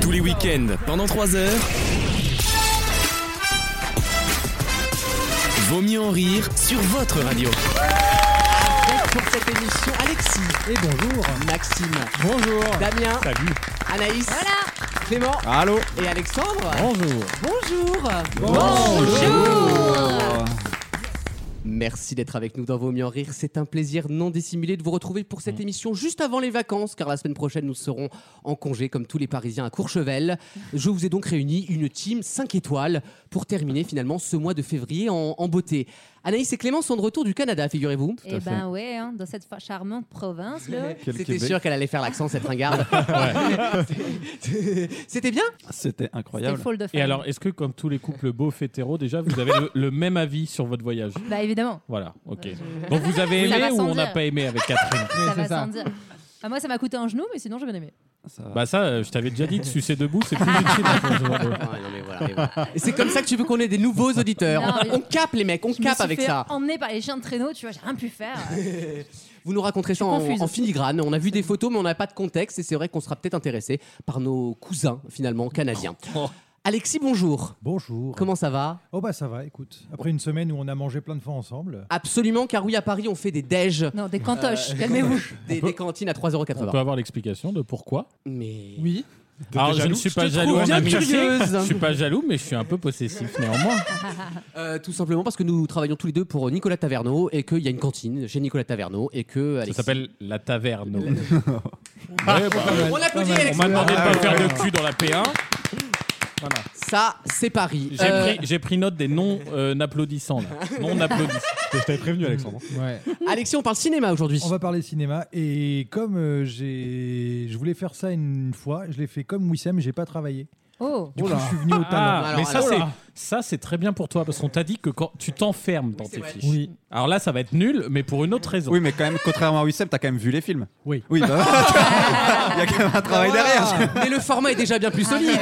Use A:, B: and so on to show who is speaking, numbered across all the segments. A: Tous les week-ends, pendant 3 heures. Vaut mieux en rire sur votre radio.
B: Avec pour cette émission Alexis,
C: Et bonjour.
B: Maxime,
C: Bonjour.
B: Damien,
C: Salut.
B: Anaïs, Clément
C: Allô.
B: et Alexandre.
C: Bonjour.
B: Bonjour.
C: Bonjour.
B: Merci d'être avec nous dans Vos Mieux en Rire. C'est un plaisir non dissimulé de vous retrouver pour
C: Mm.
B: cette émission juste avant les vacances, car la semaine prochaine, nous serons en congé, comme tous les Parisiens, à Courchevel. Je vous ai donc réuni une team 5 étoiles pour terminer finalement ce mois de février en, en beauté. Anaïs et Clément sont de retour du Canada, figurez-vous.
D: Eh ben ouais, hein, dans cette fa- charmante province, là.
E: Quel
B: C'était
E: Québec.
B: sûr qu'elle allait faire l'accent, cette ringarde. C'était bien
E: C'était
D: C'était
E: incroyable.
D: folle de fun.
F: Et alors, est-ce que comme tous les couples beaux fétéros, déjà, vous avez le, le même avis sur votre voyage
D: Bah évidemment, Euh,
F: Voilà, ok. Donc vous avez
D: Ça
F: aimé
D: va
F: ou
D: sans
F: on n'a
D: dire.
F: pas aimé avec Catherine
D: ça va
C: c'est ça.
D: sans dire. Ah, moi, ça m'a coûté un genou, mais sinon, j'ai bien aimé.
E: Ça-
F: Bah ça, euh, je t'avais déjà dit de sucer debout, c'est plus utile. hein, à ton cerveau.
B: Ouais, non, mais voilà, mais voilà. Et C'est comme ça que tu veux qu'on ait des nouveaux auditeurs.
D: Non, mais-
B: On capte les mecs, on
D: Je me
B: capte
D: suis
B: avec
D: fait
B: ça.
D: emmener par les chiens de traîneau, tu vois, j'ai rien pu faire.
B: Vous nous raconterez ça en,
D: confuse.
B: en filigrane. On a vu des photos, mais on n'a pas de contexte. Et c'est vrai qu'on sera peut-être intéressé par nos cousins, finalement, canadiens.
F: Oh.
B: Alexis, bonjour.
C: Bonjour.
B: Comment ça va
C: Oh bah ça va, écoute. Après une semaine où on a mangé plein de fois ensemble.
B: Absolument, car oui, à Paris, on fait des déj, Euh,
D: Non, des cantoches, calmez-vous.
B: des, des cantines à
F: On
B: 3,80€.
F: peut avoir l'explication de pourquoi
B: Mais.
C: Oui.
F: Alors je ne suis pas
B: te
F: jaloux,
B: trouve
F: on
B: bien
F: a mis-
B: curieuse.
F: Je suis pas jaloux, mais je suis un peu possessif néanmoins.
B: Euh, tout simplement parce que nous travaillons tous les deux pour Nicolas Taverneau et qu'il y a une cantine chez Nicolas Taverneau et que.
F: Ça
B: Alexis-
F: s'appelle la taverne. Ouais, bah,
B: On applaudit
F: on
B: Alexis. Ah.
F: m'a demandé de
C: Ah,
F: pas
C: ouais,
F: faire
C: ouais.
F: de cul dans la P1.
B: Ça, c'est Paris.
F: J'ai
B: Euh,
F: pris, j'ai pris note des non euh, applaudissants là. Non applaudissants.
E: je t'avais prévenu, Alexandre.
C: Ouais.
B: Alexis, on parle cinéma aujourd'hui.
C: On va parler cinéma et comme euh, j'ai, je voulais faire ça une fois, je l'ai fait comme Wissem, j'ai pas travaillé.
D: Oh,
C: Du coup, je suis venu au talent.
F: Ah,
B: Alors,
F: mais ça
B: alors.
F: c'est ça c'est très bien pour toi parce qu'on t'a dit que quand tu t'enfermes dans
B: c'est
F: tes
B: vrai.
F: fiches. Alors là ça va être nul mais pour une autre raison.
E: Oui, mais quand même, contrairement à Wissem, t'as quand même vu les films.
C: Oui.
E: Oui, bah, il y a quand même un travail
B: Ah. Voilà.
E: derrière.
B: Mais le format est déjà bien plus solide.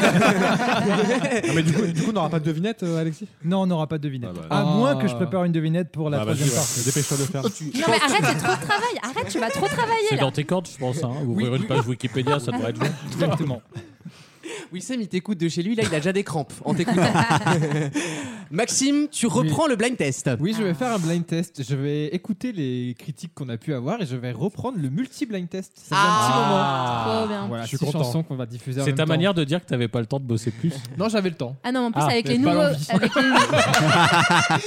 G: mais du coup, du coup, on n'aura pas de devinette, euh, Alexis
C: Non, on n'aura pas de devinette.
F: Ah bah.
C: À
G: Ah.
C: moins que je prépare une devinette pour la
F: Ah bah,
C: troisième
F: vas-y, ouais.
C: partie.
G: Dépêche-toi de le faire.
D: non, mais arrête, c'est trop de travail. Arrête, tu vas trop travailler
F: C'est
D: là.
F: dans tes cordes je pense hein. Ouvrir une page Wikipédia ça devrait être bon.
C: Exactement.
B: Wissem, il t'écoute de chez lui, là, il a déjà des crampes en t'écoutant. Maxime, tu reprends le blind test.
G: Oui, je vais faire un blind test. Je vais écouter les critiques qu'on a pu avoir et je vais reprendre le multi-blind test. Ça faisait
B: Ah.
D: Trop bien.
G: un petit moment. Voilà,
C: Je suis
G: six
C: content.
G: chansons qu'on va diffuser. en
F: C'est
G: même
F: ta
G: temps.
F: manière de dire que t'avais pas le temps de bosser plus.
G: Non, j'avais le temps.
D: Ah non, en plus,
F: Ah,
D: avec
G: mais
D: les
G: pas
D: nouveaux.
G: l'envie.
D: Avec les...
B: Avant,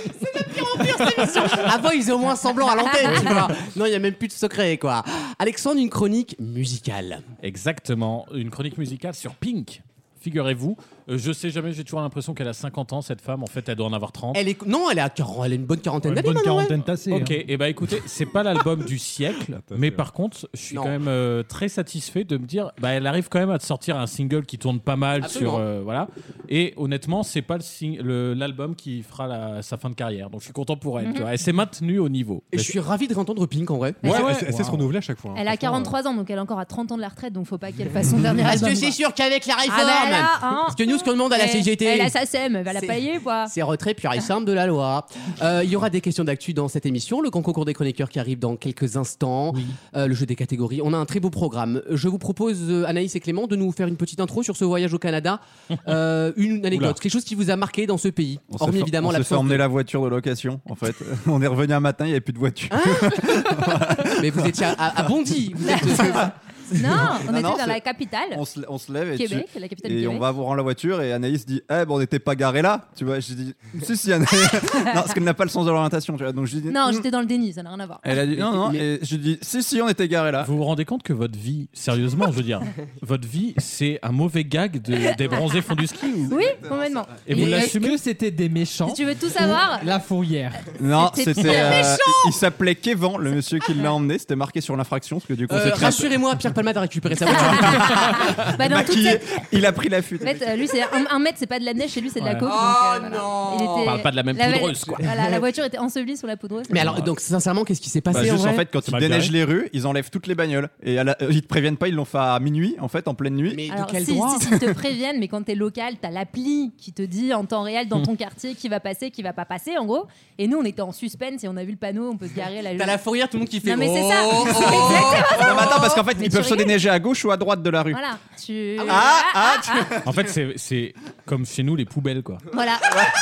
B: Ah, ils faisaient au moins semblant à l'antenne, tu vois. Non, il n'y a même plus de secret, quoi. Alexandre, une chronique musicale.
F: Exactement, une chronique musicale sur Pink. Figurez-vous, Euh, je sais jamais, j'ai toujours l'impression qu'elle a 50 ans cette femme, en fait elle doit en avoir 30.
B: Elle est. Non, elle, est à 40 elle a une bonne quarantaine
C: Une
B: d'années
C: bonne
B: maintenant. ouais.
C: quarantaine tassée.
F: Ok,
C: hein.
F: et bah écoutez, c'est pas l'album du siècle, mais par contre, je suis
B: Non.
F: quand même euh, très satisfait de me dire, bah elle arrive quand même à te sortir un single qui tourne pas mal
B: Absolument.
F: sur, euh, voilà. Et honnêtement, c'est pas le sing- le- l'album qui fera la- sa fin de carrière, donc je suis content pour elle. tu vois. Elle s'est maintenue au niveau.
B: Et je suis ravi de réentendre Pink en vrai.
F: Ouais,
G: Ouais,
F: ouais.
G: c'est c'est ce qu'on ouvrait à chaque fois. hein.
D: Elle a 43 ans, donc elle est encore à 30 ans de la retraite, donc faut pas qu'elle fasse son dernier
B: Parce
D: album.
B: que c'est sûr qu'avec la réforme,
D: Ah bah là, hein.
B: parce que nous, ce qu'on demande à la
D: Eh,
B: CGT,
D: Elle a sa SEM, elle va la
B: C'est-
D: payer, quoi.
B: C'est retrait pur et simple de la loi. Euh, Il y aura des questions d'actu dans cette émission, le concours des chroniqueurs qui arrive dans quelques instants, euh, le jeu des catégories. On a un très beau programme. Je vous propose, euh, Anaïs et Clément, de nous faire une petite intro sur ce voyage au Canada. Euh, une anecdote,
F: Oula.
B: quelque chose qui vous a marqué dans ce pays,
E: On s'est
B: hormis
E: fait-
B: évidemment
E: on s'est
B: la
E: fait emmener la voiture de location, en fait. on est revenu un matin, il n'y avait plus de voiture. Ah.
B: Mais vous étiez à, à- à Bondy. Vous êtes- euh,
D: Non, on
E: Non,
D: était
E: non,
D: dans
E: c'est-
D: la capitale,
E: on, se, on se lève et, tu-
D: Québec, la capitale du
E: et
D: Québec.
E: on va vous rendre la voiture. Et Anaïs dit Eh, ben, on n'était pas garé là. Tu vois, j'ai dit Si, si, Anaïs. non, parce qu'elle n'a pas le sens de l'orientation. Tu vois, donc je dis
D: Non,
E: Hmm.
D: j'étais dans le déni, ça n'a rien à voir.
E: Elle a dit Non, non. Et je dis Si, si, on était garé là.
F: Vous vous rendez compte que votre vie, sérieusement, je veux dire, votre vie, c'est un mauvais gag de- des bronzés font du ski ou...
D: Oui, complètement.
F: Et vous
G: Et Est-ce
F: l'assumez
G: que c'était des méchants
D: Si tu veux tout
G: ou
D: savoir,
G: La fourrière.
E: Non,
D: C'était
E: c'était.
D: bien
E: euh, il s'appelait Kevan, le monsieur qui l'a emmené. C'était marqué sur l'infraction, parce que du coup,
B: Euh,
E: c'est très-
B: Rassurez-moi, Pierre Palmade a récupéré sa voiture.
D: bah, dans toute
E: maquillé.
D: cette...
E: Il a pris la fuite.
D: En fait, euh, lui, c'est un, un mètre, c'est pas de la neige, chez lui, c'est de la
F: Ouais.
D: coke.
B: Oh,
D: donc, euh, voilà.
B: non.
D: Il était-
F: On parle pas de la même poudreuse, quoi.
D: Voilà, la voiture était ensevelie sous la poudreuse.
B: Mais alors, donc sincèrement, qu'est-ce qui s'est
E: Bah,
B: passé
E: juste
B: en
E: en
B: vrai
E: fait, quand
F: C'est
E: ils
F: mal
E: déneigent les rues, ils enlèvent toutes les bagnoles et à la- euh, ils te préviennent pas, ils l'ont fait à minuit en fait, en pleine nuit.
B: Mais
D: Alors,
B: de quel
D: si,
B: droit
D: si, si, ils te préviennent, mais quand t'es local, t'as l'appli qui te dit en temps réel
F: Hmm.
D: dans ton quartier qui va passer, qui va pas passer, en gros. Et nous, on était en suspense et on a vu le panneau, on peut se garer là.
B: T'as la fourrière, tout le monde qui fait.
D: Non, mais c'est ça.
B: Oh, oh,
D: Exactement.
E: Non, mais attends, parce qu'en fait,
D: Mais
E: ils
D: tu
E: peuvent veulent se déneiger à gauche ou à droite de la rue
D: Voilà, tu.
E: Ah, ah, tu-
F: En fait, c'est- c'est comme chez nous les poubelles, quoi.
D: Voilà,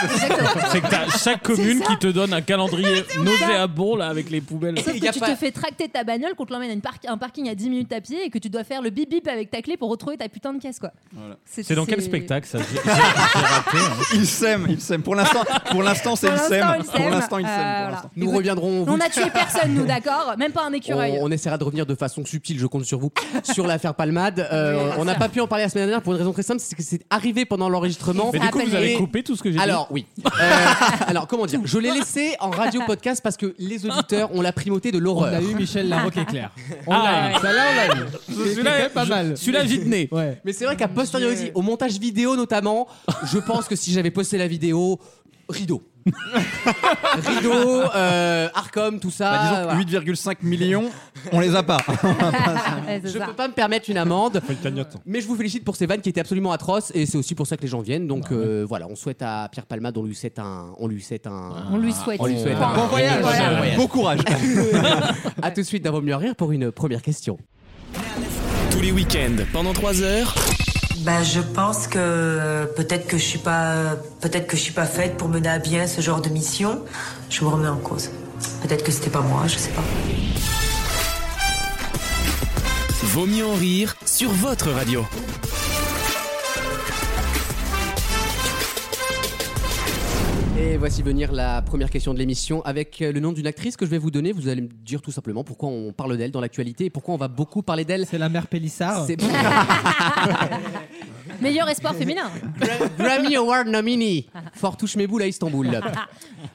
D: exactement.
F: C'est que t'as chaque commune qui te donne un calendrier nauséabond là avec les poubelles.
D: Sauf
B: Il y a
D: que tu
B: pas-
D: te fais tracter ta bagnole, qu'on te l'emmène à une par- un parking à 10 minutes à pied et que tu dois faire le bip bip avec ta clé pour retrouver ta putain de caisse, quoi.
E: Voilà.
F: C'est dans quel
D: c'est-
F: spectacle ça J'ai- j'ai- j'ai raté, hein.
E: Ils s'aiment, ils s'aiment. Pour l'instant, pour l'instant, c'est
D: Pour
E: ils
D: l'instant,
E: s'aiment.
D: il
E: Pour l'instant, ils
D: s'aime.
E: s'aiment.
D: Euh,
E: pour
D: voilà.
E: l'instant.
B: Nous
D: Écoute,
B: reviendrons.
D: On
B: vous-
D: n'a tué personne, nous, d'accord Même pas un
B: On,
D: écureuil.
B: on essaiera de revenir de façon subtile, je compte sur vous, sur l'affaire Palmade. Euh,
D: Oui, bien
B: on n'a
D: sûr.
B: pas pu en parler la semaine dernière pour une raison très simple, c'est que c'est arrivé pendant l'enregistrement.
F: Mais du coup, vous avez
B: Et-
F: coupé tout ce que j'ai dit.
B: Alors oui. Euh, alors comment dire Je l'ai laissé en radio podcast parce que les auditeurs ont la primauté de
G: On
B: l'horreur.
G: a eu Michel Larocque et Claire. On
F: Ah.
G: l'a eu. Ça, là, on l'a eu. C'était quand
F: Celui-là,
G: même pas mal.
F: Celui-là, j'y tenais.
G: Ouais.
B: Mais c'est vrai qu'à posteriori, au montage vidéo notamment, je pense que si j'avais posté la vidéo, rideau. rideau, euh, Arcom, tout ça.
E: Bah,
B: euh,
E: disons que
B: voilà.
E: 8,5 millions, on les a pas.
D: Ouais, c'est
B: Je
D: ça.
B: peux pas me permettre une amende,
F: Faut une cagnotte.
B: mais je vous félicite pour ces vannes qui étaient absolument atroces et c'est aussi pour ça que les gens viennent. Donc euh, voilà, on souhaite à Pierre Palmade, on lui souhaite un, on lui souhaite un.
D: On lui souhaite.
B: On lui souhaite
D: Point.
B: un
G: Bon voyage.
B: Voilà.
F: Bon
E: Bon courage.
B: À tout de suite dans Vaut mieux en rire pour une première question.
A: Tous les week-ends, pendant 3 heures.
H: Bah, je pense que peut-être que je suis pas, peut-être que je suis pas faite pour mener à bien ce genre de mission. Je me remets en cause. Peut-être que c'était pas moi, je sais pas.
A: Vaut mieux en rire sur votre radio.
B: Et voici venir la première question de l'émission avec euh, le nom d'une actrice que je vais vous donner. Vous allez me dire tout simplement pourquoi on parle d'elle dans l'actualité et pourquoi on va beaucoup parler d'elle.
G: C'est la mère Pélissard.
B: C'est
D: Meilleur espoir féminin.
B: Grammy Award nominee.
G: Ah.
B: Fort touche mes boules à Istanbul.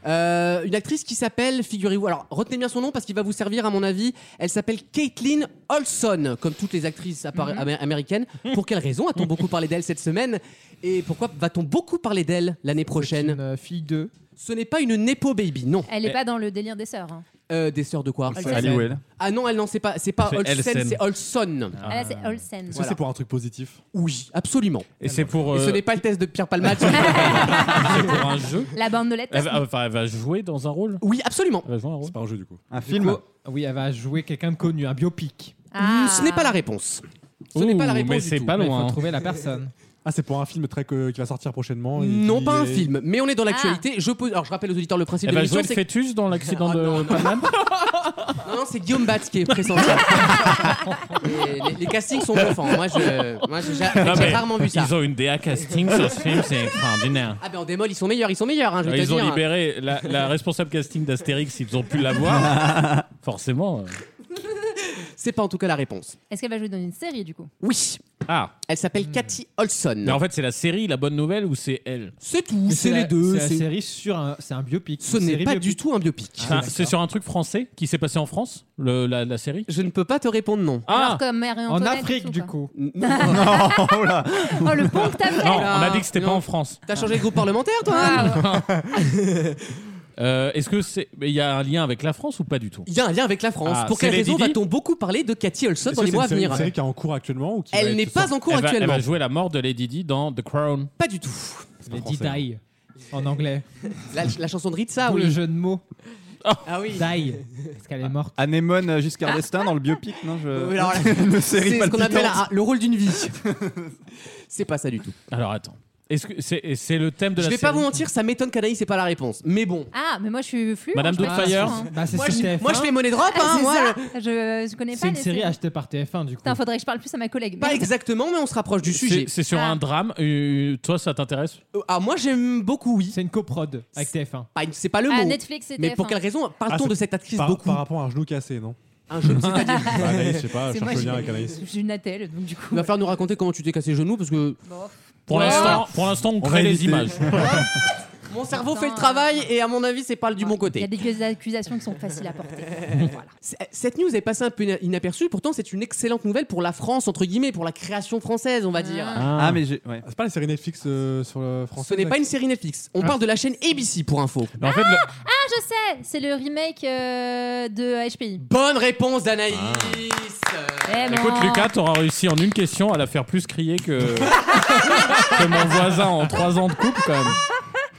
B: Euh, une actrice qui s'appelle, figurez-vous, alors retenez bien son nom parce qu'il va vous servir à mon avis. Elle s'appelle Caitlin Olson, comme toutes les actrices appara- amé- américaines. Pour quelle raison a-t-on beaucoup parlé d'elle cette semaine Et pourquoi va-t-on beaucoup parler d'elle l'année prochaine
G: Une euh, fille de.
B: Ce n'est pas une Nepo Baby, non.
D: Elle est pas dans le délire des sœurs. hein.
B: Euh, des sœurs de quoi
F: Halliwell.
B: Ah non, elle n'en sait pas. C'est pas
F: C'est
B: Olsen,
F: Olsen.
B: c'est Olson.
D: Ah, là, c'est Olsen.
B: Voilà.
G: pour un truc positif.
B: Oui, absolument.
F: Et c'est pour,
B: Et ce
F: euh,
B: n'est pas le test de Pierre Palmade.
F: c'est pour un jeu.
D: La bande de lettres.
F: Elle va, enfin, elle va jouer dans un rôle.
B: oui, absolument.
F: Elle va jouer un rôle.
I: pas un jeu du coup.
E: Un film.
G: Oui, elle va jouer quelqu'un de connu, un biopic.
D: Ah.
B: Ce n'est pas la réponse. Ce n'est pas la
F: Ouh,
B: réponse
F: Mais
B: du
F: c'est
B: tout.
F: pas
G: Mais Il faut
F: loin. hein.
G: trouver la personne.
I: Ah, c'est pour un film très que- qui va sortir prochainement. et
B: Non,
I: qui
B: pas un
F: euh,
I: est-
B: film, mais on est dans
I: Ah.
B: l'actualité. Je pose... Alors, je rappelle aux auditeurs le principe
F: Elle
B: de
F: va
B: l'émission.
F: jouer le
B: c'est-
F: Eh ben, fœtus dans l'accident
B: Ah, non.
F: de Paname.
B: Non, non, c'est Guillaume Batz qui est pressenti. Et les, les castings sont bluffants. Moi, je, moi, j'ai, j'ai-
F: Non,
B: j'ai
F: mais
B: rarement vu ça.
F: Ils ont une DA casting sur ce film, c'est extraordinaire. Bah,
B: Ah ben, en démol, ils sont meilleurs, ils sont meilleurs. hein, je vais te
F: ils ont
B: dire.
F: libéré la, la responsable casting d'Astérix, ils ont pu l'avoir. Forcément. euh.
B: C'est pas en tout cas la réponse.
D: Est-ce qu'elle va jouer dans une série du coup
B: Oui,
F: Ah,
B: elle s'appelle Cathy Olson.
F: mais en fait, c'est la série, la bonne nouvelle, ou c'est elle
B: C'est tout, c'est
G: la-
B: les deux.
G: C'est la
B: c'est-
G: série sur un. C'est un biopic.
B: Ce
G: Une
B: n'est
G: série
B: pas
G: biopic.
B: du tout un biopic.
F: C'est un- Ah, C'est sur un truc français qui s'est passé en France, le- la, la série
B: Je ne peux pas te répondre non.
D: Alors
F: Ah
D: comme Mère et
G: En
D: Antoinette,
G: Afrique,
D: tout,
G: du
D: quoi.
G: coup.
D: Oh le pont que t'as fait.
F: Non, on a dit que c'était
B: Non.
F: pas en France.
B: T'as changé de groupe parlementaire, toi
D: Ah, ouais.
F: Euh, Est-ce que c'est. mais Il y a un lien avec la France ou pas du tout
B: Il y a un lien avec la France.
F: Ah,
B: Pour quelle
F: c'est Lady
B: raison
F: Di
B: va-t-on beaucoup parler de Cathy Olson
I: Est-ce
B: dans
I: que
B: les mois à
I: C'est une série-
B: venir
I: une série qui est en cours actuellement ou qui va
B: Elle
I: être
B: n'est pas
I: sortie
B: en cours
F: elle va, elle
B: actuellement.
F: va jouer la mort de Lady Di dans The Crown.
B: Pas du tout.
G: Lady Die. En anglais.
B: La, la chanson de Ritza,
G: D'où Le
B: oui.
G: jeu de mots.
B: Ah oui.
G: Die. Parce qu'elle est morte.
E: Anémone euh, Giscard d'Estaing dans le biopic, non
I: Euh,
E: je...
B: Oui, Euh, alors là,
E: Une série
B: C'est ce qu'on
E: palpitante.
B: appelle un- le rôle d'une vie. c'est pas ça du tout.
F: Alors attends. Est-ce que c'est c'est le thème de
B: Je
F: la
B: vais
F: série
B: pas vous mentir, ça m'étonne qu'Anaïs c'est pas la réponse. Mais bon.
D: Ah, mais moi je suis flux.
F: Madame
D: je connais
F: Doubtfire.
D: pas, hein.
G: Bah, c'est
B: Moi
G: sur
B: je,
G: TF1.
B: moi, je fais monnaie drop, hein,
D: Ah, c'est
B: moi,
D: ça.
B: je-
D: Je, je connais pas
G: C'est une
D: les
G: série
D: séries.
G: achetée par TF1 du coup.
D: Putain, faudrait que je parle plus à ma collègue.
B: Pas
D: Merde.
B: exactement, mais on se rapproche du
F: C'est-
B: sujet.
F: C'est sur
D: Ah.
F: un drame. Euh, toi, ça t'intéresse
B: Euh, Ah, moi j'aime beaucoup, oui.
G: C'est une coprod avec TF1.
B: Pas une- C'est pas le
D: Ah,
B: mot.
D: Netflix et
B: Mais pour
D: TF1.
B: quelle raison
I: Ah,
B: parle-t-on
I: c'est
B: de cette actrice
I: par,
B: beaucoup
I: par rapport à un genou cassé, non
B: Un jeune, c'est-à-dire.
I: Bah, Anaïs, je sais pas, je
D: C'est
I: cherche
D: moi,
I: le
D: je-
I: lien avec Anaïs.
D: Je suis une attelle, donc du coup.
B: Tu vas faire nous raconter comment tu t'es cassé le genou parce que
D: Bon.
F: Pour
B: Ouais.
F: l'instant, pour l'instant, on crée
E: va
F: les
E: éviter.
F: images.
B: mon cerveau
D: Attends.
B: fait le travail et à mon avis c'est pas du bon
D: Il y
B: côté.
D: a des accusations qui sont faciles à porter. voilà.
B: C'est- Cette news est passée un peu ina- inaperçue, pourtant c'est une excellente nouvelle pour la France entre guillemets, pour la création française on va dire.
E: Ah, mais j'ai. Ouais.
I: Ah, C'est pas la série Netflix euh, sur le
B: Ce
I: français Ah.
B: n'est pas une série Netflix. On parle de la chaîne ABC pour info.
F: Mais en fait, le-
D: Ah, je sais, c'est le remake euh, de HPI.
B: Bonne réponse d'Anaïs.
F: Ah.
D: Eh,
F: Bah, écoute,
D: bon.
F: Lucas, t'auras réussi en une question à la faire plus crier que, que mon voisin en trois ans de couple, quand même.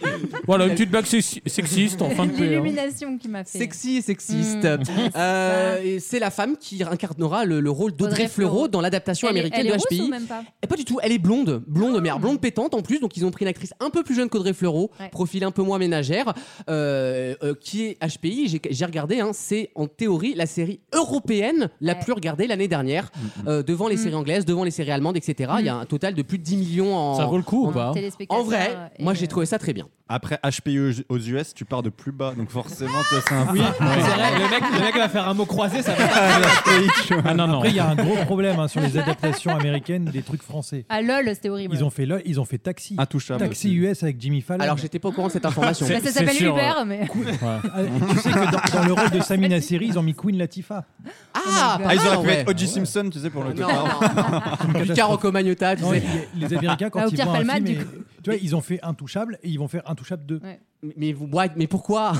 B: Euh,
F: Voilà, une petite blague sexi- sexiste en fin de paix. hein.
D: L'illumination qui m'a fait.
B: Sexy et sexiste.
D: Mm.
B: Euh, et c'est la femme qui incarnera le, le rôle d'Audrey
D: Audrey Fleurot.
B: Fleurot dans l'adaptation
D: Elle est-
B: américaine
D: elle
B: de
D: est rousse
B: HPI.
D: ou même pas
B: Et pas du tout, elle est blonde, blonde mais alors blonde pétante en plus, donc ils ont pris une actrice un peu plus jeune qu'Audrey Fleurot,
D: Ah. Ouais.
B: profil un peu moins ménagère, euh, euh, qui est HPI, j'ai- j'ai regardé, hein, c'est en théorie la série européenne la
D: Ouais.
B: plus regardée l'année dernière, euh, devant les
D: Mm.
B: séries anglaises, devant les séries allemandes, etc. Il y a un total de plus de 10 millions
F: Ça
B: en...
F: vaut le coup ou
D: Un
F: pas
D: téléspectateur,
B: En vrai,
D: euh, et,
B: moi
D: euh,
B: j'ai trouvé ça très bien.
E: Après HPI aux- aux US, tu pars de plus bas, donc forcément, toi, c'est un
G: Oui, c'est vrai, le mec, le mec va faire un mot croisé, ça va.
E: HPI, tu vois.
F: Ah non, non.
C: Après, il y a un gros problème hein, sur les adaptations américaines des trucs français.
D: Ah lol, c'était horrible.
C: Ils ont fait, lo- ils ont fait Taxi.
E: Intouchable.
C: Taxi US avec Jimmy Fallon.
B: Alors j'étais pas au courant de cette information.
D: Bah,
F: C'est
D: ça s'appelle
F: sûr,
D: Uber, mais.
C: Ah, tu sais que dans, dans le rôle de Samina Seri, ils ont mis Queen Latifah.
D: Oh
B: ah, pas
E: Ah, ils
B: mal,
E: auraient pu
B: ouais.
E: être O.J. Simpson, tu sais,
D: Ah,
E: pour le
B: Non,
E: coup.
B: non, non. Lucas Rocco-Magnotta, tu
C: Non,
B: sais.
C: les- les Américains, quand
D: Ah, au
C: ils
D: pire,
C: voient un
D: Palmade,
C: film,
D: du
C: et- tu vois, ils ont fait Intouchable et ils vont faire Intouchable 2
B: Mais- Mais, vous- ouais, mais pourquoi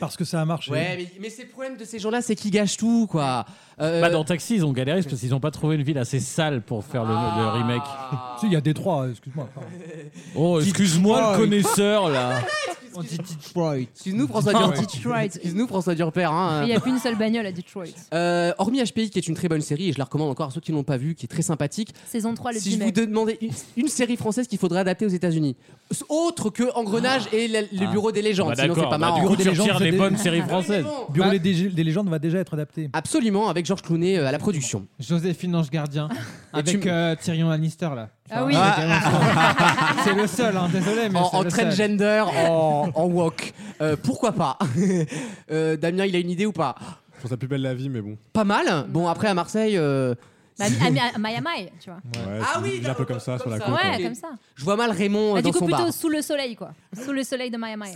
C: parce que ça a marché.
B: Ouais, mais, mais c'est le problème de ces gens-là, c'est qu'ils gâchent tout, quoi. Euh,
F: Bah, dans Taxi, ils ont galéré parce qu'ils n'ont pas trouvé une ville assez sale pour faire le, le remake.
C: Si, il y a Détroit, Ah, excuse-moi. pardon.
F: Oh, excuse-moi le connaisseur là.
G: On dit Detroit.
B: Oh Excuse-nous, François Durper.
D: Detroit.
B: Excuse-nous, François Durper. hein.
D: Il n'y a plus une seule bagnole à Detroit.
B: Euh, hormis HPI, qui est une très bonne série, et je la recommande encore à ceux qui ne l'ont pas vue, qui est très sympathique.
D: Saison 3, le
B: si
D: 10
B: je
D: mai.
B: vous demandais une, une série française qu'il faudrait adapter aux États-Unis, autre que Engrenage et la- le
C: Ah.
B: bureau des légendes,
F: Ah. Bah,
B: sinon c'est
F: D'accord,
B: pas
F: bah,
B: marrant.
F: du coup,
C: Des
F: tu
C: légendes,
F: retires
C: c'est
F: les
C: des-
F: bonnes séries
B: Ah oui, mais
F: françaises.
B: bon.
C: Bureau
B: Bah,
C: des, dég- des légendes va déjà être adapté.
B: Absolument, avec Georges Clooney euh, à la production.
G: Joséphine Ange Gardien avec
B: tu-
G: euh, Tyrion Lannister là.
D: Ah oui.
G: C'est le seul, hein, désolé, mais
B: Ah. En,
G: c'est
B: en
G: le seul.
B: transgender, en, en walk. Euh, pourquoi pas Euh, Damien, il a une idée ou pas
I: Je trouve ça plus belle la vie, mais bon.
B: Pas mal. Bon, après, à Marseille. euh,
D: Bah, à Mi- à Miami, tu vois.
I: Ouais,
B: Ah
I: c'est
B: oui,
I: une ville un peu comme ça sur la côte.
D: Ouais,
B: ok.
D: comme ça.
B: Je vois mal Raymond
D: Bah,
B: euh, dans
D: du coup,
B: son
D: plutôt
B: bar.
D: sous le soleil, quoi. Sous le soleil de Miami.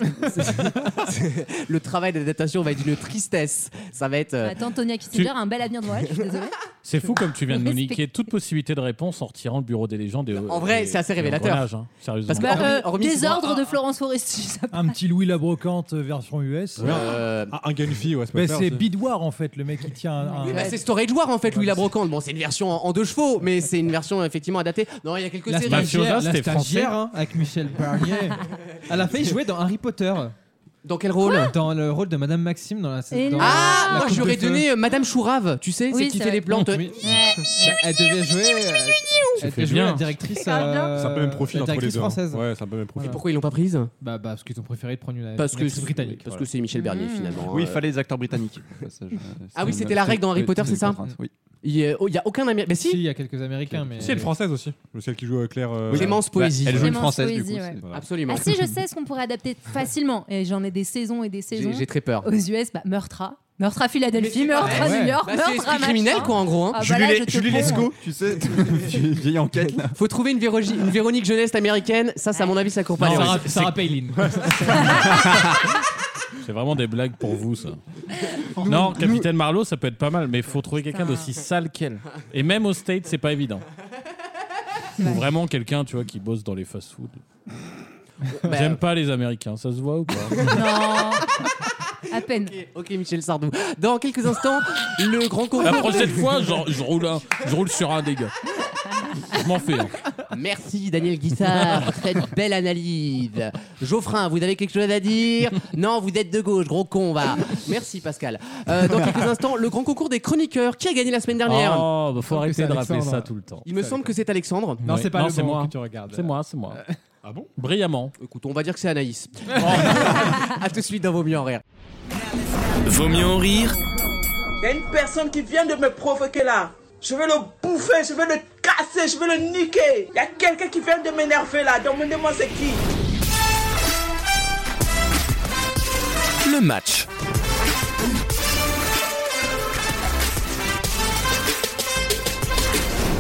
B: Le travail d'adaptation va être une tristesse. Ça va être. euh,
D: Attends, Tonya qui
F: Tu-
D: a un bel avenir devant elle, je suis désolée.
F: C'est fou comme tu viens de nous
D: Respect-
F: niquer toute possibilité de réponse en retirant le bureau des légendes. Et,
B: Bah, En vrai,
F: et-
B: c'est assez
F: et
B: révélateur.
F: Engrenage, hein, sérieusement.
B: Parce que-
D: Bah,
B: Hormis- hormis-
D: euh, désordre de Florence Foresti. ça-
C: Un petit Louis la Brocante euh, version US.
B: euh,
I: Ah, un gars, une fille, ouais, c'est pas
C: Mais
I: faire,
C: c'est
I: aussi.
C: Bidoir en fait, le mec qui tient un.
B: oui,
C: un-
B: bah, c'est Storage War en fait, Louis la Brocante. Bon, c'est une version en, en deux chevaux, mais c'est une version effectivement adaptée. Non, il y a quelques
G: La
B: séries.
F: Mafia.
G: stagiaire,
F: Mafiosa,
G: la
F: c'était
G: stagiaire hein, avec Michel Barnier. Elle a failli jouer dans Harry Potter,
B: Dans quel rôle
G: dans le rôle de Madame Maxime dans la
D: Et
G: dans
D: non.
B: Ah,
G: la
B: moi
G: Coupe
B: j'aurais
G: de Feu.
B: donné euh, Madame Chourave, tu sais,
D: Oui,
B: c'est qui
D: c'est
B: fait
D: vrai.
B: les plantes.
G: Oui. Elle devait jouer. euh, Elle
F: fait
G: devait jouer la
F: bien.
G: directrice. euh,
I: C'est un peu le même profil
G: la
I: entre les
G: directrice
I: deux. hein.
G: française.
I: Ouais, c'est un peu le même
B: Et
I: profil.
B: pourquoi ils l'ont pas prise
G: Bah, bah, parce qu'ils ont préféré de prendre une,
B: Parce
G: une
B: que
G: actrice britannique.
B: parce que c'est Michel Bernier
D: Mmh.
B: finalement.
E: Oui,
B: Euh,
E: il fallait des acteurs britanniques. au passage.
B: Ah oui,
E: C'est
B: c'était
E: une-
B: la règle dans Harry Potter, c'est ça
E: contrainte, Oui.
B: Il y a, oh, il y a aucun Américain. Mais
G: Si,
B: si,
G: il y a quelques Américains, mais.
I: Si, elle est française aussi. Le celle qui joue euh, Claire. euh,
B: Clémence Poésie.
E: Elle joue une
D: Clémence
E: française, du
D: Poésie,
E: coup.
D: ouais.
E: c'est- voilà.
B: Absolument.
D: Ah si, je sais ce qu'on pourrait adapter facilement. Et j'en ai des saisons et des saisons.
B: J'ai j'ai très peur.
D: Aux US, bah, Meurtra. Meurtra Philadelphie,
B: Mais c'est pas
D: Meurtra
G: vrai.
D: New York,
B: Bah, c'est
D: Meurtra
B: esprit criminel
D: machin.
B: quoi en gros. hein.
D: Ah, bah
E: Julie,
D: là,
E: Les-
D: je te
E: Julie
D: prends.
E: Lescaut, tu sais, vieille vieille enquête là.
B: Faut trouver une, Vérogi- une Véronique jeunesse américaine. Ça, c'est à mon avis, ça court pas.
G: Non,
B: les rues.
G: Sarah, Sarah Palin.
F: C'est vraiment des blagues pour vous, ça. non, Capitaine Marlowe, ça peut être pas mal, mais faut trouver quelqu'un
D: Putain.
F: d'aussi sale qu'elle. Et même au State, c'est pas évident. Ou vraiment quelqu'un, tu vois, qui bosse dans les fast-food.
B: Bah,
F: J'aime pas les Américains, ça se voit ou pas
D: Non. À peine.
B: Ok, ok, Michel Sardou. Dans quelques instants, le grand
F: La
B: concours.
F: prochaine fois, genre, je, roule un- je roule sur un des gars. Je m'en fais. hein.
B: Merci Daniel Guissard pour cette belle analyse. Geoffrin, vous avez quelque chose à dire Non, vous êtes de gauche, gros con, va. Merci Pascal. Euh, dans quelques instants, le grand concours des chroniqueurs. Qui a gagné la semaine dernière
F: Oh, bah, faut
G: Tant que
F: arrêter
G: c'est
F: de rappeler
G: Alexandre.
F: ça tout le temps.
B: Il me semble que c'est Alexandre.
G: Non,
F: Ouais.
G: c'est pas
F: Non,
G: le
F: c'est
G: bon
F: moi.
G: que tu regardes. Euh,
F: C'est moi, c'est moi.
I: Ah bon
F: Brillamment. Oh.
B: Écoute, on va dire que c'est Anaïs. à tout de suite dans Vos mieux en rire.
A: Vaut mieux en rire
J: Il y a une personne qui vient de me provoquer là. Je vais le bouffer, je vais le casser, je vais le niquer. Il y a quelqu'un qui vient de m'énerver là. Demandez-moi c'est qui.
A: le match.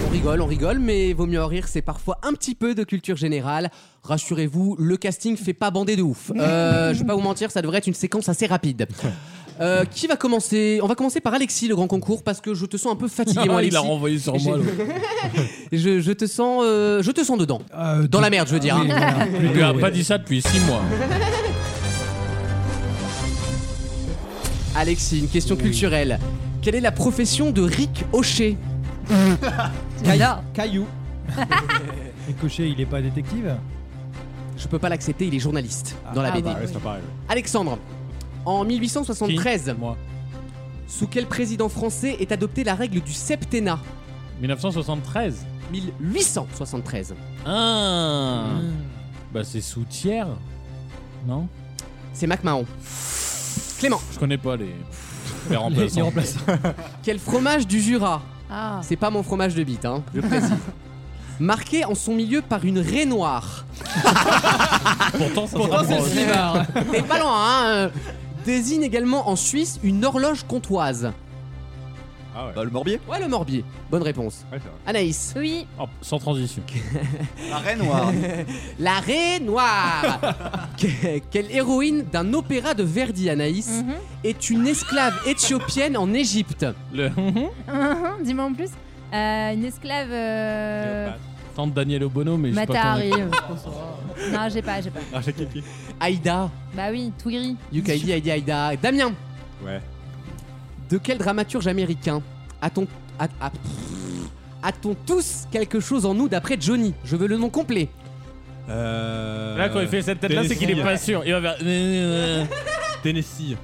B: On rigole, on rigole, mais vaut mieux en rire, c'est parfois un petit peu de culture générale. Rassurez-vous, le casting fait pas bander de ouf. Euh, je vais pas vous mentir, ça devrait être une séquence assez rapide. Euh, qui va commencer On va commencer par Alexis, le grand concours, parce que je te sens un peu fatigué, moi,
F: il
B: Alexis.
F: l'a renvoyé sur
B: J'ai-
F: moi. l'autre.
B: Je, je te sens, euh, je te sens dedans.
C: Euh,
B: Dans la merde, je veux dire. hein.
F: Il lui a pas dit ça depuis six mois.
B: Alexis, une question culturelle. Quelle est la profession de Rick Hocher
G: Caillou. Caillou.
C: Et Cochet, il est pas détective
B: Je peux pas l'accepter, il est journaliste dans la
F: Ah,
B: BD.
F: bah, ouais, c'est pas pareil, ouais.
B: Alexandre, en 1873,
F: moi.
B: sous quel président français est adoptée la règle du septennat
F: 1973
B: 1873.
F: Ah Bah, c'est sous tiers Non
B: C'est MacMahon. Clément.
F: Je connais pas les. Les remplaçants.
B: Quel fromage du Jura
D: Ah.
B: C'est pas mon fromage de bite, hein, je précise. Marqué en son milieu par une raie noire.
F: Pourtant, ça
B: Pourtant, c'est le slivard. T'es pas loin, hein euh, Désigne également en Suisse une horloge comtoise.
F: Ah ouais.
E: Bah, le Morbier
B: Ouais, le Morbier. Bonne réponse.
I: Ouais, c'est vrai.
B: Anaïs.
D: Oui.
F: Oh, sans transition.
E: La reine noire.
B: La raie noire. Que- Quelle héroïne d'un opéra de Verdi, Anaïs,
D: Mhm.
B: est une esclave éthiopienne en Égypte
F: Le.
D: Mhm. Dis-moi en plus. Euh, une esclave. euh,
F: Tante Daniel Obono, mais je sais pas.
D: Matahari.
F: comment-
D: non, j'ai pas, j'ai pas.
I: Ah, j'ai kiffé.
B: Aïda.
D: Bah oui, tout gris.
B: Yukaïdi, Aïda, Aïda. Damien.
I: Ouais.
B: De quel dramaturge américain a-t-on. a- a- pff, A-t-on tous quelque chose en nous d'après Johnny Je veux le nom complet.
I: Euh,
F: Là, quand il fait cette tête-là, c'est qu'il est pas sûr. Il va faire. euh,
I: Tennessee.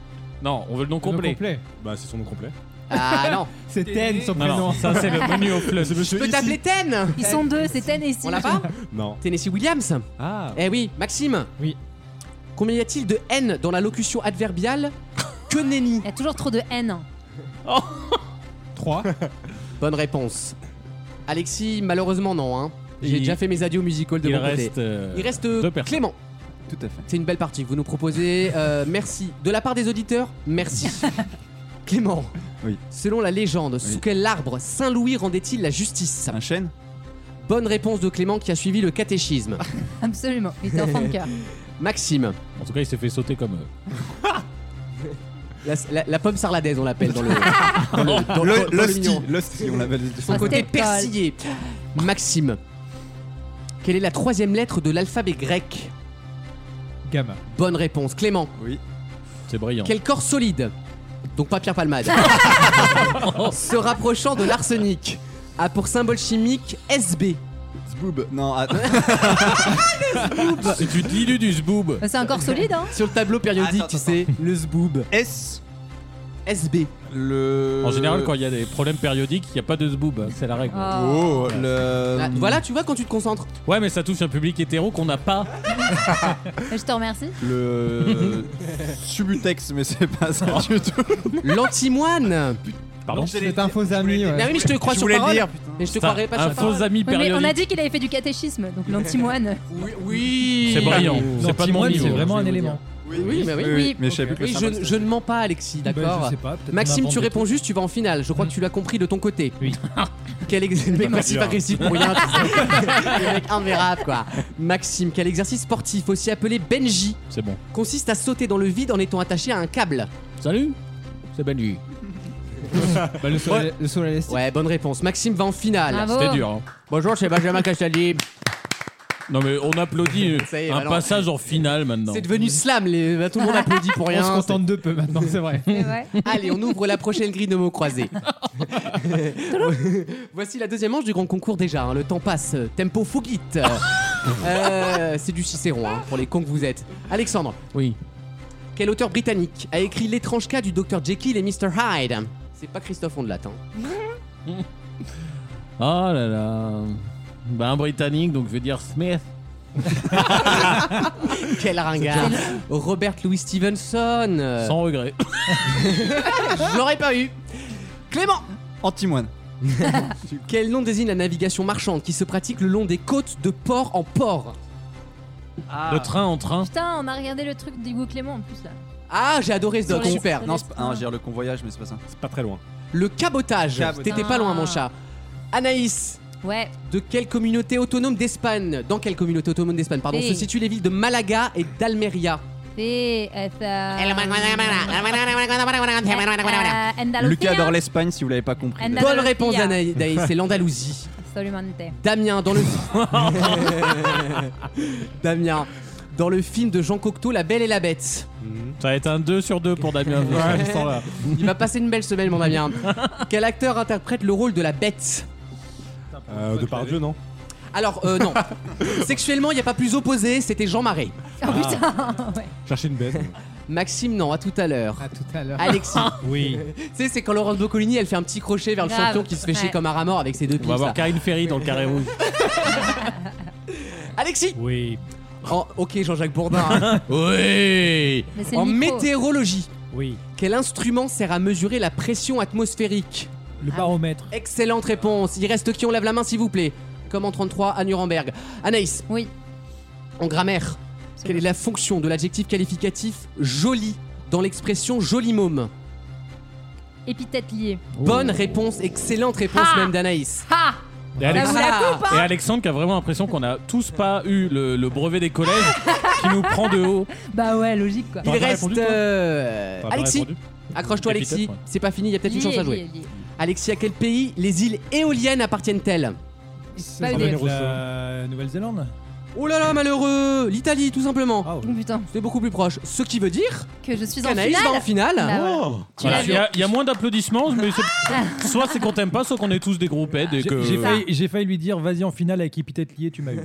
F: Non, on veut le nom
G: Le nom
F: complet.
I: Bah, c'est son nom complet.
B: Ah non
G: C'est Ten, son
F: Non, non,
G: prénom.
F: ça c'est le menu au fleuve.
B: Je peux t'appeler Ten
D: Ils sont deux, c'est Tennessee.
B: On l'a pas
I: Non.
B: Tennessee Williams
G: Ah,
B: Eh oui, Maxime
G: Oui.
B: Combien y a-t-il de N dans la locution adverbiale Que nenni
D: Il y a toujours trop de haine.
G: 3.
B: Bonne réponse. Alexis, malheureusement non. hein. J'ai
F: Il-
B: déjà fait mes adieux musicals de
F: Il
B: mon côté.
F: reste. euh,
B: Il reste
F: deux personnes.
B: Clément.
E: Tout à fait.
B: C'est une belle partie que vous nous proposez. Euh, merci. De la part des auditeurs, merci. Clément.
E: Oui.
B: Selon la légende, sous
E: Oui.
B: quel arbre Saint-Louis rendait-il la justice
E: Un chêne
B: Bonne réponse de Clément qui a suivi le catéchisme.
D: Absolument. Il était enfant de cœur.
B: Maxime.
F: En tout cas, il s'est fait sauter comme. euh,
B: La, la- la pomme sarladaise, on l'appelle dans le. dans le- dans- dans- dans
E: Le
B: le
E: l'hostie.
B: mignon.
E: L'hostie, on l'appelle.
B: Son
D: Un
B: côté
D: steak pole.
B: persillé. Maxime. Quelle est la troisième lettre de l'alphabet grec
G: Gamma.
B: Bonne réponse. Clément.
E: Oui.
F: C'est brillant.
B: Quel corps solide Donc pas Pierre Palmade. Se rapprochant de l'arsenic. A pour symbole chimique SB.
E: Zboob. Non, ah. att-
F: C'est du dilu du zboob.
D: Bah, C'est encore solide, hein
B: Sur le tableau périodique,
E: Attends,
B: tu
E: attends.
B: sais, le zboob.
E: S.
B: SB.
E: Le.
F: En général, quand il y a des problèmes périodiques, il n'y a pas de zboob. hein, C'est la règle.
D: Oh.
E: Oh, le.
B: Ah, voilà, tu vois quand tu te concentres.
F: Ouais, mais ça touche un public hétéro qu'on n'a pas.
D: Je te remercie.
E: Le. Subutex, mais c'est pas ça du tout.
B: L'antimoine.
F: Pardon
G: C'est un faux ami,
B: Ah
G: ouais.
B: oui, mais je te crois
E: Je
B: sur
E: voulais le
B: parole.
E: dire, putain.
B: mais je te
F: Enfin,
B: croirais pas
F: Un
B: sur parole.
F: faux ami
D: Oui, mais on a
F: périodique.
D: dit qu'il avait fait du catéchisme, donc l'antimoine.
B: Oui. oui.
F: C'est brillant. C'est pas de mon
G: L'antimoine,
F: niveau.
G: c'est vraiment
B: Je
G: un
B: vais vous
G: élément.
B: Oui, mais oui.
D: Oui.
E: Mais je savais plus
B: Oui,
E: que
B: je, je ne mens pas, Alexis,
G: Bah,
B: d'accord
G: je sais pas, peut-être
B: Maxime,
G: qu'on
B: tu
G: invente
B: réponds juste, tu vas en finale. Je crois que tu l'as compris de ton côté. Oui. quel exercice. mec passif agressif pour rien. tu sais. Le mec invérable, quoi. Maxime, quel exercice sportif, aussi appelé Benji,
F: C'est bon.
B: consiste à sauter dans le vide en étant attaché à un câble
F: Salut C'est Benji.
G: des- Bah, le soleil le soleil élastique.
B: Ouais, bonne réponse. Maxime va en finale.
D: Bravo.
F: C'était dur. hein.
B: Bonjour, c'est Benjamin Castaldi.
F: Non, mais on applaudit euh,
B: Ça y est,
F: un
B: alors.
F: passage en finale maintenant.
B: C'est devenu slam, les... bah, tout le monde applaudit pour rien.
G: On se contente de peu maintenant, c'est vrai.
D: C'est vrai.
B: Allez, on ouvre la prochaine grille de mots croisés. Voici la deuxième manche du grand concours déjà. hein. Le temps passe. Tempo fugit. Euh, c'est du Cicéron hein, pour les cons que vous êtes. Alexandre,
F: Oui.
B: quel auteur britannique a écrit L'étrange cas du docteur Jekyll et Mr Hyde C'est pas Christophe Ondelat. hein.
F: Oh là là. Bah, un britannique, donc je vais dire Smith.
B: hein. Quel ringard Robert Louis Stevenson. euh,
F: Sans regret.
B: Je l'aurais pas eu. Clément
E: Antimoine.
B: Quel nom désigne la navigation marchande qui se pratique le long des côtes de port en port
F: Le Ah. train en train.
D: Putain, on a regardé le truc d'Hugo Clément en plus là.
B: Ah, j'ai adoré ce
D: Sur
B: doc,
D: les-
B: super.
D: sur les
E: Non, c'est pas.
D: trains.
E: Ah, je veux dire le convoyage, mais c'est pas ça.
I: C'est pas très loin.
B: Le cabotage.
E: Cabotage.
B: T'étais pas loin, mon
D: Ah.
B: chat. Anaïs,
D: Ouais,
B: de quelle communauté autonome d'Espagne Dans quelle communauté autonome d'Espagne Pardon,
D: Oui.
B: se situent les villes de Malaga et d'Almeria
D: c'est. euh, ça- Euh, Andalucía.
E: Lucas adore l'Espagne si vous l'avez pas compris.
D: And-
B: Bonne
D: Andalusia.
B: réponse d'Anaï- d'Anaïs, c'est l'Andalousie.
D: Absolument.
B: Damien, dans le. Damien, dans le film de Jean Cocteau, La Belle et la Bête.
F: Ça va être un 2 sur 2 pour Damien. je sens là.
B: Il va passer une belle semaine, mon Damien. Quel acteur interprète le rôle de la Bête
I: Euh, de par Dieu, non
B: Alors, Alors, euh, non. Sexuellement, il n'y a pas plus opposé, c'était Jean Marais.
D: Ah putain ouais.
I: Chercher une bête.
B: Maxime, non, à tout à l'heure.
G: À tout à l'heure.
B: Alexis.
I: Oui.
B: tu sais, c'est quand Laurence Boccolini, elle fait un petit crochet vers le
D: Grave.
B: champion qui se fait chier
D: Ouais.
B: comme un rat mort avec ses deux
F: On
B: pieds.
F: va avoir Karine Ferry dans le carré rouge.
B: Alexis
I: Oui.
B: En- Ok, Jean-Jacques Bourdin. hein.
F: Oui
D: Mais c'est le
B: en
D: micro.
B: météorologie,
I: Oui.
B: quel instrument sert à mesurer la pression atmosphérique
C: Le
D: Ah.
C: baromètre.
B: Excellente réponse. Il reste qui On lève la main, s'il vous plaît. Comme en 33 à Nuremberg. Anaïs,
D: Oui.
B: en grammaire, quelle est la fonction de l'adjectif qualificatif joli dans l'expression joli môme
D: Épithète liée.
F: Oh.
B: Bonne réponse, excellente réponse
D: Ah
B: même d'Anaïs.
D: Ah
F: Et
D: Ça
F: Alex-
D: vous la coupe, hein
F: Et Alexandre qui a vraiment l'impression qu'on a tous pas eu le, le brevet des collèges
D: Ah,
F: qui nous prend de haut.
D: Bah ouais, logique quoi.
B: Il
I: T'aurais pas
B: reste.
I: répondu, toi
B: euh,
I: T'aurais pas
B: Alexis,
I: répondu
B: accroche-toi
F: Épithète,
B: Alexis,
F: ouais.
B: c'est pas fini, il y a peut-être une
D: Liée,
B: chance à jouer.
D: liée, liée.
B: Alexis, à quel pays les îles éoliennes appartiennent-elles
D: Pas
F: Ah,
C: Ça doit
D: EDF.
C: être la Nouvelle-Zélande
B: Oh là là, malheureux L'Italie, tout simplement.
C: Ah ouais.
D: Oh, putain,
B: C'est beaucoup plus proche. Ce qui veut dire
D: que je suis en
B: qu'Anaïs va en
D: finale.
B: finale.
D: Bah ouais. Tu
F: Oh. Voilà.
D: l'as
F: Il y, a- il y a moins d'applaudissements, mais c'est- soit c'est qu'on t'aime pas, soit qu'on est tous des groupettes et
C: J'ai-
F: que.
C: J'ai failli, j'ai failli lui dire vas-y en finale avec épithète liée, tu m'as eu.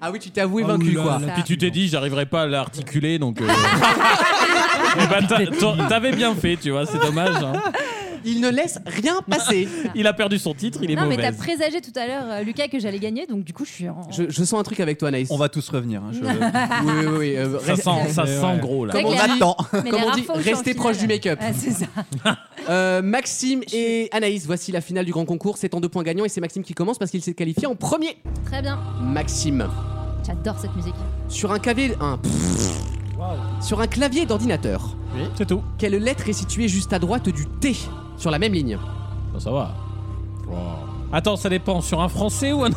B: Ah oui, tu t'es avoué
C: Ah
B: vaincu,
C: oui, là,
B: quoi.
C: là,
F: Oh Puis tu t'es dit, j'arriverai pas à l'articuler, donc. euh, Eh ben, t'a- t'a- t'avais bien fait, tu vois, c'est dommage. hein.
B: Il ne laisse rien passer.
F: Il a perdu son titre, il est
D: Non, mais
F: mauvais.
D: t'as présagé tout à l'heure, euh, Lucas, que j'allais gagner, donc du coup, je suis en.
B: Je, je sens un truc avec toi, Anaïs.
E: On va tous revenir. hein, je-
B: Oui, oui, oui. euh,
F: Ça
B: reste-
F: sent, ça
C: Ouais,
F: sent
C: ouais.
F: gros là.
D: C'est vrai
E: On
D: que la-
E: attend.
D: Mais
B: Comme
D: la
B: on
D: rare
B: dit,
D: fois où je suis en
B: restez
D: finale.
B: proche du make-up.
D: Ah, c'est ça.
B: Euh, Maxime et Anaïs, voici la finale du grand concours. C'est en deux points gagnants et c'est Maxime qui commence parce qu'il s'est qualifié en premier.
D: Très bien.
B: Maxime,
D: J'adore cette musique.
B: sur un clavier, un- sur un clavier d'ordinateur,
F: C'est tout.
B: quelle lettre est située juste à droite du T sur la même ligne
F: Bon, ça va. Attends, ça dépend sur un français ou un.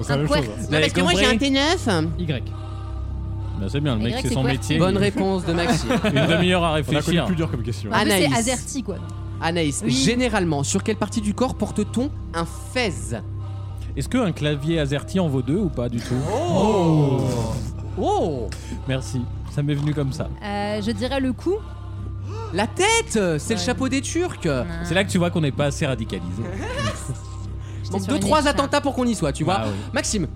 I: C'est la
D: Un
I: même
D: puer.
I: chose. hein.
F: Vous avez compris
B: T9.
G: Y.
F: Bah, c'est bien, le
D: Et
F: mec,
D: grec,
F: c'est
D: c'est
F: son
D: quoi
F: métier.
B: Bonne réponse de Maxime.
F: Une demi-heure à
I: On a connu
F: réfléchir.
I: plus dur comme question.
D: En plus, Ah, c'est
B: Anaïs.
D: Azerty, quoi.
B: Anaïs,
D: Oui.
B: généralement, sur quelle partie du corps porte-t-on un fez
F: Est-ce qu'un clavier AZERTY en vaut deux ou pas du tout Oh
B: Oh
F: Merci, ça m'est venu comme ça.
D: Euh, je dirais le coup.
B: La tête euh, C'est le
D: Ouais.
B: chapeau des Turcs
F: C'est là que tu vois qu'on n'est pas assez radicalisé.
B: Donc deux, trois attentats pour qu'on y soit, tu vois.
F: Bah oui.
B: Maxime,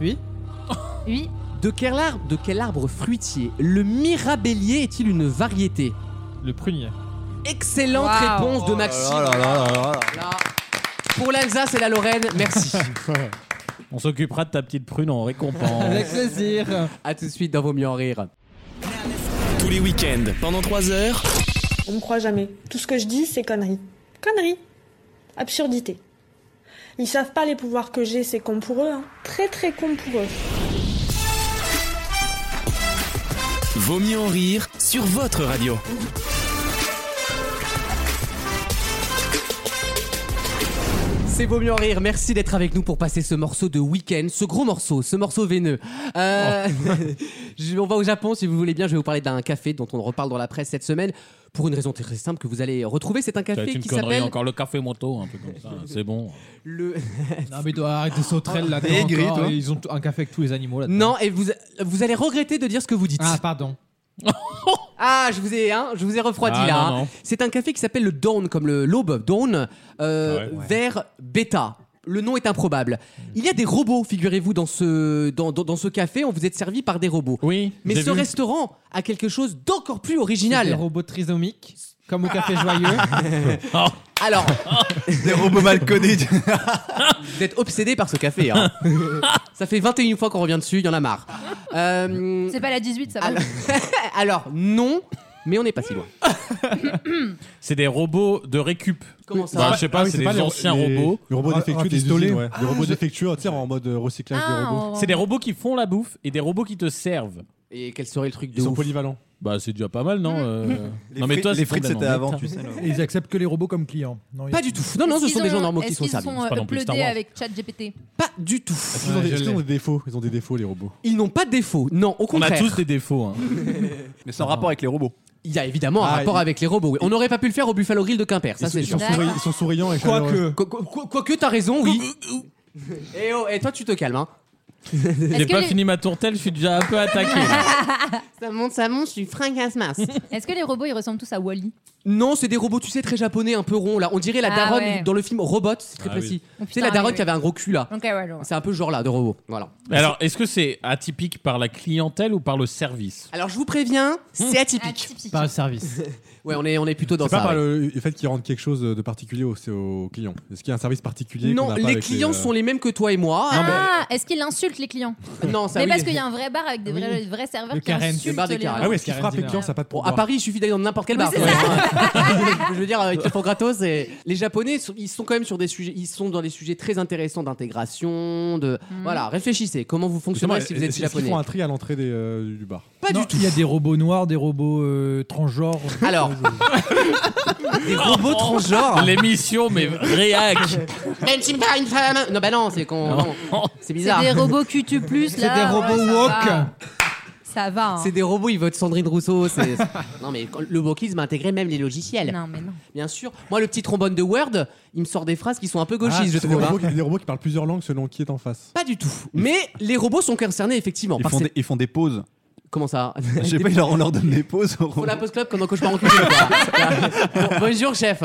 G: Oui.
D: Oui.
B: de quel, arbre, de quel arbre fruitier le mirabellier est-il une variété
G: Le prunier.
B: Excellente
D: Wow.
B: réponse de Maxime.
E: Oh là là là là là.
B: Là. Pour l'Alsace et la Lorraine, merci.
F: On s'occupera de ta petite prune en récompense.
G: Avec plaisir.
B: à tout de suite dans Vos mieux en rire.
A: Tous les week-ends, pendant 3 heures.
K: On me croit jamais. Tout ce que je dis, c'est conneries. Conneries. Absurdité. Ils savent pas les pouvoirs que j'ai, c'est con pour eux. hein. Très très con pour eux.
A: Vaut mieux en rire sur votre radio.
B: C'est Vaut mieux en rire, merci d'être avec nous pour passer ce morceau de week-end, ce gros morceau, ce morceau veineux. Euh,
F: Oh.
B: je- on va au Japon, si vous voulez bien, je vais vous parler d'un café dont on reparle dans la presse cette semaine, pour une raison très simple que vous allez retrouver. C'est un
F: Ça va être
B: café
F: une
B: qui
F: connerie
B: s'appelle
F: encore, le café moto, un peu comme ça. C'est bon.
B: le...
G: Non mais dois arrêter sauterelle là.
E: T'es aigri, toi.
G: Ils ont un café avec tous les animaux là.
B: Non, et vous, vous allez regretter de dire ce que vous dites.
G: Ah pardon.
B: Ah, je vous ai, hein, je vous ai refroidi
F: Ah,
B: là.
F: non,
B: hein.
F: non.
B: C'est un café qui s'appelle le Dawn, comme le l'aube, Dawn, euh,
I: Ouais.
B: vers Beta. Le nom est improbable. Il y a des robots, figurez-vous, dans ce, dans, dans- dans ce café. On vous êtes servi par des robots.
F: Oui,
B: Mais
F: j'ai
B: ce
F: vu.
B: restaurant a quelque chose d'encore plus
G: Des
B: original.
G: robots trisomiques. Comme au café joyeux.
F: Oh.
B: Alors,
E: Des robots mal connés. tu-
B: vous êtes obsédé par ce café. hein. ça fait 21 fois qu'on revient dessus, il y en a marre. Euh,
D: C'est pas la 18, ça va.
B: alors, alors, non, mais on n'est pas si loin.
F: C'est des robots de récup.
B: Comment ça
F: Bah, je sais pas,
I: Ah oui,
F: c'est des
I: les-
F: anciens
I: les-
F: robots.
I: Les robots
B: Ah,
C: Ra-
I: défectueux des
C: rafistolés.
I: usines, ouais.
F: Ah,
I: Les robots défectueux, tu sais, en mode euh, recyclage des
D: Ah,
I: robots.
D: on-
F: C'est des robots qui font la bouffe et des robots qui te servent.
B: Et quel serait le truc de
I: Ils sont
B: ouf Mm.
I: polyvalents.
F: Bah, c'est déjà pas mal, non euh,
E: Les
F: Non, mais
E: frites-
F: toi,
E: les
F: c'est
E: frites, c'était
F: complètement
E: avant,
F: bête.
E: tu sais. le-
C: Et ils acceptent que les robots comme clients. Non,
B: Pas du tout. Non, non, ce
D: Est-ce
B: sont
D: qu'ils
B: des gens
D: ont-
B: normaux qui
D: est-ce
B: sont
D: qu'ils
B: servis.
D: sont euh,
F: pas non plus Star
D: uploadés
F: Wars.
D: avec ChatGPT.
B: Pas du tout.
I: Est-ce qu'ils ont
G: Ouais,
I: des-
G: je
I: est-ce qu'ils ont
G: l'ai.
I: des défauts Ils ont des défauts, les robots.
B: Ils n'ont pas de défaut. Non, au
F: On a
B: contraire.
F: tous des défauts. hein.
E: Mais sans rapport avec les robots.
B: Il y a évidemment un
I: Ah,
B: rapport
I: il-
B: avec les robots. oui. On n'aurait pas pu le faire au Buffalo Grill de Quimper, ça
I: Ils sont-
B: c'est
I: ils,
B: sûr.
I: sont souri- ils sont souriants et chaleureux.
G: Quoique.
B: Quoi- quoi- quoi- Quoique t'as raison, oui. Et oh, et toi tu te calmes. Hein.
F: J'ai
D: Est-ce que,
F: pas
D: les-
F: fini ma tourtelle, je suis déjà un peu attaqué. là.
B: Ça monte, ça monte, je suis fringue à ce masque.
D: est-ce que les robots ils ressemblent tous à Wally
B: Non, c'est des robots, tu sais, très japonais, un peu ronds là. On dirait la
D: Ah
B: daronne
D: ouais.
B: dans le film Robot, c'est très
F: Ah
B: précis.
F: oui.
B: Tu sais,
D: Oh,
B: la
D: putain,
B: daronne
D: oui,
B: qui avait un gros cul là.
D: Ok, ouais, ouais.
B: C'est un peu ce genre là de robot. Voilà.
F: Mais Alors, est-ce que c'est atypique par la clientèle ou par le service
B: Alors je vous
D: Mmh.
B: préviens, c'est atypique.
F: Par le service.
B: ouais, on est, on est plutôt dans
I: C'est pas
B: ça.
I: par
B: ouais.
I: le le fait qu'ils rendent quelque chose de particulier aux, aux clients. Est-ce qu'il y a un service particulier qu'on
B: Non,
I: n'a pas
B: les
I: avec euh,
B: clients sont les mêmes que toi et moi.
D: Ah, est-ce qu'il insulte les clients
B: Euh, Non, ça
D: Mais
B: oui.
D: parce qu'il y a un vrai bar avec des vrais, vrais serveurs qui
B: Le
D: insultent
B: bar des
D: les gens.
B: Karen.
I: Ah ouais, est-ce qu'il frappe les clients, ça n'a pas de
B: Bon,
I: pouvoir
B: à Paris, il suffit d'aller dans n'importe quel bar. je veux dire, avec les fonds gratos, et... les Japonais, sont- ils sont quand même sur des sujets, ils sont dans des sujets très intéressants d'intégration, de
D: Mmh.
B: voilà. Réfléchissez, comment vous
I: Justement,
B: fonctionnez si vous êtes
I: est-ce qu'ils
B: japonais
I: font un tri à l'entrée des, euh, du bar
B: Pas
C: du tout. Il y a des robots noirs, des robots euh, transgenres.
B: Alors, des robots transgenres.
F: L'émission, mais réac
B: Même si pas une femme. Non, bah non, c'est qu'on. non. C'est bizarre.
D: C'est des robots QT+, là. ouais, ça va. Ça va. hein.
B: C'est des robots, ils votent Sandrine Rousseau. c'est- non, mais quand- le wokisme a intégré même les logiciels.
D: Non, mais non.
B: Bien sûr. Moi, le petit trombone de Word, il me sort des phrases qui sont un peu
I: Ah,
B: gauchistes, je
I: c'est des
B: trouve. hein.
I: robots, qui- des robots qui parlent plusieurs langues selon qui est en face.
B: Pas du tout. Mais les robots sont concernés, effectivement.
E: Ils
B: par
E: font,
B: ces-
E: des, ils font des pauses.
B: Comment ça
E: Je sais pas, ils leur- on leur donne des pauses. aux
B: Pour
E: robots.
B: la post club pendant que je pars en cuisine. quoi. Bon, bonjour chef.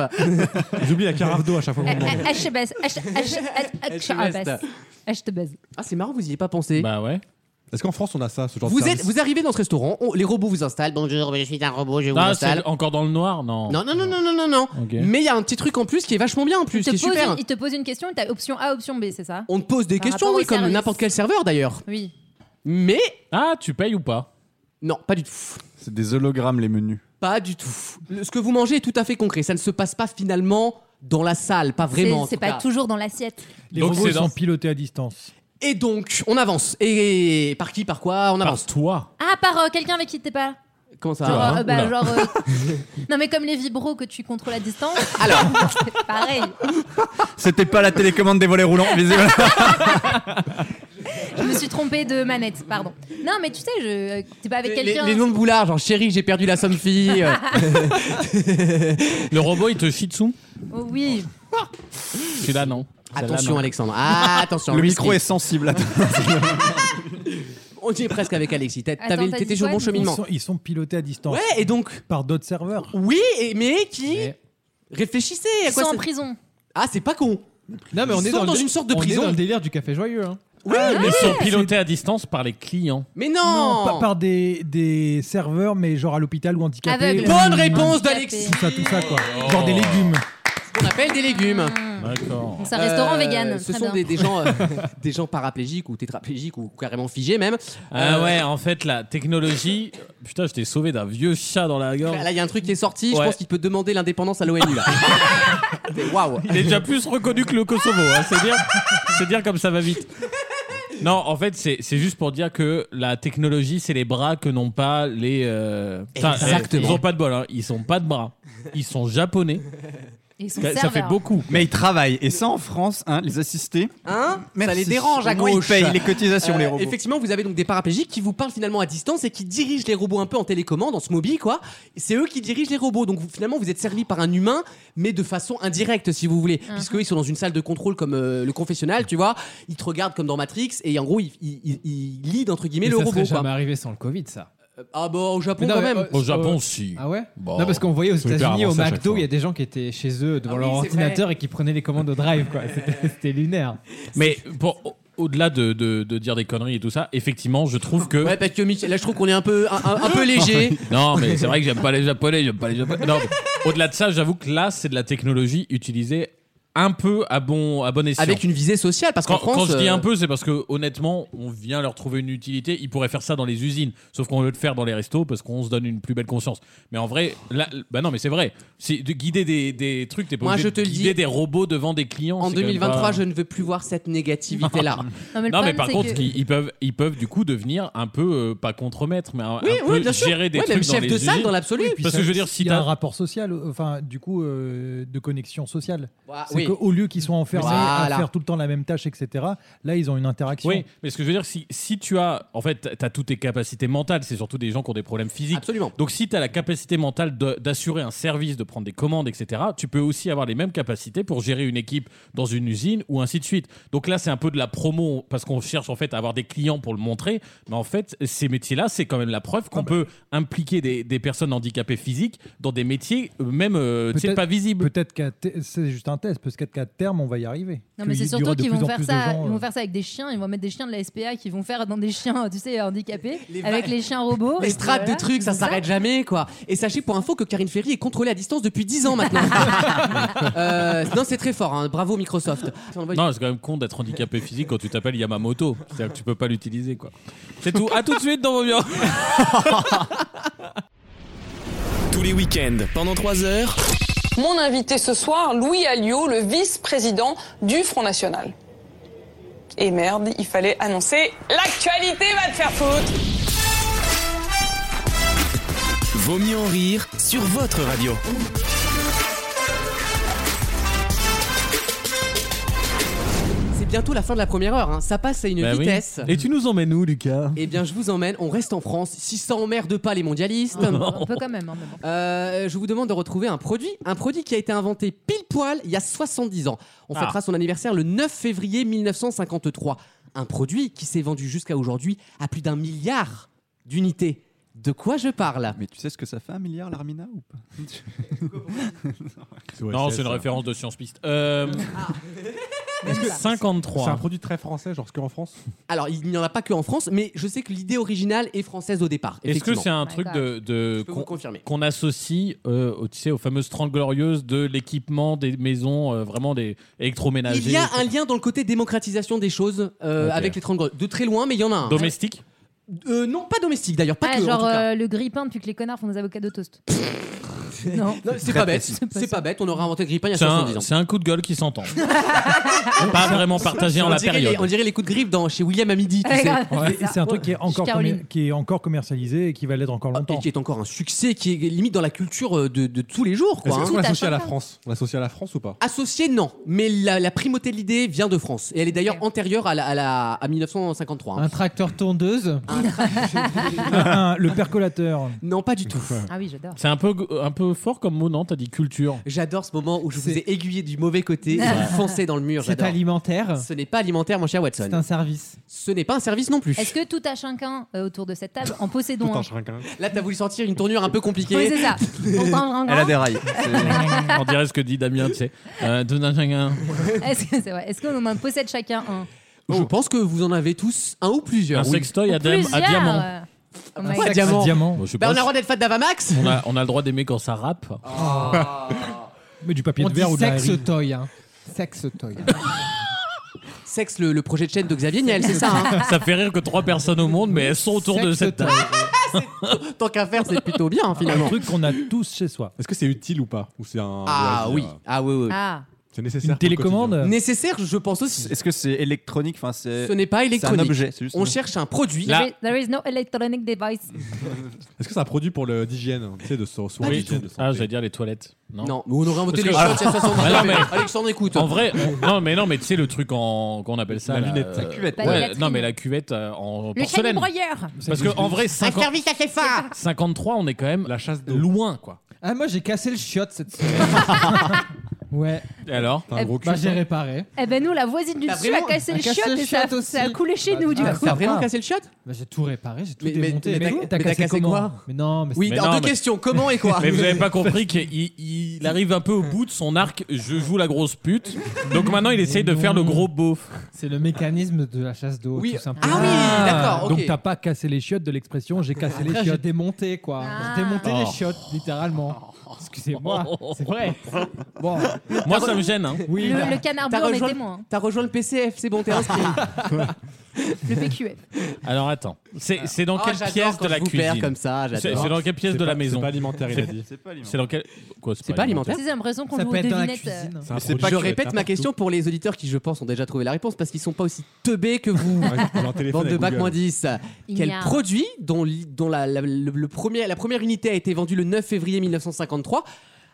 I: J'oublie la carafe d'eau à
B: Oh.
I: chaque fois qu'on
D: Eh,
I: me demande.
D: eh, ah, bah, HBS, H- H- E,
B: E
D: H- HBS. HBS.
B: Ah c'est marrant, vous y avez pas pensé.
F: Bah ouais.
I: Est-ce qu'en France on a ça, ce genre de
B: Vous êtes,
I: service
B: vous arrivez dans ce restaurant, on- les robots vous installent. Bonjour, je suis un robot, je vous
F: Ah,
B: installe.
F: c'est encore dans le noir Non.
B: Non non non non non non non.
F: Ok.
B: Mais il y a un petit truc en plus qui est vachement bien en plus,
D: Il te,
B: qui est
D: pose
B: super.
D: une, il te pose une question, t'as option A, option B, c'est ça
B: On te pose des
D: Par
B: questions,
D: rapport
B: oui,
D: au
B: comme
D: service.
B: n'importe quel serveur d'ailleurs.
D: Oui.
B: Mais
F: Ah, tu payes ou pas
B: non, pas du tout.
E: C'est des hologrammes, les menus.
B: Pas du tout. Le- ce que vous mangez est tout à fait concret. Ça ne se passe pas finalement dans la salle, pas vraiment. en
D: C'est c'est
B: tout
D: pas
B: cas.
D: toujours dans l'assiette.
C: Les
F: Donc,
C: robots
F: c'est dans-
C: sont pilotés à distance.
B: Et donc, on avance. Et par qui, par quoi, on avance.
F: Par toi.
D: Ah, par euh, quelqu'un avec qui t'es pas
B: Comment ça
D: Genre,
B: va hein
D: euh, bah,
F: oula.
D: genre, euh, Non, mais comme les vibros que tu contrôles à distance.
B: Alors.
D: c'est pareil.
E: C'était pas la télécommande des volets roulants, visiblement.
D: Je me suis trompée de manette, pardon. Non, mais tu sais, je... euh, t'es pas avec
B: les,
D: quelqu'un.
B: les noms de boulards, genre chérie, j'ai perdu la somme fille. euh,
F: Le robot, il te chie dessous
D: Oh, oui.
F: Celui-là, non. Celle-là,
B: attention,
F: non.
B: Alexandre. Ah, attention.
E: Le
B: whisky.
E: micro est sensible. attends.
B: On y est presque avec Alexis. T'as-
D: Attends,
B: t'avais-
D: t'as
B: T'étais
D: dit
B: sur le
D: quoi,
B: bon
D: du
C: Ils
B: cheminement.
C: sont, ils sont pilotés à distance
B: Ouais, et donc,
C: par d'autres serveurs.
B: oui, et- mais qui Réfléchissez. À
D: Ils sont
B: quoi
D: en
B: ça-
D: prison.
B: Ah, c'est pas con.
G: Non, Ah, mais on
B: Ils
G: est
B: sont
G: dans,
B: dans
G: le...
B: une sorte de
G: on est
B: prison. Ah,
G: dans le délire du café joyeux. hein.
B: Oui, mais...
F: Ils sont pilotés à distance par les clients.
B: mais
C: Non,
B: non.
C: pas par des, des serveurs, mais genre à l'hôpital ou handicapés.
D: Aveugle.
C: Ou-
B: Bonne réponse
D: Handicapé.
B: d'Alexis. Oh.
C: Tout ça, tout ça, quoi. Genre des légumes.
B: On appelle des légumes.
F: D'accord.
D: Donc, C'est un restaurant
B: Euh,
D: vegan.
B: Ce
D: Très
B: sont
D: bien.
B: des, des gens, euh, des gens paraplégiques ou tétraplégiques ou carrément figés même.
F: Ah
B: Euh,
F: ouais, en fait, la technologie. Putain, je t'ai sauvé d'un vieux chat dans la gorge.
B: Bah, Là, il y a un truc qui est sorti. Je
F: Ouais.
B: pense qu'il peut demander l'indépendance à l'ONU. là. Mais Waouh.
F: Il est déjà plus reconnu que le Kosovo. hein, C'est dire, c'est dire comme ça va vite. Non, en fait, c'est c'est juste pour dire que la technologie, c'est les bras que n'ont pas les. euh, enfin,
B: Exactement.
F: Ils ont pas de bol. hein, Ils sont pas de bras. Ils sont japonais.
D: Ils sont
F: Ça, ça
D: serveurs.
F: fait beaucoup.
E: Mais ils travaillent. Et ça, en France, hein, les assistés,
B: Hein Ça
E: merci.
B: les dérange à
E: Au moins,
B: gauche.
E: Ils payent les cotisations, les
B: Euh,
E: robots.
B: effectivement, vous avez donc des paraplégiques qui vous parlent finalement à distance et qui dirigent les robots un peu en télécommande, en smoby quoi. Et C'est eux qui dirigent les robots. Donc vous- finalement, vous êtes servi par un humain, mais de façon indirecte, si vous voulez,
D: Uh-huh.
B: puisqu'ils sont dans une salle de contrôle comme euh, le confessionnal, tu vois. Ils te regardent comme dans Matrix et en gros, ils, ils, ils- ils lead entre guillemets
G: Mais
B: le
G: ça
B: robot.
G: serait
B: Quoi.
G: jamais arrivé sans le Covid, ça.
B: Euh, Ah bah au Japon
G: Mais non,
B: quand
G: mais,
B: même.
G: euh,
F: Au Japon, si.
G: Ah ouais
F: Bon.
G: Non, parce qu'on voyait aux
I: hyper
G: États-Unis, au
I: avancé à chaque
G: McDo,
I: fois.
G: il y a des gens qui étaient chez eux devant
B: Ah
G: leur
B: oui, c'est
G: ordinateur et qui prenaient les commandes au drive, quoi. C'était c'était lunaire.
F: Mais pour- au- Au-delà de, de- de dire des conneries et tout ça, effectivement, je trouve que.
B: Ouais, parce que Michel- là, je trouve qu'on est un peu, un, un- un peu léger.
F: euh, Non, mais c'est vrai que j'aime pas les japonais, j'aime pas les japonais. Non, mais au-delà de ça, j'avoue que là, c'est de la technologie utilisée un peu à bon, à bon escient.
B: Avec une visée sociale, parce qu'en
F: Quand,
B: France.
F: quand je dis
B: euh,
F: un peu, c'est parce que honnêtement, on vient leur trouver une utilité. Ils pourraient faire ça dans les usines, sauf qu'on veut le faire dans les restos parce qu'on se donne une plus belle conscience. Mais en vrai, là, bah non, mais c'est vrai. C'est de guider des, des trucs, t'es pas
B: Moi,
F: obligé
B: je te
F: de
B: le
F: guider
B: dis,
F: des robots devant des clients.
B: En
F: c'est quand même
B: 2023,
F: pas-
B: je ne veux plus voir cette négativité-là.
D: Non, mais, le
F: Non, mais
D: problème,
F: par
D: c'est
F: contre,
D: que-
F: ils, ils peuvent, ils peuvent du coup devenir un peu euh, pas contremaître, mais un,
B: oui,
F: un
B: oui,
F: peu
B: bien sûr.
F: gérer des
B: Ouais,
F: trucs
B: même
F: dans
B: chef
F: les
B: de salle
F: usines.
B: dans l'absolu.
F: Parce que je veux dire, si
C: il y a un
F: t'as
C: rapport social, euh, enfin, du coup, euh, de connexion sociale.
B: Bah,
C: C'est
B: oui.
C: que au lieu qu'ils soient enfermés
F: Voilà.
C: à faire tout le temps la même tâche, etc., là, ils ont une interaction.
F: Oui, mais ce que je veux dire, si, si tu as, en fait, tu as toutes tes capacités mentales, c'est surtout des gens qui ont des problèmes physiques.
B: Absolument.
F: Donc si tu as la capacité mentale de- d'assurer un service, de prendre des commandes, etc., tu peux aussi avoir les mêmes capacités pour gérer une équipe dans une usine ou ainsi de suite. Donc là, c'est un peu de la promo parce qu'on cherche en fait à avoir des clients pour le montrer. Mais en fait, ces métiers-là, c'est quand même la preuve
C: Ah bah.
F: qu'on peut impliquer des, des personnes handicapées physiques dans des métiers euh, même euh, tu sais,
C: Peut-être-
F: pas visibles.
C: Peut-être qu'à te- c'est juste un test, parce qu'à terme, on va y arriver.
D: Non, mais
C: Qu'il
D: c'est
C: y aura
D: surtout
C: de
D: qu'ils
C: plus
D: vont,
C: en
D: faire
C: plus de
D: ça,
C: gens,
D: ils
C: euh,
D: vont faire ça avec des chiens, ils vont mettre des chiens de la SPA qui vont faire dans des chiens, tu sais, handicapés,
B: va-
D: avec les chiens robots.
B: Les
D: et puis
B: strates
D: voilà.
B: de trucs, ça s'arrête jamais, quoi. Et sachez pour info que Karine Ferry est contrôlée à distance depuis 10 ans maintenant. Euh, non, c'est très fort, hein. bravo Microsoft.
F: Non, c'est quand même con d'être handicapé physique quand tu t'appelles Yamamoto. C'est-à-dire que tu peux pas l'utiliser, quoi. C'est tout. À tout de suite dans vos murs.
A: Tous les week-ends, pendant 3 heures.
L: Mon invité ce soir, Louis Alliot, le vice-président du Front National. Et merde, il fallait annoncer l'actualité va te faire foutre.
A: Vaut mieux en rire sur votre radio.
B: C'est bientôt la fin de la première heure, hein. ça passe à une
F: Bah oui.
B: vitesse.
F: Et tu nous emmènes où, Lucas
B: Eh bien, je vous emmène, on reste en France, 600 de pas les mondialistes.
D: Un peu quand même. hein, mais bon.
B: Euh, je vous demande de retrouver un produit, un produit qui a été inventé pile poil il y a 70 ans. On
F: Ah.
B: fêtera son anniversaire le 9 février 1953. Un produit qui s'est vendu jusqu'à aujourd'hui à plus d'un milliard d'unités. De quoi je parle
E: Mais tu sais ce que ça fait un milliard l'Armina ou pas
F: Non, c'est une référence de Science Piste. Euh,
I: Est-ce que-
F: 53.
I: C'est un produit très français, genre ce qu'en France.
B: Alors, il n'y en a pas que en France, mais je sais que l'idée originale est française au départ.
F: Est-ce que
B: effectivement.
F: c'est un truc de, de-
B: peux vous
F: qu'on,
B: confirmer.
F: qu'on associe euh, au- tu sais, aux fameuses 30 glorieuses de l'équipement des maisons, euh, vraiment des électroménagers
B: Il y a un lien dans le côté démocratisation des choses euh,
F: Ok.
B: avec les 30 gros. De très loin, mais il y en a un.
F: Domestique
B: Euh, Non, pas domestique d'ailleurs, pas
D: Ah,
B: que. en
D: genre
B: tout cas.
D: euh, le grippin depuis que les connards font des avocats de toast.
B: Non, c'est pas bête. C'est pas bête. On aura inventé le grippin il y a
F: c'est, un,
B: 70 ans.
F: c'est un coup de gueule qui s'entend. pas vraiment partagé en
B: On
F: la
B: dirait
F: période.
B: les- on dirait les coups de griffe dans, chez William à midi. tu
C: Ouais,
B: sais.
C: grave. Ouais, c'est un truc qui est encore
B: Caroline.
C: commer- qui est encore commercialisé et qui va l'être encore longtemps.
B: Ah, Et qui est encore un succès, qui est limite dans la culture euh, de, de tous les jours. Quoi,
I: Est-ce
B: hein.
I: qu'on l'associe à la France On l'associe à la France ou pas
B: Associé, non. Mais la, la primauté de l'idée vient de France. Et elle est d'ailleurs antérieure à, la- à, la- à 1953. hein.
G: Un tracteur tondeuse.
C: le percolateur.
B: Non, pas du tout.
D: Ah oui, j'adore.
F: C'est un peu, un peu fort comme mot, non T'as dit culture.
B: J'adore ce moment où je vous ai aiguillé du mauvais côté et vous foncez dans le mur.
G: C'est
B: j'adore.
G: alimentaire.
B: Ce n'est pas alimentaire, mon cher Watson.
G: C'est un service.
B: Ce n'est pas un service non plus.
D: Est-ce que tout à chacun euh, autour de cette table en possédons un
B: Là, t'as voulu sortir une tournure un peu compliquée.
D: Oui, c'est ça. On prend un grand.
F: Elle a des rails. on dirait ce que dit Damien, tu sais. Euh, tout d'un chacun.
D: Est-ce que c'est vrai Est-ce qu'on en possède chacun un
B: Je pense que vous en avez tous un ou plusieurs.
F: Un
B: oui.
F: sextoy à, diam- à diamant.
D: Oh my
B: Pourquoi
D: God.
B: diamant,
F: Bon, je sais
B: Bah,
F: pas
B: On a le
F: si-
B: droit d'être fan d'Avamax
F: on a, on a le droit d'aimer quand ça rappe.
G: Ah.
C: Mais du papier
G: On
C: de
G: dit
C: verre ou de la
G: sexe
C: rille.
G: toy. Hein. Sexe toy.
B: Sexe, le, le projet de chaîne de Xavier Niel, c'est ça. hein
F: Ça fait rire que trois personnes au monde, mais elles sont autour de cette table.
B: Tant qu'à faire, c'est plutôt bien
C: Un
B: finalement.
C: truc qu'on a tous chez soi.
I: Est-ce que c'est utile ou pas Ou c'est un.
B: Ah
I: loisir,
B: oui,
I: euh,
B: ah oui, oui. oui.
D: Ah.
I: C'est nécessaire.
C: Une télécommande
B: Nécessaire, je pense aussi.
E: Est-ce que c'est électronique enfin, c'est...
B: Ce n'est pas électronique.
E: C'est un objet. C'est juste
B: On cherche un produit.
D: There is- There is no electronic device.
I: Est-ce que c'est un produit pour le d'hygiène Tu sais, de so- soins
B: Pas du
I: d'hygiène,
B: tout.
I: de santé.
F: Ah, j'allais dire les toilettes. Non.
B: Non, mais on aurait inventé
F: Parce
B: les choses
F: que-
B: il y a 70
F: Ah,
B: ans.
F: non, mais-
B: Alexandre, écoute.
F: En vrai, on- non, mais non, mais tu sais le truc en qu'on appelle ça
I: La
F: là,
I: lunette.
F: euh,
I: La
E: cuvette.
D: Pas
F: ouais,
D: la latrine.
F: non, mais la cuvette euh, en
D: Le chaîne
F: porcelaine.
D: broyeur.
F: Parce que en vrai,
B: Un
F: 50
B: service assez fort.
F: 53, on est quand même
I: La chasse d'eau.
F: loin, quoi.
G: Ah, moi j'ai cassé le chiotte cette semaine. ouais.
F: Et alors
I: T'as un gros cul.
G: Bah, j'ai réparé.
D: Eh ben nous, la voisine du
B: T'as
D: dessus a
B: vraiment-
D: cassé
G: a
D: le
G: cassé
D: chiotte
G: le
D: et ça,
G: chiotte aussi.
D: ça a coulé chez
G: Bah,
D: nous du
G: ah,
D: coup.
B: T'as vraiment
G: pas.
B: cassé le shot
G: Bah, j'ai tout réparé, j'ai tout
B: Mais- mais-
G: démonté.
B: mais t'as- t'as cassé
G: comment
B: quoi
G: Mais non, mais
B: Oui,
F: Mais
B: en
F: non,
B: deux
F: mais-
B: questions, comment et quoi
F: Mais vous avez pas compris qu'il il arrive un peu au bout de son arc. Je joue la grosse pute. Donc maintenant, il essaye de faire le gros beauf.
G: c'est le mécanisme de la chasse d'eau,
B: Oui.
G: tout simplement.
B: Ah oui, d'accord,
C: Donc
B: ok.
C: t'as pas cassé les chiottes de l'expression j'ai cassé les
G: Après, j'ai
C: chiottes.
G: démonté quoi.
D: Ah.
G: J'ai démonté
F: Oh.
G: les chiottes, littéralement. Excusez-moi, c'est vrai. Bon,
F: Moi, ça me gêne. hein.
G: oui,
I: bah.
D: Le, le canard bleu
B: T'as
D: en est
B: rejoint,
D: témoin.
B: t'as rejoint le PCF, c'est bon, t'es inscrit.
D: hein. Le PQF.
F: Alors attends, c'est c'est dans
B: Oh,
F: quelle
B: j'adore
F: pièce
B: quand
F: de la
B: je vous perds
F: cuisine
B: comme ça,
F: C'est
B: j'adore.
F: c'est dans quelle pièce
I: Ah. C'est
F: de la
I: pas- C'est
F: maison
I: pas alimentaire, il a dit.
E: C'est pas
F: C'est dans quelle quoi
B: C'est pas alimentaire
D: C'est j'ai l'impression qu'on
G: ça
D: joue
G: peut
D: aux
G: être dans la
D: devinettes. euh,
G: cuisine.
I: C'est un
E: Mais c'est
I: produit
E: pas
B: Je
I: qui peut
B: répète
I: être
B: ma
I: n'importe
B: question pour les auditeurs qui, je pense, ont déjà trouvé la réponse parce qu'ils sont pas aussi teubés que vous.
I: où. Ouais, j'ai un téléphone
B: Bande de
I: avec
B: bac
I: Google.
B: moins 10.
D: Il y
B: Quel
D: a-
B: produit dont, li- dont la, la- le, le premier, la première unité a été vendue le 9 février 1953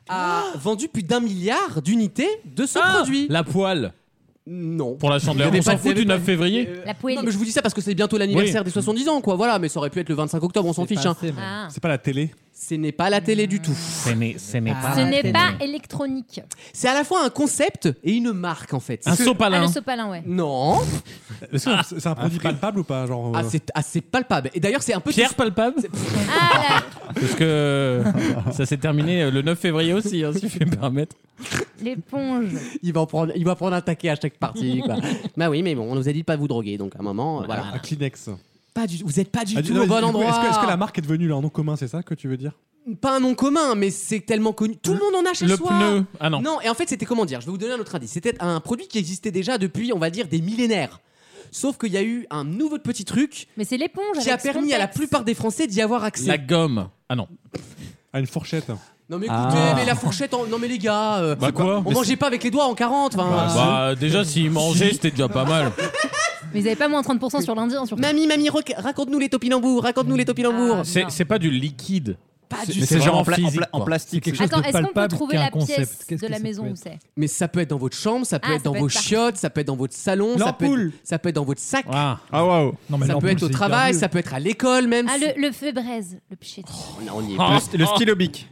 D: Ah
B: a vendu plus d'un milliard d'unités de ce produit.
F: La poêle
B: Non.
F: Pour la chandeleur.
B: Il y avait
F: On s'en
B: pas- il y
F: fout
B: avait
F: du
B: pas-
F: 9 février
B: Euh,
D: La poêle.
B: Non, mais je vous dis ça parce que c'est bientôt l'anniversaire des 70 ans, quoi. Voilà, mais ça aurait pu être le 25 octobre, on s'en fiche. hein.
D: mais- Ah.
F: pas la télé
B: Ce n'est pas la télé du tout.
F: Ce n'est
D: Ce n'est pas électronique.
B: C'est à la fois un concept et une marque, en fait.
F: Un
B: C'est-
F: sopalin.
D: Ah, le sopalin, ouais.
B: Non.
I: Est-ce que c'est un produit palpable ou pas genre,
B: Ah,
I: euh,
B: c'est assez palpable. Et d'ailleurs, c'est un peu. Pierre
F: palpable Parce que ça s'est terminé euh, le 9 février aussi, hein, si je peux me permettre.
D: L'éponge.
B: Il va en prendre, il va prendre un taquet à chaque partie. Quoi. bah oui, mais bon, on nous a dit de pas vous droguer, donc à un moment, euh, voilà.
I: Un Kleenex.
B: Pas du, vous n'êtes pas du
I: Ah,
B: tout
I: non,
B: au bon
I: du coup,
B: endroit.
I: Est-ce que, est-ce que la marque est devenue leur nom commun, c'est ça que tu veux dire
B: Pas un nom commun, mais c'est tellement connu. Tout le monde en a chez
I: le
B: soi.
I: pneu. Ah non.
B: Non, et en fait, c'était comment dire Je vais vous donner un autre indice. C'était un produit qui existait déjà depuis, on va dire, des millénaires. Sauf qu'il y a eu un nouveau petit truc
D: Mais c'est l'éponge.
B: qui a
D: avec ce
B: permis à la
D: contexte.
B: plupart des Français d'y avoir accès.
F: La gomme. Ah non.
I: À une fourchette.
B: Non mais écoutez,
F: Ah.
B: mais la fourchette, en- non mais les gars, euh,
F: Bah quoi
B: on
F: Mais
B: mangeait pas avec les doigts en 40. enfin,
F: Bah,
B: euh,
F: bah, déjà, s'ils mangeaient, c'était déjà pas mal.
D: Mais ils avaient pas moins 30% sur l'Indien. Ah, Sur...
B: Mamie, mamie, roc- raconte-nous les topinambours, raconte-nous les topinambours.
F: C'est c'est pas du liquide.
B: Ah, Pas
E: du- c'est genre en pla- en pla- en
F: plastique.
D: Attends, est-ce qu'on peut trouver la pièce de la maison où c'est
B: Mais ça peut être dans votre chambre, ça peut
D: Ah,
B: être
D: ça
B: dans
D: peut
B: vos
D: être partout.
B: chiottes, ça peut être dans votre salon, ça peut être, ça peut être dans votre sac.
F: Ah,
I: waouh
B: Ça peut être au travail, ça peut être à l'école même.
D: Ah,
B: si-
D: le, le feu braise, le pchit.
B: Non, on y est
G: Ah,
B: pas.
E: Le, st- le stylo bic.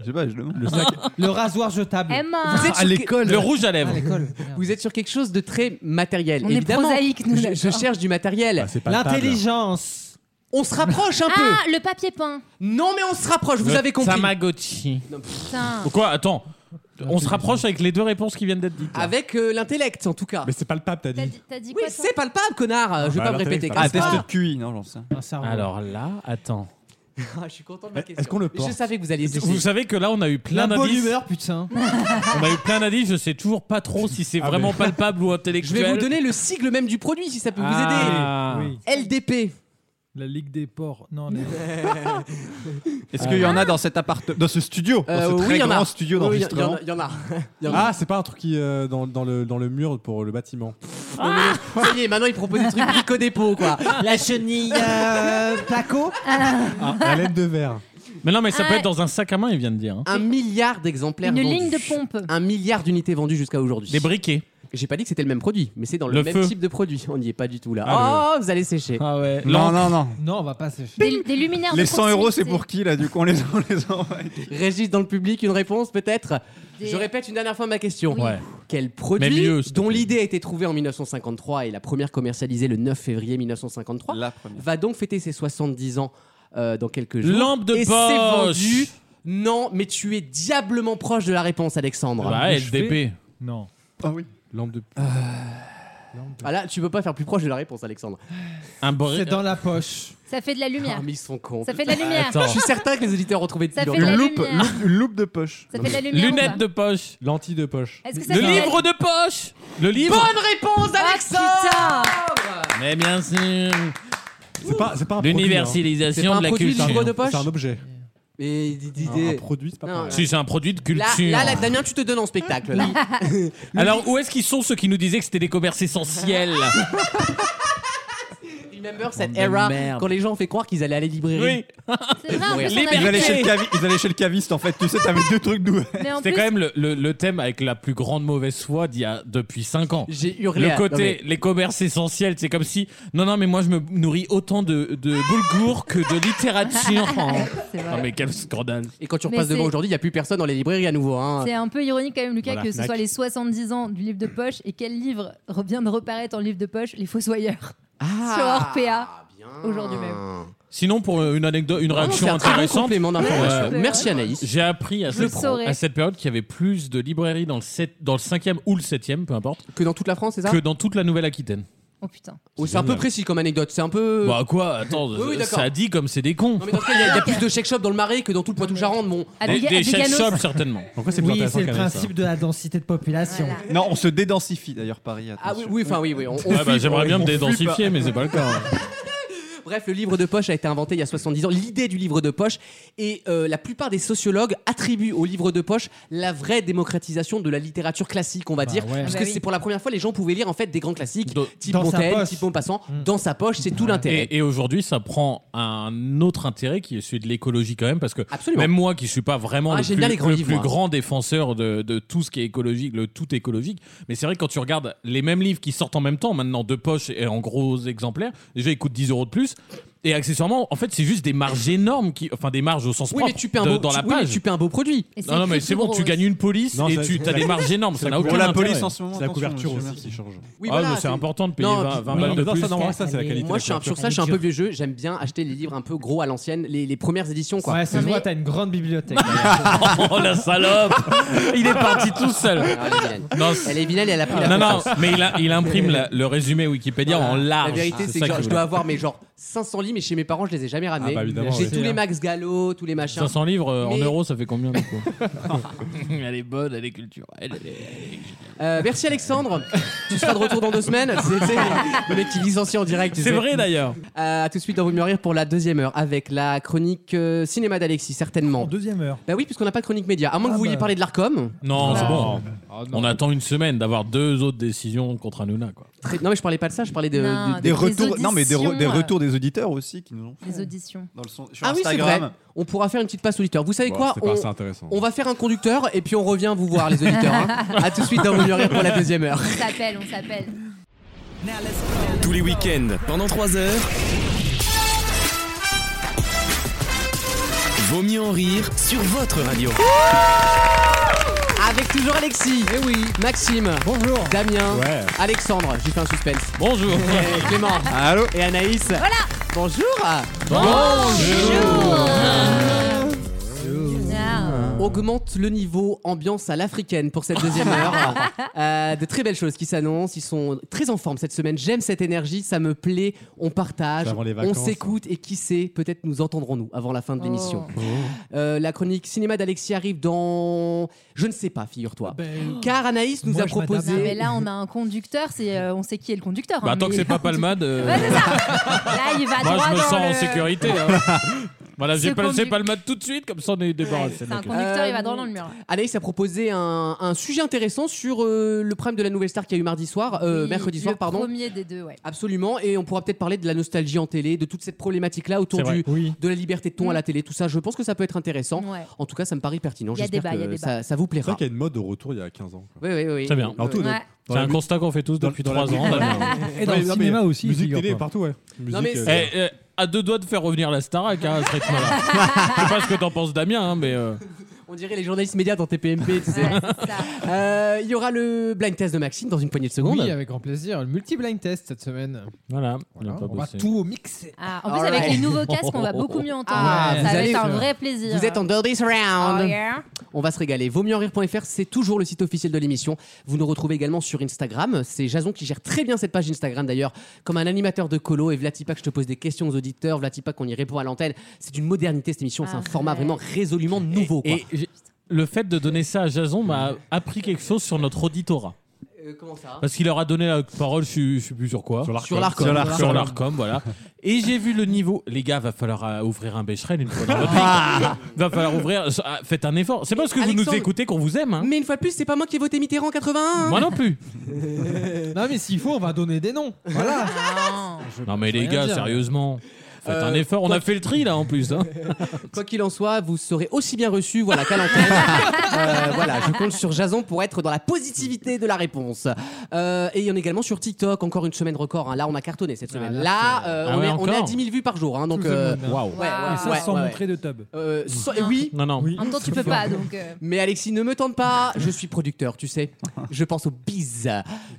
E: Je sais pas, je demande.
G: Le, sac- le rasoir jetable.
D: Emma
B: Vous êtes sur que-
F: Ah, Le rouge à lèvres.
B: Vous êtes sur quelque chose de très matériel.
D: On est
B: Évidemment,
D: prosaïque, nous,
B: je,
D: d'accord.
B: je cherche du
I: Ah,
B: matériel.
G: L'intelligence.
B: on se rapproche un peu.
D: Ah, le papier peint.
B: Non, mais on se rapproche. Vous
F: Le
B: avez compris.
F: Tamagotchi.
D: Putain.
F: Pourquoi Attends, on se rapproche avec les deux réponses qui viennent d'être dites. là.
B: Avec euh, l'intellect, en tout cas.
I: Mais c'est palpable, t'as
D: T'as
I: dit.
D: dit, t'as dit
B: Oui,
D: quoi toi
B: c'est palpable, connard. je vais
I: bah,
B: pas me
I: l'intellect,
B: répéter.
I: c'est
E: Ah,
B: comme ça.
E: test de QI, non, j'en sais.
F: Alors là, attends.
B: Ah, je suis content
F: Bah,
B: de ma question.
I: Est-ce qu'on le
B: Mais Je
I: porte
B: savais que vous alliez sécher.
F: Vous savez que là, on a eu plein
G: La bonne
F: d'indices.
G: humeur, putain.
F: On a eu plein d'indices. Je sais toujours pas trop si c'est
I: Ah,
F: vraiment
I: mais-
F: palpable ou
B: Je
F: intellectuel.
B: vais vous donner le sigle même du produit si ça peut
F: Ah.
B: vous aider. LDP.
C: La Ligue des ports. Non, les- Ah,
E: Est-ce qu'il y en a dans cet appart, dans ce studio,
B: Euh,
E: dans ce
B: oui,
E: très
B: il y en
E: grand
B: a.
E: studio
B: Oui, il y,
E: d'enregistrement
B: en a- il y en a. Il y en a.
I: Ah, c'est pas un truc qui euh, dans, dans le, dans le mur pour le bâtiment.
B: Ça y est, maintenant il propose des trucs brico dépôt quoi.
G: La chenille euh, Paco.
I: La lettre de verre.
F: Mais non, mais ça peut
D: Ah.
F: être dans un sac à main, il vient de dire. hein.
B: Un milliard d'exemplaires
D: Une
B: vendus.
D: ligne de pompe.
B: Un milliard d'unités vendues jusqu'à aujourd'hui.
F: Des briquets.
B: J'ai pas dit que c'était le même produit, mais c'est dans le,
F: Le
B: même
F: feu.
B: type de produit. On n'y est pas du tout là.
F: Ah,
B: oh, vous allez sécher.
F: Ah ouais.
E: Non, non, non.
G: Non, on va pas sécher.
D: Des, des luminaires
E: Les
D: de
E: 100 euros, c'est
D: proximité.
E: pour qui là Du coup, on les, on les envoie.
B: Régis dans le public, une réponse peut-être
D: Des-
B: Je répète une dernière fois ma question.
F: Ouais.
B: Quel
F: Mais
B: produit
F: mieux, s'il te
B: dont
F: plaît.
B: l'idée a été trouvée en 1953 et la première commercialisée le 9 février 1953
E: La première.
B: va donc fêter ses 70 ans euh, dans quelques jours.
F: Lampe de
B: et c'est
F: poche.
B: vendu. Non, mais tu es diablement proche de la réponse, Alexandre.
F: Bah, LDP.
G: Non.
E: Ah oui.
I: Lampe de.
B: Ah là, tu peux pas faire plus proche de la réponse, Alexandre.
F: Un bri-
G: C'est dans la poche.
D: Ça fait de la lumière.
B: Ah, mais ils sont cons.
D: Ça fait de la lumière.
F: Attends.
B: Je suis certain que les auditeurs ont trouvé
D: Ça
B: dans
D: fait de la
B: le-
E: Loupe,
D: lumière.
E: loupe- une loupe de poche.
D: Ça fait de la lumière.
F: Lunettes de poche.
I: Lentille de poche.
D: Est-ce que ça
F: Le
D: fait de la-
F: livre de poche. Le livre. Ah,
B: Bonne réponse, Alexandre
F: Mais bien sûr.
I: C'est pas,
B: C'est
I: c'est pas un produit.
B: pas
F: L'universalisation
B: un
F: de la
B: produit, le livre
F: culture.
B: de
I: hein.
B: poche
I: C'est un objet.
B: Mais d- d-
I: Un-
B: d-
I: Un produit, c'est pas
B: Non,
I: pareil.
F: Si c'est un produit de
B: Là,
F: culture.
B: là, là, Damien, tu te donnes en spectacle. Là.
F: Alors où est-ce qu'ils sont ceux qui nous disaient que c'était des commerces essentiels
B: Remember cette era quand les gens ont fait croire qu'ils allaient à la librairie.
F: Oh, Oui,
D: C'est vrai, en
F: Les
D: plus, on a
E: Ils
F: Liberté.
E: allaient,
D: dit-
E: chez le cavi- ils allaient chez le caviste en fait, tu sais, t'avais deux trucs nous.
D: Mais en
F: c'était
D: plus,
F: quand même le, le- le thème avec la plus grande mauvaise foi d'il y a depuis 5 ans.
B: J'ai hurlé. à-
F: Le
B: non,
F: côté,
B: mais-
F: les commerces essentiels, c'est comme si, non, non, mais moi je me nourris autant de, de boulgour que de littérature.
D: c'est vrai.
F: hein. Non mais quel scandale.
B: Et quand tu
D: Mais
B: repasses devant
D: c'est-
B: aujourd'hui, il n'y a plus personne dans les librairies à nouveau. hein.
D: C'est un peu ironique quand même, Lucas,
I: Voilà,
D: que ce
I: Fnac.
D: soit les 70 ans du livre de poche et quel livre revient de reparaître en livre de poche Les Fossoyeurs. sur Orpea,
B: Ah, bien.
D: aujourd'hui même.
F: Sinon, pour une anecdote, une
B: Vraiment,
F: réaction
B: c'est un très bon
F: intéressante,
B: complément d'information.
F: Ouais,
D: ouais.
B: Merci Anaïs.
F: j'ai appris à
D: Je le
F: cette,
D: saurais.
F: à cette période qu'il y avait plus de librairies dans le, sept- dans le 5e ou le 7e, peu importe,
B: Que dans toute la France, c'est ça
F: que dans toute la Nouvelle-Aquitaine.
D: Oh putain.
B: Oh, C'est un peu
F: Génial.
B: précis comme anecdote. C'est un peu.
F: Bah quoi, attends,
B: Euh, Oui, oui, d'accord.
F: ça dit comme c'est des cons.
B: Non, mais dans ce cas, il y, a- il y a plus de shake shop dans le marais que dans tout le Poitou-Charentes. Bon.
D: À
F: Des,
D: Biga- à
F: des chefs
D: Biganos.
F: shops, certainement.
I: Pourquoi c'est
G: Oui,
I: plus intéressant
G: c'est le
I: qu'un
G: principe de la densité de population.
D: Voilà.
E: Non, on se dédensifie d'ailleurs Paris.
B: Ah oui,
E: attention.
B: oui, enfin oui, oui. on- on
F: Ouais, bah,
B: fuit,
F: J'aimerais
B: on-
F: bien me
E: on fuit
F: hein. dédensifier, mais c'est pas le cas.
B: Bref, le livre de poche a été inventé il y a 70 ans, l'idée du livre de poche, et euh, la plupart des sociologues attribuent au livre de poche la vraie démocratisation de la littérature classique, on va dire,
F: ouais.
B: parce
F: Ah
B: que
F: bah oui.
B: c'est pour la première fois les gens pouvaient lire en fait des grands classiques, type
F: dans sa
B: Montaigne,
F: poche. Mm.
B: type Maupassant, dans sa poche, c'est tout l'intérêt.
F: Et, et aujourd'hui, ça prend un autre intérêt qui est celui de l'écologie quand même, parce que
B: Absolument.
F: même moi qui suis pas vraiment
B: Ah,
F: le
B: j'aime
F: plus,
B: bien les grands
F: le
B: livres,
F: plus
B: moi.
F: grand défenseur de, de tout ce qui est écologique, le tout écologique, mais c'est vrai que quand tu regardes les mêmes livres qui sortent en même temps, maintenant de poche et en gros exemplaires, déjà ils coûtent 10 euros de plus. Et accessoirement, en fait, c'est juste des marges énormes, qui, enfin des marges au sens
B: Oui,
F: propre
B: mais tu paies un
F: de-
B: beau-
F: dans la
B: tu- oui, mais
F: page.
B: tu paies un beau produit. Et c'est
F: Non, non, mais
B: écrit
F: c'est
B: plus
F: bon, tu
B: gros,
F: gagnes une police
B: Non,
F: et
B: ça-
F: tu
B: c'est
F: as
B: la-
F: des marges énormes.
B: c'est
F: Ça
B: la
F: n'a aucun
B: couverture. Pour la
F: intérêt.
B: police en ce moment,
I: C'est la couverture aussi qui change.
B: Oui,
F: Ah,
B: voilà,
F: mais c'est important de payer
B: Non,
F: 20,
B: puis-
F: 20 balles de
I: Non, ça,
F: plus.
I: normalement, ça, c'est la qualité.
B: Ah, Moi, je suis un, sur ça, je suis un peu vieux jeu. J'aime bien acheter les livres un peu gros à l'ancienne, les, les premières éditions, quoi.
G: Ouais, ça se voit, t'as une grande bibliothèque.
F: oh la salope Il est parti tout seul. Non, c'est-
B: Ah, Elle est vilaine, elle a pris la
F: non, non,
B: confiance.
F: mais il, a- il imprime la- le résumé Wikipédia en large.
B: La vérité, c'est
F: ça
B: que genre,
F: qu'il
B: je
F: voulait.
B: dois avoir mes genre 500 livres, mais chez mes parents, je les ai jamais ramenés.
F: Ah bah évidemment,
B: J'ai
F: oui.
B: tous les Max Gallo, tous les machins.
F: 500 livres euh, en
B: Mais-
F: euros, ça fait combien du coup Elle est bonne, elle est culturelle. elle est-
B: Euh, merci Alexandre. tu seras de retour dans deux semaines. C'est c'est le mec qui licencie en direct. tu
F: C'est
B: sais.
F: vrai, d'ailleurs.
B: Euh, à tout de suite dans Vaut mieux rire pour la deuxième heure avec la chronique euh, cinéma d'Alexis, certainement.
C: deuxième heure.
B: Bah oui, puisqu'on n'a pas de chronique média. À moins que
E: Ah
B: vous
E: bah.
B: vouliez parler de l'Arcom.
F: Non, c'est
B: Ah.
F: bon.
B: Ah, non.
F: On attend une semaine d'avoir deux autres décisions contre Hanouna. Quoi.
B: Très- Non, mais je parlais pas de ça, je parlais de.
D: Non,
B: de-
D: des-
E: Des retours,
D: des
E: non mais des, re- des
D: auditions, euh.
E: retours des auditeurs aussi qui nous ont.
D: Les auditions.
E: Dans le son- sur
B: Ah oui, c'est vrai.
E: Instagram.
B: On pourra faire une petite passe auditeur. Vous savez
E: Bon,
B: quoi
E: c'était pas
B: on,
E: assez intéressant.
B: on va faire un conducteur et puis on revient vous voir, les auditeurs. hein. à tout de suite dans Vaut mieux rire pour la deuxième heure.
D: On s'appelle, on s'appelle.
A: Tous les week-ends, pendant 3 heures. Vaut mieux en rire sur votre radio.
B: Avec toujours Alexis, et Eh oui, Maxime, bonjour, Damien, Alexandre, j'ai fait un suspense.
F: Bonjour.
B: Et Clément.
I: Ah,
E: Allô.
B: Et Anaïs. Voilà. Bonjour. Augmente le niveau ambiance à l'africaine pour cette deuxième heure. Euh, de très belles choses qui s'annoncent. Ils sont très en forme cette semaine. J'aime cette énergie, ça me plaît. On partage,
I: C'est avant les
B: on
I: vacances.
B: s'écoute et qui sait, peut-être nous entendrons-nous avant la fin de l'émission.
D: Oh.
B: Euh, la chronique cinéma d'Alexis arrive dans. Je ne sais pas, figure-toi.
D: Ben
B: Mmh. Car Anaïs nous a proposé.
D: Non, Ah, mais là, on a un conducteur, c'est, euh, on sait qui est le conducteur.
F: Bah,
D: hein,
F: tant
D: mais-
F: que c'est pas Palmade. euh,
D: Là, il va
F: Moi,
D: droit
F: je me
D: dans
F: sens en
D: le-
F: sécurité. hein. Voilà,
D: Ce
F: j'ai pas, j'ai
D: conduc-
F: pas le mat tout de suite, comme ça on est débarrassé.
D: C'est un
F: Ok.
D: conducteur, il va
B: Euh,
D: droit dans le mur.
B: Anaïs a proposé un, un sujet intéressant sur euh, le prime de la nouvelle star qu'il y a eu mardi soir, euh,
D: Oui,
B: mercredi soir,
D: le
B: pardon.
D: Premier des deux, ouais.
B: Absolument, et on pourra peut-être parler de la nostalgie en télé, de toute cette problématique-là autour
D: C'est vrai.
B: du, de la liberté de ton à la télé, tout ça. Je pense que ça peut être intéressant.
D: Mm. Ouais.
B: En tout cas, ça me paraît pertinent.
D: Il y a
B: J'espère
D: débat, il y a
B: que ça,
D: débat.
B: ça vous
I: C'est vrai
B: plaira.
I: qu'il y a une mode de retour il y a 15 ans.
B: Oui, oui, oui.
F: Très bien.
I: Alors, tout,
B: Ouais.
I: dans- dans
F: C'est
I: la
F: un
I: mu-
F: constat qu'on fait tous
I: dans-
F: depuis
I: dans la
F: 3 ans.
I: musique.
F: Damien.
I: Et dans le
F: Ouais, non,
I: cinéma euh.
F: mais
I: aussi,
F: Musique
I: figure-toi.
F: télé, partout, ouais.
I: Non, mais
F: Musique,
I: c'est-
F: eh, eh, à deux doigts de faire revenir la Starac hein, à ce rythme-là. Je sais pas ce que t'en penses, Damien, hein, mais. euh,
B: On dirait les journalistes médias dans TPMP, tu sais. Euh, Il y aura le blind test de Maxime dans une poignée de secondes.
G: Oui, avec grand plaisir. Le multi-blind test cette semaine.
F: Voilà,
G: on va tout au mix.
D: Ah, en plus, avec les nouveaux casques, on va beaucoup mieux entendre.
B: Ah,
D: ça
B: vous
D: va
B: allez-
D: être un vrai plaisir.
B: Vous êtes en Dirty Surround.
D: Oh, yeah.
B: On va se régaler. Vaut mieux en rire.fr, c'est toujours le site officiel de l'émission. Vous nous retrouvez également sur Instagram. C'est Jason qui gère très bien cette page Instagram d'ailleurs, comme un animateur de colo. Et Vlatipak, je te pose des questions aux auditeurs. Vlatipak, on y répond à l'antenne. C'est une modernité cette émission. C'est
G: Ah,
B: un format vraiment résolument nouveau. quoi.
F: Et j'ai- le fait de donner ça à Jason m'a appris quelque chose sur notre auditorat.
G: euh,
B: comment ça
F: Parce qu'il leur a donné la parole, je suis- je sais plus sur quoi. Sur
B: l'Arcom. Sur l'Arcom.
F: Sur
B: Sur
F: l'Arcom,
B: l'Arcom.
F: voilà. Et j'ai vu le niveau. Les gars, va falloir euh, ouvrir un Becherel une fois dans votre vie.
B: Ah
F: Va falloir ouvrir. Ah, Faites un effort. C'est pas parce que vous
B: Alexandre-
F: nous écoutez qu'on vous aime. hein.
B: Mais une fois de plus, c'est pas moi qui ai voté Mitterrand en 81. hein.
F: Moi non plus.
G: non, mais s'il faut, on va donner des noms. Voilà.
F: Non mais les
G: rien
F: gars,
G: dire.
F: sérieusement. Faites
B: Euh,
F: un effort. On a fait le tri là en plus. hein.
B: Quoi qu'il en soit, vous serez aussi bien reçu voilà, qu'à l'antenne. Euh, voilà, je compte sur Jason pour être dans la positivité de la réponse. Euh, et on est également sur TikTok, encore une semaine record. hein. Là, on a cartonné cette semaine.
C: là,
B: là,
C: c'est-
B: euh,
F: Ah
B: on,
F: ouais,
B: est, on est à
F: encore
B: 10 000 vues par jour. hein, donc,
C: Tout le
B: euh,
C: monde, hein.
B: Waouh. Ouais, ouais,
C: Et ça
B: ouais,
C: sans
B: ouais,
C: montrer de tub.
B: Euh, sans- oui.
F: Ah, Non non.
D: En même temps, tu peux pas, donc. euh,
B: Mais Alexis, ne me tente pas, je suis producteur, tu sais. Je pense aux bises.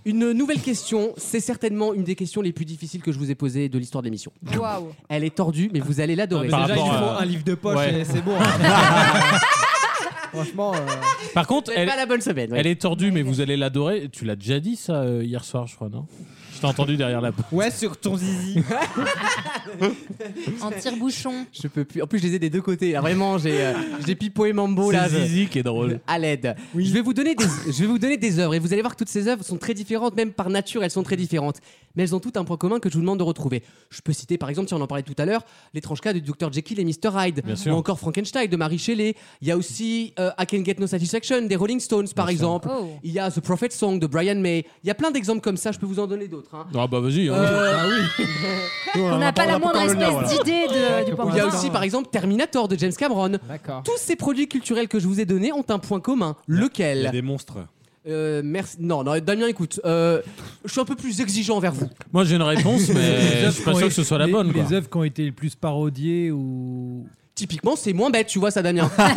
B: Une nouvelle question, c'est certainement une des questions les plus difficiles que je vous ai posées de l'histoire de l'émission.
D: Waouh.
B: Elle est tordue, mais vous allez l'adorer.
G: Déjà, ils font un livre de poche
F: ouais.
G: et c'est bon. hein. Franchement. euh,
F: Par contre,
B: C'est
F: elle,
B: pas la bonne semaine. ouais.
F: elle est tordue, mais vous allez l'adorer. Tu l'as déjà dit ça euh, hier soir, je crois, non t'ai entendu derrière la porte.
G: Ouais, sur ton zizi.
D: En tire-bouchon.
B: Je peux plus. En plus, je les ai des deux côtés. Là, vraiment, j'ai euh, j'ai Pipo et Mambo
F: C'est
B: là.
F: Zizi qui est drôle.
B: À l'aide. Je vais vous donner des je vais vous donner des œuvres et vous allez voir que toutes ces œuvres sont très différentes, même par nature, elles sont très différentes. Mais elles ont toutes un point commun que je vous demande de retrouver. Je peux citer par exemple, si on en parlait tout à l'heure, l'étrange cas du Dr Jekyll et Mr Hyde,
F: Bien
B: ou
F: sûr.
B: encore Frankenstein de Mary Shelley. Il y a aussi euh, I Can Get No Satisfaction des Rolling Stones par
F: Bien sûr.
B: exemple.
F: Oh.
B: Il y a The Prophet Song de Brian May. Il y a plein d'exemples comme ça. Je peux vous en donner d'autres. hein.
F: Ah bah vas-y. hein.
B: Euh,
D: On n'a pas la moindre espèce d'idée de-
B: Ou Il y
D: du
B: a
D: portrait.
B: aussi, par exemple, Terminator de James Cameron. Tous ces produits culturels que je vous ai donnés ont un point commun.
I: Il y a
B: Lequel
I: des monstres.
B: Euh, merci. Non, non, Damien, écoute, euh, je suis un peu plus exigeant envers vous.
F: Moi, j'ai une réponse, mais je suis pas sûr que ce soit la
C: les-
F: bonne. quoi.
C: Les œuvres qui ont été le plus parodiées ou.
B: Typiquement, c'est moins bête, tu vois ça, Damien.
I: Bah,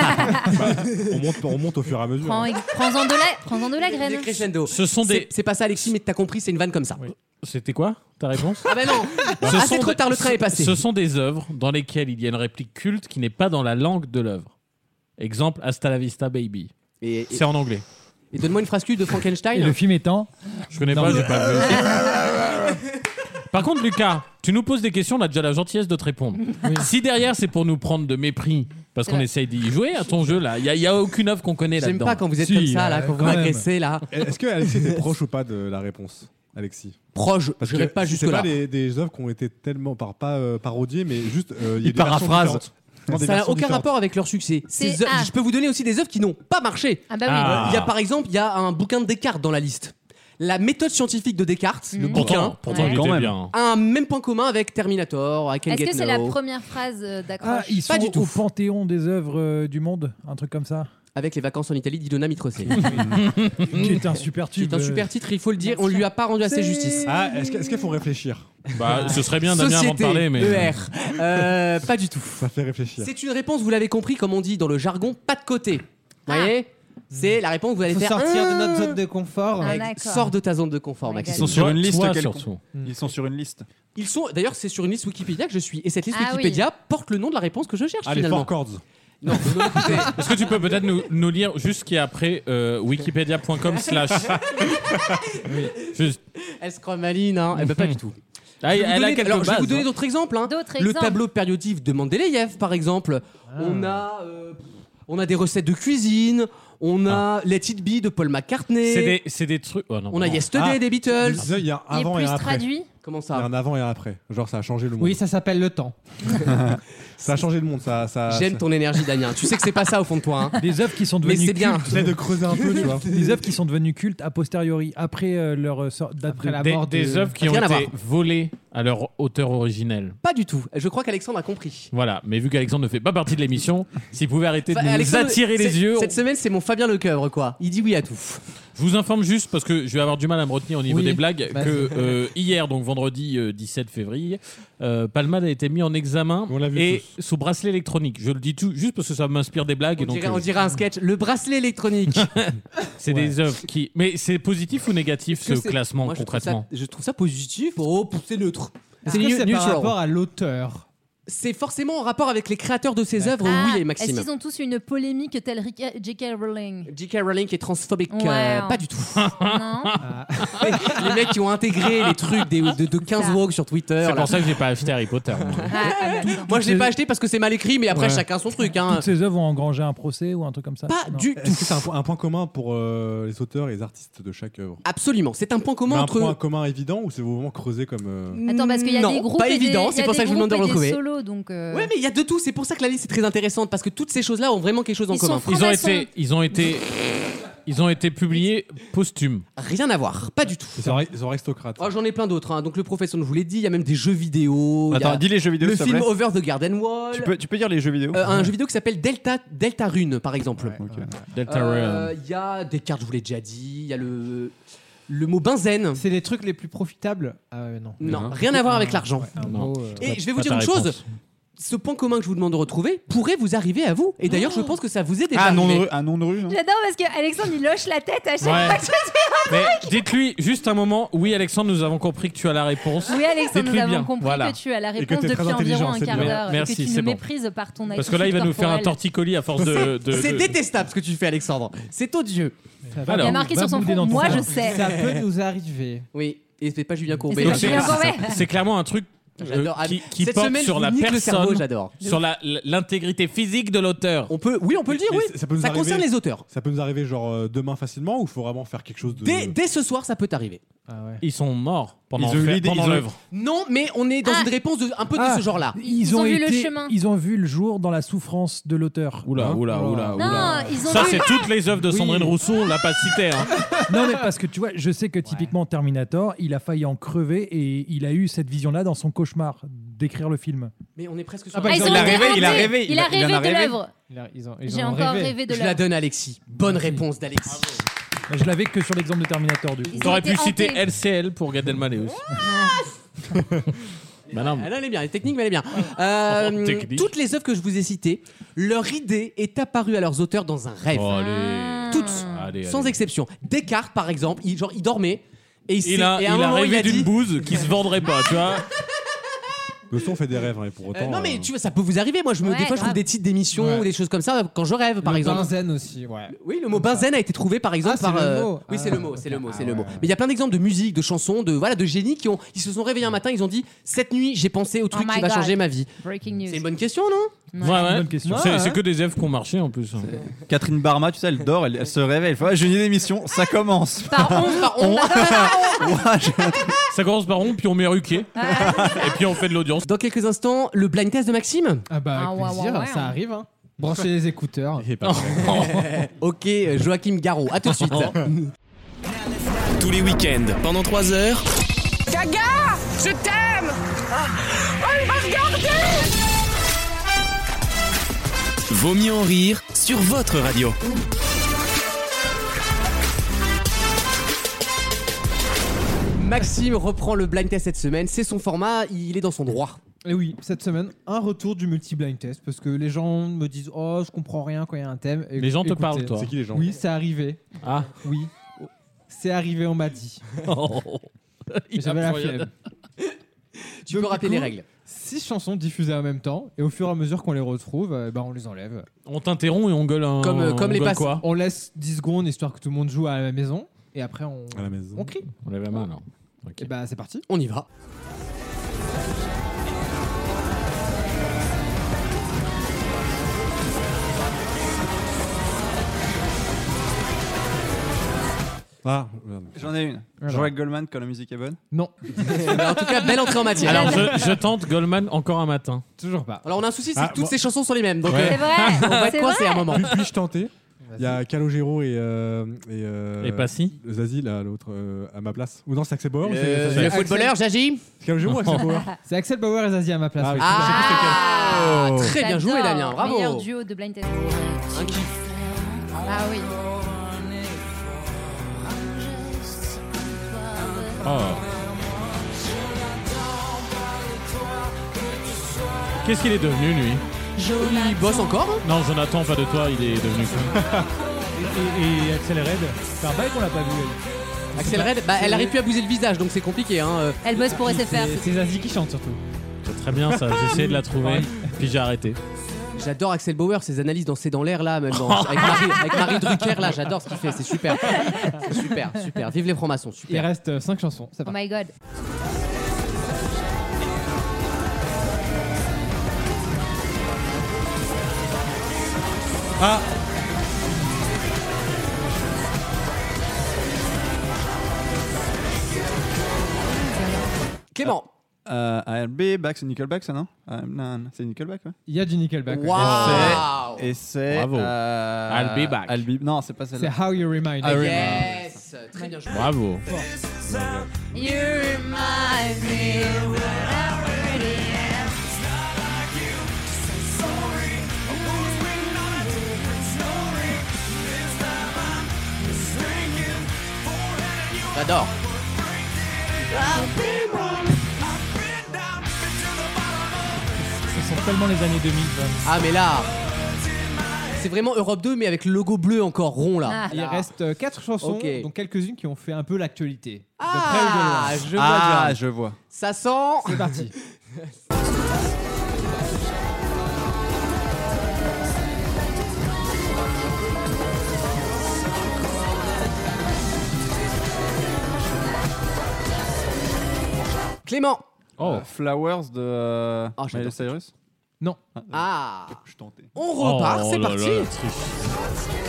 I: on, monte, on monte au fur et à mesure. hein.
D: Prends- Prends-en de la- prends-en de la graine.
B: Crescendo.
F: Ce sont
B: des. C'est pas ça, Alexis, mais t'as compris, c'est une vanne comme ça.
F: C'était quoi ta réponse
B: Ah ben non
F: Ce
B: Ah, c'est
F: sont
B: trop
F: des-
B: tard, le train
F: ce-
B: est passé.
F: Ce sont des œuvres dans lesquelles il y a une réplique culte qui n'est pas dans la langue de l'œuvre. Exemple, Hasta la vista, baby.
B: Et- et-
F: C'est en anglais.
B: Et donne-moi une phrase culte de Frankenstein.
C: Et le film étant
F: Je connais
C: Non,
F: pas,
C: mais-
F: j'ai pas vu. Par contre, Lucas, tu nous poses des questions, on a déjà la gentillesse de te répondre. Si derrière, c'est pour nous prendre de mépris, parce
B: C'est
F: qu'on
B: vrai.
F: essaye d'y jouer à ton jeu, là, il n'y a, aucune œuvre qu'on connaît
B: J'aime
F: là-dedans. euh,
B: pas quand vous êtes comme ça, là, quand vous m'agressez, là.
I: Euh, Est-ce que Alexis était proche ou pas de la réponse Alexis
B: Proche, j'irai
I: que
B: pas
I: c'est
B: jusque-là.
I: pas des, des œuvres qui ont été tellement par, pas euh, parodiées, mais juste. euh, il y a
F: Il
I: des versions
F: paraphrase.
I: différentes. Non,
B: Ça
I: des
B: n'a
I: versions
B: aucun
I: différentes.
B: rapport avec leur succès.
D: C'est-
B: Ces œuvres-
D: ah.
B: Je peux vous donner aussi des œuvres qui n'ont pas marché.
D: Ah bah oui. Ah.
B: Il y a par exemple, il y a un bouquin de Descartes dans la liste. La méthode scientifique de Descartes,
D: Mm.
B: le bouquin,
F: Pourtant, pourtant, il
E: Quand
F: était
E: même.
F: bien.
B: a un même point commun avec Terminator, avec
D: Est-ce que c'est la première phrase euh,
C: Ah,
D: d'accroche
C: ils sont
B: Pas du tout.
C: au panthéon des œuvres euh, du monde Un truc comme ça
B: Avec les vacances en Italie d'Ilona Mitrosé.
C: Qui est un super
B: C'est
C: tube. euh,
B: un super titre, il faut le dire, on lui a pas rendu assez justice.
I: Ah, est-ce que- est-ce qu'il faut réfléchir
F: Bah, ce serait bien, Damien, avant de
B: Société,
F: parler, mais.
B: ER. Euh, pas du tout.
I: Ça fait réfléchir.
B: C'est une réponse, vous l'avez compris, comme on dit dans le jargon, pas de côté.
D: Ah.
B: Vous voyez C'est la réponse, vous allez
G: Faut
B: faire.
G: sortir de
B: Hum.
G: notre zone de confort.
B: Mec,
D: Ah,
B: Sors de ta zone de confort, Max.
E: Ils sont sur une liste,
F: Toi,
E: quelconque.
F: surtout.
E: Ils sont sur une liste.
B: Ils sont, d'ailleurs, c'est sur une liste Wikipédia que je suis. Et cette liste
D: Ah oui.
B: Wikipédia porte le nom de la réponse que je cherche
I: Ah, les
B: finalement.
I: four chords.
B: Non, non, écoutez,
F: Est-ce que tu peux peut-être nous, nous lire juste ce qui est après euh, wikipedia.com slash Juste.
B: elle se croit maline, hein. Eh ben, pas du tout.
F: Ah,
B: Je vais vous
F: elle a
B: donner-
F: quelques
B: alors, je vais vous
F: bases,
B: donner
F: hein.
B: d'autres exemples. hein.
D: D'autres
B: Le
D: exemples.
B: tableau périodique de Mendeleïev, par exemple.
G: Ah.
B: On a, euh, on a des recettes de cuisine. On a Let It Be de Paul McCartney.
F: Ah. C'est des, c'est des trucs. oh non,
B: On a
F: pardon.
B: Yesterday
I: Ah,
B: des Beatles.
I: Il y a un
D: Il est
I: avant et
D: plus
I: un après. Il
D: traduit
B: Comment
I: y a
B: ça
I: un avant et un après. Genre, ça a changé le monde.
G: Oui, ça s'appelle le temps.
I: Ça a changé le monde. Ça, ça,
B: J'aime ton énergie, Damien. Tu sais que c'est pas ça au fond de toi. hein.
C: Des œuvres qui sont
B: Mais
C: devenues
B: c'est
C: cultes.
B: bien.
I: J'essaie de creuser un peu, tu vois.
C: Des œuvres qui sont devenues cultes a posteriori, après euh, leur euh, sort- date
G: Après
C: de-
G: la
F: Des,
G: mort de-
F: des œuvres qui ont
B: Rien à
F: été
B: voir.
F: volées à leur auteur originel.
B: Pas du tout. Je crois qu'Alexandre a compris.
F: Voilà, mais vu qu'Alexandre ne fait pas partie de l'émission, s'il pouvait arrêter de
B: Enfin,
F: nous
B: Bah, Alexandre,
F: attirer les
B: c'est-
F: yeux,
B: Cette
F: on-
B: semaine, c'est mon Fabien Lecoeuvre, quoi. Il dit oui à tout.
F: je vous informe juste parce que je vais avoir du mal à me retenir au niveau
G: Oui,
F: des blagues
G: vas-y.
F: que euh, hier, donc vendredi euh, 17 février, euh, Palmade a été mis en examen
I: On l'a vu
F: et sous bracelet électronique. Je le dis tout juste parce que ça m'inspire des blagues et
B: On
F: donc
B: dirait,
F: euh,
B: on dirait un sketch. Le bracelet électronique.
F: c'est des œuvres qui. Mais c'est positif ou négatif
B: Est-ce que
F: ce
B: c'est-
F: classement
B: Moi, je trouve ça-
F: concrètement
B: je trouve ça positif. Oh, pff, c'est neutre.
G: Est-ce que
B: new-
G: c'est par
B: neutral.
G: rapport à l'auteur
B: C'est forcément en rapport avec les créateurs de ces œuvres,
D: Ah,
B: oui, et
D: Est-ce
B: Maxime.
D: qu'ils ont tous une polémique telle Rick- J.K. Rowling
B: J.K. Rowling est transphobique, euh,
D: Ouais. hein.
B: pas du tout.
D: Non
B: les mecs qui ont intégré les trucs des- de, de 15
D: ça.
B: wogs sur Twitter.
F: C'est
B: là.
F: pour ça que j'ai pas acheté Harry Potter. moi.
D: Ah, ah, d'accord.
B: Moi, je l'ai pas acheté parce que c'est mal écrit, mais après,
F: Ouais.
B: chacun son truc. hein.
C: Toutes ces œuvres ont engrangé un procès ou un truc comme ça
B: Pas
C: Non.
B: du
I: Est-ce que
B: tout.
I: c'est un, point- un point commun pour euh, les auteurs et les artistes de chaque œuvre
B: Absolument. C'est un point commun
I: Mais Un
B: entre.
I: point commun évident ou c'est vraiment creusé comme. euh,
D: Mm. Attends, parce qu'il y a
B: non,
D: des groupes.
B: pas
D: et des-
B: évident.
D: il y
B: C'est
D: a
B: pour ça
D: des
B: que je vous demande de
D: groupes et
B: retrouver.
D: des solos, donc. euh,
B: Ouais, mais il y a de tout. C'est pour ça que la liste est très intéressante parce que toutes ces choses-là ont vraiment quelque chose en
D: Ils
B: commun.
D: sont
F: Ils ont
D: francs-maçons.
F: été, ils ont été, ils ont été publiés posthume.
B: Rien à voir, pas du tout.
I: Les ari- les aristocrates.
B: Oh, J'en ai plein d'autres. hein. Donc, le professeur, je vous l'ai dit, il y a même des jeux vidéo. il y a
E: Attends, dis les jeux vidéo,
B: le
E: s'il te
B: film
E: plaît.
B: Over the Garden Wall.
E: Tu peux, tu peux dire les jeux vidéo
B: Euh, un jeu vidéo qui s'appelle Delta, Delta Rune, par exemple.
F: Delta
B: Euh, Il y a des cartes, je vous l'ai déjà dit. Il y a le, le mot benzen.
G: C'est les trucs les plus profitables Ah euh, non.
B: Non, rien à voir avec l'argent.
G: Ouais, un
F: Non.
G: mot, euh,
B: Et je vais vous dire une chose. Ce point commun que je vous demande de retrouver pourrait vous arriver à vous. Et d'ailleurs, je
D: Oh.
B: pense que ça vous est déjà
E: Ah, nom de
B: arrivé.
E: rue, un nom de rue non
D: J'adore parce que Alexandre il hoche la tête à chaque
F: Ouais.
D: fois que je dis
F: Mais dites-lui juste un moment. Oui, Alexandre, nous avons compris que tu as la réponse.
D: Oui, Alexandre, nous
F: Décris
D: avons
F: bien,
D: compris
F: voilà.
D: que tu as la
I: que
D: réponse
I: t'es très
D: depuis environ
I: intelligent,
D: un
I: c'est
D: quart
F: bien.
D: d'heure.
F: Merci,
D: et que tu
F: c'est
D: nous
F: bon.
D: méprises par ton
F: Parce que là, il va nous faire un
D: tortillon.
F: torticolis à force de. de-
B: C'est
F: de-
B: détestable ce que tu fais, Alexandre. C'est odieux.
F: Alors,
D: Il y a marqué
C: va
D: sur son
C: bouder
D: front
C: dans ton
D: Moi, je
C: salon.
D: sais.
G: Ça peut nous arriver.
B: Oui. et c'est pas Julien Courbet.
F: Donc c'est- c'est- C'est clairement un truc euh,
B: J'adore. Ah,
F: qui, qui
B: cette
F: porte
B: semaine,
F: sur
B: vous
F: la
B: niquez le
F: personne,
B: cerveau, j'adore.
F: sur la- l'intégrité physique de l'auteur.
B: On peut, oui, on peut le dire, oui.
I: Ça, peut nous
B: Ça
I: arriver-
B: concerne les auteurs.
I: Ça peut nous arriver genre euh, demain facilement ou faut vraiment faire quelque chose de.
B: Dès, dès ce soir, ça peut t'arriver.
G: Ah
F: Ils sont morts pendant
I: Ils ont eu
F: fait-
I: l'idée-
F: pendant
I: ils ont-
F: l'œuvre.
B: Non, mais on est dans une réponse de- un peu
C: Ah,
B: de ce genre-là.
C: Ils ont, été- Ils ont vu le jour dans la souffrance de l'auteur. hein.
F: Oula,
B: Hein
F: oula, oula,
C: Non,
F: oula.
C: ils ont
F: Ça,
C: eu-
F: c'est toutes les œuvres de
C: Oui.
F: Sandrine Rousseau, on l'a pas cité. hein.
C: non mais parce que tu vois, je sais que typiquement Terminator, il a failli en crever et il a eu cette vision-là dans son cauchemar d'écrire le film.
B: Mais on est presque sur
G: Ah bah,
B: un-
G: ils ont Il a été rêvé, il a hantés. rêvé,
D: Il a rêvé de l'œuvre.
G: Il a- ils ont- ils
D: J'ai
G: en ont
D: encore rêvé de
B: Je la
D: l'œuvre.
B: donne à Alexis. Bonne réponse d'Alexis.
C: Je l'avais que sur l'exemple de Terminator du coup.
D: Ils
F: T'aurais
D: ont été
F: pu citer
D: hantés.
F: LCL pour Gad Elmaleh aussi. Bah non, mais-
B: Ah là, Ah, elle est bien, elle est technique, mais elle est bien. Euh,
F: Technique.
B: toutes les œuvres que je vous ai citées, leur idée est apparue à leurs auteurs dans un rêve.
F: Oh,
G: Ah.
F: allez.
B: Toutes,
F: Allez,
B: sans
F: allez.
B: exception. Descartes, par exemple, il, genre, il dormait et il, s'est-
F: Il a,
B: et à un
F: il a
B: moment,
F: rêvé
B: a
F: d'une
B: dit-
F: bouse qui se vendrait pas, tu vois.
I: Le son fait des rêves hein, et pour autant.
B: Euh, non, mais
I: euh,
B: tu vois, ça peut vous arriver. Moi, je me,
D: Ouais,
B: des fois, je trouve
D: grave.
B: des titres d'émissions
G: Ouais.
B: ou des choses comme ça quand je rêve, par
G: Le
B: exemple.
G: Benzen aussi, ouais.
B: Oui, le mot benzène a été trouvé par exemple
G: Ah, c'est
B: par.
G: le
B: euh,
G: mot.
B: Oui, c'est
G: Ah.
B: le mot, c'est le mot, c'est
G: Ah
B: le
G: ouais,
B: mot.
G: ouais.
B: Mais il y a plein d'exemples de musique, de chansons, de voilà, de génies qui ont, ils se sont réveillés un matin, ils ont dit cette nuit, j'ai pensé au truc
D: Oh my
B: qui va
D: God.
B: changer ma vie.
D: Breaking news.
B: C'est une bonne question, non
F: Ouais, ouais.
C: Bonne question.
F: C'est
G: Ouais,
F: c'est
G: ouais.
F: que des œuvres qui ont marché en plus. hein.
E: Catherine Barma, tu sais, elle dort, elle, elle se réveille. Elle fait Ouais, J'ai une idée d'émission, ça commence.
D: Par on, par on.
E: Ouah, je-
F: Ça commence par on, puis on met Ruquier. et puis on fait de l'audience.
B: Dans quelques instants, le blind test de Maxime.
G: Ah bah,
D: Ah,
G: avec
D: ouais,
G: plaisir,
D: ouais, ouais,
G: ça
D: hein.
G: arrive. Hein. Branchez les écouteurs.
I: il est pas prêt.
B: Ok, euh, Joachim Garraud, à tout de suite.
A: Tous les week-ends, pendant 3 heures,
H: Gaga, je t'aime. Oh, il m'a regardé.
A: Vaut mieux en rire sur votre radio.
B: Maxime reprend le blind test cette semaine, c'est son format, il est dans son droit.
G: Et oui, cette semaine, un retour du multi-blind test parce que les gens me disent Oh, je comprends rien quand il y a un thème. Et
F: Les gens te
G: écoutez,
F: parlent, toi.
I: C'est qui les gens
G: Oui, c'est arrivé.
F: Ah. Oh.
G: Oui. C'est arrivé, on m'a dit.
F: Il
G: J'avais
F: a
G: la
F: plus rien.
G: flemme.
B: Tu peux
G: Donc,
B: rappeler
G: du
B: les
G: coup,
B: règles.
G: Six chansons diffusées en même temps, et au fur et à mesure qu'on les retrouve, euh, bah, on les enlève.
F: On t'interrompt et on gueule un.
B: Comme, euh, comme
F: on
B: les
F: gueule
B: passes.
F: quoi
G: On laisse 10 secondes histoire que tout le monde joue à la maison, et après on,
I: à la maison.
G: on crie.
F: On lève la main, non
G: Et bah, c'est parti.
B: On y va.
I: Ah, merde.
E: J'en ai une.
G: Alors.
E: Jean-Jacques Goldman, quand la musique est bonne.
G: Non,
B: Mais en tout cas, belle entrée en matière.
F: Alors,
B: Alors,
F: je, je tente Goldman encore un matin.
G: toujours pas.
B: on a un souci, c'est
I: Ah,
B: que toutes
I: moi-
B: ces chansons sont les mêmes. Donc,
I: Ouais.
D: C'est
B: euh, on va
D: vrai.
B: être
D: C'est vrai.
B: coincé à un moment.
I: Puis- Puis-je tenter Il y a Calogero et. euh, et, euh,
F: Et pas si
I: Zazie, là, l'autre, euh, à ma place. Ou non, c'est Axel
E: Euh,
I: Bauer ou c'est-
B: Le,
I: c'est-
B: le footballeur, Jagi
I: c'est Calogero ou Axel Bauer
G: C'est Axel Bauer et Zazie à ma place.
I: Ah,
G: oui.
B: Ah,
I: Oh.
B: très bien joué,
D: J'adore.
B: Damien. Bravo.
D: Meilleur duo de blind test.
B: Un kiff.
D: Ah oui.
F: Oh. Qu'est-ce qu'il est devenu, lui
B: Il bosse encore hein
F: Non, Jonathan, pas de toi, il est devenu.
C: Et, et Axel Red, c'est un bail qu'on l'a pas vu.
B: Axel Red, bah, elle arrive plus à bouser le visage, donc c'est compliqué. Hein. euh.
D: Elle bosse pour SFR.
G: C'est Zazie qui chante surtout.
F: Très bien, ça. J'ai essayé de la trouver, puis j'ai arrêté.
B: J'adore Axel Bauer, ses analyses dans C'est dans l'air là, même dans- avec, Marie, avec Marie Drucker là, j'adore ce qu'il fait, c'est super. C'est super, super. Vive les francs-maçons,
G: Il
B: super.
G: reste 5 chansons, ça
D: Oh
G: va.
D: my god.
B: Ah. Clément,
E: Euh, I'll be back, c'est Nickelback, ça non Euh, Non, non, c'est Nickelback, ouais.
G: Il y a du Nickelback. ouais.
B: waouh
E: Et c'est.
F: Bravo.
E: euh,
F: I'll be back.
E: I'll be- Non, c'est pas
G: C'est
E: celle-là.
G: How You Remind.
E: Ah oui.
B: Yes, très bien joué.
F: Bravo.
D: You remind me wherever it is.
B: J'adore.
G: Ce sont tellement les années 2000. vraiment.
B: Ah mais là, c'est vraiment Europe 2 mais avec le logo bleu encore rond là.
D: Ah.
G: Il reste 4 chansons,
B: Ok.
G: dont quelques-unes qui ont fait un peu l'actualité. De près ou de loin.
B: Ah, je vois
E: Ah,
B: bien.
E: je vois.
B: Ça sent.
G: C'est parti.
B: Clément
F: Oh.
B: Oh,
E: Euh, Flowers de euh, Miley Cyrus
G: Non.
B: Ah
E: Je suis tenté.
B: On repart,
E: Oh
B: c'est
E: là
B: parti
E: là, la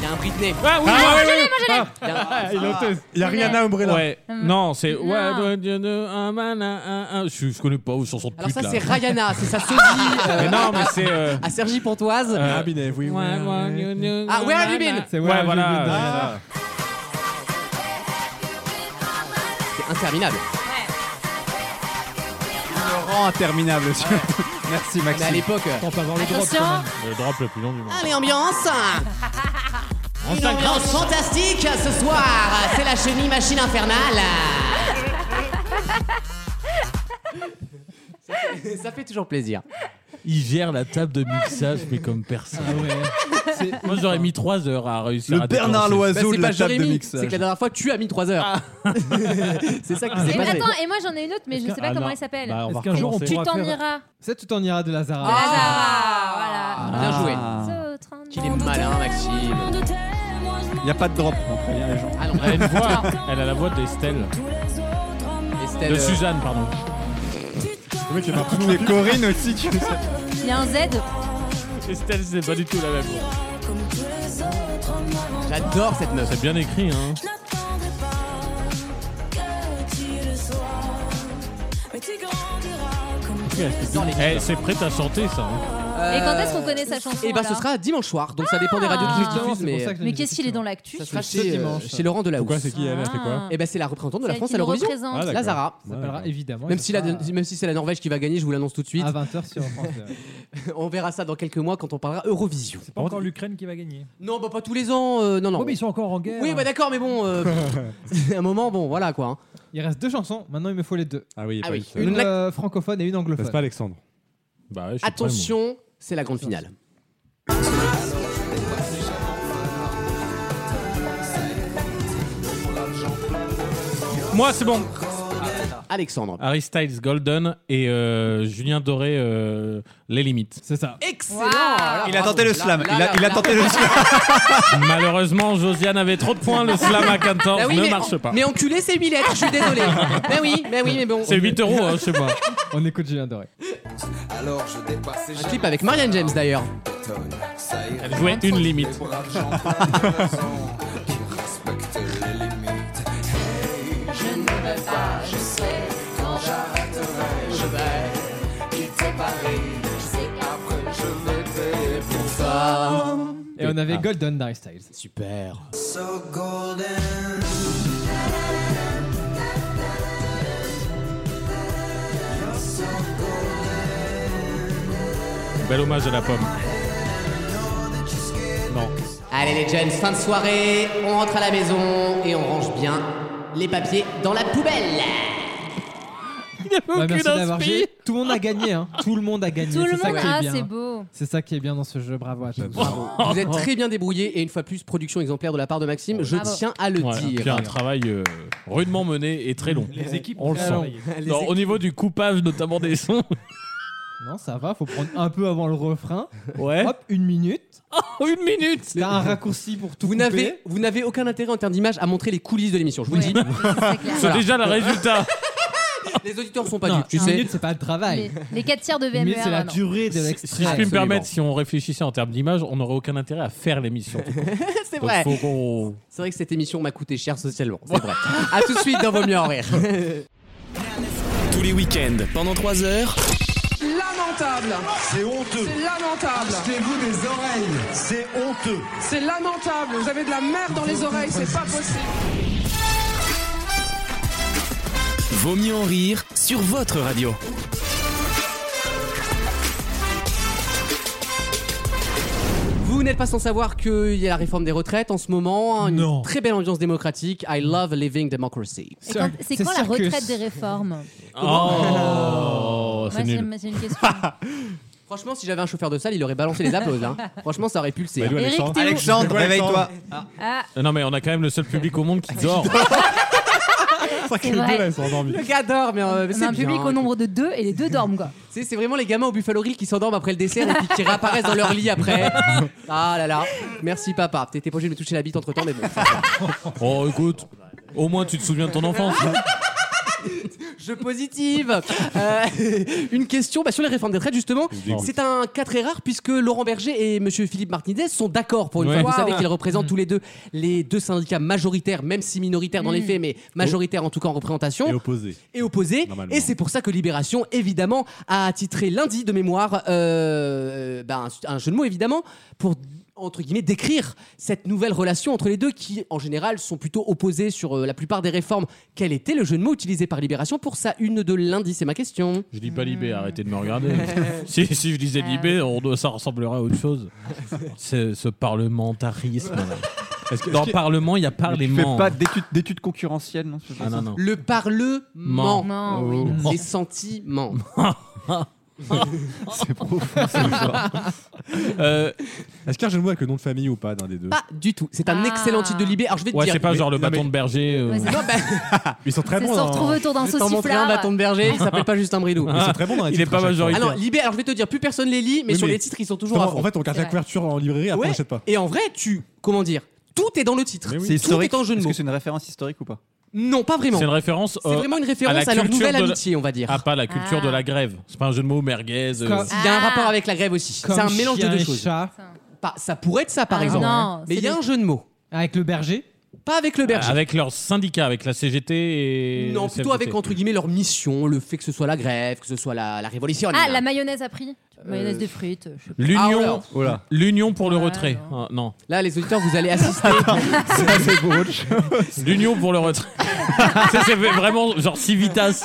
B: Il y a un Britney.
F: Ah
B: oui,
F: Ah,
B: oui,
F: oui,
B: oui, oui.
F: oui,
B: Il
F: oui.
B: y a-
F: Ah,
B: il est
F: ah.
B: honteuse.
F: Il y a Rihanna Umbrella.
B: Ouais.
F: Non, c'est. Ouais,
B: Non.
F: ouais, Dieu, Dieu, un man, un, un, un. Je je connais pas vos chansons de pute.
B: Alors ça
F: là.
B: c'est Rayana, c'est sa sosie euh,
F: Mais non, mais
B: à-
F: c'est. euh,
B: à Sergi Pontoise.
F: Euh, Ah,
I: Binet, oui,
F: ouais, ouais,
I: ouais.
B: Ah, Where Have You Been
F: C'est Ouais, voilà.
B: Ah. C'est interminable.
E: Laurent interminable. Merci Maxime.
B: Mais à l'époque, euh,
E: Pense avoir
B: le drop, Attention. quand même.
F: Le drop le plus long du monde.
B: Allez, ambiance Une
F: s'accroche.
B: ambiance fantastique ce soir C'est la chenille machine infernale Ça fait- Ça fait toujours plaisir.
F: Il gère la table de mixage, mais comme personne. Ah Moi, j'aurais mis 3 heures à réussir
E: Le
F: à
E: Bernard
F: déclencher.
E: Loiseau
B: Bah, c'est
E: de
B: pas
E: la table de
B: Jérémy,
E: mixage.
B: C'est que la dernière fois, tu as mis 3 heures. Ah, c'est ça qui
D: Ah. Et
B: s'est passé. Ah,
D: attends, et moi j'en ai une autre, mais je sais pas comment elle s'appelle.
B: Bah,
G: Est-ce qu'un jour on
D: Tu
G: pourra
D: t'en
G: faire-
D: iras.
G: Ça, tu t'en iras de Lazara. Ah.
D: De Lazara, voilà.
B: Ah. Bien joué.
D: Qu'il
B: est malin, Maxime.
E: Il n'y a pas de drop, on prévient les gens.
B: Ah non.
F: Elle a, une voix, elle a la voix d'Estelle.
B: Estelle,
F: De
B: euh,
F: Suzanne, pardon.
E: Les Corinne aussi, tu sais.
D: Il y a un Z.
F: Estelle, c'est pas du tout la même.
B: J'adore cette meuf.
F: C'est bien écrit, hein. Eh, c'est prête à chanter, ça. hein.
D: Et quand est-ce qu'on connaît sa chanson
B: Eh ben, ce
D: alors
B: sera dimanche soir, donc Ah. ça dépend des
C: Ah,
B: radios qui le diffusent, mais. euh,
D: Mais qu'est-ce qu'il est dans l'actu
B: Ça sera
D: celui-là
B: chez, euh, chez Laurent Delahousse.
I: Pourquoi, c'est qui, elle, c'est quoi
B: Eh ben, c'est la représentante de la
D: Celle
B: France
D: qui
B: à
D: nous
B: l'Eurovision.
D: représente. Ah, d'accord.
B: Lazara.
G: Ça s'appellera évidemment.
B: Même
G: ça
B: si, la-
G: sera
B: même si c'est la Norvège qui va gagner, je vous l'annonce tout de suite.
G: À 20h sur France. ouais.
B: On verra ça dans quelques mois quand on parlera Eurovision.
C: Pas encore l'Ukraine qui va gagner.
B: Non, bah pas tous les ans, euh, non, non.
C: Oh, mais ils sont encore en guerre.
B: Oui, bah d'accord, mais bon, euh, c'est un moment, bon, voilà quoi. hein.
G: Il reste deux chansons, maintenant il me faut les deux.
I: Ah oui,
B: Ah pas oui. une seule.
G: une
B: Une
G: euh, francophone et une anglophone.
I: C'est pas Alexandre. Bah, ouais, je suis prêt, moi.
B: Attention, c'est la grande finale.
E: Euh,
F: Moi, c'est bon.
B: Alexandre.
F: Harry Styles Golden et euh, Julien Doré euh, Les Limites.
G: C'est ça.
B: Excellent
E: Il a tenté le slam. Il a, il a tenté le slam.
F: Malheureusement, Josiane avait trop de points. Hein, Le slam à 14
B: Bah oui,
F: ne
B: mais-
F: marche pas.
B: Mais enculé, c'est 8 lettres, je suis désolé. bah oui, bah oui, mais bon.
F: C'est 8 euros, hein, je sais pas.
G: On écoute Julien Doré.
M: Alors je dépassais
B: Un clip avec Marianne James d'ailleurs.
F: Elle jouait une limite.
G: Et on avait Golden d'Harry Styles.
B: Super.
M: So golden. You're so
F: Bel hommage à la pomme. Non.
B: Allez les jeunes, fin de soirée, on rentre à la maison et on range bien les papiers dans la poubelle.
G: Ouais, Bah, merci
B: aucune
G: d'avoir
B: inspi.
G: joué. Tout le monde a gagné. Hein. Tout le monde a gagné.
D: Tout le
G: C'est ça
D: monde,
G: qui est
D: ah
G: bien. hein.
D: c'est beau.
G: C'est ça qui est bien dans ce jeu. Bravo à tous.
B: Vous êtes très bien débrouillés et une fois plus, production exemplaire de la part de Maxime, je
D: Bravo.
B: tiens à le
F: Ouais,
B: dire.
F: puis un travail euh, rudement mené et très long.
C: Les équipes
F: On le
C: ont
F: sent.
C: travaillé.
B: Les
F: Non, au niveau du coupage, notamment des sons.
G: Non, ça va. Faut prendre un peu avant le refrain.
F: Ouais.
G: Hop, une minute.
F: une minute
G: T'as un raccourci pour tout
B: Oh, Vous
G: couper.
B: n'avez, vous n'avez aucun intérêt en termes d'image à montrer les coulisses de l'émission, je vous le dis.
F: C'est déjà le résultat.
B: Les auditeurs sont pas
G: Non,
B: dupes, tu
G: une
B: sais.
G: minute, c'est pas le travail.
D: euh, Les, les 4 tiers de VMR.
G: Mais c'est la
D: non.
G: durée de
F: Si
G: l'extrait.
F: je puis me
B: Absolument.
F: permettre, si on réfléchissait en termes d'image, on n'aurait aucun intérêt à faire l'émission.
B: C'est
F: Donc
B: vrai.
F: faut qu'on.
B: C'est vrai que cette émission m'a coûté cher socialement, c'est vrai. à tout de suite dans Vaut mieux en rire.
A: Tous les week-ends, pendant 3 heures.
J: Lamentable.
M: C'est honteux.
J: C'est lamentable.
M: Achetez-vous des oreilles. C'est honteux.
J: C'est lamentable. Vous avez de la merde dans les oreilles, c'est pas possible.
A: Vaut mieux en rire sur votre radio.
B: Vous n'êtes pas sans savoir qu'il y a la réforme des retraites en ce moment, hein, une
C: Non.
B: très belle ambiance démocratique. I love living democracy.
D: Et quand- C'est quand la
G: circus.
D: retraite des réformes
F: Oh,
D: Moi
F: c'est
D: j'ai
F: nul.
D: moi, j'ai une question.
B: Franchement, si j'avais un chauffeur de salle, il aurait balancé les applauses. hein. Franchement, ça aurait pulsé.
I: Bah, nous,
B: hein.
D: Eric, t'es où
E: Alexandre, réveille-toi.
D: Ah,
F: Euh, Non mais on a quand même le seul public au monde qui
B: Ah,
F: dort.
I: C'est vrai que
D: vrai.
I: les deux, là, ils sont endormis.
B: Le gars dort, mais, euh, mais
D: on a
B: c'est
D: un public
B: bien.
D: au nombre de deux et les deux dorment quoi.
B: C'est sais, c'est vraiment les gamins au Buffalo Grill qui s'endorment après le dessert et puis qui réapparaissent dans leur lit après. Ah là là, merci papa. T'étais pas obligé de me toucher la bite entre temps, mais bon.
F: Oh, écoute, au moins tu te souviens de ton enfance.
B: Je positive. Euh, une question bah, sur les réformes des retraites, justement.
F: dégoûte.
B: C'est un cas très rare puisque Laurent Berger et Monsieur Philippe Martinez sont d'accord pour une
F: Ouais. Mm.
B: fois. Vous
F: Wow.
B: savez qu'ils représentent tous les deux les deux syndicats majoritaires, même si minoritaires dans les
F: Mm.
B: faits, mais majoritaires en tout cas en représentation.
I: Et opposé.
B: et opposés.
I: Normalement.
B: Et c'est pour ça que Libération, évidemment, a attitré lundi de mémoire euh, ben, un, un jeu de mots, évidemment, pour entre guillemets, décrire cette nouvelle relation entre les deux qui, en général, sont plutôt opposés sur euh, la plupart des réformes. Quel était le jeu de mots utilisé par Libération pour sa une de lundi C'est ma question.
F: Je dis pas
E: Hmm.
F: Libé, arrêtez de me regarder. si, si je disais
B: Ah.
F: Libé, on doit- ça ressemblerait à autre chose. Ce, ce parlementarisme. là.
E: que-
F: Dans
E: est-ce que-
F: parlement, il y a
E: Tu
F: parlement.
E: fais pas d'études- d'études concurrentielles, non ce genre
F: Ah, non,
E: de ça Oh.
F: non.
B: Le parlement.
F: Ment, oui.
B: Les sentiments. Oh.
I: C'est profond, ce soir.
F: Euh,
I: Est-ce qu'il y a un jeu de mots avec le nom de famille ou pas d'un des deux
B: Pas du tout. C'est
D: Ah.
B: un excellent titre de Libé. Alors je vais te
F: Ouais,
B: dire.
F: c'est pas genre le bâton de berger. hein. euh.
B: Ouais, c'est- Non, bah,
I: Ils sont très
B: C'est
I: bons.
B: se
I: dans-
B: retrouver autour d'un Je vais t'en sauciflard. montrer un bâton de berger, il s'appelle pas Justin Bridou.
I: Ils sont très bons dans les
F: Il est
I: titres
F: pas
I: à chaque fois.
F: majoritaire.
B: Alors Libé, alors je vais te dire, plus personne les lit, mais
I: Oui,
B: sur les titres, ils sont toujours à
I: Justement,
B: fond.
I: En fait, on garde la couverture en librairie, après on
B: Ouais.
I: l'achète pas.
B: Et en vrai, tu. Comment dire Tout est dans le titre.
E: C'est
B: Tout
E: historique.
B: est en jeu de
E: Est-ce
B: mots.
E: que c'est une référence historique ou pas
B: Non, pas vraiment.
F: C'est une référence.
B: C'est
F: euh,
B: vraiment une référence
F: la
B: à leur
F: culture
B: nouvelle
F: de la-
B: amitié, on va dire.
F: Ah, pas la culture de la grève. C'est pas un jeu de mots merguez. euh.
B: Comme- Il y a un rapport avec la grève aussi. C'est
F: Comme
B: un mélange de
F: chien
B: deux
F: et
B: choses.
F: chat.
B: Pas- ça pourrait être ça, par
F: Ah,
B: exemple.
F: non,
B: mais
F: c'est
B: il y a
F: des-
B: un jeu de mots.
G: Avec le berger
B: Pas avec le berger.
F: Avec leur syndicat, avec la CGT Ah, et.
B: Non, plutôt
F: CFDT.
B: avec entre guillemets leur mission, le fait que ce soit la grève, que ce soit la, la révolution.
D: Ah, la mayonnaise à prix Mayonnaise
B: Euh,
D: de frites. je sais pas.
B: Ah,
F: L'union.
B: voilà. Voilà.
F: L'union pour le retrait. Ah, non.
B: Là, les auditeurs, vous allez assister.
F: L'union pour le retrait. ça, c'est vraiment genre Civitas.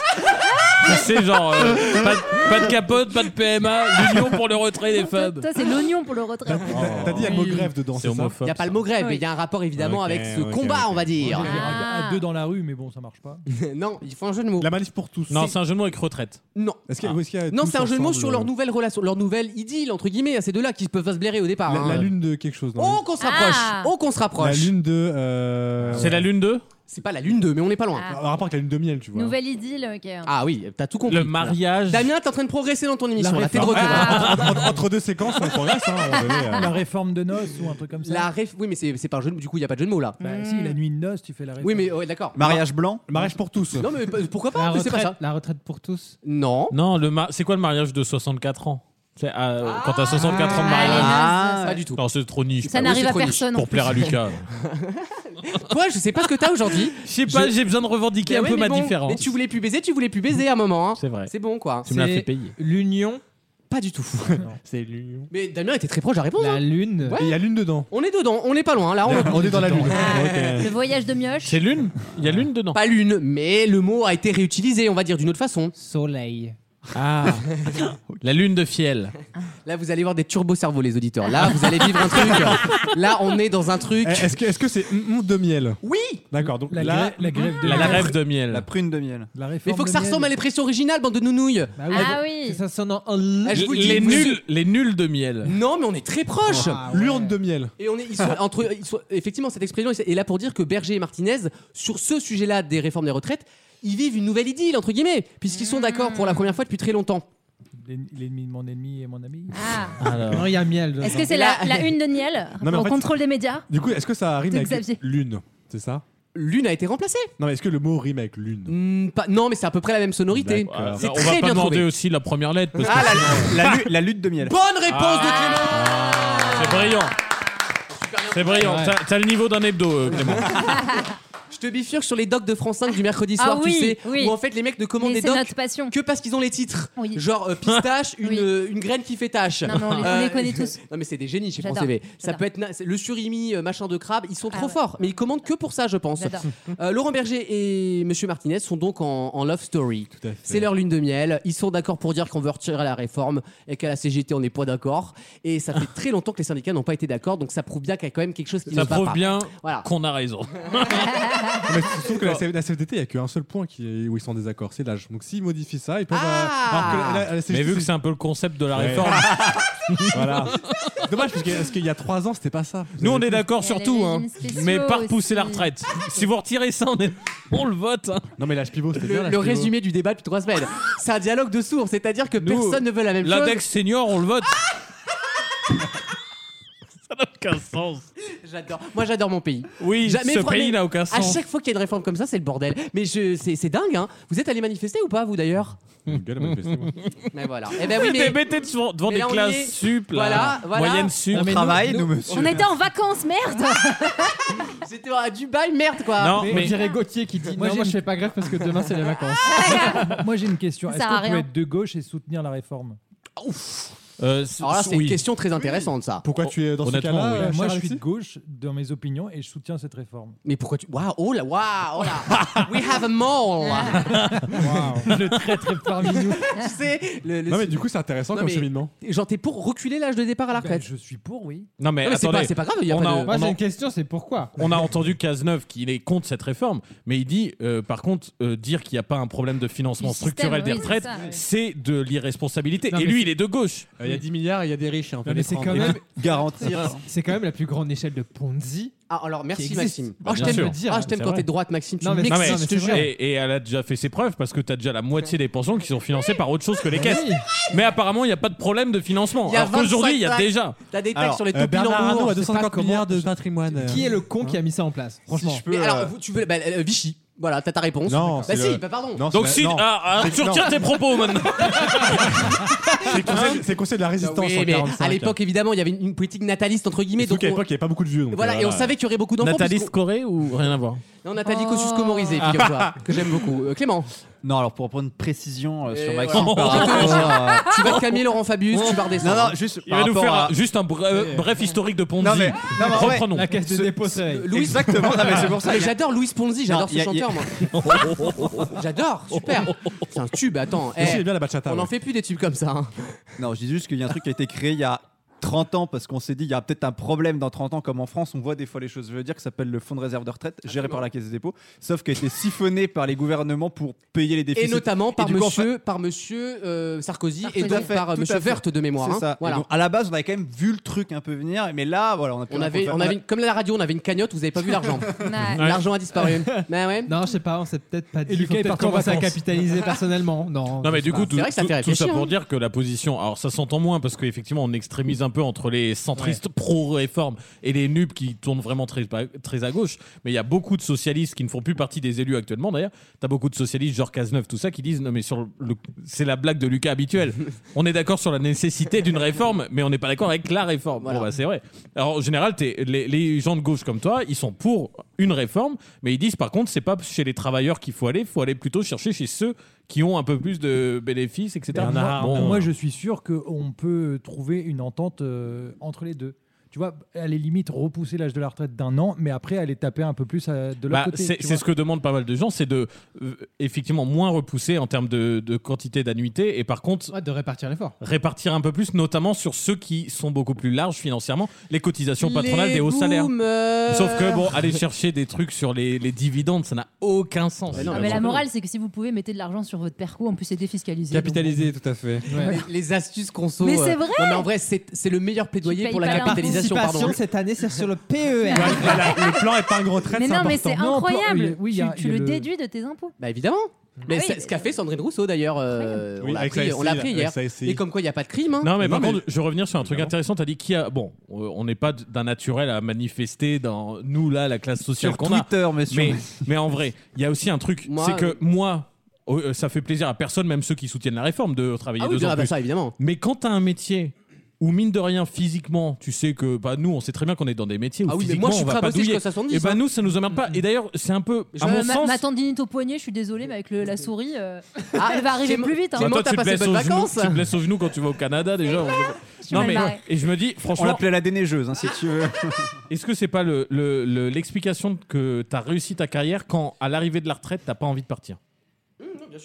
F: C'est genre euh, pas, de- pas de capote, pas de PMA, l'union pour le retrait des femmes.
D: Toi, c'est l'oignon pour le retrait.
I: T'as dit il y a le mot grève dedans,
F: C'est
I: c'est ça
B: Il
F: homophobe.
B: n'y a pas le mot grève, mais il y a un rapport évidemment
I: Ok,
B: avec ce
I: ok,
B: combat,
I: ok.
B: on va dire.
I: Moi, je
C: À-
F: Ah.
C: à deux dans la rue, mais bon, ça marche pas.
B: non, il faut un jeu de mots.
I: La malice pour
B: Ah.
I: tous.
F: Non, c'est un jeu de mots avec retraite.
B: Non.
I: Est-ce qu'il y a-
F: Ah.
I: ou est-ce qu'il y a
B: Non,
I: Euh, tous
B: c'est un jeu de mots
I: ensemble,
B: sur leur nouvelle relation, leur nouvelle idylle entre guillemets, à ces deux-là qui peuvent se blairer au départ.
I: La,
B: hein.
I: la lune de quelque chose. non
B: Oh qu'on se rapproche,
D: Ah.
B: oh qu'on se
I: La
B: rapproche.
I: lune de. euh,
F: C'est la lune 2
B: C'est pas la lune 2, mais on n'est pas loin.
D: Ah.
I: Un rapport avec la lune de miel, tu vois.
D: Nouvelle hein. idylle, ok.
B: Ah oui, t'as tout compris.
F: Le mariage.
B: Damien, t'es en train de progresser dans ton émission.
I: La
B: là, t'es de
I: réforme. Ah,
B: retour. hein.
I: Entre, entre deux séquences, on progresse. Hein, à un moment donné, euh.
C: La réforme de noces ou un truc comme ça.
B: La réf... Oui, mais c'est c'est pas un jeu de... Du coup, il n'y a pas de jeu de mots là.
C: Bah, si, la nuit de noces, tu fais la réforme.
B: Oui, mais ouais, d'accord.
E: Mariage blanc
I: Le mariage pour tous.
B: Non, mais p- pourquoi pas
G: La
B: mais C'est pas
G: retraite,
B: ça.
G: la retraite pour tous.
B: Non.
F: Non, le ma- c'est quoi le mariage de 64 ans C'est, euh,
B: Ah.
F: Quand t'as 64 ans de
D: Ah,
F: mariage.
D: les noces,
B: Pas du tout.
F: Non, c'est trop niche.
D: Ça
B: Ah oui,
D: n'arrive
B: c'est
D: à
B: trop niche.
D: personne. en
F: Pour
D: plus.
F: plaire à Lucas.
B: Toi, je sais pas ce que t'as aujourd'hui.
F: Je sais pas, j'ai besoin de revendiquer
B: Mais
F: un
B: Ben ouais,
F: peu
B: mais
F: ma
B: bon,
F: différence.
B: Mais tu voulais plus baiser, tu voulais plus baiser à un moment. hein.
F: C'est vrai.
B: C'est bon quoi.
F: Tu me l'as
G: C'est
F: fait payer.
G: L'union,
B: Pas du tout.
F: C'est l'union.
B: Mais Damien était très proche de la réponse.
G: la
B: hein.
G: lune.
B: Ouais.
I: Et il y a lune dedans.
B: On est dedans, on n'est pas loin. Là, on
I: On est dans la lune.
D: Le voyage de mioche.
F: C'est lune Il y a lune dedans.
B: Pas l'une, mais le mot a été réutilisé, on va dire d'une autre façon.
G: Soleil.
F: Ah. La lune de fiel.
B: Là, vous allez voir des turbo-cerveaux, les auditeurs. Là, vous allez vivre un truc. Là, on est dans un truc.
I: Eh, Est-ce que est-ce que c'est -ce de miel
B: Oui
I: D'accord, donc
C: La,
I: là.
C: grève- la grève de
F: La
C: noces.
F: grève de miel.
E: La prune de miel.
C: La réforme
B: Mais il faut que ça
C: de
B: ressemble à
C: miel.
B: l'expression originale, bande de nounouilles.
G: Bah
D: Ah oui.
G: Ça sonne en- en l-
B: Eh, je vous le dis,
F: Les
B: vous-
F: nuls, les nuls de miel.
B: Non, mais on est très proches.
G: Ah ouais.
I: L'urne de miel.
B: Et on est, ils sont entre, ils sont- effectivement, cette expression est là pour dire que Berger et Martinez, sur ce sujet-là des réformes des retraites, ils vivent une nouvelle idylle, entre guillemets, puisqu'ils sont d'accord
I: Mmh.
B: pour la première fois depuis très longtemps.
C: L'en- L'ennemi de mon ennemi et mon ami.
D: Ah.
G: Non, il y a miel. dedans.
D: Est-ce que c'est la, la une de Niel
I: Non, mais en
D: pour
I: fait-
D: contrôle des médias
I: Du coup, est-ce que ça rime
D: De
I: avec
D: Xavier.
I: lune C'est ça
B: L'une a été remplacée.
I: Non, mais est-ce que le mot rime avec lune
B: Hmm, pas- non, mais c'est à peu près la même sonorité.
I: D'accord. Alors,
B: C'est
F: on va
B: très
F: pas
B: bien
F: demander
B: trouvé.
F: aussi la première lettre. parce que- Ah.
B: Ah, la-
E: La, lu- la lutte de miel.
B: bonne réponse de Clément.
I: Ah.
F: C'est brillant. C'est brillant.
G: Ouais.
F: T'as- T'as le niveau d'un hebdo, euh, Clément.
B: Je te bifurque sur les docs de France 5 du mercredi
D: Ah
B: soir,
D: oui,
B: tu sais,
D: oui.
B: où en fait les mecs ne commandent des
D: Mais C'est
B: docs
D: notre passion.
B: que parce qu'ils ont les titres.
D: Oui.
B: Genre euh, pistache, une,
D: Oui.
B: euh, une graine qui fait tache.
D: Non, mais on les- on les connaît tous.
B: Non, mais c'est des génies chez France
D: J'adore,
B: TV. Ça
D: j'adore.
B: peut être na- c'est le surimi, euh, machin de crabe, ils sont
D: Ah
B: trop
D: ouais.
B: forts. Mais ils commandent que pour ça, je pense.
D: J'adore.
B: Euh, Laurent Berger et Monsieur Martinez sont donc en, en love story.
I: Tout à fait.
B: C'est leur lune de miel. Ils sont d'accord pour dire qu'on veut retirer la réforme et qu'à la CGT on n'est pas d'accord. Et ça fait très longtemps que les syndicats n'ont pas été d'accord, donc ça prouve bien qu'il y a quand même quelque chose qui
F: Ça
B: ne va
F: prouve
B: pas.
F: bien
B: Voilà.
F: qu'on a raison.
I: Mais Sauf que la C- la CFDT, il n'y a qu'un seul point qui est- où ils sont en désaccord, c'est l'âge. Donc s'ils modifient ça, ils peuvent. euh,
B: Ah
I: alors que la- la- la
F: Mais
I: CGT,
F: vu que c'est un peu le concept de la
I: Ouais.
F: réforme, Voilà.
I: Dommage, parce que- parce qu'il y a 3 ans, c'était pas ça.
F: Nous, on est d'accord
I: Il y
F: sur
I: a
F: tout,
I: les
F: hein.
I: régimes spéciaux
F: mais pas repousser
I: aussi.
F: la retraite. si vous retirez ça, on, est- on le vote. hein.
I: Non, mais l'âge pivot,
F: c'était
B: Le, le résumé du débat depuis trois semaines. C'est un dialogue de sourds, c'est-à-dire que personne ne veut la même chose. Ah,
F: L'index senior, on le vote. ça n'a aucun sens.
B: J'adore. Moi, j'adore mon pays.
F: Oui,
B: Jamais-
F: ce
B: mais-
F: pays
B: mais
F: n'a aucun
B: À
F: sens.
B: chaque fois qu'il y a une réforme comme ça, c'est le bordel. Mais je, c'est, c'est dingue, hein. Vous êtes allé manifester ou pas, vous d'ailleurs Mais voilà. Eh ben oui, mais-
F: T'es bêté devant, devant
B: mais
F: des
B: là, on y
F: classes
B: est.
F: sup,
B: Voilà,
F: là,
B: voilà.
F: moyenne sup.
B: Non, mais nous- Travail, nous, nous, monsieur.
D: On était en vacances, merde
B: J'étais à Dubaï, merde quoi.
G: Non, Ah, mais... On dirait Gauthier qui dit
C: Moi,
G: Non,
C: j'ai
G: moi
C: une-
G: je fais pas grève parce que demain c'est les vacances.
C: Moi, j'ai une question.
D: Ah. Ça
C: Est-ce
D: sert à
C: qu'on peut
D: rien.
C: être de gauche et soutenir la réforme
F: Euh,
B: Alors là, c'est une question très intéressante, ça.
I: Pourquoi tu es dans ce cas-là euh, cher
C: Moi, je suis de
I: Alexis
C: gauche dans mes opinions et je soutiens cette réforme.
B: Mais pourquoi tu. Waouh, oh là, waouh, oh là. We have a mole.
C: Le traître est parmi nous.
B: tu sais, le, le-
I: Non, mais du coup, c'est intéressant
B: Non,
I: comme
B: mais-
I: cheminement.
B: Genre, t'es pour reculer l'âge de départ à la retraite
C: Je suis pour, oui.
F: Non mais,
B: Non, mais c'est
F: attendez.
B: pas- c'est pas grave, il y a
F: On
B: pas
F: a-
B: de-
F: on a-
G: question, c'est pourquoi
F: On a entendu Cazeneuve qu'il est contre cette réforme, mais il dit, euh, par contre, euh, dire qu'il n'y a pas un problème de financement
I: Du système,
F: structurel des
I: oui, c'est
F: retraites,
I: ça, ouais.
F: c'est de l'irresponsabilité.
G: Non,
F: Et
G: mais
F: lui,
G: c'est-
F: il est de gauche.
I: Euh, Il y a 10 milliards et il y a des riches. hein,
G: Non, mais c'est quand même C'est quand même la plus grande échelle de Ponzi.
B: Ah, alors merci
G: Qui existe.
B: Maxime.
G: Bah,
B: Ah, je
G: bien
B: t'aime
G: sûr.
B: ah, je t'aime
F: C'est
B: quand
F: vrai.
B: t'es droite, Maxime. Tu
G: Non, mais-
B: m'excites,
G: non, mais
B: je te
G: c'est
B: jure.
G: vrai.
F: Et, et elle a déjà fait ses preuves parce que tu as déjà la moitié des pensions qui sont financées par autre chose que les caisses. Mais apparemment, il n'y a pas de problème de financement.
B: Il y a
F: Alors qu'aujourd'hui,
B: 25
F: il y a
B: taxes.
F: déjà.
B: T'as des taxes
F: Alors,
B: sur les
F: euh,
B: toupies
F: Bernard
B: en bourg.
I: Arnault a
B: Je sais
I: 250
B: pas
I: milliards
B: comment-
I: de patrimoine. euh.
G: Qui est le con qui a mis ça en place Franchement.
I: je peux,
B: Mais
I: euh,
B: alors, vous- tu veux. Bah, euh, Vichy. Voilà, t'as ta réponse.
I: Non,
B: Bah
I: c'est
B: si,
I: le-
B: bah pardon.
I: Euh, Non,
F: Donc,
I: c'est-
F: si.
I: non.
F: Ah, ah, tu
I: Non.
F: retiens tes propos maintenant.
I: C'est conseil- C'est conseil de la résistance
B: Oui,
I: en
B: mais
I: 45.
B: à l'époque, évidemment, il y avait une, une politique nataliste, entre guillemets.
I: Surtout
B: Donc
I: qu'à
B: on-
I: l'époque, il n'y avait pas beaucoup de vieux. donc, euh,
B: Voilà, et on savait qu'il y aurait beaucoup d'enfants.
F: Nataliste
B: puisqu'on-
F: Corée ou rien à voir
B: Non, Nathalie Kosciusko-Morizet,
F: Ah.
B: figure-toi, que j'aime beaucoup. Euh, Clément.
N: Non, alors pour prendre une précision euh, sur
B: Et
N: Maxime
B: voilà.
N: par rapport à-
B: Tu vas te calmer, Laurent Fabius, tu hein. vas redescendre.
N: Non, non, juste
F: Il
N: par
F: va nous
N: rapport
F: faire
N: à-
F: un- juste un bre- euh, bref historique de Ponzi.
N: Non, mais- non, mais en vrai,
F: Reprenons.
N: la caisse de
F: Ce-
N: dépôt,
F: ce-
N: c'est-
F: Louis-
N: Exactement, non, mais c'est pour ça,
B: Mais
N: il y a-
B: j'adore Louis Ponzi,
N: Non,
B: j'adore
N: il y
B: ce
N: a- il y a-
B: chanteur, moi. J'adore,
E: oh,
B: super. C'est un tube, attends.
N: Mais si,
B: eh,
N: j'aime bien la bachata,
B: on en
N: ouais.
B: fait plus des tubes comme ça. hein.
N: Non, je dis juste qu'il y a un truc qui a été créé il y a 30 ans parce qu'on s'est dit il y a peut-être un problème dans 30 ans comme en France on voit des fois les choses veut dire qui s'appelle le fonds de réserve de retraite géré par la caisse des dépôts sauf qui a été siphonné par les gouvernements pour payer les déficits
B: Et notamment par
N: du coup, en fait-
B: monsieur, par monsieur euh, Sarkozy, et
N: Tout à
B: donc
N: fait,
B: par euh,
N: tout
B: monsieur
N: à fait.
B: Verte de mémoire.
N: C'est
B: hein.
N: ça. Et
B: Voilà.
N: donc, à la base, on avait quand même vu le truc un peu venir, mais là, voilà, on a plus
B: On
N: rien
B: avait,
N: pour
B: on
N: faire.
B: avait, comme la radio, on avait une cagnotte, vous avez pas vu l'argent. L'argent a disparu. Mais ouais.
G: Non, je sais pas, on s'est peut-être pas dit.
B: Lucas
G: Faut
B: est
G: peut-être
B: parti en
G: commencer à
B: vacances.
G: capitaliser personnellement. Non.
F: Non mais du coup, tout,
G: c'est
F: tout- tout ça
N: hein.
F: pour dire que la position, alors ça s'entend moins parce qu'effectivement on extrémise un peu entre les centristes pro-réforme et les nubes qui tournent vraiment très, pa- très à gauche, mais il y a beaucoup de socialistes qui ne font plus partie des élus actuellement d'ailleurs, t'as beaucoup de socialistes genre Cazeneuve, tout ça, qui disent non mais sur le- c'est la blague de Lucas habituelle, on est d'accord sur la nécessité d'une réforme, mais on n'est pas d'accord avec la réforme, Bon, bah, c'est vrai. Alors en général, t'es- les, les gens de gauche comme toi, ils sont pour une réforme, mais ils disent par contre c'est pas chez les travailleurs qu'il faut aller, il faut aller plutôt chercher chez ceux qui ont un peu plus de bénéfices, etc.
C: Moi,
F: Bon,
C: moi,
F: euh,
C: je suis sûr qu'on peut trouver une entente euh, entre les deux. Tu vois, à les limites, repousser l'âge de la retraite d'un an, mais après, aller taper un peu plus euh, de leur
F: bah,
C: côté.
F: c'est
C: tu
F: c'est
C: vois.
F: ce que demandent pas mal de gens, c'est de euh, effectivement moins repousser en termes de, de quantité d'annuité et par contre
G: de répartir l'effort.
F: répartir un peu plus, notamment sur ceux qui sont beaucoup plus larges financièrement, les cotisations patronales
B: Les
F: des hauts salaires.
B: boomers.
F: Sauf que bon, aller chercher des trucs sur les, les dividendes, ça n'a aucun sens.
D: Ah, mais la morale, c'est que si vous pouvez, mettez de l'argent sur votre perco, en plus c'est défiscalisé.
I: Capitalisé, tout à fait.
B: Les, les astuces conso.
D: Mais
B: euh,
D: c'est vrai
B: Non, mais en vrai, c'est c'est le meilleur plaidoyer
D: payes
B: pour la
D: pas l'impôt.
B: capitalisation. Pardon.
G: Participation, cette année, c'est sur le
B: E
G: PER.
I: Le plan épargne retraite,
D: Mais
I: c'est
D: non,
I: important.
D: mais c'est
B: Non, pour-
D: incroyable.
B: oui, il y a- il
D: Tu-
B: y
D: Tu
B: a
D: le
B: le-
D: déduis de tes impôts.
B: Bah évidemment. Mais
D: oui,
B: c'est- ce qu'a fait Sandrine Rousseau d'ailleurs, euh,
F: Oui,
B: on l'a
F: avec
B: appris,
F: sa
B: on l'a
F: SCI,
B: appris
F: avec
B: hier.
F: sa SCI.
B: Et comme quoi il n'y a pas de crime. hein.
F: Non, mais par contre, je veux revenir sur un truc intéressant. T'as dit qui a. Bon, euh, on n'est pas d- d'un naturel à manifester dans nous, là, la classe sociale
N: Sur
F: qu'on a.
N: Twitter, messieurs.
F: Mais, mais en vrai, il y a aussi un truc.
N: Moi,
F: C'est
N: euh,
F: que moi. euh, ça fait plaisir à personne, même ceux qui soutiennent la réforme, de travailler
B: Ah oui,
F: deux
B: bien,
F: ans
B: ah bah
F: plus.
B: ça, évidemment.
F: Mais quand t'as un métier où mine de rien physiquement, tu sais que bah nous on sait très bien qu'on est dans des métiers où
B: Ah oui, mais
F: physiquement
B: moi, je suis
F: on va
B: prêt à
F: pas
B: bosser
F: douiller.
B: jusqu'à 70,
F: et bah
B: hein.
F: nous ça nous emmerde pas. Et d'ailleurs c'est un peu à mon
D: Euh, ma,
F: sens.
D: ma tendinite au poignet, je suis désolée, mais avec le- la souris, euh,
B: Ah,
D: elle va arriver
B: Clément-
D: plus vite. hein.
F: Bah, toi, tu te blesses au genou-
B: vacances.
G: hein.
F: Tu te blesses au genou quand tu vas au Canada déjà. on-
D: suis
F: Non
D: mal
F: mais
D: barrée.
F: et je me dis
N: On
F: franchement.
N: l'appelait la déneigeuse, hein, si tu veux.
F: Est-ce que c'est pas le- le- le- l'explication le, que t'as réussi ta carrière quand à l'arrivée de la retraite t'as pas envie de partir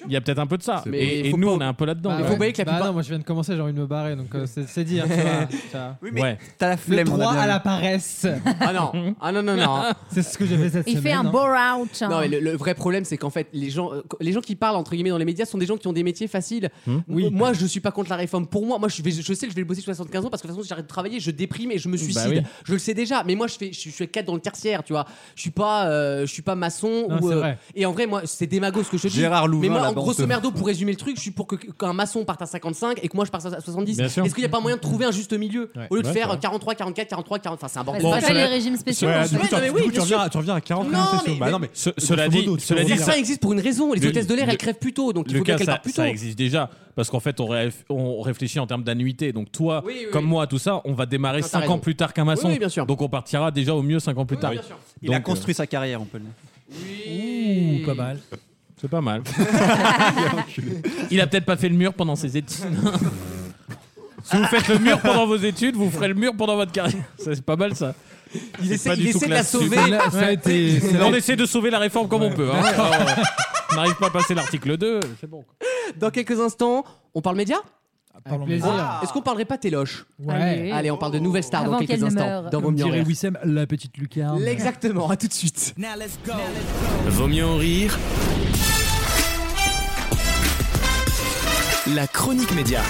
F: Il y a peut-être un peu de ça.
G: C'est
F: Et,
G: vrai.
F: et
G: Faut
F: nous,
G: pas-
F: on est un peu là-dedans.
G: Bah
F: Ouais.
G: ouais. Bah
F: hein.
G: non, moi je viens de commencer, j'ai envie de me barrer, donc euh, c'est c'est dire. tu vois, tu vois.
F: Oui, mais Ouais.
N: t'as la flemme,
G: Le
N: on a
G: droit
N: bien
G: à
N: vu.
G: la paresse.
B: Ah non, ah non, non, non.
G: C'est ce que j'avais cette hein.
D: Il fait un hein. bore-out.
B: Non, mais le, le vrai problème, c'est qu'en fait, les gens, euh, les gens qui parlent entre guillemets dans les médias sont des gens qui ont des métiers faciles. Oui. Moi, je suis pas contre la réforme. Pour moi, moi, je, vais, je sais que je vais le bosser jusqu'à 75 ans parce que de toute façon, si j'arrête de travailler, je déprime et je me suicide.
F: oui.
B: Je le sais déjà. Mais moi, je fais, je, suis- je suis cadre dans le tertiaire, tu vois. Je suis pas, euh, je suis pas maçon.
G: Non,
B: ou,
G: c'est
B: euh,
G: vrai.
B: Et en vrai, moi, c'est démago ce que je dis.
G: Gérard Louvain,
B: Mais moi,
G: la
B: en grosso
G: banque.
B: merdo, pour résumer le truc, je suis pour que qu'un maçon parte à 55 et que moi, je parte à 70.
F: Bien sûr.
B: Est-ce qu'il n'y a pas moyen de trouver un juste milieu
I: Ouais.
B: au lieu de
I: Ouais,
B: faire
I: c'est vrai.
B: euh, 43, 44, 43, 40 Enfin, c'est un bordel.
D: Bon,
I: cela- Ouais,
B: Ouais,
I: du coup, tu-
B: non, mais
I: du
B: oui,
I: coup, tu
B: bien sûr.
I: reviens, tu reviens à 40
B: Non,
I: réunions sociaux.
B: mais-
I: Bah non, mais
F: Ce- cela dit,
I: grosso modo, tu
F: cela
I: peux
F: dit,
I: revenir.
B: ça existe pour une raison. Les
F: Le-
B: hôtesses de l'air,
F: le-
B: elles crèvent plus tôt, donc il
F: le
B: faut bien
F: cas,
B: qu'elles
F: ça,
B: partent plus tôt.
F: ça existe déjà. Parce qu'en fait, on, réf- on réfléchit en termes d'annuité. Donc, toi, comme moi, tout ça, on va démarrer
B: Non, t'as
F: 5
B: raison.
F: ans plus tard qu'un maçon.
B: Oui, oui, bien sûr.
F: Donc, on partira déjà au mieux 5 ans plus tard. euh,
B: bien sûr.
N: Il a construit sa carrière, on peut le dire.
F: Ouh, pas mal. C'est pas mal. Il a peut-être pas fait le mur pendant ses études. si vous faites le mur pendant vos études, vous ferez le mur pendant votre carrière. Ça, C'est pas mal ça.
B: Il
F: C'est
B: essaie-
F: pas du
B: il
F: tout
B: essaie de la
F: classe
B: sauver.
F: sup.
B: Là, ça a été- ça a
F: On
B: été-
F: essaie de sauver la réforme comme on peut. hein. Ah ouais. On n'arrive pas à passer l'article 2. C'est bon.
D: Ah,
B: Dans quelques instants, on parle médias
C: Parlons
G: plaisir.
B: Ah, Est-ce qu'on parlerait pas Téloche
C: Ouais. Allez.
B: Allez, on parle de nouvelles stars
C: Avant
B: dans quelques
C: qu'elle ne
B: instants.
C: meure.
B: Dans Vaut
C: Comme
B: mieux en
C: dirait
B: rire.
C: Wissem, la petite lucarne.
B: Exactement, à tout de suite.
A: Vaut mieux en rire. La chronique média.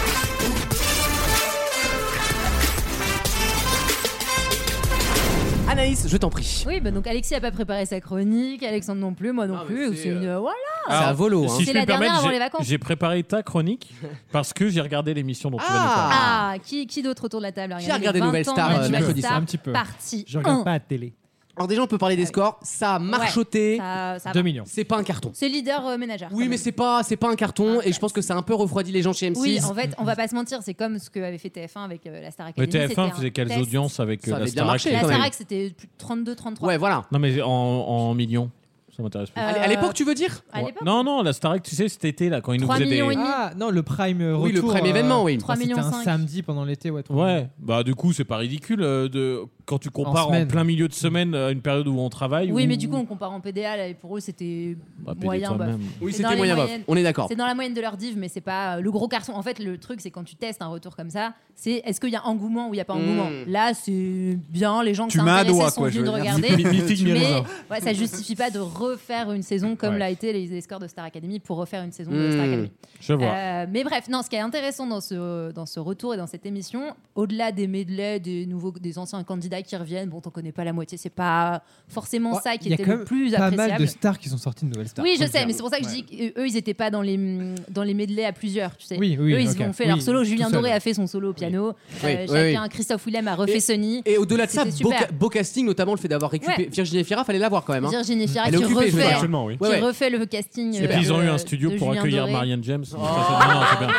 B: Anaïs, je t'en prie.
D: Oui, bah donc Alexis a pas préparé sa chronique, Alexandre non plus, moi
B: Ah,
D: non plus. C'est
B: euh,
D: une euh, voilà.
F: Alors,
B: à volo, hein.
F: Si je
D: C'est
F: puis
D: la
F: me
D: dernière
F: permettre,
D: avant
F: j'ai-
D: les vacances.
F: j'ai préparé ta chronique parce que j'ai regardé l'émission dont tu vas nous parler.
D: Ah, qui, qui d'autre autour de la table
B: Qui a regardé Nouvelle Star, euh, mercredi soir Un petit peu.
D: Parti.
C: la télé.
B: Alors déjà, on peut parler des scores. Ça a marchoté.
D: ça- ça Deux va. millions.
B: C'est pas un carton.
D: C'est leader euh, ménagère.
B: Oui, mais c'est pas, c'est pas un carton. Et je pense que ça a un peu refroidi les gens chez M6.
D: Oui, en fait, on va pas se mentir, c'est comme ce qu'avait fait TF1 avec euh, la Star
F: Mais
D: Academy. c'était un
F: TF1 faisait quelles
D: test.
F: audiences avec
B: Ça
F: euh, la
B: avait bien
F: Starac
B: marché,
D: La
B: quand
D: Star
B: même.
D: Ac, c'était plus de 32, 33.
B: Ouais, voilà.
F: Non, mais en, en millions. Ça m'intéresse pas.
D: Euh,
B: À l'époque, tu veux dire
D: à l'époque
F: Non, non, la Starac, tu sais, cet été, là, quand ils nous
D: 3
F: faisaient
D: millions
F: des.
D: et demi.
G: Ah non, le prime euh, retour.
F: Oui, le prime événement, oui.
D: 3
G: C'était
D: millions
G: un
D: cinq.
G: samedi pendant l'été, ouais.
F: Ouais, bah du coup, c'est pas ridicule euh, de... quand tu compares en,
G: semaine.
F: plein milieu de semaine à une période où on travaille.
D: Oui,
F: où-
D: mais du coup, on compare en PDA, là, et pour eux, c'était
F: Bah, PDA
D: moyen.
F: quand
D: bof.
F: même. Oui,
D: C'est
B: c'était
D: dans les
B: moyen, bof.
D: moyennes.
B: On est d'accord.
D: C'est dans la moyenne de leur div, mais c'est pas euh, le gros carton. En fait, le truc, c'est quand tu testes un retour comme ça, c'est est-ce qu'il y a engouement ou il n'y a pas engouement
B: Mm.
D: Là, c'est bien, les gens qui
N: Tu m'as à
D: s'intéressaient
N: doigt,
D: sont
N: quoi,
D: venus
N: je
D: de
N: veux dire.
D: regarder.
N: Mi- meeting
D: mais
N: Mirror.
D: ouais, ça justifie pas de refaire une saison comme
F: Ouais.
D: l'a été les, les scores de Star Academy pour refaire une saison de Star
F: Hmm,
D: Academy.
F: je vois.
D: Euh, mais bref, non, ce qui est intéressant dans ce, dans ce retour et dans cette émission, au-delà des medley, des, nouveaux, des anciens candidats qui reviennent, bon, t'en connais pas la moitié, c'est pas forcément ça qui
G: Il y a
D: était
G: quand
D: le
G: même
D: plus
G: pas
D: appréciable.
G: mal de stars qui sont sorties de nouvelles stars.
D: Oui,
G: faut
D: je
G: le
D: sais,
G: dire.
D: mais c'est pour ça que je dis qu'eux, ils n'étaient pas dans les, mm, dans les medley à plusieurs, tu sais.
G: Oui, oui,
D: Eux, ils
G: ok.
D: ont fait
G: Oui,
D: leur solo.
G: tout
D: Julien
G: seul.
D: Doré a fait son solo au piano.
B: Oui,
D: Euh,
B: oui,
D: chacun,
B: oui.
D: Christophe Willem a refait Sony.
B: Et au-delà de ça,
D: C'était
B: beau,
D: super.
B: ca- beau casting, notamment le fait d'avoir récupéré
D: Ouais.
B: Virginie Fira, fallait la voir quand même. hein.
D: Virginie Fira
B: Elle
D: qui,
B: est occupée, je veux dire.
D: refait,
B: Actuellement, oui.
D: qui
B: Ouais, ouais.
D: refait le casting.
F: Et
D: euh,
F: puis ils ont
D: de-
F: eu un studio
D: de
F: pour
D: Julien
F: accueillir
D: Doré.
F: Marianne James. Ça,
I: Oh.
F: c'est- non, non, c'est bien.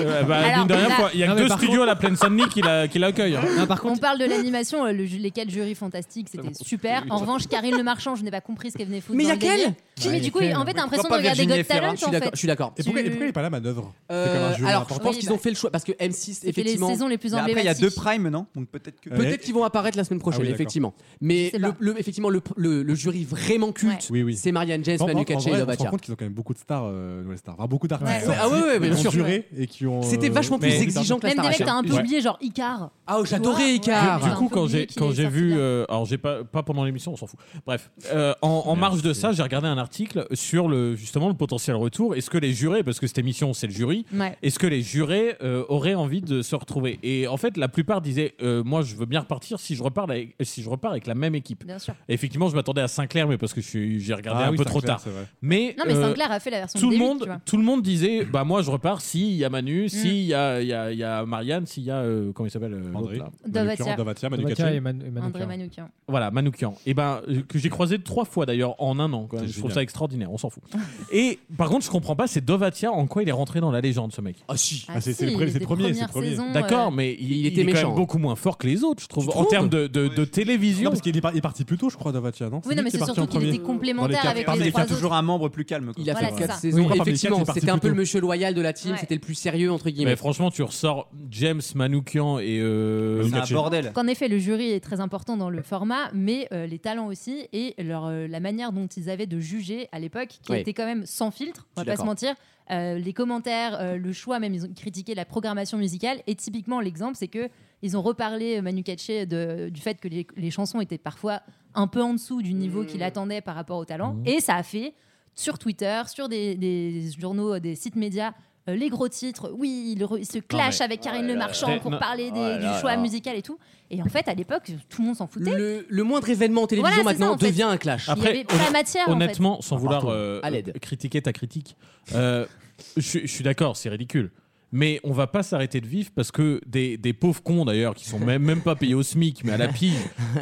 F: Euh, bah,
D: Alors,
F: mine de rien,
D: là-
F: quoi, il y a
G: Non,
F: que
G: mais
F: deux
G: par
F: studios à la plaine Saint-Denis qui la- qui l'accueillent. hein.
G: Non, par contre,
D: On parle de l'animation, euh, le ju- les quatre jurys fantastiques, c'était super. En revanche, Karine Le Marchand, je n'ai pas compris ce qu'elle venait foutre.
B: Mais
D: dans
B: y a
D: le délire.
B: qu'elle
D: Oui, mais du coup, en fait, t'as l'impression de regarder God Talent.
B: Je suis
D: en
B: d'accord,
D: fait.
B: je suis d'accord.
I: Et pourquoi, et pourquoi il est pas là, manœuvre C'est comme
B: Euh,
I: un jeu
B: alors, je
I: important.
B: pense
D: Oui,
B: qu'ils
D: bah.
B: ont fait le choix parce que M6,
D: C'était les
B: effectivement.
D: saisons les plus
B: Mais
N: Après, il y a
D: emblématiques.
N: deux primes, non Donc peut-être que.
B: Peut-être qu'ils vont apparaître la semaine prochaine,
I: Ah oui, d'accord.
B: effectivement. Mais
D: sais
B: le,
D: pas.
B: le- effectivement, le, le- le jury vraiment culte,
I: Oui, oui.
B: c'est Marianne James,
I: Non,
B: Manu
I: en- en
B: Katché
I: vrai,
B: et
I: on se rend
B: Lovatia.
I: compte qu'ils ont quand même beaucoup de stars, euh, nouvelles stars. Enfin, beaucoup
D: Ouais.
I: d'artistes.
B: Ouais, ah ouais, ouais, bien
I: qui
B: sûr.
I: ont duré et qui ont.
B: C'était
I: euh,
B: vachement plus
I: mais-
B: exigeant que la
D: Même des
B: Starac,
D: mecs, t'as
B: hein.
D: un peu
F: Ouais.
D: oublié, genre Icar.
B: Ah, oh, j'adorais
D: Ah,
B: Icar
F: du
D: c'est un
F: coup,
D: peu
F: quand
D: oublié
F: j'ai
D: qu'il
F: quand
D: est
F: j'ai
D: sorti
F: vu,
D: là.
F: euh, alors j'ai pas pas pendant l'émission, on s'en fout. Bref, euh, en, en marge de ça, j'ai regardé un article sur le justement le potentiel retour. Est-ce que les jurés, parce que cette émission c'est le jury,
D: Ouais.
F: est-ce que les jurés euh, auraient envie de se retrouver Et en fait, la plupart disaient, euh, moi je veux bien repartir si je repars avec, si je repars avec la même équipe.
D: Bien sûr.
F: Effectivement, je m'attendais à Sinclair, mais parce que je suis- j'ai regardé
I: Ah
F: un
I: oui,
F: peu trop
I: Sinclair,
F: tard.
I: c'est vrai.
F: Mais
D: Non, mais
F: euh,
D: Sinclair a fait la version
F: tout le
D: début,
F: monde
D: tu vois.
F: tout le monde disait bah moi je repars si il y a
G: Mm.
F: Manu si il y a il y, a- il y a Marianne s'il y a euh, comment il s'appelle euh, l'autre,
I: André.
F: là
D: Davatia.
I: Manukian, Davatia, Manu
G: Davatia
I: Katché.
G: et Man- et Manu
D: André
G: Kerr.
D: Manoukian.
F: voilà Manoukian et ben euh, que j'ai croisé trois fois d'ailleurs en un an quand même.
I: C'est
F: je trouve
I: génial.
F: ça extraordinaire on s'en fout et par contre je comprends pas c'est Dovatia en quoi il est rentré dans la légende ce mec
B: Ah, si
I: Ah, c'est- c'est le
D: si,
I: pre-
D: les
I: c'est le premier, c'est le
D: premières
I: premier.
D: saisons,
F: d'accord
D: euh,
F: mais il,
B: il
F: il
B: était
F: est quand
B: méchant.
F: même beaucoup moins fort que les autres je trouve
I: Tu
F: en
I: trouves
F: termes de, de- de
I: Non,
F: télévision
I: parce qu'il est, par- il est parti plus tôt, je crois, Davatia, non C'est
D: Oui, non,
I: lui
D: mais
I: qui est
D: c'est
I: parti
D: surtout
I: en
D: qu'il
I: premier.
D: était complémentaire
I: quatre-
D: avec
I: parmi
D: les
I: les
D: trois
I: quatre
N: Il y a
D: autres.
N: toujours un membre plus calme. quoi.
B: Il a
D: Voilà,
B: fait
D: c'est
B: 4
D: ça.
I: Oui,
B: saisons.
I: par parmi les
B: Effectivement,
I: quatre, c'est parti
B: c'était un
I: plus
B: peu le
I: tôt.
B: monsieur loyal de la team,
D: Ouais.
B: c'était le plus sérieux, entre guillemets.
F: mais franchement tu ressors James Manoukian et euh,
N: C'est un bordel.
D: Qu'en effet, le jury est très important dans le format, mais euh, les talents aussi et leur, euh, la manière dont ils avaient de juger à l'époque, qui
B: Oui.
D: était quand même sans filtre, on
B: Je suis
D: va pas se
B: d'accord.
D: mentir. Euh, les commentaires, euh, le choix, même ils ont critiqué la programmation musicale. Et typiquement, l'exemple, c'est que ils ont reparlé euh, Manu Katché de- du fait que les, les chansons étaient parfois un peu en dessous du niveau qu'il attendait par rapport au talent,
B: Mmh.
D: et ça a fait sur Twitter, sur des, des journaux, euh, des sites médias. euh, les gros titres, oui, il, re- il se clash
F: mais-
D: avec Karine
F: Oh là
D: Le
F: là.
D: Marchand
F: T'es-
D: pour
F: non.
D: parler des-
F: Oh là
D: du
F: là
D: choix
F: là.
D: musical et tout. Et en fait, à l'époque, tout le monde s'en foutait.
B: Le, le moindre événement en télévision
D: Voilà, c'est ça,
B: maintenant
D: en fait.
B: devient un clash.
D: Après, avait pas la matière, en
F: Honnêtement,
D: fait.
F: sans
B: Ah,
F: vouloir
B: pardon.
F: euh,
B: À l'aide.
F: critiquer ta critique, euh, je suis- je suis d'accord, c'est ridicule. Mais on va pas s'arrêter de vivre parce que des, des pauvres cons d'ailleurs qui sont même, même pas payés au SMIC mais à la pige,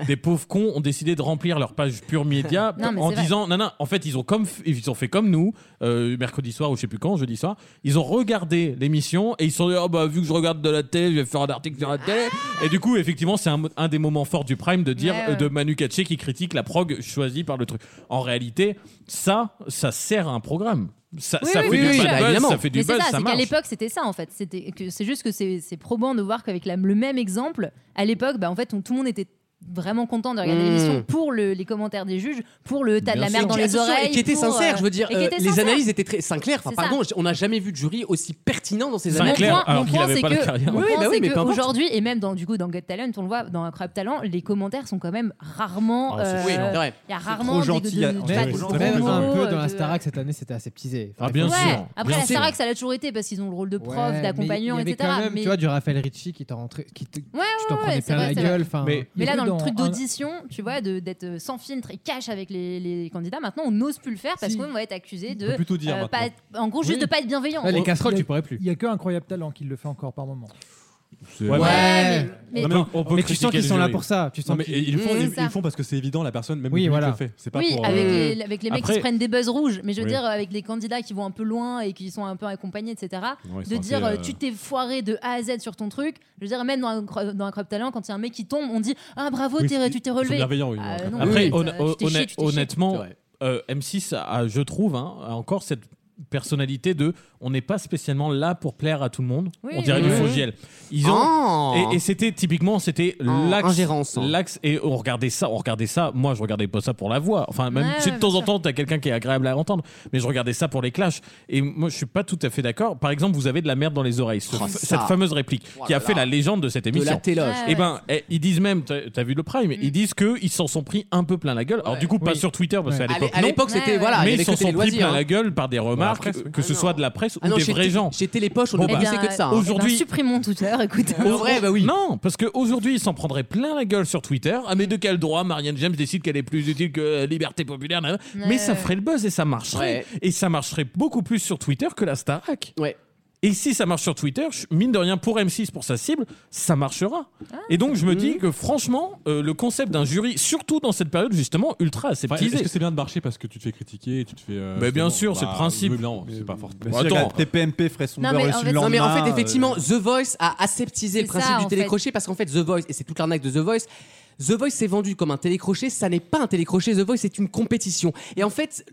F: des pauvres cons ont décidé de remplir leur page pure média
D: Non, mais
F: en
D: c'est vrai.
F: disant non non en fait ils ont comme f- ils ont fait comme nous euh, mercredi soir ou je sais plus quand jeudi soir ils ont regardé l'émission et ils se sont dit oh bah vu que je regarde de la télé je vais faire un article sur la télé et du coup effectivement c'est un, un des moments forts du prime de dire
D: Ah. Ouais,
F: euh,
D: ouais.
F: de Manu Katché qui critique la prog choisie par le truc. En réalité, ça, ça sert à un programme. Ça, ça fait du bad buzz, ça fait du
D: Mais c'est
F: buzz,
D: ça,
F: ça
D: c'est qu'à
F: marche.
D: l'époque, c'était ça en fait. C'était que c'est juste que c'est c'est probant de voir qu'avec la- le même exemple, à l'époque, bah, en fait, on- tout le monde était vraiment content de regarder
B: Mmh.
D: l'émission pour le- les commentaires des juges, pour le t'as de la
B: Bien
D: merde
B: sûr.
D: dans
B: Qui-
D: les
B: attention,
D: oreilles.
B: Et qui était
D: pour, euh,
B: sincère, je veux dire.
D: et qui
B: euh,
D: était
B: les
D: sincère.
B: analyses étaient très. Sinclair, enfin,
D: C'est
B: pardon,
D: ça.
B: on n'a jamais vu de jury aussi pertinent dans ses
F: Sinclair,
B: analyses.
F: Mon point- alors
D: Mon
F: qu'il
D: point,
F: avait
D: c'est
F: pas la
D: que-
F: carrière.
D: mon
B: Oui,
D: point,
B: bah oui,
D: c'est
B: mais
D: que
B: peu importe.
D: aujourd'hui, et même dans du coup dans Got Talent, on le voit, dans Crab Talent, les commentaires sont quand même rarement.
F: Ah, c'est
D: euh,
F: chiant. Oui, c'est vrai.
D: Il y a
F: C'est
D: rarement
F: trop gentil,
D: des,
F: hein.
D: de- de-
F: Ouais,
D: pas
F: c'est
D: de
F: trop
D: gros
G: Même
D: mots,
G: un peu
D: euh,
G: dans la
D: de-
G: Starac cette année, c'était aseptisé.
F: Ah, bien
D: Ouais.
F: sûr.
D: Après
F: bien
D: la
F: sûr.
D: Starac, ça l'a toujours été parce qu'ils ont le rôle de prof,
G: Ouais,
D: d'accompagnant,
G: mais il y avait
D: etc.
G: quand même,
D: mais...
G: tu vois, du Raphaël Ricci qui t'a rentré, qui te,
D: Ouais, ouais,
G: tu t'en
D: ouais,
G: prenais
D: c'est
G: plein
D: vrai,
G: la
D: c'est
G: gueule.
D: vrai.
G: enfin.
F: Mais-
D: Mais là, dans le truc
G: un-
D: d'audition, tu vois, de- d'être euh, sans filtre et cash avec les, les candidats, maintenant, on n'ose plus le faire parce
G: Si.
D: qu'on va être accusé de. euh,
G: peut plutôt dire maintenant.
D: pas être- en gros, juste
G: Oui.
D: de pas être bienveillant. hein.
G: Ouais, les casseroles,
C: Il y a-
G: tu pourrais plus.
C: Il y a que incroyable talent qui le fait encore par moment.
I: Ouais,
G: Ouais, mais- mais-
I: Non, mais on- on peut
G: Mais tu sens
I: critiquer
G: qu'ils
I: les
G: sont là
I: jurys.
G: pour ça, tu sens
I: Non, mais
G: qu'ils-
I: ils, le font,
D: Oui,
I: ils,
D: c'est ça.
I: ils le font parce que c'est évident, la personne, même
G: Oui,
I: le public
G: voilà.
I: le fait. C'est pas
D: oui,
I: pour, euh,
D: avec, les, avec les mecs qui
F: Après-
D: se prennent des buzz rouges. Mais je veux
I: Oui.
D: dire, euh, avec les candidats qui vont un peu loin et qui sont un peu accompagnés, etc.
I: Non, ils
D: de
I: sont
D: dire,
I: assez,
D: euh,
I: euh,
D: tu t'es foiré de A à Z sur ton truc. Je veux dire, même dans un, cro- dans un crop talent, quand il y a un mec qui tombe, on dit, ah bravo,
I: Oui,
D: t'es-
I: ils-
D: tu t'es
I: ils sont
D: relevé.
I: bienveillants, oui,
D: Ah,
I: en fait.
D: non,
F: Après,
D: mais,
F: honn-
D: euh, tu t'es
F: honn-
D: chié, tu t'es chié.
F: honnêtement,
B: chié.
F: euh, M6, a- a, je trouve, hein, a encore cette personnalité de on n'est pas spécialement là pour plaire à tout le monde.
B: Oui,
F: on dirait
B: oui,
F: du
B: oui.
F: Fogiel. Ils ont
B: Oh.
F: et, et c'était typiquement c'était
B: Oh,
F: l'axe
B: ingérence, hein.
F: l'axe et on regardait ça, on regardait ça. Moi, je regardais pas ça pour la voix. Enfin, même
D: Ouais,
F: si
D: ouais,
F: de
D: bien
F: temps en
D: sûr.
F: temps t'as quelqu'un qui est agréable à entendre, mais je regardais ça pour les clashs. Et moi, je suis pas tout à fait d'accord. Par exemple, vous avez de la merde dans les oreilles. ce-
B: Oh, ça. Oh
F: cette fameuse réplique qui a
B: Voilà.
F: fait la légende de cette
B: De
F: émission.
B: la téloge.
F: Et ben, eh, ils disent même, t'as t'as vu le Prime, ils disent que ils s'en sont pris un peu plein la gueule. Alors du coup, pas
B: Oui.
F: sur Twitter parce
B: À
F: qu'à
B: l'é-
F: l'époque,
B: à
F: non.
B: l'époque, c'était- voilà, il y
F: mais
B: avait
F: ils s'en
B: que
F: sont
B: les
F: pris
B: loisirs,
F: plein
B: hein.
F: la gueule par des remarques,
B: presse, oui.
F: que ce soit de la presse
B: Ah
F: ou
B: non,
F: des
B: chez
F: vrais
B: Télé-
F: gens.
B: Chez Télépoche, on
F: Bon,
B: ne
F: bah,
B: pensait que de ça. hein.
F: aujourd'hui-
D: Ben, supprimons Twitter, écoute.
B: En vrai, bah oui.
F: Non, parce qu'aujourd'hui, ils s'en prendraient plein la gueule sur Twitter. Ah, mais de quel droit Marianne James décide qu'elle est plus utile que euh, Liberté Populaire nanana. Mais ça ferait le buzz et ça marcherait.
B: Ouais.
F: Et ça marcherait beaucoup plus sur Twitter que la Starac.
B: Ouais.
F: Et si ça marche sur Twitter, je- mine de rien, pour M6, pour sa cible, ça marchera. et donc, je
B: Mm.
F: me dis que franchement, euh, le concept d'un jury, surtout dans cette période justement ultra
I: Enfin, Est-ce
F: aseptisée.
I: que c'est bien de marcher parce que tu te fais critiquer et tu te fais. euh,
F: Mais bien
I: justement,
F: sûr, c'est le
I: bah,
F: principe.
I: oui, mais non, c'est pas forcément.
F: Bah, si, Attends. regarde,
E: TPMP ferait son
D: Non,
E: beurre
D: mais
E: reçu
D: en
E: le
D: fait- Non,
B: Non, mais en
E: lendemain,
B: fait,
E: euh,
B: effectivement, The Voice a aseptisé le
D: C'est
B: principe
D: ça,
B: du
D: en fait.
B: télécrochet parce qu'en fait, The Voice, et c'est toute l'arnaque de The Voice, The Voice s'est vendu comme un télécrochet. Ça n'est pas un télécrochet, The Voice, c'est une compétition. Et en fait,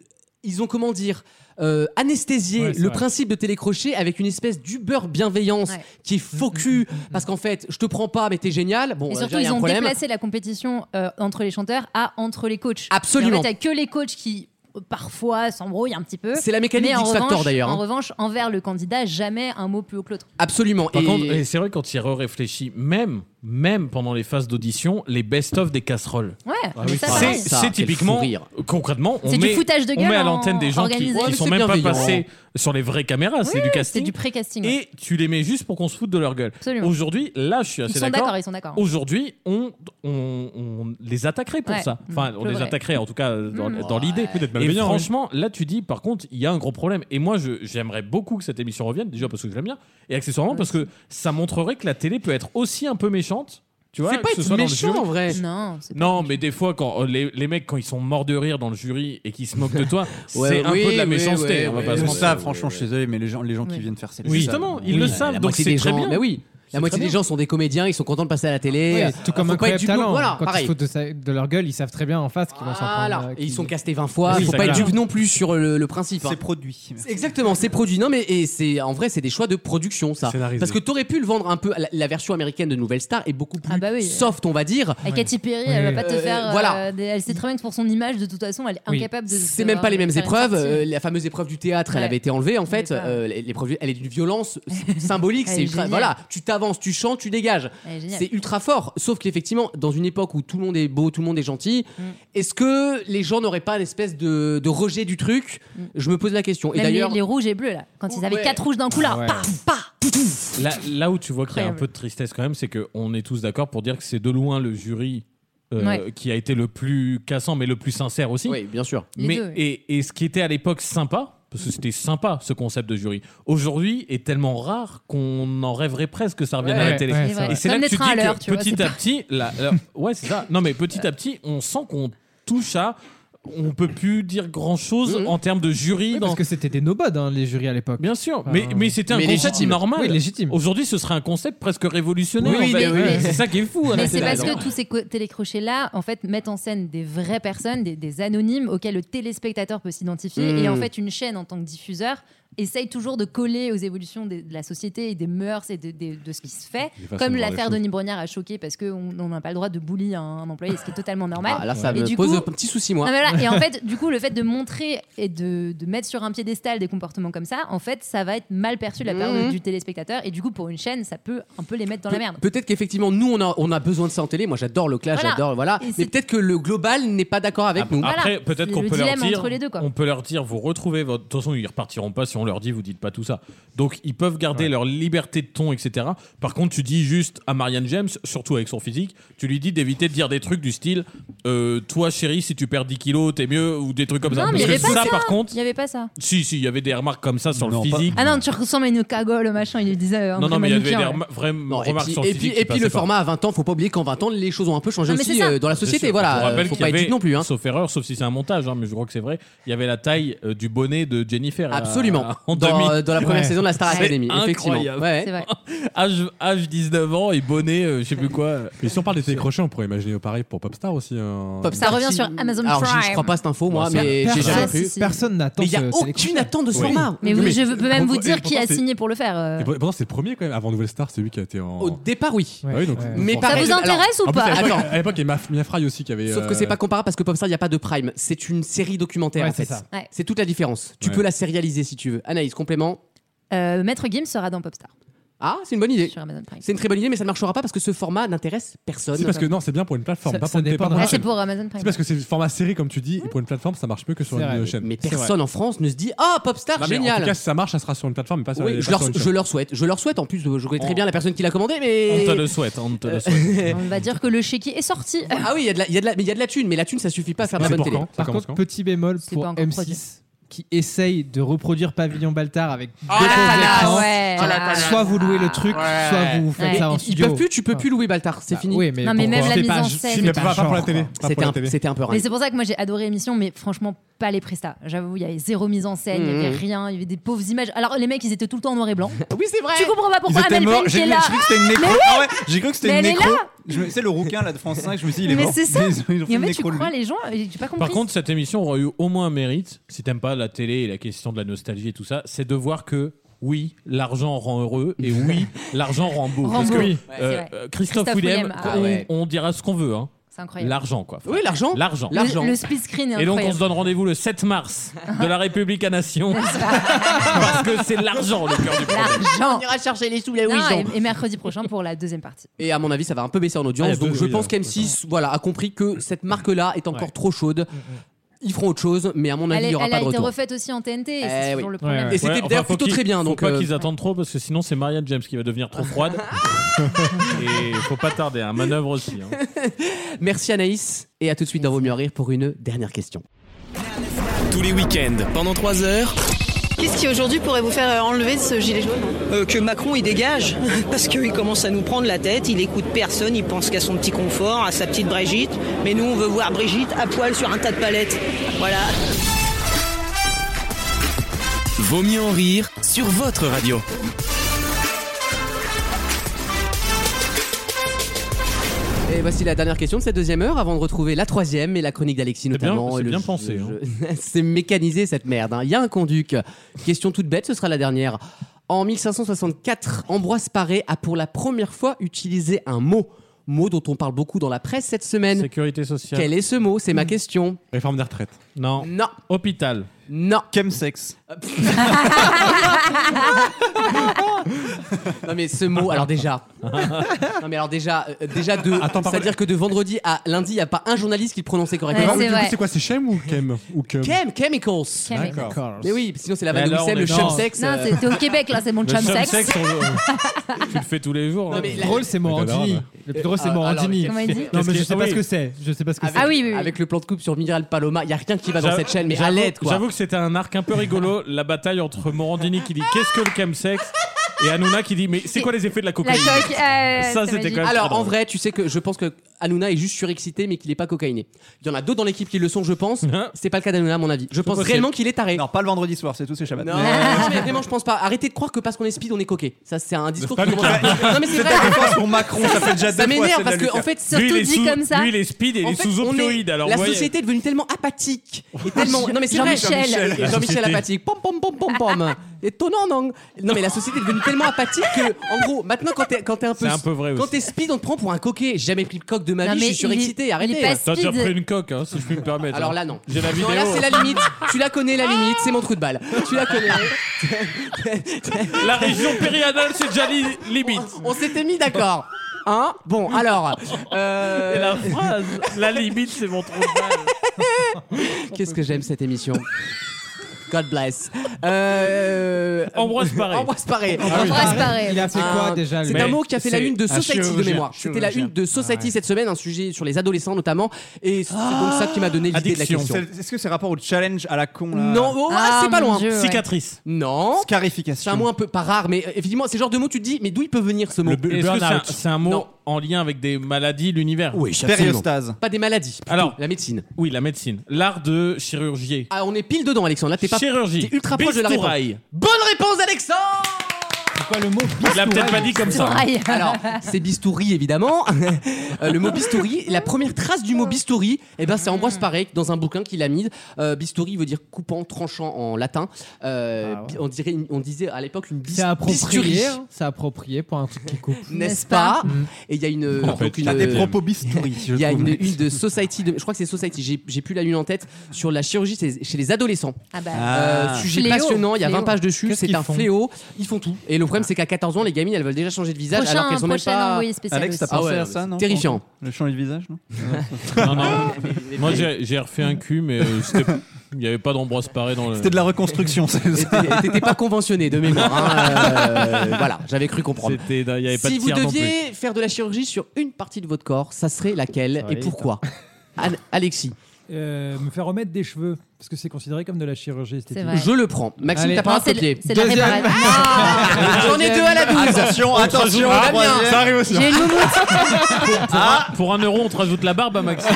B: ils ont, comment dire, euh, anesthésié
G: Ouais, c'est
B: le
G: vrai.
B: principe de télécrochet avec une espèce d'uber bienveillance
D: Ouais. Mm,
B: qui est faux cul. Parce qu'en fait, je te prends pas, mais t'es génial. Bon,
D: Et
B: déjà,
D: surtout,
B: il y a
D: ils
B: un
D: ont
B: problème.
D: déplacé la compétition euh, entre les chanteurs à entre les coachs.
B: Absolument.
D: Et en fait, t'as que les coachs qui euh, parfois s'embrouillent un petit peu.
B: C'est la mécanique
D: Mais en
B: d'X Factor,
D: revanche-
B: d'ailleurs, hein.
D: En revanche, envers le candidat, jamais un mot plus haut que l'autre.
B: Absolument.
F: Par
B: Et-
F: contre, et c'est vrai quand il réfléchit, même, même pendant les phases d'audition, les best-of des casseroles. Ah
D: Ouais. mais
F: C'est-
D: ça, pareil.
B: Ça,
F: C'est
B: quel
F: typiquement,
B: fou rire.
F: concrètement, on
D: C'est du
F: met,
D: foutage de
F: on
D: gueule
F: met à
D: en-
F: l'antenne des gens qui,
D: organisé.
F: qui
D: Ouais,
F: sont
B: mais
F: même
B: c'est
F: pas
B: bienveillant.
F: passés sur les vraies caméras, Ah, c'est du
D: C'est
F: casting.
D: du pré-casting. ouais.
F: Et tu les mets juste pour qu'on se foute de leur gueule.
D: Absolument.
F: Aujourd'hui, là, je suis assez
D: Ils sont d'accord, ils sont d'accord.
F: Aujourd'hui, on, on, on les attaquerait pour
D: Ouais.
F: ça. Enfin,
D: Mmh,
F: on
D: c'est
F: les
D: vrai.
F: attaquerait en tout cas dans,
D: Mmh.
F: dans l'idée.
I: Peut-être
F: Et
I: malveillant, oui.
F: franchement, là, tu dis, par contre, il y a un gros problème. Et moi, je- j'aimerais beaucoup que cette émission revienne, déjà parce que je l'aime bien, et accessoirement parce que ça montrerait que la télé peut être aussi un peu méchante. Tu vois,
B: C'est pas
F: que ce
B: être
F: soit dans le
B: méchant
F: jury.
B: en vrai.
D: Non, c'est
F: Non, mais des fois, quand euh, les, les mecs, quand ils sont morts de rire dans le jury et qu'ils se moquent de toi,
B: Ouais,
F: c'est un
B: oui,
F: peu de la
B: oui,
F: méchanceté.
B: ouais,
F: on va
B: ouais,
F: pas
E: Ils
F: se
E: le
F: mentir.
E: savent, franchement, je suis désolé, mais les gens, les gens qui viennent faire ces
F: Oui. Justement, ils
B: Oui,
F: le
B: la
F: savent, donc
B: moitié
F: c'est
B: des
F: très
B: gens-
F: bien.
B: Mais oui. La moitié
G: très
B: des
G: bien.
B: gens sont des comédiens, ils sont contents de passer à la télé.
G: Ouais,
B: Euh,
G: tout comme
B: faut
G: un
B: pas être
G: incroyable
B: du
G: talent. hein,
B: blond. Voilà,
G: Quand
B: pareil.
G: ils se foutent de, sa- de leur gueule, ils savent très bien en face qu'ils vont s'en prendre.
B: Voilà.
G: euh,
B: Et ils
G: qu'ils-
B: sont castés 20 fois.
G: Oui,
B: faut
G: ça,
B: pas être
G: clairement.
B: dupe non plus sur euh, le, le principe.
G: C'est
B: produit. Exactement, c'est produit. Non, mais et c'est en vrai, c'est des choix de production, ça.
I: Scénarisé.
B: Parce que t'aurais pu le vendre un peu. La, la version américaine de Nouvelle Star est beaucoup plus soft, on va dire.
D: Ah bah Avec Katy Perry, elle va pas te
B: Euh,
D: faire. euh,
B: voilà.
D: des- Elle sait très bien que pour son image, de toute façon, elle est
B: Oui.
D: incapable de.
B: C'est
D: de
B: même pas les mêmes
D: faire une
B: épreuves.
D: sortie.
B: euh, la fameuse épreuve du théâtre, elle
D: Ouais.
B: avait été enlevée en fait.
D: Elle est pas-
B: Euh, l'épreuve, elle est d'une violence symbolique.
D: Elle
B: c'est
D: est
B: ultra-
D: géniale.
B: voilà, tu t'avances, tu chantes, tu dégages.
D: Elle est géniale.
B: C'est ultra fort. Sauf qu'effectivement, dans une époque où tout le monde est beau, tout le monde est gentil,
D: Mm.
B: est-ce que les gens n'auraient pas une espèce de, de rejet du truc Je me pose la question. Et
D: Mm. Même les-
B: d'ailleurs,
D: les, rouges et bleus là, quand ils avaient quatre rouges d'un coup là,
F: Ah ouais.
D: paf, paf, pouf, pouf.
F: Là, là où tu vois qu'il y a un
D: Incroyable.
F: peu de tristesse quand même, c'est qu'on est tous d'accord pour dire que c'est de loin le jury euh,
D: Ouais.
F: qui a été le plus cassant, mais le plus sincère aussi.
B: Oui, bien sûr.
D: Les
F: Mais,
D: deux, oui.
F: et, et ce qui était à l'époque sympa, parce que c'était sympa ce concept de jury, aujourd'hui est tellement rare qu'on en rêverait presque que ça revienne
G: Ouais,
F: à la
G: ouais,
F: télé.
G: ouais, c'est vrai.
F: et c'est
G: Comme
F: là que
G: des
F: tu dis
G: trains à l'heure,
F: que
G: tu vois,
F: petit
G: c'est
F: à
G: pas-
F: petit, la- la- ouais, c'est ça. Non, mais petit à petit, on sent qu'on touche à. On peut plus dire grand chose en termes de jury. dans-
G: Mm. Parce que c'était des nobodes, hein, les jurys à l'époque.
F: Bien sûr, mais, mais c'était un concept normal.
G: Oui, légitime.
F: Aujourd'hui, ce serait un concept presque révolutionnaire.
G: Oui,
F: en fait.
G: mais- oui.
F: C'est ça qui est fou. hein, à la
D: Mais c'est
F: télé.
D: parce que tous ces co- télécrochets-là, en fait, mettent en scène des vraies personnes, des, des anonymes auxquels le téléspectateur peut s'identifier.
O: Mm.
D: Et en fait, une chaîne en tant que diffuseur essaye toujours de coller aux évolutions des- de la société et des mœurs et de, de- de ce qui se fait.
O: Des façons de voir
D: Comme
O: les
D: l'affaire
O: choses.
D: Denis Brognard a choqué parce qu'on on n'a pas le droit de bully un, un employé, ce qui est totalement normal.
B: ah, là, ça
D: Et
B: me
D: du
B: pose
D: coup-
B: un petit souci, moi.
D: Non, mais voilà. Et en fait, du coup, le fait de montrer et de, de mettre sur un piédestal des comportements comme ça, en fait, ça va être mal perçu de la part de-
B: Mhm.
D: du téléspectateur. Et du coup, pour une chaîne, ça peut un peu les mettre dans la
B: Pe-
D: merde.
B: Peut-être qu'effectivement, nous, on a, on a besoin de ça en télé. Moi, j'adore le clash,
D: Voilà.
B: j'adore. Voilà.
D: Et
B: Mais
D: c'est- Ah,
B: peut-être que le global n'est pas d'accord avec nous.
F: Après, peut-être qu'on peut leur dire,
D: entre les deux, quoi.
F: on peut leur dire, vous retrouvez votre. De toute façon, ils repartiront pas si on leur dit, vous dites pas tout ça. Donc, ils peuvent garder leur liberté de ton, etc. Par contre, tu dis juste à Marianne James, surtout avec son physique, tu lui dis d'éviter de dire des trucs du style, euh, toi, chérie, si tu perds 10 kilos, t'es mieux, ou des trucs comme ça.
D: non, mais il
F: Parce
D: n'y
F: que
D: avait pas
F: ça,
D: ça.
F: par contre,
D: Il n'y avait pas ça.
F: si, si, il y avait des remarques comme ça sur le physique.
D: Ah non, tu ressembles à une cagole, machin, il le disait. euh,
F: non,
D: André
F: non, mais il y avait des
D: Manoukian,
F: rema-
D: ouais.
F: vraies
B: Non, et
F: remarques
B: puis,
F: sur le
B: et
F: physique.
B: puis,
F: qui
B: et puis
F: passaient
B: le
F: pas.
B: format à 20 ans, faut pas oublier qu'en 20 ans, les choses ont un peu changé
D: Non, mais
B: aussi
D: c'est ça.
B: euh, dans la
F: Bien
B: société.
F: sûr.
B: Voilà,
F: On rappelle
B: faut
F: qu'il
B: pas
F: y
B: être
F: avait,
B: dupe non plus. hein.
F: Sauf erreur, sauf si c'est un montage, hein, mais je crois que c'est vrai. Il y avait la taille euh, du bonnet de Jennifer. euh,
B: Absolument.
F: en
B: Dans,
F: 2000.
B: euh, dans la première
F: Ouais.
B: saison de la Star
F: C'est
B: Academy, effectivement.
F: incroyable.
B: Ouais.
D: C'est vrai.
F: Âge, âge 19 ans et bonnet, euh, je sais plus quoi.
I: Mais si on parle des télécrochés, on pourrait imaginer pareil pour Popstar aussi. hein. un-
D: Ça revient sur Amazon
B: Alors, j'y-
D: Prime.
B: je crois pas à cette info, moi, mais j'ai jamais cru.
G: Personne n'attend
B: Mais il y a
G: ce
B: aucune attente de ce
I: Oui.
B: format.
D: Mais, oui,
I: Mais-
D: je veux- peux même
I: Pourquoi-
D: vous
I: et
D: dire qui a
I: pourtant, c'est-
D: signé pour le faire. euh.
I: Et pour- pourtant, c'est le premier quand même. Avant Nouvelle Star, c'est lui qui a été en.
B: Au départ, oui.
I: Ah oui, donc-
B: Mais
I: donc,
B: par-
D: Ça vous
I: forcément.
D: intéresse ou
I: En plus,
D: pas
I: à l'époque-
B: Attends.
I: À l'époque, il y a Ma- Mia Fry aussi qui avait. euh,
B: Sauf que c'est pas comparable parce que Popstar, il n'y a pas de Prime. C'est une série documentaire,
I: Ouais,
B: en
I: c'est
B: fait.
I: ça.
D: Ouais.
B: C'est toute la différence. Tu
I: Ouais.
B: peux la sérialiser si tu veux. Anaïs, complément.
D: Euh, Maître Gims sera dans Popstar.
B: Ah, c'est une bonne idée.
D: Sur Amazon Prime.
B: C'est une très bonne idée, mais ça ne marchera pas parce que ce format n'intéresse personne.
I: C'est parce que non, c'est bien pour une plateforme,
B: Ça-
I: pas
B: ça
I: pour une
B: dépend
I: pas
B: de la
I: une
D: Ah, c'est
I: chaîne.
D: pour Amazon Prime.
I: C'est parce que c'est format série, comme tu dis, et pour une plateforme, ça marche mieux que sur
B: C'est
I: une
B: vrai.
I: chaîne.
B: Mais
I: C'est
B: personne
I: vrai.
B: en France ne se dit Ah, Popstar,
I: Non, mais
B: génial
I: En tout cas, si ça marche, ça sera sur une plateforme, mais pas sur
B: Oui,
I: les-
B: je,
I: pas
B: leur,
I: sur une
B: je
I: chaîne.
B: leur souhaite, je leur souhaite. En plus, je connais
I: On-
B: très bien Euh, la personne qui l'a commandé, mais.
F: On te le souhaite, on te le souhaite.
D: On va dire que le chéquier est sorti.
B: Ah oui, il y, a de la- il y a de la- mais il y a de la thune, mais la thune, ça suffit pas à faire de
I: Mais
B: la
I: c'est
B: bonne
I: pour
B: télé.
I: quand Ça
G: Par
I: commence
G: contre, petit bémol
D: C'est
G: pour
D: pas encore produit.
G: M6 qui essaye de reproduire Pavillon Baltard avec
B: Ah,
G: deux
B: la
G: pauvres
B: tanasse
G: écrans.
D: Ouais. Ah, la tanasse.
G: soit vous louez le truc,
B: Ouais.
G: soit vous
B: Ouais.
G: faites ça en
B: Ils- ils,
G: studio. bah
B: peuvent plus, tu peux plus louer Baltar, c'est fini.
G: oui, mais Non, mais pourquoi même la
B: C'est
D: mise en
B: pas-
D: scène,
B: si,
D: c'est
B: mais
D: pas
B: pas pour la
D: genre.
B: télé. Pas pour la télé. C'était un peu
D: Mais
B: rien.
D: c'est pour ça que moi j'ai adoré émission, mais franchement pas les prestats. J'avoue, il y avait zéro mise en scène, il y
B: Mhm.
D: avait rien, il y avait des pauvres images. Alors les mecs, ils étaient tout le temps en noir et blanc.
B: Oui, c'est vrai.
D: Tu comprends pas pourquoi
E: Ils étaient
D: Amel
E: morts.
D: Bent
E: J'ai
D: qui est
E: j'ai
D: là.
E: cru que c'était une nécro. Ah ouais, j'ai cru que c'était
D: Mais
E: une
D: elle est
E: nécro.
D: là
E: Je me- C'est le rouquin là de France 5. Je me suis dit, il est
D: Mais
E: mort.
D: c'est ça.
E: Ils ont- ils ont fait
D: Et en
E: une
D: fait, tu
E: nécro de lui.
D: crois les gens euh, J'ai pas compris.
F: Par contre, cette émission aurait eu au moins un mérite, si t'aimes pas la télé et la question de la nostalgie et tout ça, c'est de voir que. Oui, l'argent rend heureux et oui, l'argent rend beau.
D: Rend
F: Parce que
D: beau.
F: oui,
D: Ouais,
F: euh,
D: c'est vrai.
F: euh, Christophe,
D: Christophe
F: Willem,
D: Willem, ah
F: on,
D: ouais.
F: on dira ce qu'on veut. Hein.
D: c'est incroyable.
F: L'argent, quoi.
B: Oui, l'argent.
F: L'argent.
D: Le, le split screen est
F: Et donc, on
D: incroyable.
F: se donne rendez-vous le 7 mars de la République à Nation. parce que c'est l'argent le cœur du problème.
D: L'argent.
B: On ira chercher les sous là
D: Non,
B: ils ont.
D: et, et mercredi prochain pour la deuxième partie.
B: Et à mon avis, ça va un peu baisser en
I: Ah, il y
B: audience.
I: a deux
B: donc je
I: jours,
B: pense
I: là.
B: qu'M6 voilà, a compris que cette marque-là est encore trop chaude. Ils feront autre chose, mais à mon avis,
D: Elle,
B: il n'y aura
D: elle
B: pas
D: a
B: de
D: été
B: retour.
D: refaite aussi en TNT, et
B: Eh
D: c'est toujours
B: oui.
D: le problème.
B: Et c'était d'ailleurs
F: faut
B: plutôt
F: qu'ils-
B: très bien,
F: Faut
B: donc,
F: pas
B: euh,
F: qu'ils attendent trop parce que sinon c'est Marianne James qui va devenir trop froide. et faut pas tarder, hein, manœuvre aussi. hein.
B: Merci Anaïs, et à tout de suite dans Vaut mieux en rire pour une dernière question.
A: Tous les week-ends, pendant 3 heures.
P: Qu'est-ce qui aujourd'hui pourrait vous faire euh, enlever ce gilet jaune
Q: Euh, que Macron il dégage, parce qu'il commence à nous prendre la tête, il écoute personne, il pense qu'à son petit confort, à sa petite Brigitte, mais nous on veut voir Brigitte à poil sur un tas de palettes. Voilà.
A: Vaut mieux en rire sur votre radio.
B: Et voici la dernière question de cette deuxième heure avant de retrouver la troisième et la chronique d'Alexis
F: bien-
B: notamment.
F: c'est
B: et le
F: bien
B: jeu-
F: pensé, hein.
B: c'est mécanisé cette merde. hein. Il y a un conduc. Question toute bête, ce sera la dernière. En 1564, Ambroise Paré a pour la première fois utilisé un mot. Mot dont on parle beaucoup dans la presse cette semaine.
F: Sécurité sociale. Hmm.
B: Quel est ce mot C'est ma question.
I: Réforme des retraites.
F: Non.
B: Non.
F: Hôpital.
B: Non.
E: Chemsex.
B: Non mais ce mot, alors déjà. non mais alors déjà, euh, déjà de. C'est-à-dire que de vendredi à lundi, il n'y a pas un journaliste qui le prononçait
I: Mais
B: correctement.
I: par contre, du coup, c'est quoi C'est Chem ou Kem ou Kem
B: Chem, chemicals.
I: Chemicals. D'accord.
B: Mais oui, sinon c'est la
F: Mais
B: vanne de
F: alors,
B: Wissem,
F: on
B: le
F: est dans-
B: chumsex.
D: Non,
B: euh,
D: c'était au Québec là, c'est mon chum sex.
F: tu le fais tous les jours.
B: Non,
F: hein.
B: mais Ah,
G: Le drôle, c'est Morandini. Le plus drôle, c'est Morandini.
D: Comment il dit
G: Non, mais je sais pas ce que c'est. Je sais pas ce que
B: Avec,
G: c'est.
B: avec le plan de coupe sur Miral Paloma, il y a rien qui va dans
F: J'avoue-
B: cette chaîne, mais à
F: j'avoue-
B: l'aide quoi.
F: J'avoue que c'était un arc un peu rigolo, la bataille entre Morandini qui dit qu'est-ce que le chemsex et Hanouna qui dit mais c'est quoi les effets de la
D: La
F: cocaïne
D: coque.
E: Eh,
F: Ça, c'était quand même très
B: Alors en
F: drôle.
B: vrai, tu sais que je pense que Hanouna est juste surexcité, mais qu'il n'est pas cocaïné. Il y en a d'autres dans l'équipe qui le sont, je pense.
F: Hein
B: C'est pas le cas d'Hanouna, à mon avis. Je pense
E: possible.
B: réellement qu'il est taré.
E: Non, pas le vendredi soir, c'est tout, c'est Shabbat.
B: Non,
F: euh,
B: mais vraiment, je pense pas. Arrêtez de croire que parce qu'on est speed, on est coquet. Ça, c'est un discours
E: pas
B: qui
E: nous
B: commence-
E: qui-
B: Non, mais c'est
E: C'est
B: vrai.
E: ta défense pour Macron, ça fait déjà
B: Ça
E: deux fois
B: m'énerve
E: celle
B: parce
E: d'Allucard.
B: que, en fait,
F: Lui, il est
B: surtout dit
F: sous-
B: comme ça.
F: lui, il est speed et il
B: En
F: est
B: fait,
F: sous
B: on
F: opioïdes, alors,
B: La
F: voyez.
B: société est devenue tellement apathique. Et tellement. Non, mais c'est vrai.
D: Jean-Michel.
B: Jean-Michel. Jean-Michel
D: La société.
B: apathique. Pom, pom, pom, pom, pom. Étonnant, non Non, mais la société est devenue tellement apathique que, en gros, maintenant, quand t'es quand t'es un peu.
F: C'est un peu vrai
B: Quand
F: aussi.
B: t'es speed, on te prend pour un coquet. J'ai jamais pris le coq de ma
D: Non,
B: vie, je
D: mais
B: suis
D: il est- il
B: surexcité.
D: est
B: Arrêtez.
D: pas
F: T'as déjà
D: Speed.
F: pris une coque, hein, si je puis me permettre.
B: Alors
F: hein.
B: là, non.
F: J'ai la vidéo.
B: Non, là, c'est la limite. Tu la connais, la limite. C'est mon trou de balle. Tu la
D: Ah.
B: connais.
F: La région périanale, c'est déjà li- limite.
B: On s'était mis d'accord. Hein Bon, alors. euh,
F: Et la phrase, la limite, c'est mon trou de balle.
B: Qu'est-ce que j'aime cette émission God bless. Euh...
F: Ambroise Paré.
B: Ambroise Paré.
D: Ah oui. Ambroise Paré.
G: Il a fait
B: Un-
G: quoi déjà
B: C'est
G: le-
B: un mot qui a fait la
G: C'est
B: une de
G: un
B: Society de
G: chirurgien.
B: mémoire. C'était la
G: Chirurgien.
B: une de Society cette semaine, un sujet sur les adolescents notamment. Et c'est
E: Ah.
B: donc ça qui m'a donné l'idée de la
F: Addiction.
B: question.
E: C'est- Est-ce que c'est rapport au challenge à la con là
B: Non, oh, ah,
D: Ah,
B: c'est pas
D: mon
B: loin.
D: Dieu, ouais.
F: Cicatrice.
B: Non. C'est
E: Scarification.
B: un mot un peu pas rare, mais euh, effectivement, c'est le genre de mot tu te dis, mais d'où il peut venir ce mot
F: Est-ce que c'est un- c'est un mot en lien avec des maladies, l'univers
B: Oui,
E: Périostase.
B: Pas des maladies. plutôt,
F: Alors-
B: la médecine.
F: Oui, la médecine. L'art de chirurgier.
B: Ah, on est pile dedans, Alexandre. Là, t'es pas.
F: Chirurgie.
B: T'es ultra proche de la réponse.
F: Bistouraille.
B: Bonne réponse, Alexandre
G: Pourquoi le mot
F: Il l'a peut-être pas dit comme ça. hein.
D: Aïe.
B: Alors, c'est bistouri évidemment. Euh, le mot bistouri, la première trace du mot bistouri, eh ben, c'est Ambroise Paré dans un bouquin qu'il a mis. Euh, bistouri veut dire coupant, tranchant en latin. Euh, bi- on, dirait, une- on disait à l'époque une bis-
G: Ah C'est
B: bisturie.
G: approprié. hein. C'est approprié pour un truc qui coupe. Mm.
B: N'est-ce
D: N'est-ce
B: pas,
D: pas
E: Mm.
B: Et il y a une.
E: T'as
B: donc une- euh,
E: des propos bistouris. je
B: il y a
E: trouve.
B: une, une de Society, de- je crois que c'est Society, j'ai- j'ai plus la lune en tête, sur la chirurgie chez chez les adolescents.
D: Ah bah.
B: Euh, sujet
D: Fléau,
B: passionnant, il y a 20
D: fléau.
B: pages dessus,
G: Qu'est-ce
B: c'est
G: qu'ils
B: un
G: font
B: fléau, ils font tout. Et le problème, c'est qu'à 14 ans, les gamines, elles veulent déjà changer de visage
D: Prochain,
B: alors qu'elles ont même
D: prochain
B: pas.
D: envoyé spécial.
E: Alex, t'as
D: aussi.
B: Ah
E: pensé
B: ouais,
E: à ça, non
B: terrifiant.
E: Le changement de visage, non
F: Euh, Non, non. Moi, j'ai j'ai refait un cul, mais euh, c'était- il n'y avait pas d'Ambroise Paré dans le.
E: C'était de la reconstruction, c'est ça
B: T'étais- T'étais pas conventionné de mémoire. hein, euh, voilà, j'avais cru comprendre.
F: C'était- Il n'y avait pas
B: Si
F: de
B: vous
F: tir non plus.
B: deviez faire de la chirurgie sur une partie de votre corps, ça serait laquelle
G: Ça
B: et
G: va
B: pourquoi An- Alexis,
C: Euh, me faire remettre des cheveux, parce que c'est considéré comme de la chirurgie esthétique. Ah
D: C'est vrai.
B: je le prends. Maxime,
G: Allez.
B: t'as pas un
D: Non, c'est
B: copier.
D: c'est la
G: Deuxième.
D: réparation.
B: J'en ai
G: deuxième.
B: deux à la douze.
E: Attention, attention,
F: Ah,
E: troisième. Ça arrive aussi. hein.
D: J'ai une moumoute.
F: Pour, un, pour un euro, on te rajoute la barbe à Maxime.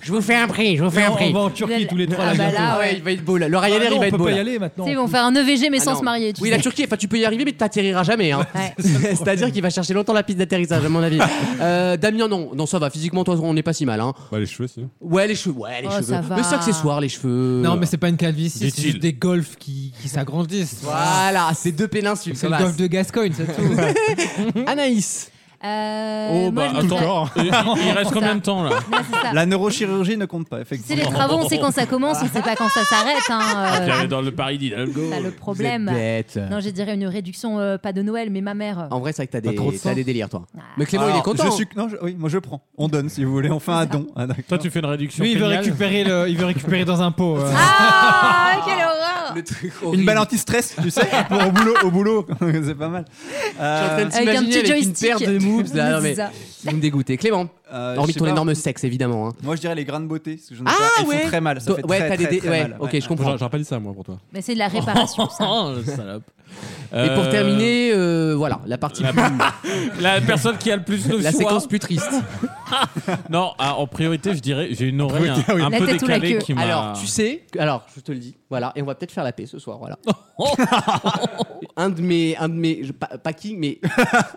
B: Je vous fais un prix, je vous fais un
C: On,
B: prix.
C: on va en Turquie tous les trois.
D: Ah
C: là,
D: bah
C: bientôt.
D: là,
B: Ah ouais,
D: ouais.
B: il va être beau là. Le Ryanair,
C: Ah non,
B: il va
C: on
B: être
C: peut
B: beau
C: pas y
B: là.
C: aller maintenant.
D: Tu sais, Ils vont faire un EVG mais
B: Ah
D: sans
B: non.
D: se marier. tu
B: oui,
D: sais.
B: la Turquie, enfin, tu peux y arriver, mais t'atterriras jamais. hein.
D: Ouais.
B: C'est-à-dire qu'il va chercher longtemps la piste d'atterrissage, à mon avis. Euh, Damien, non, non, ça va. Physiquement, toi, on n'est pas si mal. Hein.
I: Bah, les cheveux, si.
B: Ouais, les cheveux. Ouais, les
D: Oh,
B: cheveux.
D: ça va.
B: Mais c'est accessoire, les cheveux.
G: Non, mais c'est pas une calvitie, c'est
F: Dit-il.
G: juste des golfs qui, qui s'agrandissent.
B: Voilà, c'est deux péninsules. ça
G: C'est le
B: va.
G: golf de Gascogne, c'est tout.
B: Anaïs.
D: Euh,
F: oh, bah,
D: moi, je me ferais-
F: attends. Il, il reste
D: Ça.
F: combien de temps, là
D: Ouais, c'est ça.
E: La neurochirurgie ne compte pas,
D: C'est les
E: effectivement.
D: travaux, on sait quand ça commence, on sait pas quand ça s'arrête.
F: Ah, puis,
D: Hein.
F: elle
D: euh,
F: est Dans le Paris d'Hidalgo.
D: ça, le problème.
B: Oh, Vous êtes bête.
D: Non, je dirais une réduction, euh, pas de Noël, mais ma mère. euh,
B: En vrai, c'est vrai que t'as
E: Pas trop de
B: des, t'as
E: sang.
B: des délires, toi.
D: Ah.
B: Mais Clément, il est
E: Alors,
B: content. hein.
E: Je suis... non, je- Oui, moi je prends. On donne si vous voulez, on fait un don. Ah, d'accord.
F: Toi, tu fais une réduction.
G: Lui, il veut
F: péniale.
G: récupérer, le, il veut récupérer dans un pot. euh.
D: Ah, quelle horreur
B: Le truc
E: Une
B: horrible.
E: balle anti-stress, tu sais, pour au boulot, au boulot, c'est pas mal.
B: Je suis en train
E: Euh,
B: de
D: Avec un
B: t'imaginer
D: petit
B: avec une
D: joystick.
B: paire de moves là. Non, mais
D: C'est ça.
B: vous me dégoûtez. Clément,
E: Euh, je
B: Hormis
E: sais
B: ton
E: pas.
B: énorme sexe, évidemment. hein.
E: Moi, je dirais les grains de beauté. Parce que j'en ai
B: Ah,
E: pas- elles
B: ouais.
E: font très mal. Ça
B: Toi-
E: fait
B: ouais,
E: très,
B: t'as des
E: très,
B: dé-
E: très
B: ouais,
E: mal.
B: ok, je comprends.
I: J'aurais pas dit ça, moi, pour toi.
D: Mais c'est de la réparation, ça.
F: Oh, le salope.
B: Et pour
F: Euh,
B: terminer, euh, voilà, la partie.
F: La, la personne qui a le plus le
B: La
F: choix.
B: séquence plus triste.
F: Non, ah, en priorité, je dirais, j'ai une oreille un, un
B: La
F: peu
B: tête ou la
F: décalée
B: queue.
F: qui m'a.
B: Alors, tu sais, que- alors je te le dis, voilà, et on va peut-être faire la paix ce soir, voilà. un de mes, un de mes, je- pas, pas qui, mais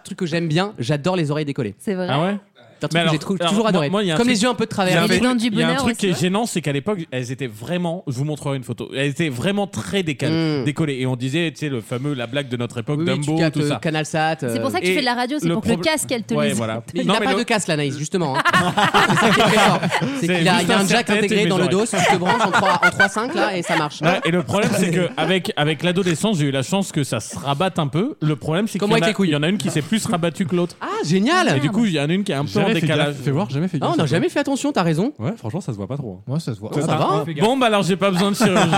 B: truc que j'aime bien, j'adore les oreilles décollées.
D: C'est vrai.
F: Ah ouais
B: C'est un truc
F: Mais
B: que
F: alors-
B: j'ai trou-
F: alors,
B: toujours
F: moi-
B: adoré.
F: moi, il y a un
B: Comme
F: truc-
B: les yeux un peu de
F: il y a
B: travers.
F: un truc-
D: du
F: il y a un
D: bonheur
F: truc
D: aussi,
F: qui est
D: ouais.
F: gênant, c'est qu'à l'époque, elles étaient vraiment. Je vous montrerai une photo. Elles étaient vraiment très décalées,
B: Mm.
F: décollées. Et on disait, tu sais, le fameux la blague de notre époque,
B: Oui, tu
F: Dumbo,
B: captes,
F: tout
B: euh,
F: ça.
B: Canal Sat. euh,
D: C'est pour ça que tu
F: Et
D: fais de la radio, c'est
F: le
D: pour que le
F: problème-
D: casque, elle te
F: Ouais,
D: lise.
F: voilà.
B: Mais il
F: Non,
B: n'a
F: mais
B: pas
F: le-
B: de casse la Nice, justement. hein. c'est ça qui est très fort. C'est
F: C'est
B: qu'il a,
F: juste
B: il y a
F: un
B: un jack
F: serre-tête et
B: intégré
F: mes
B: dans le dos,
F: oreilles.
B: tu te branches en 3, en 3-5 là et ça marche.
F: Ouais, et le problème, c'est que avec, avec l'adolescence, j'ai eu la chance que ça se rabatte un peu. Le problème, c'est qu'il
B: Comme
F: y, en
B: avec les
F: a-
B: couilles.
F: il y en a une qui s'est plus rabattue que l'autre.
B: Ah, génial
F: Et du coup, il y en a une qui est un peu en
I: Jamais fait
F: décalage.
I: gaffe. Fais voir, jamais fait
B: Ah,
I: gaffe.
B: on
I: ça
B: n'a
I: se
B: jamais fait attention, t'as raison.
I: voit. Ouais, franchement, ça se voit pas trop. hein.
G: Moi, ça se voit.
B: Ça Ah, va
F: Bon, bah alors, j'ai pas besoin de chirurgie.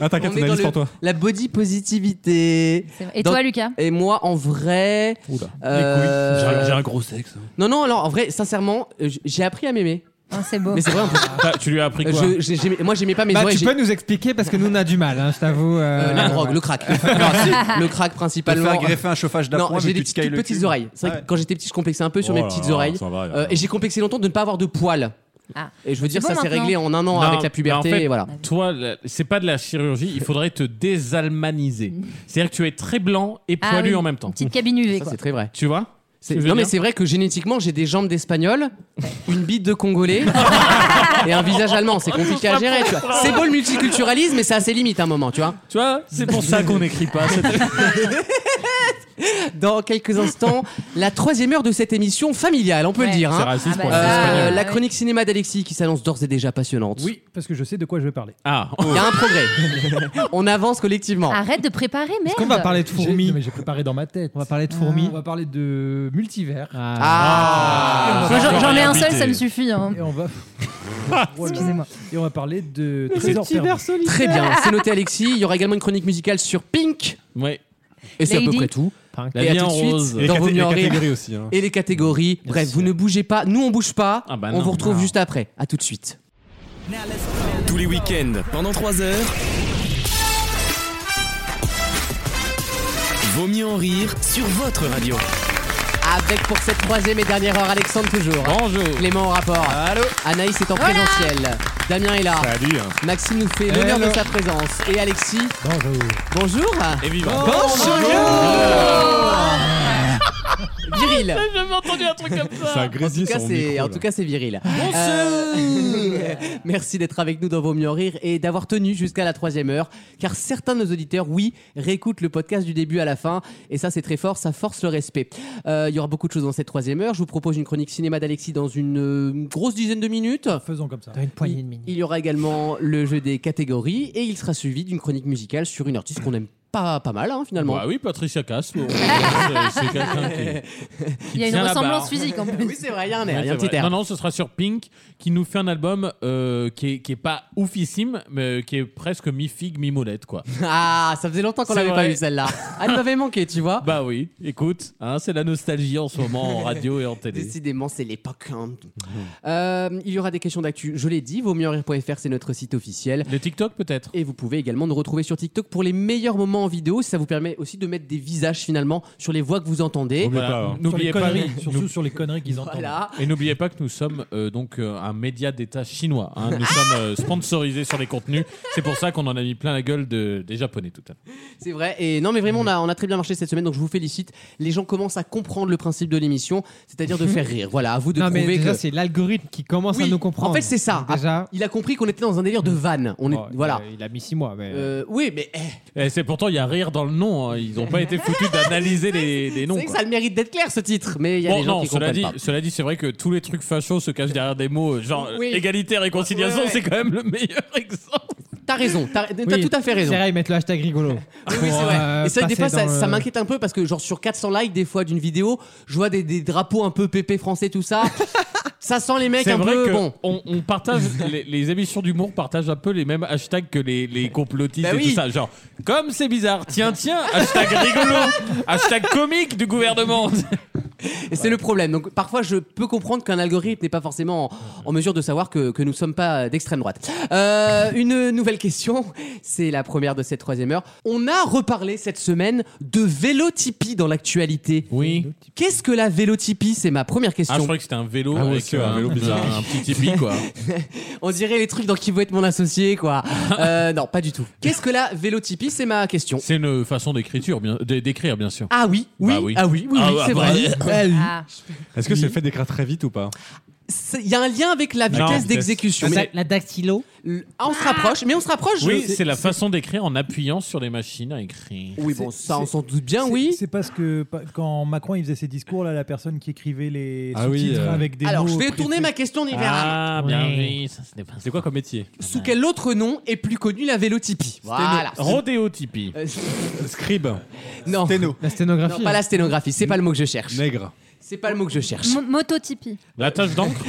I: Ah, t'inquiète,
B: On
I: on
B: est
I: a
B: dans
I: liste
B: le-
I: pour toi.
B: La body positivité.
D: C'est vrai. Et
B: Dans-
D: toi, Lucas
B: Et moi, en vrai.
I: Oula.
B: euh,
F: J'ai un- J'ai un gros sexe.
B: Non, non, alors en vrai, sincèrement, euh, j- j'ai appris à m'aimer.
D: Oh, C'est beau.
B: Mais c'est vrai, en plus.
F: Bah, tu lui as appris
B: Euh,
F: quoi
B: je- j'ai- j'aimais- Ah, moi, j'aimais pas mes
G: Bah,
B: oreilles.
G: tu
B: j'ai-
G: peux nous expliquer parce que nous on a du mal, hein, je t'avoue. euh,
B: euh, la
G: ouais.
B: drogue, le crack. le crack
E: Pas le faire
B: principalement.
E: greffer un chauffage d'appoint.
B: Non,
E: vu
B: j'ai
E: que
B: des
E: tu te
B: petites,
E: cailles le
B: petites
E: cul.
B: oreilles. C'est vrai
E: Ouais.
B: que quand j'étais petit, je complexais un peu sur
I: Oh
B: mes
I: là
B: petites
I: là,
B: oreilles.
I: ça va, y a
B: Euh,
I: rien.
B: et j'ai complexé longtemps de ne pas avoir de poils.
D: Ah.
B: Et je veux dire,
D: C'est
B: ça
D: bon
B: s'est
D: maintenant.
B: réglé en un an
F: Non,
B: avec la puberté.
F: mais en fait,
B: et voilà.
F: Toi, la- c'est pas de la chirurgie, il faudrait te désalmaniser. C'est-à-dire que tu es très blanc et
D: Ah,
F: poilu
D: oui.
F: en même temps.
D: Une petite cabine UV,
B: Ça,
D: quoi.
B: c'est très vrai.
F: Tu vois
B: C'est-
F: Ce que je veux
B: Non, mais
F: dire
B: c'est vrai que génétiquement, j'ai des jambes d'espagnol, une bite de congolais et un visage allemand. C'est compliqué à gérer. tu vois. C'est beau le multiculturalisme, mais c'est assez limite à un moment, tu vois.
F: Tu vois, c'est pour ça qu'on n'écrit pas. cette-
B: Dans quelques instants, la troisième heure de cette émission familiale, on peut
D: Ouais.
B: le dire. hein.
F: C'est raciste
D: Ah, bah,
F: pour
D: ça,
F: les
B: Euh,
F: Espagnols.
B: la
D: ouais.
B: chronique cinéma d'Alexis qui s'annonce d'ores et déjà passionnante.
C: Oui,
D: Ah
C: parce que je sais de quoi je vais parler.
F: Ah,
B: Il y a un progrès. on avance collectivement.
D: Arrête de préparer, merde.
G: Est-ce qu'on va parler de
C: J'ai-
G: fourmis
C: non, mais j'ai préparé dans ma tête.
G: On va parler de fourmis.
C: On va parler de multivers.
B: Ah.
D: Moi, j'en- J'en mets un
F: Invité.
D: seul, ça me suffit. hein.
C: Et on va. Voilà.
D: Excusez-moi.
C: Et on va parler de trésors perdus.
B: Très bien, c'est noté Alexis. Il y aura également une chronique musicale sur Pink.
F: ouais.
B: Et c'est à peu
D: Lady.
B: près tout.
F: La
B: Et à
F: vie en
B: tout de suite.
F: rose.
I: Et
B: Dans
I: les
B: Vos
I: caté-
B: Mieux en
I: les
B: Rire.
I: catégories aussi. hein.
B: Et les catégories. Bref, vous ne bougez pas. Nous, on bouge pas.
F: Ah bah
B: on
F: non,
B: vous retrouve
F: non.
B: juste après. À tout de suite.
A: Tous les week-ends, pendant 3 heures. Vaut mieux en rire sur votre radio.
B: Avec pour cette troisième et dernière heure Alexandre toujours.
F: Bonjour.
B: Clément au rapport.
E: Allô
B: Anaïs est en présentiel. Damien est là.
I: Salut.
B: Maxime nous fait l'honneur
G: Hello.
B: de sa présence. Et Alexis,
C: Bonjour.
B: bonjour.
F: Et vivant.
B: Viril.
I: Ça
B: En tout
I: grésille
B: cas,
I: son
B: c'est,
I: micro.
B: en
I: là.
B: tout cas, c'est viril. Euh, Merci d'être avec nous dans Vos Mieux en Rire et d'avoir tenu jusqu'à la troisième heure, car certains de nos auditeurs, oui, réécoutent le podcast du début à la fin, et ça, c'est très fort, ça force le respect. Euh, Il y aura beaucoup de choses dans cette troisième heure. Je vous propose une chronique cinéma d'Alexis dans une euh, grosse dizaine de minutes.
C: Faisons comme ça.
G: Dans une poignée de
B: Il,
G: minutes.
B: il y aura également le jeu des catégories, et il sera suivi d'une chronique musicale sur une artiste qu'on aime pas, pas mal, hein, finalement.
F: Bah oui, Patricia Cass. on- c'est c'est quelqu'un qui.
D: Il y a une
F: tient la
D: ressemblance
F: barre.
D: physique en plus.
B: Oui, c'est vrai, il y a un air,
F: Ouais,
B: il y a un
F: c'est
B: petit
F: vrai.
B: air.
F: Non, non, ce sera sur Pink qui nous fait un album euh, qui, est, qui est pas oufissime, mais qui est presque mi-figue, mi-molette, quoi.
B: Ah, ça faisait longtemps qu'on
F: C'est
B: l'avait pas
F: vrai.
B: vu celle-là. Elle m'avait manqué, tu vois.
F: Bah oui, écoute, hein, c'est la nostalgie en ce moment en radio et en télé. Mhm.
B: Décidément, c'est l'époque. hein. Euh, il y aura des questions d'actu, je l'ai dit. Vaut mieux en rire.fr, c'est notre site officiel.
F: Le TikTok peut-être
B: Et vous pouvez également nous retrouver sur TikTok pour les meilleurs moments en vidéo. Ça vous permet aussi de mettre des visages finalement sur les voix que vous entendez.
I: Vaut mieux pas, hein.
C: Sur les
F: N'oubliez pas,
C: conneries,
F: nous-
C: surtout sur les conneries qu'ils entendent.
B: Voilà.
F: et n'oubliez pas que nous sommes euh, donc euh, un média d'État chinois. hein. Nous sommes euh, sponsorisés sur les contenus. C'est pour ça qu'on en a mis plein la gueule de- des Japonais tout à l'heure.
B: C'est vrai. Et non, mais vraiment, on a, on a très bien marché cette semaine, donc je vous félicite. Les gens commencent à comprendre le principe de l'émission, c'est-à-dire de faire rire. Voilà, à vous de
G: Non, mais
B: prouver
G: déjà,
B: que.
G: c'est l'algorithme qui commence à
B: Oui,
G: nous comprendre.
B: En fait, c'est ça. Ah,
G: Déjà.
B: Il a compris qu'on était dans un délire de vanne. On est,
G: Oh,
B: voilà.
G: Il a, il a mis 6 mois, mais.
B: Euh, oui, mais eh,
F: Et c'est pourtant, il y a rire dans le nom. hein. Ils n'ont pas été foutus d'analyser les, les
B: c'est
F: noms.
B: vrai que
F: quoi.
B: ça a le mérite d'être clair ce titre. Mais il y a
F: Bon,
B: des gens
F: non,
B: qui
F: cela
B: comprennent
F: dit,
B: pas.
F: cela dit, c'est vrai que tous les trucs fachos se cachent derrière des mots euh, genre
B: Oui.
F: euh, égalité, réconciliation,
B: Ouais, ouais.
F: c'est quand même le meilleur exemple.
B: T'as raison, t'as t'as
G: Oui,
B: tout à fait raison.
G: C'est vrai, ils mettent le Euh, hashtag rigolo.
B: Oui, oui, c'est vrai. et c'est vrai que des fois, ça, ça
G: m'inquiète.
B: m'inquiète un peu parce que, genre, sur 400 likes, des fois, d'une vidéo, je vois des, des drapeaux un peu pépé français, tout ça. ça sent les mecs
F: C'est
B: un
F: vrai
B: peu.
F: que
B: Bon.
F: on, on partage les, les émissions d'humour partagent un peu les mêmes hashtags que les, les complotistes
B: Bah
F: et
B: oui.
F: tout ça. Genre, comme c'est bizarre, tiens, tiens, hashtag rigolo, hashtag comique du gouvernement.
B: Et c'est le problème. Donc parfois, je peux comprendre qu'un algorithme n'est pas forcément en, en mesure de savoir que, que nous ne sommes pas d'extrême droite. Euh, une nouvelle question, c'est la première de cette troisième heure. On a reparlé cette semaine de vélotypie dans l'actualité.
F: Oui.
B: Qu'est-ce que la vélotypie C'est ma première question.
F: Ah, je croyais que c'était un vélo
B: Ah, moi
F: avec
B: aussi,
F: euh,
B: un
F: un,
B: vélo bizarre.
F: un petit tipi, quoi.
B: On dirait les trucs dans qui veut être mon associé, quoi. Euh, non, pas du tout. Qu'est-ce que la vélotypie C'est ma question.
F: C'est une façon d'écriture, bien, d'é- d'écrire, bien sûr.
B: Ah oui, oui,
F: Bah oui.
B: ah oui, oui,
F: Ah
B: oui,
F: bah
B: c'est
F: bah,
B: vrai.
F: euh,
B: Ah oui.
I: Est-ce que c'est le fait d'écrire très vite ou pas
B: C'est- Il y a un lien avec la
F: Non,
B: vitesse
F: vitesse.
B: d'exécution.
F: La-
B: dactylo On se rapproche, mais on se rapproche.
F: Oui,
B: je-
F: c'est la façon d'écrire en appuyant sur les machines à écrire.
B: Oui, bon, ça, on s'en doute
C: C'est- C'est parce que pa- quand Macron il faisait ses discours là, la personne qui écrivait les
F: Ah oui,
C: sous-titres
F: euh.
C: avec des
B: Alors,
C: mots
B: je vais
C: précis.
B: tourner ma question
F: Ah,
B: différemment.
F: bien
C: Oui.
F: vu. ça, ce n'est pas-
I: C'est quoi comme métier
B: Sous quel autre nom est plus connue la vélotypie Voilà.
F: Rodéo Tipeee.
B: Euh,
I: Scribe.
B: Non.
G: La sténographie.
B: Non, pas la sténographie, c'est pas le mot que je cherche.
I: Nègre.
B: C'est pas le mot que je cherche.
D: Mo- Mototypie.
F: La tâche d'encre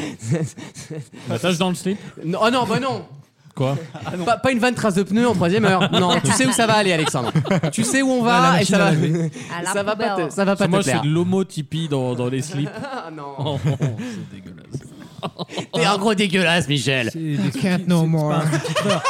F: La tâche Bah, dans le slip
B: Non, oh non, bah non Ah
F: Quoi
B: pas, pas une vanne trace de pneus en troisième heure. Non, tu sais où ça va aller, Alexandre. Tu sais où on va et ça va.
D: À la
B: ça va pas
D: poubelle.
B: te, ça va pas te
F: Moi,
B: plaire.
F: c'est de l'homo Tipeee dans, dans les slips.
B: Ah non.
F: Oh, oh, oh, c'est dégueulasse.
B: T'es un gros dégueulasse, Michel.
C: C'est des sous-titres, c'est- c'est pas un sous-titreur.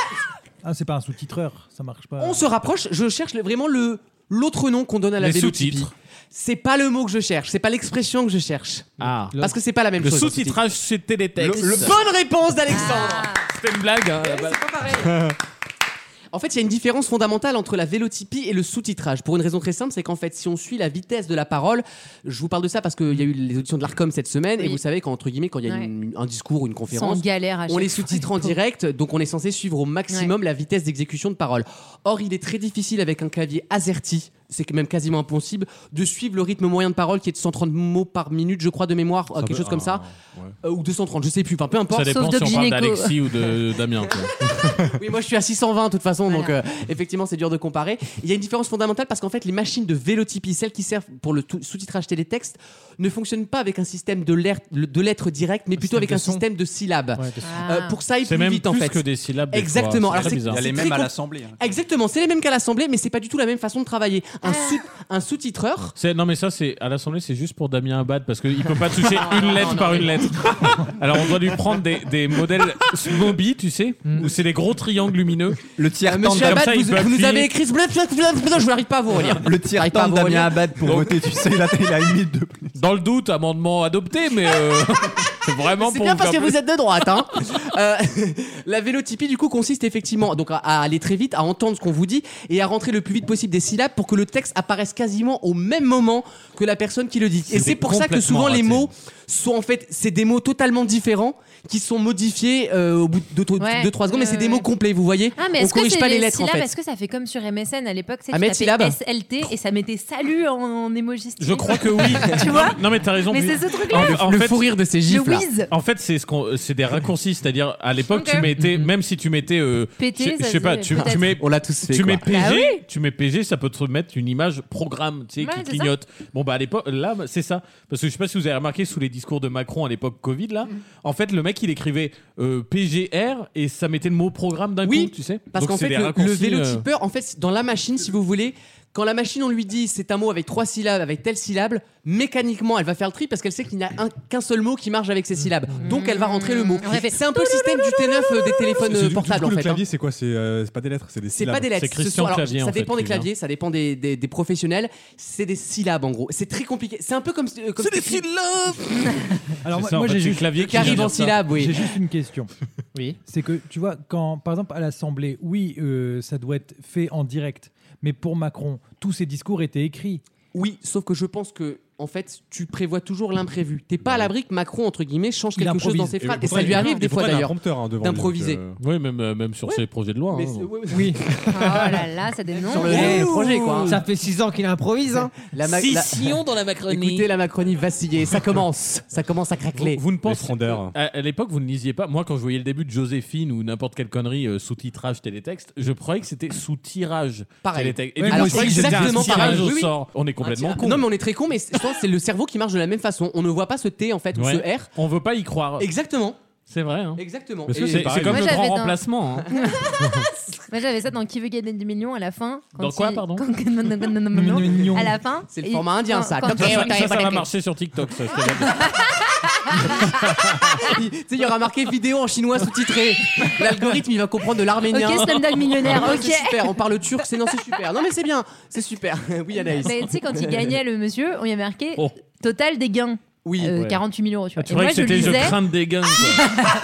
C: Ah, c'est pas un sous-titreur, ça marche pas.
B: On se rapproche. Je cherche le- vraiment le l'autre nom qu'on donne à la
F: Les
B: vélotypie.
F: sous-titres.
B: C'est pas le mot que je cherche. C'est pas l'expression que je cherche.
F: Ah.
B: Parce que c'est pas la même
F: Le
B: chose.
F: sous-titrage, c'était des textes.
B: Le- le- Bonne réponse d'Alexandre.
F: C'était une blague. hein, là-bas.
B: En fait, il y a une différence fondamentale entre la vélotypie et le sous-titrage. Pour une raison très simple, c'est qu'en fait, si on suit la vitesse de la parole, je vous parle de ça parce qu'il y a eu les auditions de l'ARCOM cette semaine, et
D: Oui.
B: vous savez qu'entre guillemets, quand il y a
D: Ouais.
B: une- un discours ou une conférence,
D: Sans galère à
B: on
D: chaque
B: les
D: fois.
B: sous-titre en direct, donc on est censé suivre au maximum la vitesse d'exécution de parole. Or, il est très difficile avec un clavier azerty, c'est même quasiment impossible, de suivre le rythme moyen de parole qui est de 130 mots par minute, je crois, de mémoire, euh, quelque
F: peut-
B: chose comme ça,
F: ah, ouais.
B: Euh, ou 230, je sais plus, enfin peu importe.
F: Ça dépend si on parle d'Alexis ou de Damien. quoi.
B: Oui, moi je suis à 620 de toute façon, donc euh, effectivement c'est dur de comparer. Il y a une différence fondamentale parce qu'en fait les machines de vélotypie, celles qui servent pour le tout- sous-titrage télétexte, ne fonctionnent pas avec un système de, l'air- de lettres directes, mais plutôt
F: système
B: avec
F: de
B: un
F: son.
B: système de syllabes. Euh, pour que ça aille
F: C'est
B: plus
F: même
B: vite en
F: plus
B: fait.
F: que des syllabes. des fois.
B: Exactement.
F: C'est
B: Alors,
F: très
B: c'est-
F: bizarre.
B: c'est
E: Il y a les
B: très
E: mêmes à
B: com-
E: l'Assemblée, hein.
B: Exactement, c'est les mêmes qu'à l'Assemblée, mais c'est pas du tout la même façon de travailler. Un, sous- un sous-titreur.
F: C'est- non mais ça c'est à l'Assemblée c'est juste pour Damien Abad parce qu'il peut pas toucher une lettre par une lettre. Alors on doit lui prendre des, des modèles Smoby tu sais
B: Mm.
F: où c'est des gros triangles lumineux. Ah,
E: Le tiers
F: temps
B: Monsieur Abad, vous, vous nous avez écrit ce bleu, bleu, bleu, bleu, je n'arrive pas à vous relire.
E: Le tiers
B: J'arrive pas à
E: temps de
B: vous
E: Damien
B: relire.
E: Abad pour
F: Donc-
E: voter, tu sais, il a, il a une minute de plus.
F: Dans le doute amendement adopté mais euh, c'est vraiment
B: C'est
F: pour
B: bien
F: vous
B: parce que
F: faire
B: vous
F: plaisir.
B: êtes de droite. hein. Euh, la vélotypie, du coup, consiste effectivement donc à, à aller très vite, à entendre ce qu'on vous dit et à rentrer le plus vite possible des syllabes pour que le texte apparaisse quasiment au même moment que la personne qui le dit. Et
F: C'était
B: c'est pour ça que souvent les
F: complètement
B: mots sont en fait, c'est des mots totalement différents qui sont modifiés euh, au bout de 2-3
D: Ouais,
B: secondes, mais c'est
D: ouais,
B: des mots
D: ouais.
B: complets, vous voyez
D: Ah, mais
B: On
D: est-ce que
B: corrige
D: c'est
B: pas
D: les,
B: les lettres en
D: syllabes
B: fait.
D: Est-ce que ça fait comme sur MSN à l'époque c'est
B: Un mètre syllabe
D: SLT et ça mettait salut en, en emoji
F: Je crois que oui.
D: tu vois
F: Non mais t'as raison.
D: Mais
F: Puis-
D: c'est ce truc-là.
F: En- en
B: Le
F: fait-
B: fou rire de ces gifs là.
D: whiz.
F: En fait, c'est ce qu'on, c'est des raccourcis, c'est-à-dire à l'époque
D: Ok.
F: tu mettais, même si tu mettais, euh,
D: Pété,
F: je- je,
D: ça
F: sais
D: se
F: pas,
D: dit,
F: tu,
D: peut-être.
F: tu mets,
B: Mhm. On l'a tous fait.
F: tu
B: quoi.
F: mets PG,
D: Bah oui.
F: tu mets PG, ça peut te mettre une image programme, tu sais,
D: Ouais,
F: qui
D: c'est ça.
F: clignote. Bon bah à l'époque, là, c'est ça, parce que je sais pas si vous avez remarqué sous les discours de Macron à l'époque Covid là,
D: Mhm.
F: en fait le mec il écrivait euh, PGR et ça mettait le mot programme d'un
B: Oui,
F: coup, tu sais.
B: Parce
F: Donc,
B: qu'en
F: c'est
B: fait,
F: des
B: le, le
F: raccourcis, euh,
B: vélotypeur, en fait, dans la machine, si vous voulez, quand la machine, on lui dit c'est un mot avec trois syllabes, avec telle syllabe, mécaniquement, elle va faire le tri parce qu'elle sait qu'il n'y a un- qu'un seul mot qui marche avec ces syllabes. Donc, elle va rentrer le mot.
D: On va faire-
B: C'est un peu le système du T9 euh, des téléphones
I: C'est-
B: euh,
I: du-
B: portables,
I: du coup,
B: en
I: Le
B: fait. hein.
I: clavier, c'est quoi C'est euh, c'est pas des lettres, c'est des
B: C'est
I: syllabes.
B: pas des lettres.
F: C'est
B: ce
F: Christian
B: sont- alors,
F: Clavier,
B: ça
F: en fait,
B: dépend des
F: qui
I: hein.
F: vient.
B: claviers, ça dépend des, des- des professionnels. C'est des syllabes, en gros. C'est très compliqué. C'est un peu comme. euh, comme
F: C'est des
B: t'écris-
C: Alors,
F: c'est
C: moi,
F: ça, en
C: moi,
F: fait,
C: j'ai
F: c'est le
C: juste-
F: clavier
B: qui arrive
F: vient
B: en
F: dire ça.
B: syllabes, oui.
C: j'ai juste une question.
B: Oui.
C: c'est que tu vois quand par exemple à l'Assemblée oui euh, ça doit être fait en direct mais pour Macron tous ses discours étaient écrits
B: Oui, sauf que je pense que. En fait, tu prévois toujours l'imprévu. T'es pas à l'abri que Macron, entre guillemets, change
C: Il
B: quelque chose dans
C: improvise.
B: ses
I: Et
B: phrases. Et
I: pourtant,
B: ça
I: il-
B: lui arrive des fois
I: pourtant, il a un
B: d'ailleurs.
I: prompteur, hein, devant lui, donc,
B: d'improviser.
I: euh,
F: Oui, même euh, même sur ces projets de loi.
B: Mais
F: hein.
B: c'est- ouais, ouais.
G: Oui.
D: Oh là là, ça dénonce.
B: Sur le, le projet, quoi. hein.
G: Ça fait 6 ans qu'il improvise. Hein.
B: La ma- la-
D: dans la Macronie.
B: Écoutez la Macronie vaciller, ça commence, ça commence à
F: Vous,
B: craquer.
F: vous ne pensez
I: frondeurs.
F: à, à l'époque vous ne lisiez pas. Moi quand je voyais le début de Joséphine ou n'importe quelle connerie euh, sous titrage télétexte, je croyais que c'était sous tirage
B: Pareil.
F: télétexte. Et
B: Ouais,
F: du coup,
B: moi
F: je croyais que
B: aussi,
F: c'était un
B: exactement
F: tirage
B: pareil.
F: au
B: Oui, oui.
F: sort. On est complètement con.
B: Non mais on est très con, mais je pense que c'est le cerveau qui marche de la même façon. On ne voit pas ce T en fait ou
F: Ouais.
B: ce R.
F: On veut pas y croire.
B: Exactement.
F: C'est vrai. hein.
B: Exactement.
F: Parce que
B: Et-
F: C'est
B: Moi,
F: c'est comme le
D: j'avais
F: grand
D: dans-
F: remplacement. hein.
D: Moi j'avais ça dans Qui veut gagner des millions à la fin.
F: Dans quoi, pardon
D: À la fin.
B: C'est
F: le
D: et
B: format indien,
D: quand-
B: ça.
D: quand-
B: Toc, toc, toc,
F: Ça, ça
B: toc,
F: va
B: toc.
F: marcher sur TikTok. Ça, je
B: Ah,
F: te l'ai dit.
B: Il- tu sais, il y aura marqué vidéo en chinois sous-titré. L'algorithme, il va comprendre de l'arménien.
D: Ok, Slumdog Millionnaire,
B: Ah, C'est
D: ok.
B: super, on parle turc, c'est non, c'est super. Non, mais c'est bien, c'est super. Oui, Anaïs.
D: Mais tu sais, quand il gagnait le monsieur, on y avait marqué
B: Oh.
D: total des gains.
B: Oui.
D: Euh,
B: Ouais.
D: 48 000 euros. Tu vois.
F: Ah, Tu
D: Et
F: croyais
D: moi,
F: que
D: je
F: c'était je
D: lisais,
F: crame des gains. quoi.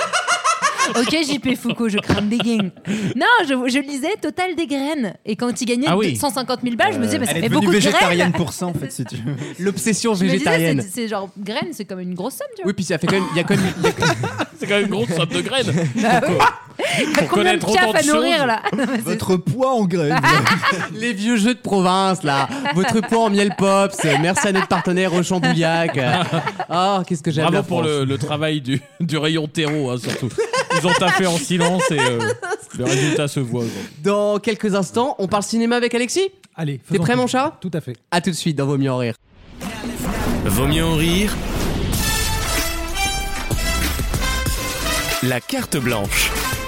D: Ok, JP Foucault, je crame des gains. Non, je, je lisais total des graines. Et quand il gagnait
F: Ah oui. Euh,
D: 150 000 balles, je me disais, bah, ça
E: Elle
D: fait
E: est devenue
D: beaucoup de graines.
E: végétarienne pour ça, en fait, si tu veux.
B: L'obsession
D: Je me disais,
B: végétarienne.
D: c'est- c'est genre graines, c'est comme une grosse somme, tu vois.
B: Oui, puis ça fait quand même. Il y a quand même. Ah
F: C'est quand même une grosse somme de graines.
D: Bah Combien
B: connaître
D: de piaf
B: autant de
D: à nourrir
B: choses.
D: là Non, mais c'est-
B: Votre poids en grève. Les vieux jeux de province, là. Votre poids en miel pops. Merci à notre partenaire Auchan Bouillac. Ah, qu'est-ce que j'aime
F: Bravo
B: la
F: pour le, le travail du, du rayon terreau, hein, surtout. Ils ont tapé en silence et euh, le résultat se voit. aujourd'hui.
B: Dans quelques instants, on parle cinéma avec Alexis
C: Allez,
B: T'es prêt, mon chat
C: Tout à fait.
B: À tout de suite dans Vaut mieux en rire.
A: Vaut mieux en rire. La carte blanche.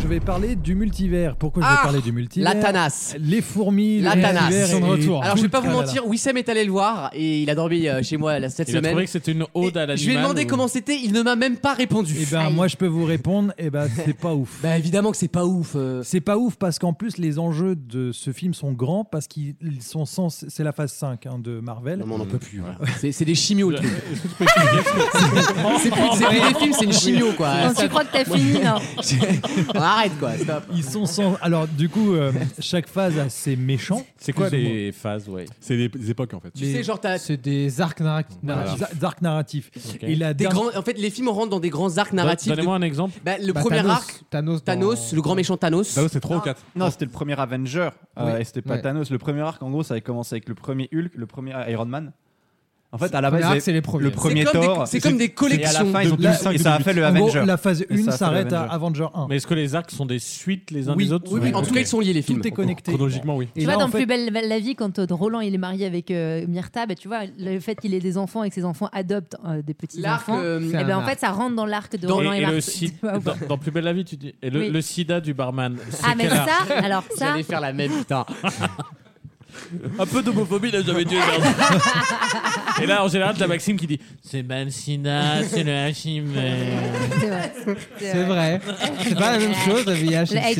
C: Je vais parler du multivers. Pourquoi je
B: Ah,
C: vais parler du multivers
B: la tanasse.
C: Les fourmis,
B: La
C: le
B: tanasse.
C: multivers et-
B: Alors, je vais pas
C: tout
B: vous
C: le
B: mentir, Wissem est allé le voir et il a dormi euh, chez moi là, cette
F: Il a
B: semaine.
F: trouvé que c'était une ode à l'animal.
B: Je lui ai demandé
F: ou-
B: comment c'était, il ne m'a même pas répondu.
C: Eh ben, moi, je peux vous répondre, eh ben, c'est pas ouf.
B: Bah, évidemment que c'est pas ouf. euh.
C: C'est pas ouf parce qu'en plus, les enjeux de ce film sont grands parce qu'ils sont sans. C'est la phase 5 hein, de Marvel.
B: Non, mais on n'en peut plus. hein. voilà. C'est c'est des chimios. le truc. c'est plus, c'est plus des films, c'est une chimio quoi.
D: Quand tu crois que t'as fini, non.
B: Arrête quoi, stop.
C: Ils sont sans. Alors, du coup, euh, chaque phase a ses méchants.
F: C'est quoi
C: plus ou moins.
F: les phases ouais.
I: C'est des, des époques en fait.
B: Tu sais, genre, t'as.
G: C'est des arcs narra- narratifs.
C: Des arcs narratifs.
F: Ok.
C: Et la
B: Des
C: dernière-
B: grands, en fait, les films rentrent dans des grands arcs narratifs.
F: Donnez-moi un exemple.
B: de- Bah, le
G: Bah,
B: premier
G: Thanos.
B: arc,
G: Thanos, dans-
B: Thanos, le grand méchant Thanos.
I: Bah, c'est 3 ou 4.
E: Non, c'était le premier Avenger. euh,
G: Oui.
E: Et c'était pas
G: Ouais.
E: Thanos. Le premier arc, en gros, ça avait commencé avec le premier Hulk, le premier euh, Iron Man. En fait, à la
G: Le premier arc,
E: base, il y avait
G: c'est les premiers.
E: le
G: C'est
E: premier
B: comme des-
E: Thor.
B: c'est comme des collections
E: Et à la fin, ils ont
C: de-
E: tous-
I: de-
E: et ça a fait le
C: en gros,
E: Avenger.
C: la phase
E: Et
C: 1
E: ça a fait
C: s'arrête
E: le
C: à
E: Avenger.
C: Avenger 1.
F: Mais est-ce que les arcs sont des suites les uns
C: Oui.
F: des autres
B: Ah. Oui, oui, en tout cas, ils sont liés les films.
C: Tout est connecté.
I: Chronologiquement, oui.
C: Et
D: tu
C: là,
D: vois,
C: en
D: dans
C: fait-
D: Plus belle la vie, quand euh, Roland il est marié avec euh, Myrtha, bah, tu vois, le fait qu'il ait des enfants et que ses enfants adoptent euh, des petits
B: L'arc,
D: enfants,
B: euh,
D: et
G: C'est
D: ben,
G: un
D: en fait, ça rentre dans l'arc de Roland et,
F: Et, et le
D: Marthe.
F: si-
D: Tu vois ou pas
F: dans, dans Plus belle la vie, tu dis. Et le,
D: Oui.
F: le sida du barman. c'est
D: Ah, mais
F: quel arc
D: ça, alors ça,
B: J'allais faire la même, putain.
F: Un peu d'homophobie, là, j'avais dû. Et là, en général, t'as Maxime qui dit C'est pas le sida, c'est le Hachim.
D: c'est vrai.
G: C'est vrai. C'est pas la même chose, le VIH.
D: Le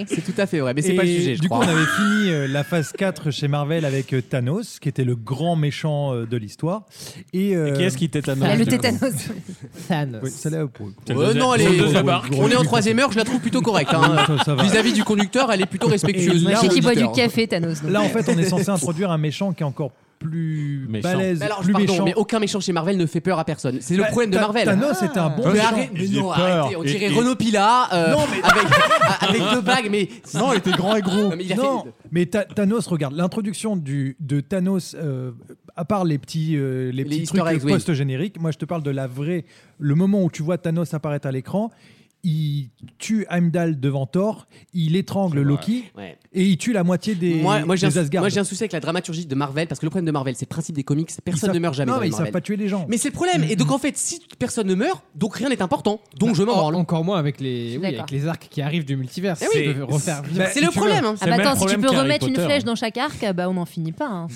D: HIV.
B: C'est tout à fait vrai, mais c'est pas le
C: Et
B: sujet, je
C: Du
B: crois.
C: coup, on avait fini euh, la phase 4 chez Marvel avec euh, Thanos, qui était le grand méchant euh, de l'histoire. Et, euh,
F: Qui est-ce qui tétanose
D: Là, le
F: du coup
D: tétanos.
C: oui, celle-là, pour-
F: C'est le
B: Euh,
F: deuxième-
B: non, elle
F: c'est le
B: est-
F: deuxième arc.
B: On est en troisième heure, je la trouve plutôt correcte. hein.
C: Ça, ça va.
B: Vis-à-vis du conducteur, elle est plutôt respectueuse.
C: Et
D: Moi,
C: là,
D: je sais
C: on
D: qu'il boit du
B: L'auditeur.
D: café, Thanos. donc.
C: Là, en fait, on est censé introduire un méchant qui est encore plus
F: Méchant.
C: balèze,
B: Mais alors,
C: plus
B: pardon,
C: méchant.
B: mais aucun méchant chez Marvel ne fait peur à personne. C'est le
C: Bah,
B: problème de
C: Ta-
B: Marvel.
C: Thanos était un
F: Ah,
C: bon
B: Mais
C: méchant.
B: arrête- mais
I: Il
B: non,
I: est peur.
B: arrêtez, on
I: Et-
B: dirait
I: et-
B: Renaud Pila euh, avec, avec deux bagues, mais
I: Non, il était grand et gros.
B: Non, mais il a
C: non,
B: fait-
C: mais Ta- Thanos, regarde, l'introduction du- de Thanos, euh, à part les petits, euh, les petits
B: easter
C: trucs
B: eggs, oui.
C: post-génériques, moi je te parle de la vraie. Le moment où tu vois Thanos apparaître à l'écran, il tue Heimdall devant Thor, il étrangle Loki
B: Ouais.
C: et il tue la moitié des,
B: Moi, moi, j'ai
C: des
B: un,
C: Asgard.
B: moi, j'ai un souci avec la dramaturgie de Marvel parce que le problème de Marvel, c'est le principe des comics.
C: Ils
B: Personne
C: savent-
B: ne meurt jamais.
C: Non,
B: dans
C: mais
B: les
C: ils savent
B: Marvel.
C: pas tuer les gens.
B: Mais c'est le problème. Et donc en fait, si personne ne meurt, donc rien n'est important. Donc je m'en
G: En-
B: branle.
G: Encore moins avec les,
D: suis
G: oui,
D: d'accord.
G: avec les arcs qui arrivent du multivers.
B: Eh oui.
G: Tu peux refaire
D: Bah,
G: vivre
B: C'est le
G: Bah, si tu
B: problème.
G: veux.
B: hein.
D: Ah
F: le
D: bah
F: même
D: attends, si tu
F: problème
D: peux
F: qu'Harry
D: remettre une
F: Potter.
D: flèche dans chaque arc, bah on n'en finit pas. hein.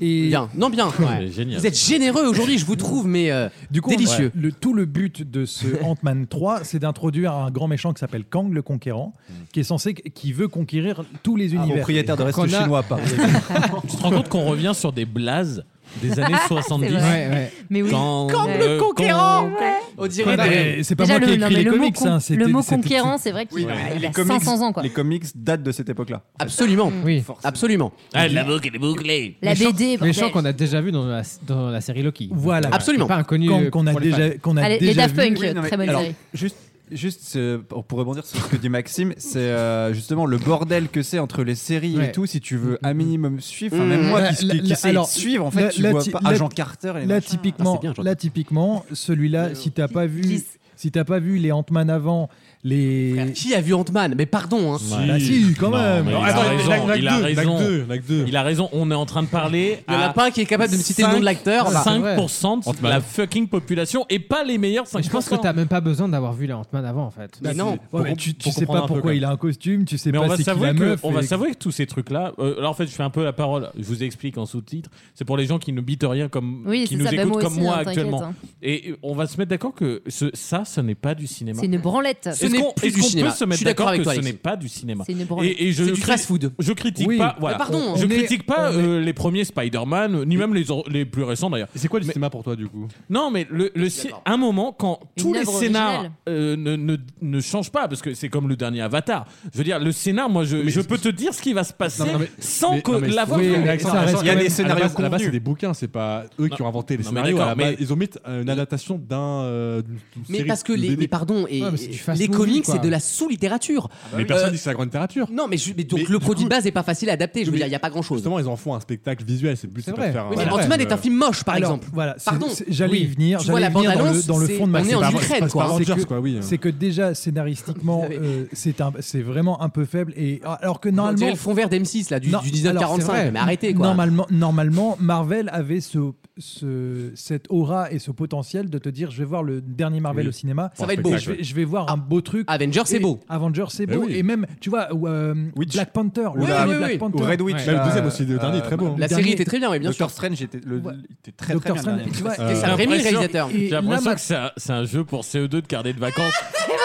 C: Et
B: Bien, non bien. Ouais.
F: Génial.
B: Vous êtes généreux aujourd'hui, je vous trouve, mais euh,
C: Du coup,
B: délicieux.
C: on- le, tout le but de ce Ant-Man 3, c'est d'introduire un grand méchant qui s'appelle Kang le Conquérant,
B: Hmm.
C: qui est censé, qui veut conquérir tous les
E: Un
C: univers.
E: Ah, propriétaire de
G: Qu'on
E: reste
G: a-
E: chinois, par
F: Tu te rends compte qu'on revient sur des blazes des années 70
D: vrai.
G: Ouais, ouais.
D: Mais oui.
F: Quand,
B: Comme le
F: euh,
B: conquérant.
F: quand-
B: On dirait. des-
C: Mais C'est pas
D: Déjà,
C: moi
D: le,
C: qui ai
D: non,
C: écrit
D: mais
C: les
D: le
C: comics.
D: mot, con-
C: hein, c'était-
D: le mot
C: c'était-
D: conquérant, c'est vrai qu'il il a 500 ans. quoi.
E: Les comics datent de cette époque-là.
B: Absolument.
G: Oui.
B: Absolument.
F: Ah, la boucle est bouclée.
D: La
G: Méchant-
D: BD, bordel.
G: Méchant qu'on a déjà vu dans la, dans la série Loki.
C: Voilà.
B: Absolument.
G: C'est Pas inconnu.
C: Kang
G: euh,
C: qu'on a
G: pour les fans.
C: déjà, qu'on a
D: Allez, les
C: déjà
D: Daft
C: vu.
D: Punk,
E: Oui, non, mais-
D: très bonne
E: alors,
D: série.
E: Juste, juste euh, pour pour rebondir sur ce que dit Maxime, c'est euh, justement le bordel que c'est entre les séries
G: Ouais.
E: et tout. Si tu veux un minimum suivre,
B: Mm.
E: enfin, même moi
C: Mmh. La-
E: qui,
C: la-
E: qui, qui
C: la-
E: sais
C: alors,
E: te suivre, en
C: la-
E: fait, tu
C: la
E: vois
C: ti-
E: pas
C: la-
E: Agent Carter et
C: Là
E: machin. Ah,
C: typiquement,
B: c'est bien, Jean-Claude.
C: là typiquement, celui-là, si t'as pas vu,
D: Glisse.
C: si t'as pas vu les Ant-Man avant, les.
B: qui a vu Ant-Man Mais pardon, hein.
C: Si. Bah si, quand même.
F: mais
C: Non,
F: il,
C: attends,
F: a
C: l'acte
F: raison,
C: deux,
F: il a
C: l'acte
F: raison.
C: deux,
F: Il a raison, on est en train de parler.
B: Il y en a
F: à
B: pas un qui est capable de me citer le nom de l'acteur, là.
F: 5% de
G: Ant-Man.
F: la fucking population et pas les meilleurs 5%.
G: Mais je pense que t'as même pas besoin d'avoir vu la Ant-Man avant en fait.
F: Mais non.
C: Ouais, mais tu, tu sais pas pourquoi il a un costume, tu sais
F: mais on
C: pas
F: va
C: c'est qui
F: s'avouer
C: la
F: que,
C: meuf.
F: on va
C: et-
F: s'avouer que tous ces trucs-là. euh, alors en fait, je fais un peu la parole. Je vous explique en sous-titre. C'est pour les gens qui ne bitent rien comme
D: Oui,
F: qui
D: c'est
F: nous
D: ça, bah,
F: écoutent
D: moi
F: comme
D: aussi,
F: moi
D: hein, t'inquiète,
F: actuellement.
D: hein.
F: Et euh, on va se mettre d'accord que ce- ça, ce n'est pas du cinéma.
D: C'est une branlette.
F: Est-ce qu'on est-ce qu'on peut se mettre d'accord que ce n'est pas du cinéma
D: C'est une branlette.
F: Et, et je
D: C'est du
F: cri-
D: fast-food.
F: Je critique
D: Oui.
F: pas.
D: Mais
F: Voilà.
D: pardon,
F: je
D: on est-
F: critique pas
D: on est-
F: euh, les premiers Spider-Man, ni même les, or- les plus récents d'ailleurs.
I: C'est quoi le cinéma pour toi du coup
F: Non, mais le, le ci- un moment quand
I: Une
F: tous les
I: œuvre
F: scénars
I: originale.
F: euh, ne, ne, ne changent pas, parce que c'est comme le dernier Avatar. Je veux dire, le scénar, moi, je, je peux te dire ce qui va se passer
I: Non, mais-
F: sans
I: mais-
F: que
I: non, mais-
F: l'avoir.
I: oui,
F: vu.
I: mais Alexandre, Alexandre,
F: Il y a des
I: quand même, à la
F: scénarios
I: base- à la base, c'est
F: contenus.
I: des bouquins, c'est pas eux qui ont inventé les
F: Non, mais
I: scénarios.
F: d'accord,
I: à la base,
F: mais-
I: Ils ont mis euh, une adaptation d'un. euh, d'une- d'une
B: Mais
I: série
B: parce que
I: de
B: les,
I: BD.
B: mais pardon, et
I: Ouais, mais c'est du fast
B: les
I: movie,
B: comics,
I: quoi.
B: c'est de la sous-littérature.
I: bah Mais personne dit que c'est la grande littérature.
B: Non, mais, je- mais donc le produit de base est pas facile à adapter. Je veux dire, il y a pas grand-chose.
I: Justement, ils en font un spectacle visuel. C'est le but, c'est pas de faire.
B: Oui,
I: un-
B: mais Ant-Man est un film moche, par
C: Alors,
B: exemple.
C: Voilà, c'est-
B: Pardon.
C: c'est- j'allais y
B: Oui.
C: venir.
B: Tu vois
C: j'allais
B: la
C: y venir dans le,
B: bande-annonce,
C: dans le
B: c'est-
C: fond de ma
B: on est en
C: c'est pas-
B: Ukraine,
C: c'est pas
B: quoi.
C: Avengers,
I: C'est que-
C: C'est que déjà scénaristiquement, euh, c'est un- c'est vraiment un peu faible. Et alors que
B: On dirait
C: normalement,
B: le fond vert d'M6 là Ah, du, du
C: Non, alors, c'est
B: 1945.
C: vrai.
B: Mais arrêtez quoi.
C: Normalement, normalement, Marvel avait ce, ce- cette aura et ce potentiel de te dire je vais voir le dernier Marvel
B: Oui.
C: au cinéma.
B: Ça va être
C: Et
B: beau. Ah,
C: Je vais, je vais voir un beau truc.
B: Avengers, c'est
C: Et-
B: beau.
C: Avengers, c'est
B: Ben
C: beau.
B: oui.
C: Et même, tu vois, ou, euh, Black Panther.
B: Oui,
C: le dernier
B: oui,
C: Black
B: oui.
C: Panther. Euh,
B: Ou Red Witch,
C: Ouais.
E: euh,
I: Même le deuxième aussi, le dernier est très beau. hein.
B: La série était très bien, mais bien
N: Doctor
B: sûr.
N: Strange était, le, il était très
B: Doctor
N: très bien. le
B: Strange,
N: dernier.
B: tu vois, et Euh, ça me rémit, le réalisateur.
F: J'ai
B: Et là,
F: l'impression
B: ma-
F: que c'est un, c'est un jeu pour CE2 de carnet de vacances.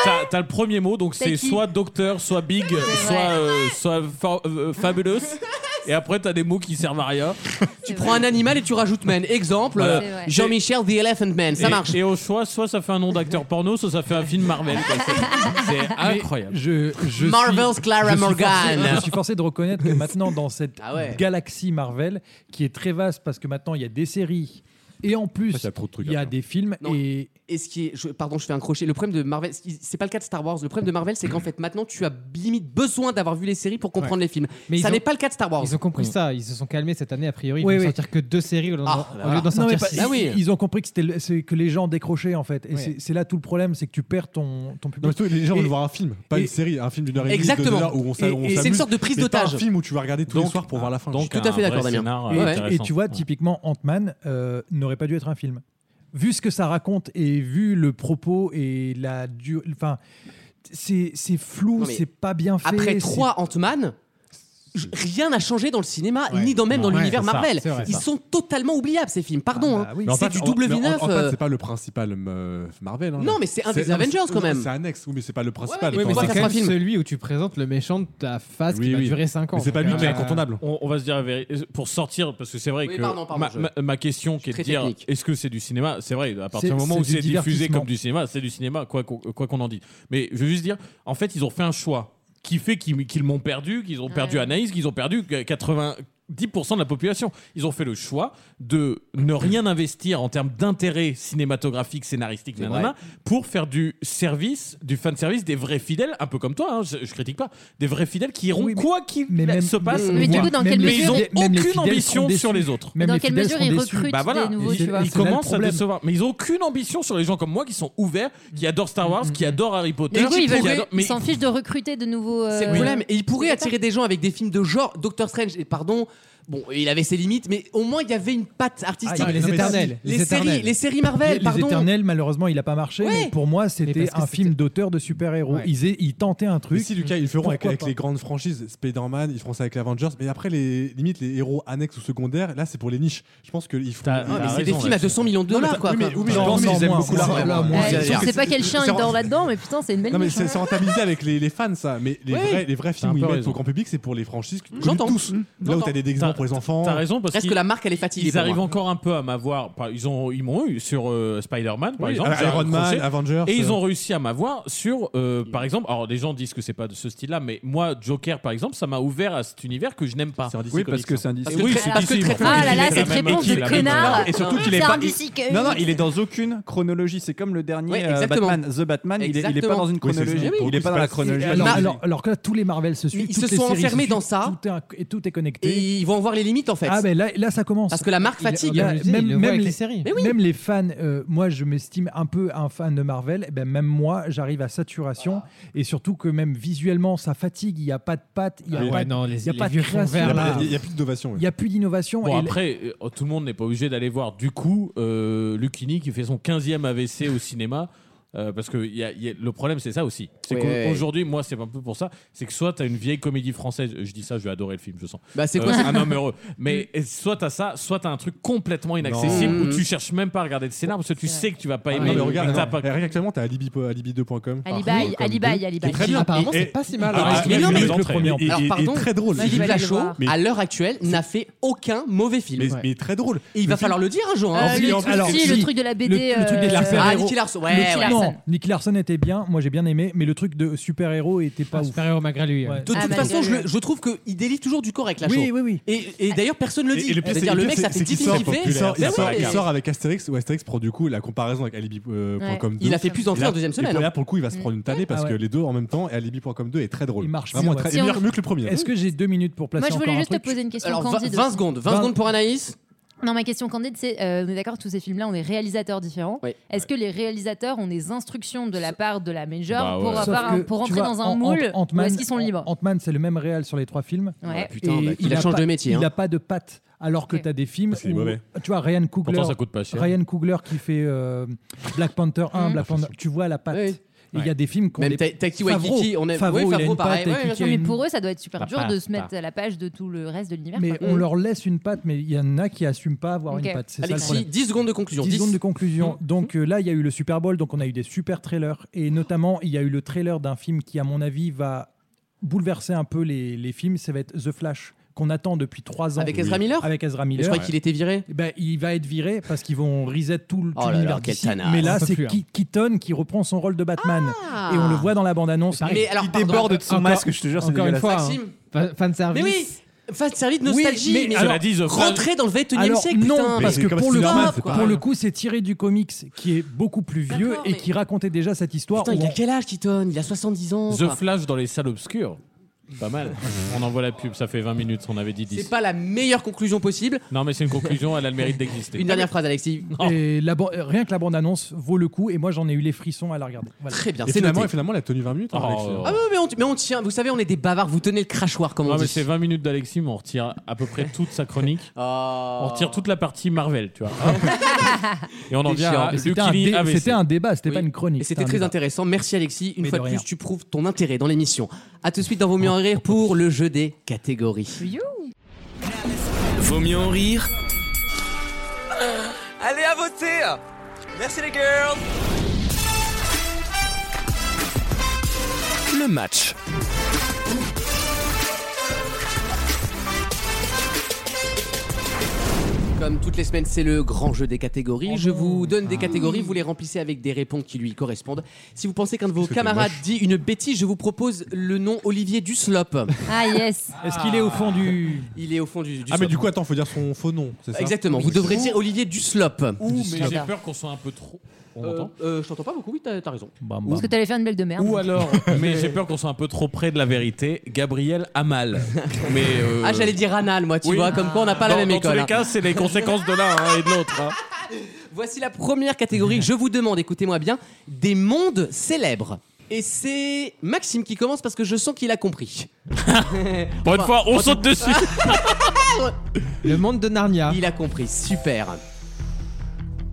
F: T'as- T'as le premier mot, donc
B: T'as
F: c'est
B: qui
F: soit docteur, soit big, soit, euh, soit fa- euh, fabulous. Et après, t'as des mots qui servent à rien.
B: Tu prends un animal et tu rajoutes man. Exemple,
F: Voilà.
B: euh,
F: C'est vrai.
B: Jean-Michel the Elephant Man. Ça
F: Et-
B: marche.
F: Et au choix, soit ça fait un nom d'acteur porno, soit ça fait un film Marvel. quoi. C'est- C'est incroyable.
C: Ah, Je, je
B: Marvel's
C: suis-
B: Clara
C: je suis
B: Morgan.
C: forcé- je suis forcé de reconnaître que maintenant, dans cette
B: Ah ouais.
C: galaxie Marvel, qui est très vaste parce que maintenant, il y a des séries. Et en plus, il y a, des films. Et...
B: et ce qui est, je- pardon, je fais un crochet. Le problème de Marvel, ce qui- c'est pas le cas de Star Wars. Le problème de Marvel, c'est qu'en fait, maintenant, tu as limite besoin d'avoir vu les séries pour comprendre les films.
G: Mais
B: ça
G: ils ont-
B: n'est pas le cas de Star Wars.
G: Ils ont compris
B: Mm.
G: ça, ils se sont calmés cette année a priori. Ils
B: Oui,
G: vont
B: oui.
G: sortir que deux séries au lieu d'en-
B: Ah,
G: au lieu d'en
C: Non, mais
G: sortir
C: pas-
G: six.
C: ils, ils ont compris que c'était le- c'est que les gens décrochaient en fait. Et
G: Ouais.
C: c'est- c'est là tout le problème, c'est que tu perds ton, ton public.
I: Non, mais surtout, les gens
C: Et-
I: veulent voir un film, pas
C: et-
I: une série, un film d'une heure et demie,
C: Exactement.
I: deux heures où on s'a-
C: Et-
I: on
C: et c'est une
I: s'amuse,
C: sorte de prise
I: mais pas
C: d'otage.
I: Un film où tu vas regarder tous les
C: Donc-
I: soirs pour voir la fin.
B: donc, Je suis tout à un fait d'accord, vrai Damien. scénar, euh,
C: Et-
B: intéressant.
C: Et, tu vois, typiquement, Ant-Man euh, n'aurait pas dû être un film. Vu ce que ça raconte et vu le propos et la du- enfin, c'est c'est flou,
B: Non, mais
C: c'est pas bien fait.
B: Après
C: c'est-
B: trois Ant-Man, je- rien n'a changé dans le cinéma, ni dans, même
I: Non,
B: dans
I: ouais,
B: l'univers
I: c'est ça,
B: Marvel.
I: c'est vrai,
B: Ils
I: ça. Ah bah
B: sont totalement oubliables, ces films. Pardon, hein.
I: Mais en
B: c'est
I: fait,
B: du
I: en-
B: double
I: mais en-
B: V9.
I: En, fait,
B: euh,
I: c'est pas le principal euh, Marvel. hein.
B: Non, mais c'est un des
I: non, mais
B: Avengers,
I: c'est-
B: quand
I: non,
B: même.
I: C'est annexe, oui, mais c'est pas le principal.
G: Oui, mais
I: Enfin,
G: c'est quand même celui où tu présentes le méchant de ta phase qui
I: Oui,
G: va
I: oui.
G: durer 5 ans.
I: Mais c'est pas
G: Donc,
I: lui qui est
F: Ah.
G: euh,
I: incontournable.
F: On, on va se dire la vérité. Pour sortir, parce que c'est vrai
B: Oui,
F: que
B: pardon, pardon,
F: ma,
B: je-
F: ma- ma question qui est de
B: suis très
F: dire
B: technique.
F: est-ce que c'est du cinéma C'est vrai, à partir
B: C'est-
F: du moment
B: c'est
F: où
B: du
F: c'est diffusé
B: divertissement.
F: comme du cinéma, c'est du cinéma, quoi qu'on quoi qu'on en dise. Mais je veux juste dire, en fait, ils ont fait un choix qui fait qu'ils qu'ils m'ont perdu, qu'ils ont perdu Anaïs, qu'ils ont perdu 80. 10% de la population. Ils ont fait le choix de ne rien investir en termes d'intérêt cinématographique, scénaristique,
B: C'est
F: nanana,
B: vrai.
F: pour faire du service, du fan service des vrais fidèles, un peu comme toi, hein, je, je critique pas, des vrais fidèles qui iront
C: Oui, mais-
F: quoi qu'il
C: mais même-
F: se passe.
C: mais- Mais du coup, dans quelle
F: mais ils
C: mesure-
F: ont
C: même les fidèles
F: aucune
C: seront
F: ambition
C: déçus.
F: sur les autres.
C: Même Dans les quelle fidèles mesure seront ils déçus. recrutent
F: Bah voilà,
C: des nouveaux,
F: ils-
C: tu vois.
F: Ils
C: C'est là le
F: commencent à
C: problème.
F: décevoir. Mais ils ont aucune ambition sur les gens comme moi qui sont ouverts, qui adorent Star Wars, qui adorent Harry Potter.
D: Du coup, ils
F: qui
D: veulent-
F: adorent-
D: ils
F: mais-
D: s'en fichent de recruter de nouveaux.
B: C'est le
D: euh,
B: problème. Et il pourrait attirer des gens avec des films de genre Doctor Strange. Et pardon, bon, il avait ses limites, mais au moins il y avait une patte artistique.
C: Ah, il y a les Éternels,
B: Les,
C: les
B: séries,
C: Éternels.
B: les séries Marvel,
C: Les- les
B: pardon.
C: Éternels, malheureusement, il a pas marché.
B: Ouais.
C: Mais pour moi,
I: Mais
C: c'était
I: parce que
C: un film d'auteur de super-héros.
I: Ouais.
C: Ils, aient- ils tentaient un truc.
I: Mais si Lucas, ils le feront avec,
C: Pourquoi
I: avec
C: pas
I: les grandes franchises, Spider-Man, ils feront ça avec les Avengers, mais après les limite les héros annexes ou secondaires, là c'est pour les niches. Je pense qu'ils font.
B: Ah, mais c'est des films à 200 millions de dollars, quoi.
I: mais,
B: quand
I: oui,
B: même.
I: mais je pense qu'ils aiment beaucoup
B: là,
I: l'argent.
B: là,
D: euh,
B: moins.
D: je sais pas quel chien il dort là-dedans, mais putain, c'est une belle
I: Non mais
D: niche,
I: c'est
D: hein.
I: c'est rentabilisé avec les, les fans ça, mais les,
D: Oui.
I: vrais, les vrais films
F: un
I: où ils
F: peu
I: mettent
F: raison.
I: au grand public c'est pour les franchises que
B: J'entends.
I: tous. Là où t'as des déguisements pour les enfants.
F: T'as raison parce
B: Reste que la marque, elle est fatiguée
F: Ils
B: pour
F: arrivent
B: moi.
F: encore un peu à m'avoir. par- Ils ont, ils m'ont eu sur euh, Spider-Man par
I: Oui,
F: exemple,
I: Iron
F: j'ai
I: Man,
F: accroché.
I: Avengers,
F: Et
I: euh.
F: ils ont réussi à m'avoir sur, euh, par exemple. Alors les gens disent que c'est pas de ce style-là, mais moi Joker par exemple, ça m'a ouvert à cet univers que je n'aime pas.
N: Oui, parce que c'est
I: hein.
N: un
F: Parce
N: DC.
F: que oui,
N: Comics.
F: c'est
N: Parce que
F: DC,
N: très-
F: mais enfin,
D: Ah là là,
F: il est
D: cette
F: la même
D: réponse
F: équipe,
D: de
F: la même
D: connard.
F: couleur.
N: Et surtout qu'il est
D: Ah, C'est
N: pas. il-
D: un DC que-
N: Non, non, il est dans aucune chronologie. C'est comme le dernier
B: Ouais,
N: euh,
B: exactement.
N: Batman, The Batman. Il est, il est pas
B: Exactement.
N: dans une
B: Oui, c'est ça.
N: chronologie.
B: Oui, oui.
N: Il est pas dans la chronologie.
C: Alors, alors- alors que là, tous les Marvel se suivent.
B: Ils
C: toutes
B: se
C: les
B: sont
C: séries
B: enfermés
C: suivent,
B: dans ça.
C: tout est un- et tout est connecté.
B: Et ils vont voir les limites en fait.
C: Ah, mais là, là, ça commence.
B: Parce que la marque
C: Il-
B: fatigue.
C: il- il- même, même les,
G: séries.
B: Mais oui.
C: même les fans, euh, moi je m'estime un peu un fan de Marvel, et ben même moi j'arrive à saturation et surtout que même visuellement ça fatigue, il n'y a pas de patte, il n'y a
F: Ah ouais,
C: pas, de-
F: non,
C: il
F: les-
C: y a
F: les
C: pas de
F: vieux fonds
C: création.
F: verts,
C: Il y a
F: là.
C: pas-
I: Il n'y a plus d'innovation.
C: Il n'y a plus d'innovation.
F: Bon,
C: et-
F: après, euh, tout le monde n'est pas obligé d'aller voir. Du coup, euh, Lucini qui fait son 15e AVC au cinéma. euh, parce que y a- y a- le problème, c'est ça aussi. C'est
B: Ouais, ouais, ouais.
F: qu'aujourd'hui, moi, c'est un peu pour ça. C'est que soit t'as une vieille comédie française, je dis ça, je vais adorer le film, je sens. Euh,
B: Bah, c'est quoi ça
F: Un homme heureux. Mais
C: Mm.
F: soit t'as ça, soit t'as un truc complètement inaccessible
I: Non.
F: où tu cherches même pas à regarder le scénar parce que tu sais que tu vas pas
I: Ah,
F: aimer.
I: non, mais
F: et
I: regarde,
F: que t'as
I: non.
F: pas-
I: Eh, regarde, actuellement, t'as alibi- alibi2.com. par
D: Alibi,
I: contre, comme
D: Alibi,
I: deux.
D: Alibi.
I: C'est très bien.
D: Apparemment,
I: Et-
D: c'est pas si mal,
I: Ah,
D: hein.
I: ouais,
B: Mais non,
I: mais
B: mais-
I: le premier en plus.
B: Alors,
I: Et- et
B: pardon,
I: très drôle.
B: Philippe
I: Mais-
B: Lachaud,
I: mais-
B: à l'heure actuelle, n'a fait aucun mauvais film.
I: Mais- mais très drôle.
B: Et il va falloir le dire un jour. hein.
D: Euh, le truc- si, le truc de la BD,
C: Le, le truc des
D: euh,
C: super-héros.
B: Ah, Nicky Larson, ouais,
C: Le
B: ouais.
C: truc- Non, Nicky Larson était bien, moi j'ai bien aimé, mais le truc de super-héros était pas ouf. Super-héros malgré lui. hein.
B: De toute façon, je, le- je trouve qu'il délivre toujours du correct, Lachaud.
C: Oui, oui, oui.
B: Et, et d'ailleurs, personne ne le dit.
I: Et- et le pire, c'est-
B: C'est-à-dire, le
I: pire,
B: mec,
I: c'est-
B: ça fait
I: c'est
B: 10
I: qu'il
B: films
I: sort
B: qu'il fait.
I: Il sort, il
B: Ben
I: sort-
B: ouais.
I: il sort avec Astérix, ou Astérix pour du coup la comparaison avec Alibi.com
B: Ouais.
I: 2.
B: Il a fait plus d'entrées
I: Et là-
B: en deuxième semaine.
I: Et là, pour le coup, il va se prendre une tannée parce
C: Ah
I: que
C: ouais.
I: les deux en même temps, et Alibi.com 2 est très drôle. Il marche
C: Si
I: vraiment
C: on-
I: Ah, très
C: si
I: et
C: on-
I: mieux, mieux que le premier.
C: Est-ce que j'ai deux minutes pour placer
D: Moi, je voulais
C: encore
D: juste
C: un
D: te
C: truc
D: poser une question
B: Alors,
D: candide.
B: 20
D: aussi.
B: secondes. 20 secondes pour Anaïs.
D: Non, ma question candide, c'est euh, on est d'accord, tous ces films-là ont des réalisateurs différents.
B: Oui.
D: Est-ce que les réalisateurs ont des instructions de la part de la major
C: Bah ouais.
D: pour,
C: Sauf
D: avoir un-
C: que,
D: pour
C: tu
D: rentrer
C: vois,
D: dans un
C: Ant-
D: moule
C: Ant-
D: Ou
C: Ant-Man-
D: est-ce qu'ils sont libres
C: Ant-Man, c'est le même réel sur les trois films.
D: Ouais. Ah,
B: putain, bah, il a
C: pas-
B: changé de métier,
C: Il
B: hein.
C: a pas de patte. Alors que tu as des films.
F: qu'il est
C: où-
F: mauvais.
C: Tu vois, Ryan Coogler.
F: Pourtant, ça coûte pas cher.
C: Ryan Coogler qui fait euh, Black Panther 1,
D: Mmh.
C: Black Panther. Tu vois la patte. Et Il y a des films qu'on.
B: Même Ta- Taiki Waititi, on aime-
C: Favreau,
B: ouais,
C: il a
B: Favreau,
C: une patte,
B: pareil, ouais,
C: Taiki
B: bien
C: qui
B: sûr.
C: a
D: Mais
C: une-
D: pour eux, ça doit être super dur
C: Papa,
D: de se
C: papa.
D: mettre à la page de tout le reste de l'univers. Euh,
C: Mais
D: par
C: on
B: Mm.
D: contre.
C: leur laisse une patte, mais il y en a qui assument pas avoir
D: Ok.
C: une patte. C'est ça le
B: Alexis,
C: problème.
B: 10 secondes de conclusion.
C: 10
B: 10.
C: secondes de conclusion.
B: Mm.
C: Donc euh, là, il y a eu le Super Bowl, donc on a eu des super trailers. Et notamment, il y a eu le trailer d'un film qui, à mon avis, va bouleverser un peu les, les films. Ça va être The Flash, qu'on attend depuis 3 ans.
B: Avec Ezra Miller
C: Avec Ezra
B: Mais
C: Miller.
B: Je croyais qu'il était viré.
C: Ben, il va être viré parce qu'ils vont reset tout le tout
B: Oh là là,
C: l'univers
B: quel
C: d'ici.
B: tanasse.
C: Mais là,
B: On peut
C: c'est
B: plus, hein.
C: Ke- Keaton qui reprend son rôle de Batman. Et on le voit dans la bande-annonce.
B: Ah. Mais alors, Il pardon. déborde de son masque, je te jure, c'est
C: Encore une
B: dégueulasse.
C: fois, hein.
B: Maxime.
G: hein.
C: fan service.
B: Mais oui Fan service, nostalgie.
C: Oui,
B: mais
C: alors,
B: rentrer dans le 21 e
C: alors,
B: siècle.
C: Non,
B: putain.
C: parce que pour le,
B: Stop,
C: coup,
B: quoi.
C: pour le coup, c'est tiré du comics qui est beaucoup plus vieux et qui racontait déjà cette histoire.
B: Putain,
C: où
B: il a
C: on-
B: quel âge, Keaton Il a 70 ans.
F: The
B: quoi.
F: Flash dans les salles obscures. Pas mal. On envoie la pub, ça fait 20 minutes, on avait dit 10.
B: C'est pas la meilleure conclusion possible.
F: Non, mais c'est une conclusion, elle a le mérite d'exister.
B: Une dernière phrase, Alexis.
C: Et la ban- euh, rien que la bande-annonce vaut le coup et moi j'en ai eu les frissons à la regarder. Voilà.
B: Très bien,
I: Et
B: c'est
I: finalement,
B: noté.
I: et finalement, elle a tenu 20 minutes. hein,
F: Oh.
I: Alexis.
B: Ah oui, mais on, mais on tient. Vous savez, on est des bavards. Vous tenez le crachoir, comme on
F: Non, mais
B: dit.
F: c'est 20 minutes d'Alexis, mais on retire à peu près toute sa chronique.
B: Euh. Ah.
F: On retire toute la partie Marvel, tu vois. Et on en
B: T'es
F: vient
B: chiant.
F: à
B: Mais
C: C'était un,
F: Lucini
C: dé-
F: AVC.
C: c'était un débat, c'était
B: Oui.
C: pas une chronique.
B: Et c'était très intéressant. Merci Alexis. Une
C: Mais
B: fois
C: de
B: de
C: rien.
B: plus, tu prouves ton intérêt dans l'émission. À tout de suite dans Vos mieux en rire pour le jeu des catégories.
A: Vaut mieux en rire
M: Allez à voter Merci les girls
A: le match.
B: Comme toutes les semaines, c'est le grand jeu des catégories. Je vous donne
F: Ah
B: des catégories, vous les remplissez avec des réponses qui lui correspondent. Si vous pensez qu'un de vos
I: que t'es
B: camarades dit une bêtise, je vous propose le nom Olivier Dusslop.
D: Ah, yes
C: Est-ce qu'il est au fond du.
B: Il est au fond du.
I: Ah, mais
B: Dusslop.
I: du coup, attends, faut dire son faux nom, c'est ça
B: Exactement, vous devrez dire Olivier Dusslop.
F: Ouh, mais
B: Dusslop.
F: j'ai peur qu'on soit un peu trop. On
B: Euh,
F: m'entend
B: euh, je t'entends pas beaucoup, oui, t'as t'as raison.
D: Parce que t'allais faire une blague de merde.
F: Ou alors, bah. mais j'ai peur qu'on soit un peu trop près de la vérité, Gabriel Amal. Mais euh,
B: Ah, j'allais dire anal, moi, tu
F: oui.
B: vois, comme quoi on n'a pas la
F: Dans-
B: même
F: dans
B: école.
F: tous les
B: hein.
F: cas, c'est les conséquences de l'un hein, et de l'autre. hein.
B: Voici la première catégorie. Je vous demande, écoutez-moi bien, des mondes célèbres. Et c'est Maxime qui commence parce que je sens qu'il a compris.
F: Pour une
B: Enfin,
F: fois, on saute dessus.
G: Le monde de Narnia.
B: Il a compris, super.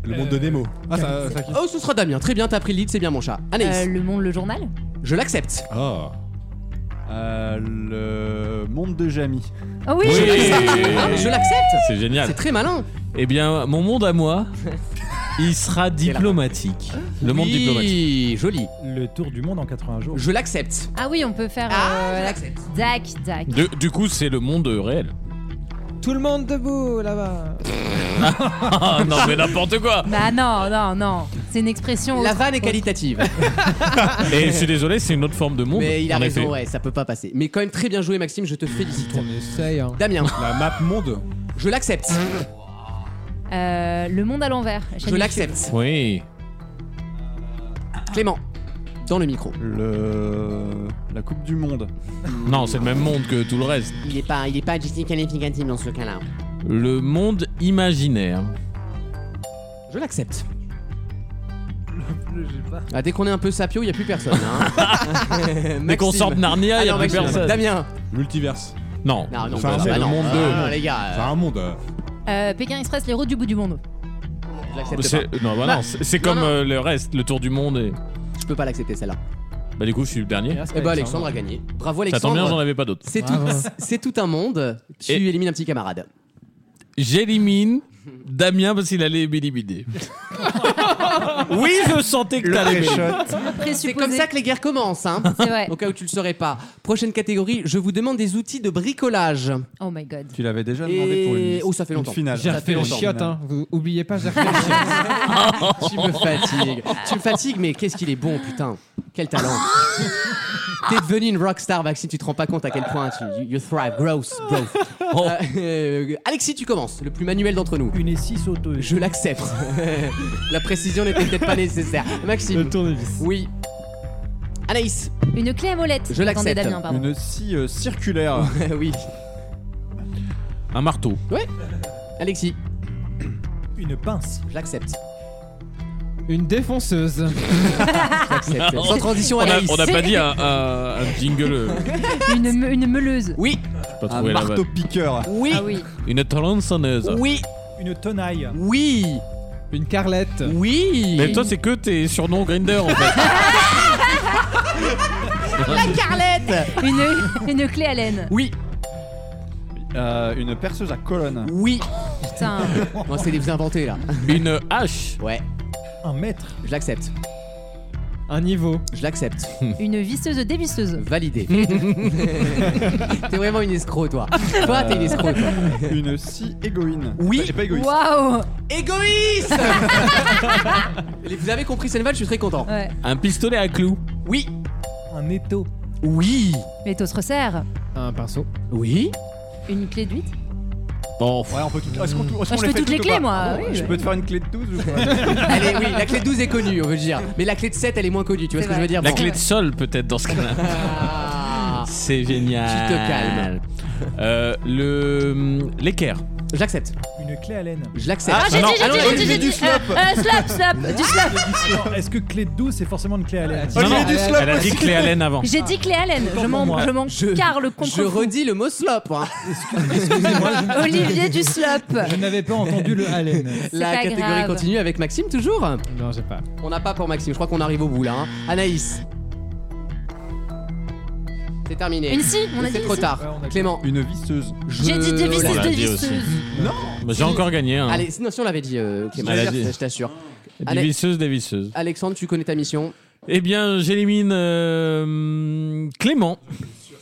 I: Le monde de
G: Euh,
I: Nemo. Ah, ça, ça qui-
B: Oh, ce sera Damien. Très bien, t'as pris le lead, c'est bien mon chat.
D: Euh,
B: Anaïs,
D: le monde, le journal
B: je l'accepte.
I: Ah.
N: Euh, le monde de Jamie.
D: Ah oui,
F: Oui.
D: je
B: Ah, Je l'accepte.
F: C'est génial.
B: C'est très malin.
F: Eh bien, mon monde à moi, il sera diplomatique. Le monde
B: oui,
F: diplomatique.
B: joli.
C: Le tour du monde en 80 jours.
B: Je l'accepte.
D: Ah oui, on peut faire. euh, Dac, dac.
F: De- du coup, c'est le monde réel.
G: Tout le monde debout là-bas.
F: Ah non, mais n'importe quoi.
D: Bah non, non, non. C'est une expression.
B: La
D: autre-
B: vanne est qualitative.
F: Et je suis désolé, c'est une autre forme de monde.
B: Mais il a
F: en
B: raison,
F: effet.
B: ouais, ça peut pas passer. Mais quand même très bien joué, Maxime, je te félicite.
G: On essaye. hein.
B: Damien,
I: La map monde.
B: je l'accepte.
D: Euh, le monde à l'envers. la chaîne
B: Je
D: YouTube.
B: l'accepte.
F: Oui.
B: Clément, dans le micro.
N: La Coupe du Monde.
F: Non, c'est le même monde que tout le reste.
B: Il n'est pas, il est pas justificatif dans ce cas-là.
F: Le monde imaginaire.
B: Je l'accepte. Ah, dès qu'on est un peu sapio, il n'y a plus personne. Hein.
F: Dès qu'on
B: Maxime.
F: sort de Narnia, y a
B: Alors,
F: plus
B: Ah Maxime.
F: personne.
B: Damien.
I: Multiverse.
F: Non.
B: Non, non,
I: Enfin,
B: bah,
I: c'est
B: bah,
I: le
B: non.
I: monde
B: Ah,
I: de.
B: non, les gars, euh.
I: C'est un monde. euh.
D: Euh, Pékin Express, les routes du bout du monde.
B: Je l'accepte
F: C'est-
B: pas.
F: Non, bah
B: Bah,
F: non, c'est c'est
B: non,
F: comme
B: non,
F: euh, le reste, le tour du monde. Et...
B: Je peux pas l'accepter celle-là.
F: Bah, du coup, je suis le dernier.
B: Eh ben Alexandre a gagné. Bravo
F: Ça
B: Alexandre.
F: tombe bien, j'en avais pas d'autres.
B: C'est tout, c'est tout un monde. Tu élimines un petit camarade.
F: J'élimine Damien parce qu'il allait bélibider. oui, je sentais que t'allais bélibider.
B: C'est comme ça que les guerres commencent, hein. Au cas où tu le saurais pas. Prochaine catégorie, je vous demande des outils de bricolage.
D: Oh my god.
N: Tu l'avais déjà
B: Et-
N: demandé pour une,
B: oh, ça fait longtemps.
N: une finale.
G: J'ai
B: Ça fait
G: refait les
B: longtemps.
G: chiottes, hein. Vous oubliez pas, j'ai refait les chiottes.
B: tu me fatigues. Tu me fatigues, mais qu'est-ce qu'il est bon, putain. Quel talent. T'es devenu une rockstar, Maxime. Tu te rends pas compte à quel point tu you, you thrive. Gross, growth. Euh, euh, Alexis, tu commences. Le plus manuel d'entre nous.
C: Une et six sauteuse.
B: Je l'accepte. La précision n'était peut-être pas nécessaire. Maxime. Le
G: tournevis.
B: Oui. Anaïs.
D: Une clé à molette.
B: Je l'accepte.
D: Attendez, Damien, pardon.
N: Une scie euh, circulaire.
B: oui.
F: Un marteau.
B: Ouais. Alexis.
C: Une pince.
B: Je l'accepte.
G: Une défonceuse.
B: Sans transition,
F: on a,
B: Anaïs.
F: on a pas dit un, un- un jingle. euh,
D: Une, me- une meuleuse.
B: Oui.
F: j'ai pas
N: Un
F: trouvé la
N: marteau
F: vanne.
N: piqueur.
B: Oui.
D: Ah oui.
F: Une tronçonneuse.
B: Oui.
C: Une tenaille.
B: Oui.
G: Une carlette.
B: Oui.
F: Mais toi, c'est que tes surnoms Grinder en fait.
D: La Carlette. une, une clé à laine.
B: Oui.
N: Euh, une perceuse à colonne.
B: Oui.
D: Putain.
B: Moi, c'est des vous inventés là.
F: Une hache.
B: Ouais.
C: Un mètre.
B: Je l'accepte.
G: Un niveau.
B: Je l'accepte.
D: Une visseuse dévisseuse.
B: Validé. t'es vraiment une escroc, toi. Toi, t'es une escroc. Toi.
N: Une scie égoïne.
B: Oui.
N: Et pas égoïste.
D: Waouh.
B: Égoïste Les- Vous avez compris Senval, je suis très content.
D: Ouais.
F: Un pistolet à clous.
B: Oui.
C: Un étau.
B: Oui.
D: Les taux se resserrent.
G: Un pinceau.
B: Oui.
D: Une clé de 8.
F: Bon,
N: Ouais, on peut tout- Est-ce qu'on tout- est-ce qu'on
D: Moi, je
N: les
D: fais
N: fait
D: toutes les
N: toutes ou
D: clés,
N: pas
D: moi,
N: Ah bon
D: oui,
N: Je
D: ouais.
N: peux te faire une clé de 12 ou pas
B: Elle est- oui, la clé de 12 est connue, on veut dire. Mais la clé de 7, elle est moins connue, tu vois ce
D: C'est
B: que je veux
D: vrai.
B: dire
F: la
B: Bon.
F: clé de sol peut-être dans ce cas-là.
B: Ah.
F: C'est génial.
B: Tu te calmes.
F: Euh, le hum, l'équerre.
B: J'accepte.
C: Une clé à laine.
B: Je l'accepte.
F: Ah, j'ai dit, j'ai dit, j'ai dit,
N: j'ai dit. slop.
D: Euh, euh, slap, slap, du slap.
C: Non, Est-ce que clé de 12 c'est forcément une clé à laine
F: Non, non,
N: du
F: elle,
N: slop
F: a dit
N: aussi.
F: clé à laine avant.
D: J'ai dit clé à laine. Je m'en, je m'en carre le contre
B: Je redis le mot slop. hein.
D: Olivier du slop.
G: Je n'avais pas entendu le haleine.
B: La
D: pas
B: catégorie
D: grave.
B: continue avec Maxime toujours.
G: Non, j'ai pas.
B: On n'a pas pour Maxime, je crois qu'on arrive au bout là. hein. Anaïs. C'est terminé.
D: Une scie, on a dit
B: C'est
D: une
B: trop
D: scie.
B: tard.
G: Ouais, on a-
B: Clément.
N: Une visseuse.
B: je-
D: J'ai dit des
F: On
D: visseuses,
F: l'a
D: des
F: dit aussi.
D: visseuses.
F: Bah, J'ai encore gagné. Hein.
B: Allez, sinon si on l'avait dit, euh, Clément,
F: Elle a dit.
B: je t'assure.
F: Des
B: Allez.
F: visseuses, des visseuses.
B: Alexandre, tu connais ta mission.
F: Eh bien, j'élimine euh, Clément.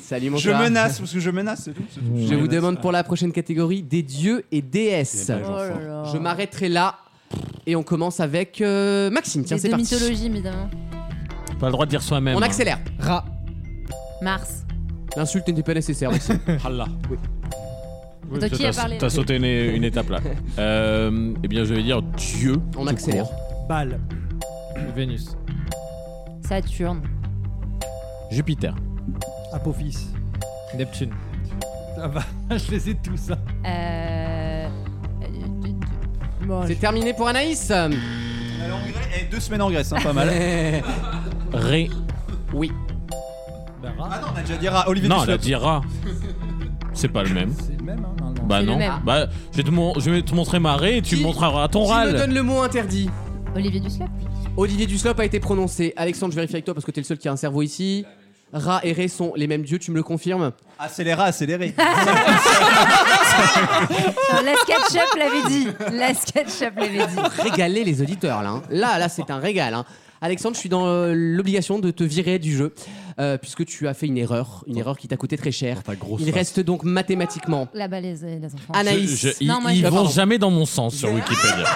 B: Salut mon
N: Je
B: chat.
N: menace, parce que je menace, c'est tout. c'est tout.
B: Je vous demande pour la prochaine catégorie des dieux et déesses.
D: Oh là là.
B: Je m'arrêterai là et on commence avec euh, Maxime. Tiens,
D: Des
B: c'est
D: deux
B: parti.
D: mythologies, évidemment.
F: Pas le droit de dire soi-même. hein.
B: On accélère.
G: Rat.
D: Mars.
B: L'insulte n'était pas nécessaire. Maxime.
F: hein. Allah.
D: Donc, qui a
F: T'as
D: parlé
F: t'as sauté une, une étape là. Euh, eh bien, je vais dire Dieu.
B: On
F: tout
B: accélère.
F: court.
C: Balle.
G: Vénus.
D: Saturne.
F: Jupiter.
C: Apophis.
G: Neptune. Euh,
C: Ah bah, je les ai tous.
D: Oh,
C: hein.
D: Euh... Bon,
B: C'est terminé pour Anaïs.
N: Alors, en Grèce- eh, deux semaines en Grèce, hein, pas mal.
B: Euh,
F: Ré. Bah,
B: oui.
N: Ah non, on a déjà dit à Olivier
F: Non, elle
N: Dussopt.
F: a dit rat. C'est pas le même.
C: C'est le même, hein non, non.
F: Bah
D: C'est le
F: non.
D: même.
F: Bah, je vais te, mon- je vais te montrer ma raie et tu
B: Qui-
F: montreras ton
B: Qui me
F: râle.
B: donne le mot interdit
D: Olivier Duslop.
B: Olivier Duslop a été prononcé. Alexandre, je vérifie avec toi parce que t'es le seul qui a un cerveau ici. Ra et Ré sont les mêmes dieux, tu me le confirmes
N: Accéléré, accéléré.
D: Non, la SketchUp l'avait dit. La SketchUp l'avait dit.
B: Régaler les auditeurs là. hein. Là, là, c'est un régal. hein. Alexandre, je suis dans euh, l'obligation de te virer du jeu euh, puisque tu as fait une erreur, une erreur qui t'a coûté très cher.
I: Ta grosse
B: Il
I: face.
B: reste donc mathématiquement
D: La balèze, les enfants.
F: Je-
B: Anaïs.
F: je- ils
D: Non, moi,
F: ils
D: je-
F: vont
B: Pardon.
F: jamais dans mon sens sur Wikipédia.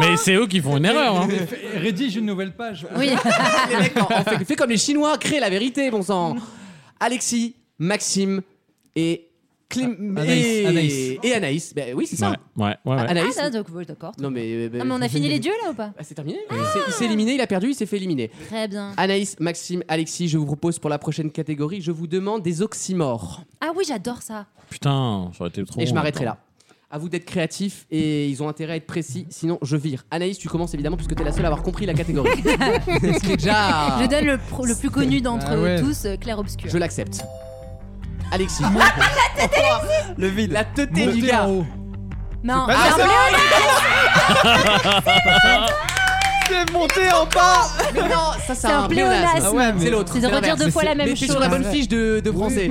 F: Mais c'est eux qui font une erreur. hein.
G: Fais- Rédige une nouvelle page.
D: Oui.
B: Les mecs, non, on fait, fais comme les Chinois, crée la vérité, bon sang. Alexis, Maxime et Clem-
F: Ah, Anaïs,
B: et
F: Anaïs.
B: et Anaïs. Ben oui, c'est ça.
F: Ouais, ouais, ouais, ouais.
B: Anaïs.
D: Ah, d'accord, d'accord.
B: Non mais,
D: Ah, mais on a fini les dieux là ou pas
B: Ah, C'est Ah. terminé Il s'est- Il s'est éliminé, il a perdu, il s'est fait éliminer.
D: Très bien.
B: Anaïs, Maxime, Alexis, je vous propose pour la prochaine catégorie, je vous demande des oxymores.
D: Ah oui, j'adore ça.
F: Putain, ça aurait été trop.
B: et je
F: long,
B: m'arrêterai
F: Oh, attends.
B: là. À vous d'être créatifs et ils ont intérêt à être précis, sinon je vire. Anaïs, tu commences évidemment puisque t'es la seule à avoir compris la catégorie. Ce qui est déjà.
D: Je donne le, pro- le plus connu d'entre
B: Ah ouais.
D: tous, euh, Clair Obscur.
B: Je l'accepte. Alexis.
D: Ah,
N: Le vide.
B: La teuté du gars.
D: Non,
B: C'est pas
D: Hermione
N: C'est monté en bas
B: Mais non, ça
D: C'est
B: c'est
D: un
B: un pléonasme.
D: pléonasme. Ah ouais,
B: c'est
D: mais-
B: l'autre. Bah
D: C'est de redire
B: l'inverse.
D: deux fois la même
B: Mais t'es sur
D: chose.
B: la bonne fiche de, de français.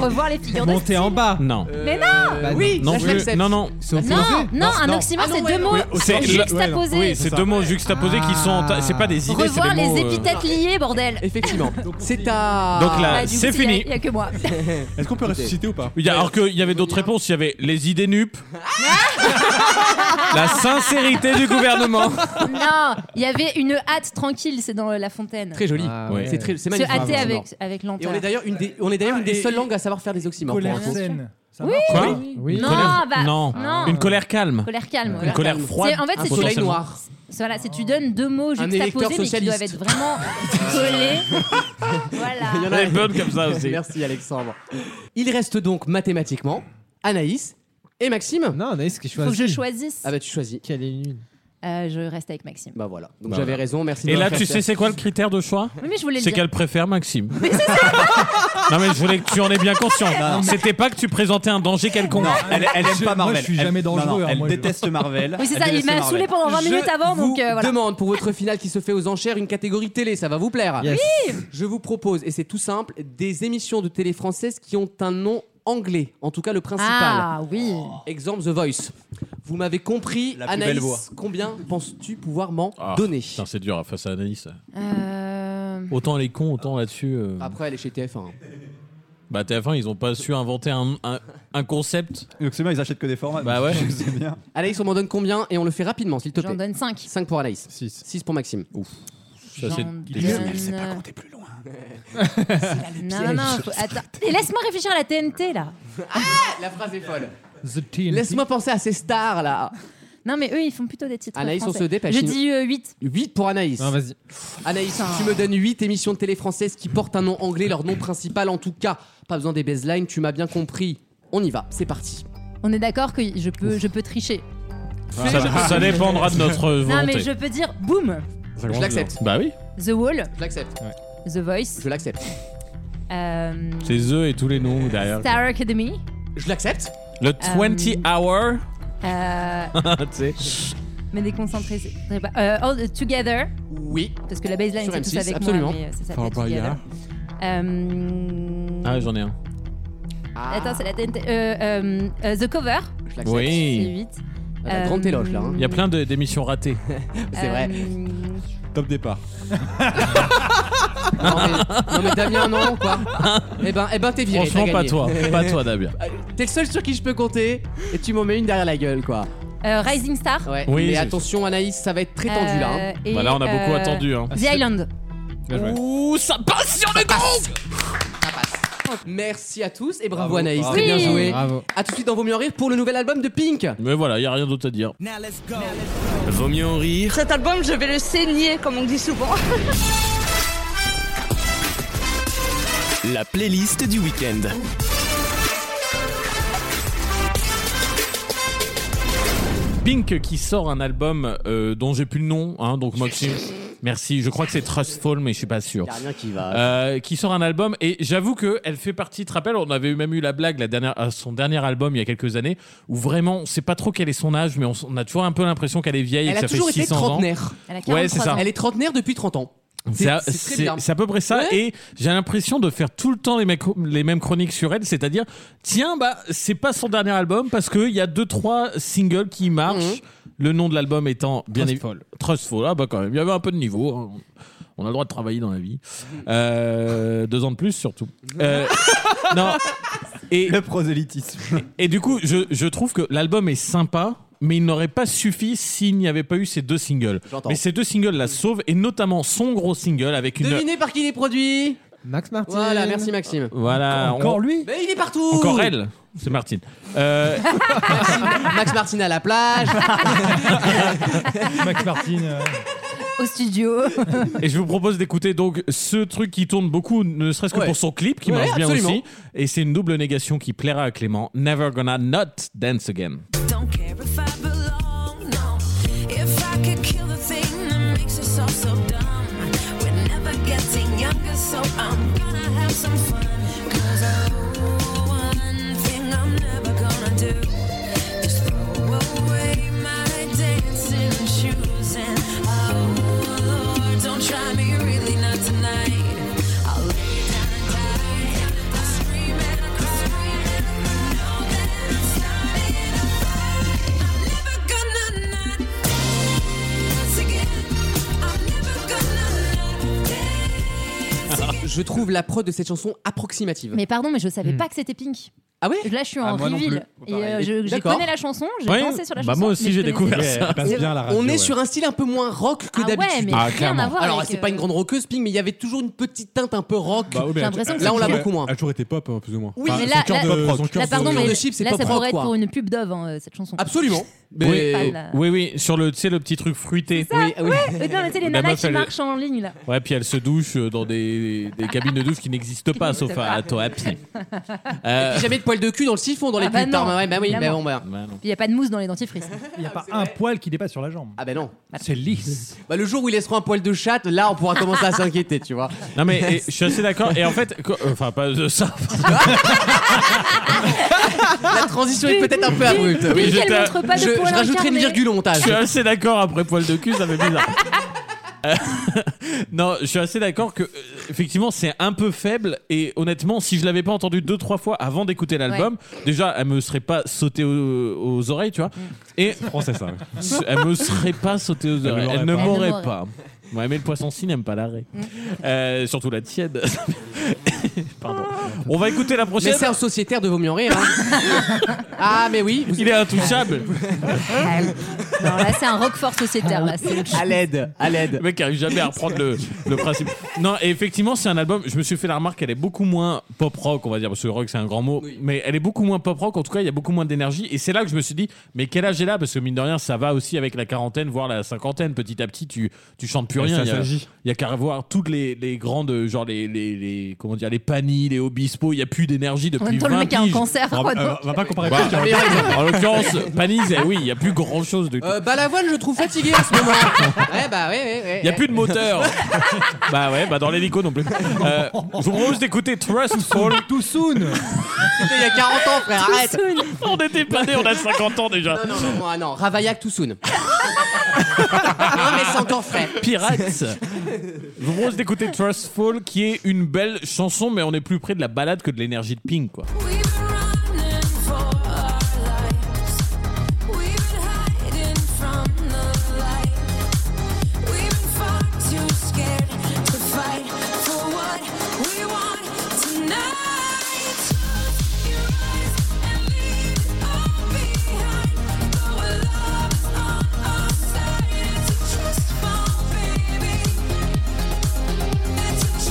D: Revoir les figures de
G: Monter en bas.
F: Euh, Non.
B: Euh,
D: Mais non
B: oui,
F: non,
B: ça, je
F: plus.
B: l'accepte. Ah
F: non, non.
D: Non, non, un oxymore, c'est deux mots
B: Oh,
D: juxtaposés.
F: Oui, c'est deux mots juxtaposés qui sont. en ta- C'est pas des idées, c'est
D: Revoir
F: des mots.
D: les
F: euh,
D: épithètes liées, bordel.
B: Effectivement. C'est à.
F: Donc là,
D: du coup,
F: c'est fini.
D: Il y a- il y a que moi.
I: Est-ce qu'on peut ressusciter ou pas
F: il y a- Alors qu'il y avait d'autres réponses, il y avait les idées nupes, la sincérité du gouvernement.
D: Non, il y avait une hâte tranquille, c'est dans euh, La Fontaine.
B: Très joli.
F: Ah ouais.
B: C'est très- c'est
D: Se
B: magnifique.
D: hâter avec, avec
B: Et
D: lenteur.
B: on est d'ailleurs une des, on est d'ailleurs une des seules langues à savoir faire des oxymores. pour
C: Colère
B: info.
C: saine. Ça
D: Oui.
C: marche.
F: Quoi
D: Oui.
F: Une
D: Non,
F: colère-
D: bah,
F: non.
D: non.
F: Une colère calme.
D: Colère calme.
F: Une colère
D: calme.
F: froide.
D: C'est- En fait,
F: Un
D: c'est
F: soleil
D: potentiellement-
F: noir.
D: c'est- Voilà, si tu donnes deux mots
B: électeur
D: juxtaposés, mais qui doivent être
B: socialiste.
D: vraiment collés. voilà.
B: Il y en a-
F: Elle est bonne comme ça aussi.
B: Merci Alexandre. Il reste donc mathématiquement Anaïs et Maxime.
G: Non, Anaïs qui
D: Faut que je choisisse.
B: Ah bah tu choisis.
G: Quelle est une
D: Euh, je reste avec Maxime.
B: Bah voilà. Donc
F: Bah
B: j'avais
F: voilà.
B: raison. Merci. de
F: Et là,
B: m'avoir
F: tu
B: fait
F: sais,
B: ça.
F: c'est quoi le critère de choix
D: Oui, mais je voulais le
F: C'est
D: dire.
F: qu'elle préfère Maxime. non, mais je voulais que tu en aies bien conscient. C'était pas que tu présentais un danger quelconque.
N: Elle, elle aime
C: Je-
N: pas
C: moi,
N: Marvel.
C: je suis
N: Elle-
C: jamais
N: non, non,
C: dangereux, hein,
N: elle
C: moi, je-
N: déteste Marvel.
D: Oui, c'est
N: Elle
D: ça, il
N: déteste
D: m'a
N: Marvel.
D: saoulé pendant 20
B: Je
D: minutes avant, donc euh,
B: vous
D: voilà.
B: demande pour votre finale qui se fait aux enchères une catégorie télé, ça va vous plaire.
G: Yes.
B: Je vous propose, et c'est tout simple, des émissions de télé françaises qui ont un nom anglais, en tout cas le principal.
D: Ah oui.
B: Exemple The Voice. Vous m'avez compris,
N: La plus belle voix.
B: Anaïs, combien penses-tu pouvoir m'en
F: Ah,
B: donner
F: putain, c'est dur face à Anaïs.
D: Euh,
F: Autant les cons, autant là-dessus. euh,
B: Après, elle est Ah, chez TF1. hein.
F: Bah, TF1, ils ont pas su inventer un, un- un concept.
N: Donc c'est bien, ils achètent que des formats.
F: Bah ouais.
N: Je sais bien.
B: Anaïs, on m'en donne combien Et on le fait rapidement, s'il te
D: J'en
B: plaît.
D: donne 5.
B: 5 pour Anaïs,
I: 6.
B: 6 pour Maxime.
F: Ouf. Ça,
D: J'en
F: c'est
D: donne...
F: difficile.
D: plus loin. non, non, non. faut- Attends. Et laisse-moi réfléchir à la TNT, là.
B: Ah, La phrase est folle.
C: The team.
B: Laisse-moi penser à ces stars là.
D: Non, mais eux, ils font plutôt des titres.
B: Anaïs, on
D: français.
B: se dépêche.
D: Je dis 8.
B: 8 pour Anaïs.
G: Non, vas-y.
B: Anaïs,
D: Putain.
B: tu me donnes 8 émissions de télé françaises qui portent un nom anglais, leur nom principal en tout cas. Pas besoin des baselines, tu m'as bien compris. On y va, c'est parti.
D: On est d'accord que je peux, je peux tricher.
F: Ça, ça dépendra de notre volonté.
D: Non, mais je peux dire boum.
B: Je l'accepte.
F: Bah oui,
D: The Wall,
B: Je l'accepte.
D: The Voice,
B: Je l'accepte.
D: euh,
F: c'est eux et tous les noms derrière.
D: Star Academy.
B: Je l'accepte.
P: Euh,
F: Le 20 hour.
D: euh,
F: tu sais.
D: mais déconcentré, c'est- c'est pas- euh, All Together,
B: Oui.
D: parce que la baseline
B: Sur
D: c'est tous
B: M6,
D: avec
B: absolument.
D: moi, mais euh, ça
I: Far
D: s'appelle
I: Cry
D: Together.
I: Here.
D: Euh,
F: Ah, j'en ai
P: Euh,
F: un.
B: Ah,
D: Attends, c'est la TNT. euh, euh, euh, the Cover,
B: Je l'accepte.
D: c'est Euh,
F: Oui.
D: 8.
B: La grande éloge là. hein.
F: Il y a plein de- d'émissions ratées.
B: C'est vrai.
P: Euh,
D: euh,
I: Top départ.
B: Non mais, non, mais Damien, non quoi. Eh ben, eh ben t'es viré.
F: Franchement,
B: t'as
F: pas
B: gagné.
F: toi. Pas toi, Damien.
B: Euh, T'es le seul sur qui je peux compter et tu m'en mets une derrière la gueule quoi.
D: Rising Star.
B: Ouais.
F: Oui,
B: mais
F: c'est-
B: attention Anaïs, ça va être très tendu là. hein.
D: Euh, et,
F: Bah là, on a beaucoup
D: euh,
F: attendu, hein.
D: The Island.
F: Ouh, ça passe sur le groupe
B: Merci à tous et bravo,
N: Bravo,
B: Anaïs,
N: bravo.
B: très bien
D: Oui.
B: joué.
G: Bravo.
B: À tout de suite dans Vos mieux en rire pour le nouvel album de Pink.
F: Mais voilà, il y a rien d'autre à dire.
A: Vaut mieux en rire
P: Cet album, je vais le saigner, comme on dit souvent.
A: La playlist du week-end.
F: Pink qui sort un album euh, dont j'ai plus le nom, hein, donc Maxime. Merci, je crois que c'est Trustful, mais je suis pas sûr.
B: Y a rien qui va.
F: Euh, qui sort un album et j'avoue que elle fait partie. Tu te rappelles, on avait eu même eu la blague la dernière, à son dernier album il y a quelques années où vraiment on sait pas trop quel est son âge, mais on, s- on a toujours un peu l'impression qu'elle est vieille et
B: Elle
F: que
B: a
F: ça fait
B: toujours été
F: 600 ans.
B: trentenaire.
D: Elle a
F: Ouais, c'est
D: 43
F: ça.
D: ans.
B: Elle est trentenaire depuis 30 ans.
F: C'est à,
B: c'est très
F: c'est-
B: bien.
F: c'est à peu près ça.
B: Ouais.
F: Et j'ai l'impression de faire tout le temps les, mecs- les mêmes chroniques sur elle, c'est-à-dire, tiens, bah, c'est pas son dernier album parce qu'il y a deux, trois singles qui marchent.
B: Mhm.
F: Le nom de l'album étant bien évidemment Trustful. Ah, bah quand même, il y avait un peu de niveau. hein. On a le droit de travailler dans la vie. Euh, deux ans de plus, surtout. Euh, non. Et,
N: Le prosélytisme.
F: et du coup, je, je trouve que l'album est sympa, mais il n'aurait pas suffi s'il n'y avait pas eu ces deux singles.
B: J'entends.
F: Mais ces deux singles la sauvent, et notamment son gros single avec une.
B: Devinez par qui il est produit
G: Max Martin.
B: Voilà, merci Maxime.
F: Voilà. Bah, on-
B: Mais il est partout
F: Encore elle C'est Martine. Euh,
B: Max Martin à la plage
C: Max Martin.
D: Au studio.
F: et je vous propose d'écouter donc ce truc qui tourne beaucoup, ne serait-ce que
D: Ouais.
F: pour son clip qui
D: Ouais,
F: marche bien
D: absolument.
F: aussi. Et c'est une double négation qui plaira à Clément. Never gonna not dance again.
O: Don't care if I belong, no. If I could kill the thing that makes us all so dumb. We're never getting younger, so I'm gonna have some fun. Cause I know one thing I'm never gonna do. Just throw away my dancing shoes and oh Lord, don't try me really not tonight. I'll lay down and die. I'll scream and I'll cry. Know that I'm starting a fire. I'm never gonna not dance again. I'm never gonna not dance.
B: Je trouve la prod de cette chanson approximative.
D: Mais pardon, mais je savais
B: Hmm.
D: pas que c'était Pink.
B: Ah oui
D: Là, je suis
B: Ah,
D: en
B: moi non
D: reveal.
B: plus.
D: Et euh,
B: Pareil.
D: je, j'ai
B: D'accord.
D: connu la chanson, j'ai
F: Ouais.
D: dansé sur la
F: Bah,
D: chanson.
F: moi aussi,
D: mais je
F: j'ai
D: connaissais
F: découvert
D: pas.
F: ça. Elle passe bien, la radio,
B: On est
F: ouais.
B: sur un style un peu moins rock que
D: Ah ouais,
B: d'habitude.
D: mais Ah, rien clairement. à voir
B: Alors,
D: avec, euh,
B: c'est pas une grande rockeuse, Pink, mais il y avait toujours une petite teinte un peu rock.
I: Bah oui, mais elle- elle-
B: là, on l'a
I: elle-
B: beaucoup moins.
I: Elle a toujours été pop, hein, plus ou moins.
B: Oui,
I: Enfin,
D: mais
I: son
D: là,
I: cœur
D: là,
I: de- son cœur
D: là,
I: de-
D: pardon, mais
B: de chips, c'est
D: là,
B: pas
D: ça
B: propre,
D: pourrait être
B: quoi.
D: pour une pub Dove, hein, cette chanson.
B: Absolument.
D: Pas
F: Oui.
D: la-
F: oui, oui, sur le, tu sais, le petit truc fruité.
D: Oui, ouais, non, mais tu sais, les
F: La
D: nanas
F: meuf,
D: qui
F: elle-
D: marchent en ligne, là.
F: Ouais, puis elle se douche euh, dans des, des cabines de douche qui n'existent pas, sauf à, à toi, Happy. Euh,
B: Puis Jamais de poil de cul dans le siphon, dans les
D: Ah bah
B: pubs.
D: non,
B: Bah ouais, bah oui, bah
D: évidemment.
B: bon, bah.
D: Puis il n'y a pas de mousse dans les dentifrices.
C: Il n'y a pas un poil qui dépasse sur la jambe.
B: Ah ben non.
C: C'est lisse.
B: Bah, le jour où ils laisseront un poil de chatte, là, on pourra commencer à s'inquiéter, tu vois.
F: Non mais et, je suis assez d'accord et en fait co- euh, enfin pas de ça.
B: La transition est peut-être un peu abrupte.
F: Oui, j'étais à-
B: je, je rajouterai une virgule au montage.
F: Je suis assez d'accord après poil de cul, ça fait bizarre. Euh, non, je suis assez d'accord que euh, effectivement c'est un peu faible et honnêtement si je l'avais pas entendu deux trois fois avant d'écouter l'album, déjà elle me serait pas sautée aux, aux oreilles, tu vois. Et
I: Français, ça, ouais.
F: Elle me serait pas sautée aux
I: Elle
F: oreilles.
I: l'aurait
F: Elle ne
I: pas.
F: m'aurait
I: Elle ne
F: pas.
I: m'aurait.
F: Ouais, mais le poisson-ci n'aime pas l'arrêt. Euh, surtout la tiède. Pardon. On va écouter la prochaine.
B: Mais c'est un sociétaire de Vaut mieux en rire. hein. ah, mais oui.
F: Il est intouchable.
D: Non, là, c'est un roquefort sociétaire, là. c'est autre chose.
B: À l'aide, à l'aide.
F: Le mec arrive jamais à reprendre le, le principe. Non, et effectivement, c'est un album. Je me suis fait la remarque, elle est beaucoup moins pop rock, on va dire, parce que rock c'est un grand mot, mais elle est beaucoup moins pop rock. En tout cas, il y a beaucoup moins d'énergie. Et c'est là que je me suis dit, mais quel âge est là Parce que mine de rien, ça va aussi avec la quarantaine, voire la cinquantaine. Petit à petit, tu, tu chantes plus
I: Ouais,
F: rien.
I: ça
F: Il y a-
I: s'agit.
F: il y a qu'à voir toutes les, les grandes, genre les, les, les- comment dire, les Pani, les Obispo. Il y a plus d'énergie depuis.
D: En même temps, le
F: 20
D: mec a un
F: piges.
D: cancer,
F: On
D: quoi,
F: va,
D: donc.
F: on va pas comparer.
D: Bah,
F: Pani,
D: meilleur
B: exemple.
F: en l'occurrence, Pani, c'est- oui, il y a plus grand chose de.
B: Euh, Balavoine, je le trouve fatigué à ce moment. ouais, bah ouais, ouais, ouais.
F: Il n'y a plus de moteur. bah ouais, bah dans l'hélico non plus. Euh, je vous propose d'écouter Trust Fall. Too soon.
B: C'était il y a 40 ans, frère,
F: Too
B: arrête.
F: soon. On n'était pas nés, on a 50 ans déjà.
B: Non, non, non, non, ah, non. Ravaillac tout soon. non, mais c'est encore frais.
F: Pirates. Je vous propose d'écouter Trust Fall qui est une belle chanson mais on est plus près de la balade que de l'énergie de Pink quoi.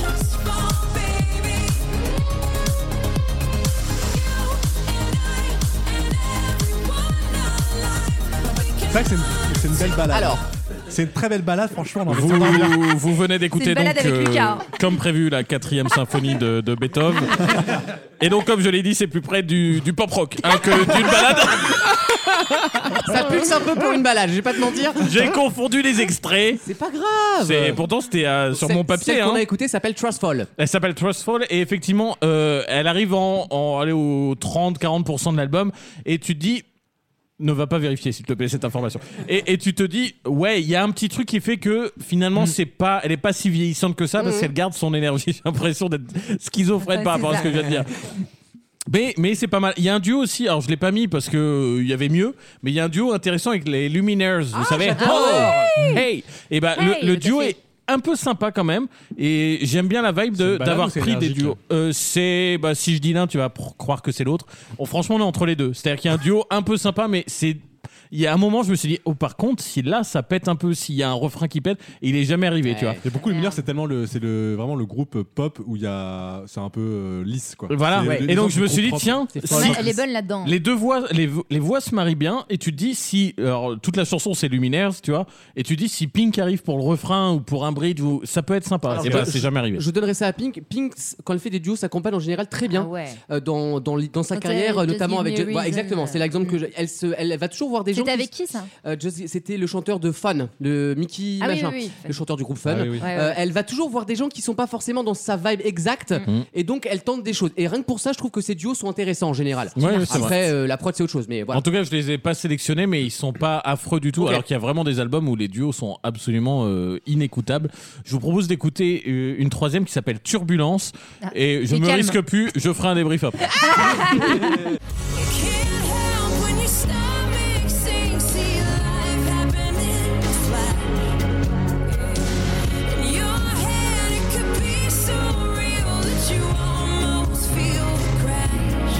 O: Just fall, baby.
I: C'est vrai que c'est une, c'est une belle balade.
B: Alors.
I: C'est une très belle balade, franchement. dans le-
F: Vous, vous venez
I: C'est
F: d'écouter
I: une balade
F: donc, euh,
I: avec Lucas.
F: comme prévu, la quatrième symphonie de, de Beethoven. Et donc, comme je l'ai dit, c'est plus près du, du pop rock hein, que d'une balade.
B: Ça pulse un peu pour une balade, je vais pas te mentir.
F: J'ai confondu les extraits.
B: C'est pas grave.
F: C'est pourtant c'était euh, sur
B: Celle-
F: mon papier.
B: Celle qu'on
F: hein.
B: a écoutée s'appelle Trust Fall.
F: Elle s'appelle Trustful et effectivement, euh, elle arrive en, en aller au 30-40% de l'album et tu te dis ne va pas vérifier s'il te plaît cette information. Et, et tu te dis ouais, il y a un petit truc qui fait que finalement c'est pas elle est pas si vieillissante que ça parce
I: Mhm.
F: qu'elle garde son énergie. J'ai l'impression d'être schizophrène
I: Ouais,
F: par
I: c'est
F: rapport à ce que
I: ça.
F: je viens de dire. Mais, mais c'est pas mal. Il y a un duo aussi, alors je l'ai pas mis parce que euh, il y avait mieux, mais il y a un duo intéressant avec les Luminaires, vous savez.
I: Ah, j'adore.
F: Oh hey Et bah
I: Hey,
F: le, le
I: le
F: duo est un peu sympa quand même et j'aime bien la vibe de-
I: balade
F: d'avoir
I: ou c'est
F: pris des
I: énergique,
F: duos. Euh, c'est bah si je dis l'un, tu vas pr- croire que c'est l'autre. On- franchement, on est entre les deux. C'est-à-dire qu'il y a un duo un peu sympa mais c'est il y a un moment, je me suis dit, oh, par contre, si là, ça pète un peu, s'il y a un refrain qui pète, et il est jamais arrivé, tu vois.
I: Et beaucoup de mineurs, c'est tellement le, c'est le, vraiment le groupe pop où il y a, c'est un peu euh, lisse quoi.
F: Voilà.
I: C'est-
F: Ouais.
I: les
F: Et donc,
I: gens
F: je me
I: sont
F: suis dit,
I: propres.
F: tiens,
I: C'est
F: si-
I: fort.
D: Elle est bonne là-dedans.
F: Les deux voix, les, vo- les voix se marient bien, et tu te dis si alors, toute la chanson c'est luminaire, tu vois, et tu te dis si Pink arrive pour le refrain ou pour un bridge, ou, ça peut être sympa.
B: Alors,
F: et
B: je-
F: ben, c'est jamais arrivé.
B: Je donnerai ça à Pink. Pink, s- quand elle fait des duos, s'accompagne en général très bien euh, dans, dans, li- dans sa
D: Ah Quand elle
B: carrière,
D: fait
B: euh, notamment
D: Just Give
B: avec.
D: Me
B: Ju- voilà,
D: Reason,
B: exactement, c'est l'exemple que je- elle, se, elle va toujours voir des gens.
D: C'était euh, mm. avec qui ça
B: Euh, Just- C'était le chanteur de Fun, le Mickey
D: Ah oui,
B: machin,
D: oui, oui, Fun.
B: le chanteur du groupe Fun.
D: Ah oui, oui. Ouais,
B: Euh,
D: ouais.
B: elle va toujours voir des gens qui sont pas forcément dans sa vibe exacte,
F: Mm.
B: et donc elle tente des choses. Et rien que pour ça, je trouve que ces duos sont intéressants en général.
F: Ouais, ouais, c'est
B: Après,
F: vrai.
B: euh, la prod c'est autre chose, mais voilà.
F: En tout cas, je les ai pas sélectionnés, mais ils sont pas affreux du tout.
B: Ok.
F: Alors qu'il y a vraiment des albums où les duos sont absolument euh, inécoutables. Je vous propose d'écouter euh, une troisième qui s'appelle Turbulence,
O: Ah.
F: et je
O: Et
F: me
O: calme. Ah.
F: risque plus. Je ferai un débrief après.
O: When you stop mixing, see life happening flat. In your head, it could be so real that you almost feel the crash.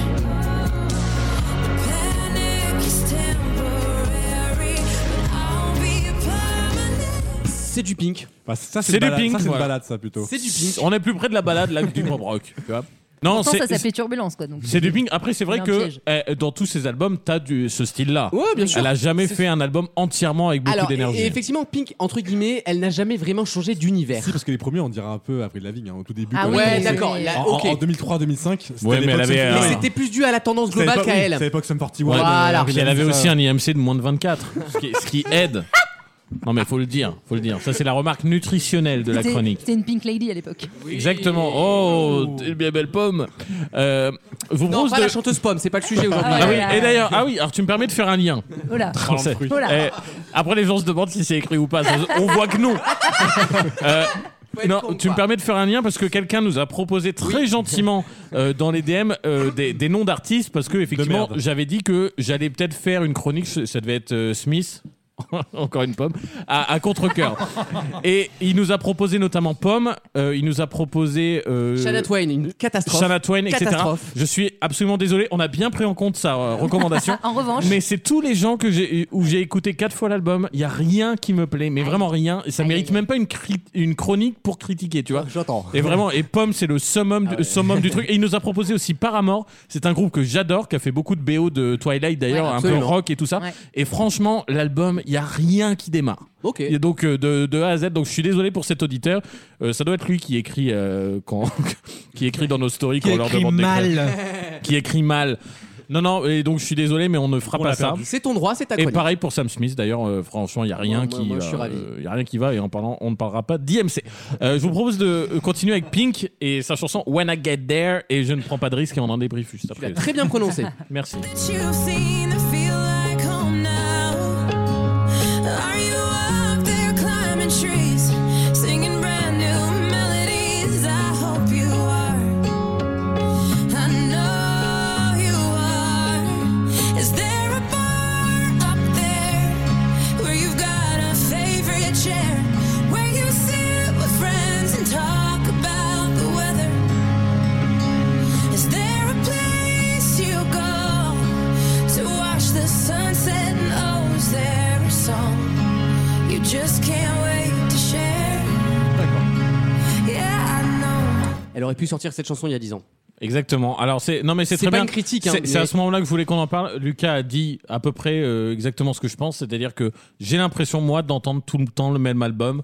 O: The panic is temporary, but I'll be permanent.
B: C'est du Pink.
I: Bah, ça,
F: C'est
I: c'est
F: du
I: du pink.
F: Pink,
I: Ça, c'est une
F: voilà.
I: balade, ça plutôt.
F: C'est du Pink. On est plus près de la balade là que du pop rock. tu vois. Non,
D: Pourtant,
F: c'est
D: ça s'appelait Turbulence, quoi. donc.
F: C'est du ping. Après, c'est vrai
D: Un
F: que
D: piège.
F: eh, dans tous ces albums, t'as du ce style-là.
B: Ouais, bien sûr.
F: Elle a jamais
B: C'est-
F: fait un album entièrement avec beaucoup
B: Alors, et, et
F: d'énergie.
B: effectivement, Pink, entre guillemets, elle n'a jamais vraiment changé d'univers.
I: Si, parce que les premiers, on dirait un peu Avril Lavigne hein, au tout début.
B: Ah
I: quand
B: oui,
I: elle
B: ouais,
I: commençait.
B: d'accord, là,
I: En, en-
B: ok.
I: en 2003-2005, c'était
F: Ouais, mais elle
I: l'époque
F: avait, euh,
I: Sum
B: Mais
I: Forty-One.
B: c'était plus dû à la tendance
I: C'était
B: globale
I: l'époque-
B: qu'à
I: oui,
B: elle.
I: C'est l'époque Sum 41.
F: Ouais,
B: Voilà.
F: Puis elle avait aussi un IMC de moins de 24, ce qui, ce qui aide. Non mais faut le dire, faut le dire. Ça c'est la remarque nutritionnelle de la
D: C'était-
F: chronique.
D: C'était une Pink Lady à l'époque.
F: Exactement. Oh, t'es bien belle pomme. Euh, vous
B: Non,
F: propose
B: pas
F: de-
B: la chanteuse pomme, c'est pas le sujet aujourd'hui.
F: Ah oui, et d'ailleurs, ah oui, alors tu me permets de faire un lien.
D: Oh là.
F: Oh, c'est-
D: Oh là.
F: Eh, après, les gens se demandent si c'est écrit ou pas. Ça- On voit que non. Euh, non, tu me permets de faire un lien parce que quelqu'un nous a proposé très gentiment euh, dans les DM euh, des, des noms d'artistes parce que effectivement
I: merde.
F: j'avais dit que j'allais peut-être faire une chronique, ça devait être euh, Smith, encore une pomme, à, à contre-coeur. Et il nous a proposé notamment Pomme, euh, il nous a proposé... euh,
B: Shanna Twain, une catastrophe.
F: Shana Twain, etc.
B: Catastrophe.
F: Je suis absolument désolé, on a bien pris en compte sa euh, recommandation.
D: En revanche.
F: Mais c'est tous les gens que j'ai, où j'ai écouté quatre fois l'album, il n'y a rien qui me plaît, mais vraiment rien. Et ça mérite même pas une, cri- une chronique pour critiquer, tu vois.
B: Oh, J'entends. Ah
F: Et vraiment, et Pomme, c'est le summum, du- summum du truc. Et il nous a proposé aussi Paramore. C'est un groupe que j'adore, qui a fait beaucoup de BO de Twilight d'ailleurs,
B: Ouais,
F: un peu
B: absolument.
F: rock et tout ça.
B: Ouais.
F: Et franchement, l'album, il n'y a rien qui démarre.
B: Ok.
F: Et donc euh, de, de A à Z. Donc je suis désolé pour cet auditeur. Euh, ça doit être lui qui écrit euh, quand, qui écrit dans nos stories
G: Qui
F: quand on leur
G: écrit
F: demande d'écrire.
G: mal.
F: qui écrit mal. Non non. Et donc je suis désolé, mais on ne fera
B: On
F: pas
B: l'a
F: ça.
B: perdu. C'est ton droit, c'est ta
F: Et
B: chronique.
F: pareil pour Sam Smith. D'ailleurs, euh, franchement, il y a rien
B: Moi,
F: qui,
B: moi, moi, je suis
F: euh,
B: ravi.
F: il y a rien qui va. Et en parlant, on ne parlera pas d'IMC. Euh, je vous propose de euh, continuer avec Pink et sa chanson When I Get There. Et je ne prends pas de risque et on en débriefe juste après.
B: Très bien prononcé.
F: Merci.
O: that you've seen and feel like home now? Are you up there climbing trees, singing brand new melodies? I hope you are. I know you are. Is there a bar up there where you've got a favorite chair? Where you sit with friends and talk about the weather? Is there a place you go to watch the sunset? And oh, is there a song you just can't wait to share? Yeah, I know.
B: Elle aurait pu sortir cette chanson il y a 10 ans.
F: Exactement. Alors c'est non mais c'est
B: C'est
F: très
B: pas
F: bien.
B: une critique, hein,
F: c'est
B: mais-
F: c'est à ce moment-là que je voulais qu'on en parle. Lucas a dit à peu près euh, exactement ce que je pense, c'est-à-dire que j'ai l'impression moi d'entendre tout le temps le même album.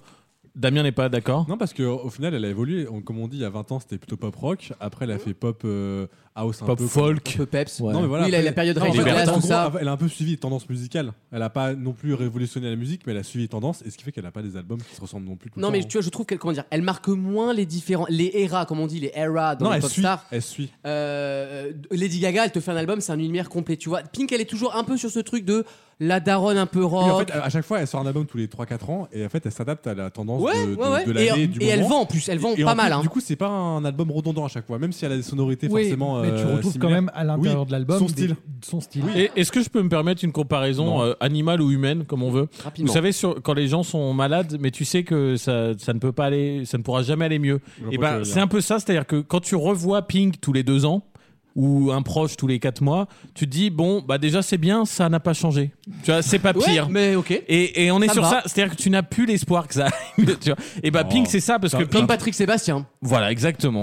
F: Damien n'est pas d'accord.
I: Non, parce qu'au final, elle a évolué. On- comme on dit, il y a 20 ans, c'était plutôt pop rock. Après, elle a fait pop euh, house un
F: Pop
I: peu.
F: folk. Un peu
B: peps.
I: Non, mais voilà.
B: Oui, la-
I: après-
B: la période
I: Non, en
B: Rage
I: fait,
B: Against,
I: en
B: tout
I: gros,
B: ça.
I: Elle a un peu suivi les tendances musicales. Elle a pas non plus révolutionné la musique, mais elle a suivi les tendances. Et ce qui fait qu'elle n'a pas des albums qui se ressemblent non plus. Tout
B: Non
I: le
B: mais
I: temps,
B: tu vois, je trouve qu'elle comment dire, elle marque moins les différents, les eras, comme on dit, les eras dans
I: Non,
B: les
I: elle
B: pop
I: suit.
B: stars.
I: Elle suit.
B: Euh, Lady Gaga, elle te fait un album, c'est un univers complet, tu vois. Pink, elle est toujours un peu sur ce truc de la daronne un peu rock.
I: Oui, en fait, à à chaque fois, elle sort un album tous les 3-4 ans et en fait, elle s'adapte à la tendance
B: Ouais,
I: de, de-
B: ouais, ouais.
I: de
B: Et-
I: l'année, du
B: et elle
I: moment.
B: vend, en plus, elle vend
I: Et en
B: pas
I: plus,
B: mal, hein.
I: Du coup, c'est pas un album redondant à chaque fois, même si elle a des sonorités
C: Oui,
I: forcément.
C: mais tu
I: euh,
C: retrouves quand
I: similaires.
C: même à l'intérieur
I: Oui,
C: de l'album
I: son
C: des-
I: style.
C: son style.
F: Et Est-ce que je peux me permettre une comparaison
C: Non.
F: euh, animale ou humaine, comme on veut
C: Rapidement.
F: Vous savez, sur- quand les gens sont malades, mais tu sais que ça, ça ne peut pas aller, ça ne pourra jamais aller mieux.
I: vois
F: Et
I: pas ce que tu
F: ben,
I: veux dire.
F: c'est un peu ça, c'est-à-dire que quand tu revois Pink tous les deux ans ou un proche tous les quatre mois, tu te dis bon, bah déjà c'est bien, ça n'a pas changé. Tu vois, c'est pas
B: Ouais,
F: pire.
B: mais ok.
F: Et, et on est
B: Ça
F: sur
B: va.
F: ça, c'est-à-dire que tu n'as plus l'espoir que ça arrive. Tu vois. Et bah, Pink, c'est ça, parce que
B: Comme
F: Pink.
B: Patrick Sébastien.
F: Voilà, exactement.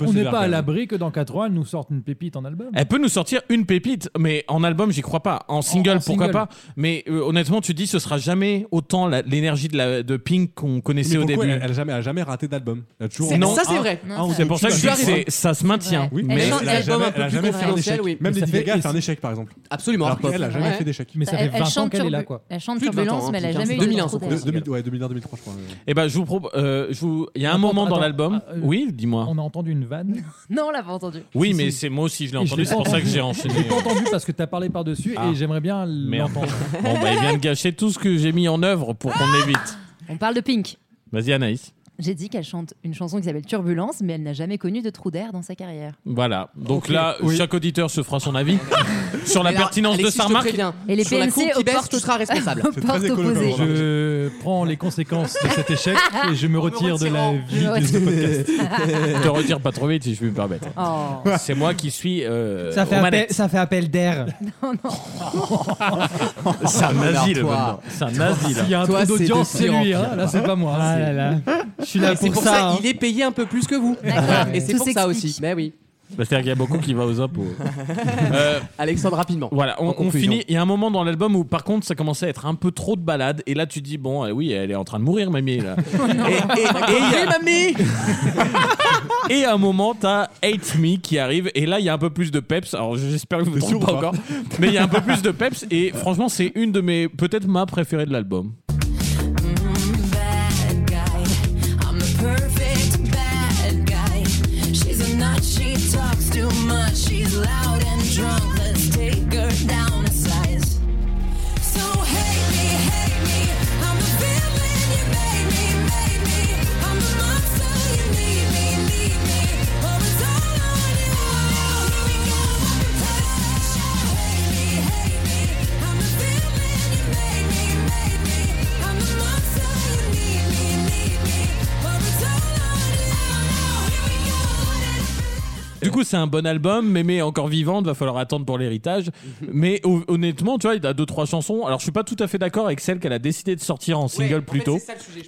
C: on n'est pas à l'abri que dans 4 ans, elle nous sorte une pépite en album.
F: Elle peut nous sortir une pépite, mais en album, j'y crois pas. En single,
C: en
F: pourquoi
C: single.
F: pas. Mais euh, honnêtement, tu te dis, ce sera jamais autant la- l'énergie de, la- de Pink qu'on connaissait
I: Mais
F: au
I: pour le coup,
F: début.
I: elle- elle a jamais, elle a jamais raté d'album. Elle a toujours
F: C'est-
I: un-
F: ça, c'est
I: un-
F: vrai.
I: un
F: Non,
I: ou
F: c'est
I: deux
F: pour ça que
I: tubes.
F: je dis que c'est- ça se maintient.
I: Oui,
F: Mais-
I: mais
F: Elle
I: elle
F: change
I: a
F: d'album
I: jamais-
F: un peu
I: elle a
F: plus
I: jamais fait un
F: confidentiel,
I: échec.
F: oui.
I: Même
F: Ça
I: Lady
F: fait-
I: Gaga a fait un échec, par exemple.
B: Absolument.
I: Alors qu'elle a
B: Ouais.
I: jamais fait d'échec.
C: Mais ça fait
D: Elle- elle
C: 20 ans
D: chante
C: qu'elle est là,
D: turbu-
C: quoi.
D: elle chante
C: Plus de 20 ans, hein,
D: turbulence, mais elle a
C: plus de
D: jamais eu
C: 20 ans.
D: de
C: 2001,
D: trou
C: son
D: d'air.
C: premier.
I: 2000, ouais, 2001, 2003, je crois. ouais.
F: Eh ben, je vous propose. euh, je vous... Il y a un
C: Attends,
F: moment dans
C: attends,
F: l'album.
C: euh,
F: oui, dis-moi.
C: On a entendu une vanne.
D: Non, on l'a pas entendu.
F: Oui,
C: Si,
F: mais
C: si.
F: c'est moi aussi, je l'ai
C: Et
F: entendu.
C: l'ai
F: C'est pour
C: pas
F: ça que
C: entendu.
F: j'ai enchaîné.
C: Je l'ai pas entendu parce que t'as parlé par-dessus
F: Ah.
C: et j'aimerais bien
F: Merde.
C: l'entendre.
F: Bon, bah, il vient de gâcher tout ce que j'ai mis en œuvre pour qu'on
D: Ah
F: évite.
D: On parle de Pink.
F: Vas-y, Anaïs.
D: J'ai dit qu'elle chante une chanson qui s'appelle Turbulence, mais elle n'a jamais connu de trou d'air dans sa carrière.
F: Voilà. Donc
D: Ok.
F: là,
D: Oui.
F: chaque auditeur se fera son avis sur la
B: Mais alors,
F: pertinence
B: Alexis,
F: de
B: je
F: sa
B: te
F: remarque.
B: préviens.
D: Et les
B: Sur la
D: PNC
B: courbe qui
D: aux
B: baisse,
D: portes-
B: tu seras responsable.
D: aux C'est très portes écolo, opposées. comme remarque.
C: Je prends les conséquences de cet échec et je me retire de la vie
F: Je me
C: de ce podcast.
F: Te retire pas trop vite si je puis me permettre.
D: Oh.
F: C'est moi qui suis euh,
G: ça, fait
F: aux
G: appel,
F: manettes.
G: ça fait appel d'air.
F: C'est un nazi,
G: Alors,
F: le
G: toi-
F: bonhomme. C'est un
G: toi,
F: nazi, là.
G: s'il y a un Toi, truc c'est d'audience, de c'est pire en lui, hein. pire, Là, quoi. c'est pas moi. Ah là là. Je suis là
B: Et c'est
G: pour
B: pour
G: ça,
B: ça.
G: hein.
B: Il est payé un peu plus que vous.
D: D'accord.
B: Et c'est
D: Tout
B: pour ça aussi. Mais oui.
F: Bah, C'est-à-dire qu'il y a beaucoup qui va aux impôts.
B: Alexandre, rapidement.
F: Voilà,
B: En
F: on, on
B: conclusion.
F: finit. Il y a un moment dans l'album où, par contre, ça commençait à être un peu trop de balades. Et là, tu dis, bon, euh, oui, elle est en train de mourir, mamie. Là. et, et il y a- Et à un moment, t'as Hate Me qui arrive, et là, il y a un peu plus de peps. Alors, j'espère que vous ne trompez
B: hein.
F: pas encore, mais il y a un peu plus de peps, et franchement, c'est une de mes, peut-être ma préférée de l'album.
O: bad guy. I'm the perfect bad guy. She's a nut, she talks too much. She's loud and drunk. Let's take her down a size. So hate me, hate me. I'm the villain you made me, made me. I'm the monster you need me, need me. Well, it's all on you. Here we go, I'm in possession. Hate me, hate me. I'm the villain you made me, made me. I'm the monster you need me, need me. Well, it's all on you. Here we go, on it.
F: Du coup, c'est un bon album, mais mais encore vivante, va falloir attendre pour l'héritage. Mais ho- honnêtement, tu vois, il y a deux trois chansons. Alors, je suis pas tout à fait d'accord avec celle qu'elle a décidé de sortir en single plus tôt,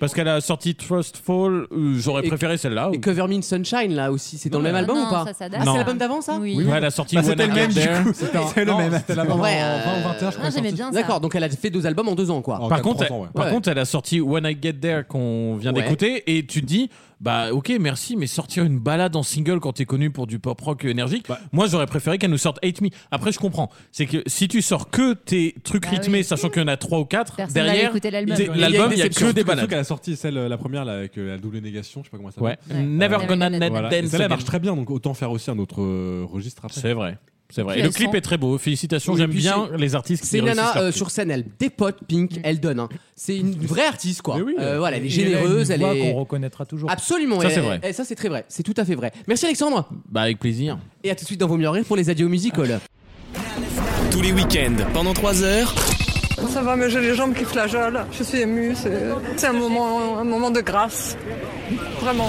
F: parce qu'elle a sorti Trustfall. euh, J'aurais préféré celle-là.
B: Et
F: ou-
B: Cover Me in Sunshine, là aussi, c'est dans le même album
D: non,
B: ou pas
D: ça, ça date.
B: Ah,
F: Non.
B: c'est l'album d'avant, ça
D: Oui.
F: Ouais, elle a sorti
B: Bah,
F: When
B: c'était
F: I
B: le
F: Get
B: même, du
F: There.
B: coup. C'était
I: C'est le même. C'était l'avant,
B: En vrai,
I: en 20 ou 21, je
D: crois, euh, Non, j'aimais bien ça.
B: D'accord, donc elle a fait deux albums en deux ans, quoi.
F: Par contre, elle- par contre, elle a sorti When I Get There qu'on vient
B: Ouais.
F: d'écouter et tu te dis bah ok merci mais sortir une balade en single quand t'es connu pour du pop rock énergique
I: Bah.
F: moi j'aurais préféré qu'elle nous sorte Hate Me après je comprends c'est que si tu sors que tes trucs
D: Bah
F: rythmés
D: oui.
F: sachant qu'il y en a trois ou quatre
D: Personne n'allait
F: derrière
D: écouter l'album.
F: t'es-
D: Il y a une
F: l'album il y a
I: Surtout
F: que des
I: le truc
F: balades
I: qu'elle a sorti, celle, la première, là, avec euh, la double négation, je sais pas comment ça
F: Ouais.
I: s'appelle.
F: Ouais. Never Never Gonna Gonna Dance
I: Voilà.
F: Dance
I: Et Celle-là elle marche
F: Again.
I: très bien, donc autant faire aussi un autre euh, registre après.
F: C'est vrai. c'est vrai Et le clip est très beau félicitations j'aime bien les artistes qui
B: C'est
F: réussissent
B: Nana euh,
F: leur clip.
B: sur scène, elle dépote
D: Mm.
B: Pink, elle donne. hein. C'est une vraie artiste, quoi. Euh, voilà, elle est
C: Et a une
B: généreuse, elle
C: voix
B: est.
C: qu'on reconnaîtra toujours.
B: Absolument,
F: Ça,
B: et-
F: c'est vrai.
B: et ça, c'est très vrai. C'est tout à fait vrai. Merci, Alexandre.
F: Bah, avec plaisir.
B: Et à tout de suite dans Vos Mieux en Rire pour les adieux musicals.
A: Tous les week-ends, pendant 3 heures.
R: Ça va, mais j'ai les jambes qui flageolent. Je suis émue. C'est c'est un moment, un moment de grâce. Vraiment.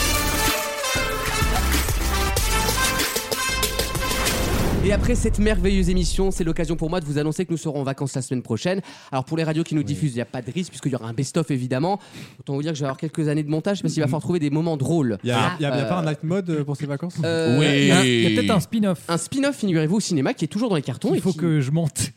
B: Et après cette merveilleuse émission, c'est l'occasion pour moi de vous annoncer que nous serons en vacances la semaine prochaine. Alors pour les radios qui nous diffusent, il n'y a pas de risque puisqu'il y aura un best-of évidemment. Autant vous dire que je vais avoir quelques années de montage parce qu'il va falloir trouver des moments drôles.
I: Il y a, il y a- il y a
B: Euh,
I: pas un night mode euh, pour ces vacances
B: euh, il y a- il y a peut-être un
C: spin-off.
B: Un spin-off, figurez-vous, au cinéma qui est toujours dans les cartons. Il faut
C: que je monte.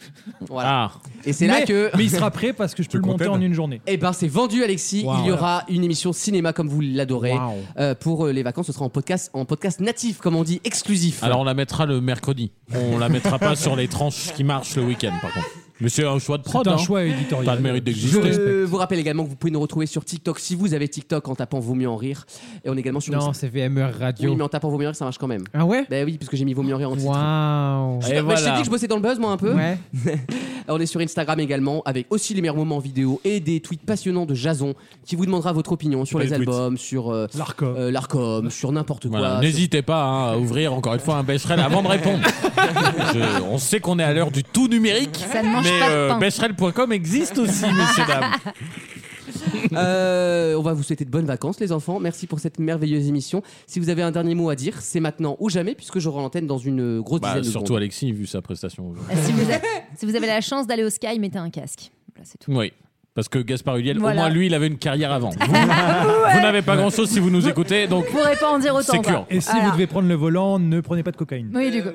B: Voilà. Et c'est là
C: Ah. Mais-
B: que.
C: mais il sera prêt parce que je peux le monter en une journée.
B: Eh ben, c'est vendu, Alexis.
C: Wow.
B: Il y aura une émission cinéma comme vous l'adorez. Euh, pour euh, les vacances, ce sera en podcast, en podcast natif, comme on dit, exclusif.
F: Alors on la mettra le mercredi. On la mettra pas sur les tranches qui marchent le week-end par contre. Mais c'est un choix de prod.
B: C'est un
F: hein.
B: choix
C: éditorial.
F: T'as le mérite
B: Je
F: d'exister.
B: vous rappelle également que vous pouvez nous retrouver sur TikTok si vous avez TikTok en tapant Vaut mieux en rire. Et on est également sur
G: Non,
B: Insta-
G: c'est VMR Radio.
B: Oui, mais en tapant Vaut mieux en rire, ça marche quand même.
G: Ah ouais
B: Bah oui, parce que j'ai mis Vaut mieux en rire en titre.
G: Waouh.
B: Je, t'ai- bah, je t'ai dit que je bossais dans le buzz, moi, un peu. on est sur Instagram également, avec aussi les meilleurs moments vidéo et des tweets passionnants de Jason qui vous demandera votre opinion sur
F: Pas
B: les
F: les tweets.
B: albums, sur euh,
C: l'Arcom,
B: euh, l'Arcom, sur n'importe quoi.
F: Voilà,
B: sur-
F: N'hésitez pas hein, à ouvrir encore une fois un Becherel avant de répondre. Je- on sait qu'on est à l'heure du tout numérique,
D: Ça ne mange
F: mais euh,
D: pas de pain.
F: Becherel.com existe aussi, messieurs dames.
B: Euh, on va vous souhaiter de bonnes vacances, les enfants. Merci pour cette merveilleuse émission. Si vous avez un dernier mot à dire, c'est maintenant ou jamais, puisque je rends l'antenne dans une euh, grosse
F: Bah,
B: dizaine de
F: surtout
B: secondes.
F: Alexis, vu sa prestation. aujourd'hui.
D: si, vous avez, si vous avez la chance d'aller au Sky, mettez un casque. Voilà, c'est tout.
F: Oui. Parce que Gaspard Huliel,
D: Voilà.
F: au moins lui, il avait une carrière avant. Vous, vous n'avez pas grand chose si vous nous écoutez, donc.
D: Vous pourrez pas en dire autant.
F: C'est
D: quoi.
F: clair.
C: Et si
D: Voilà.
C: vous devez prendre le volant, ne prenez pas de cocaïne.
D: Oui, du coup.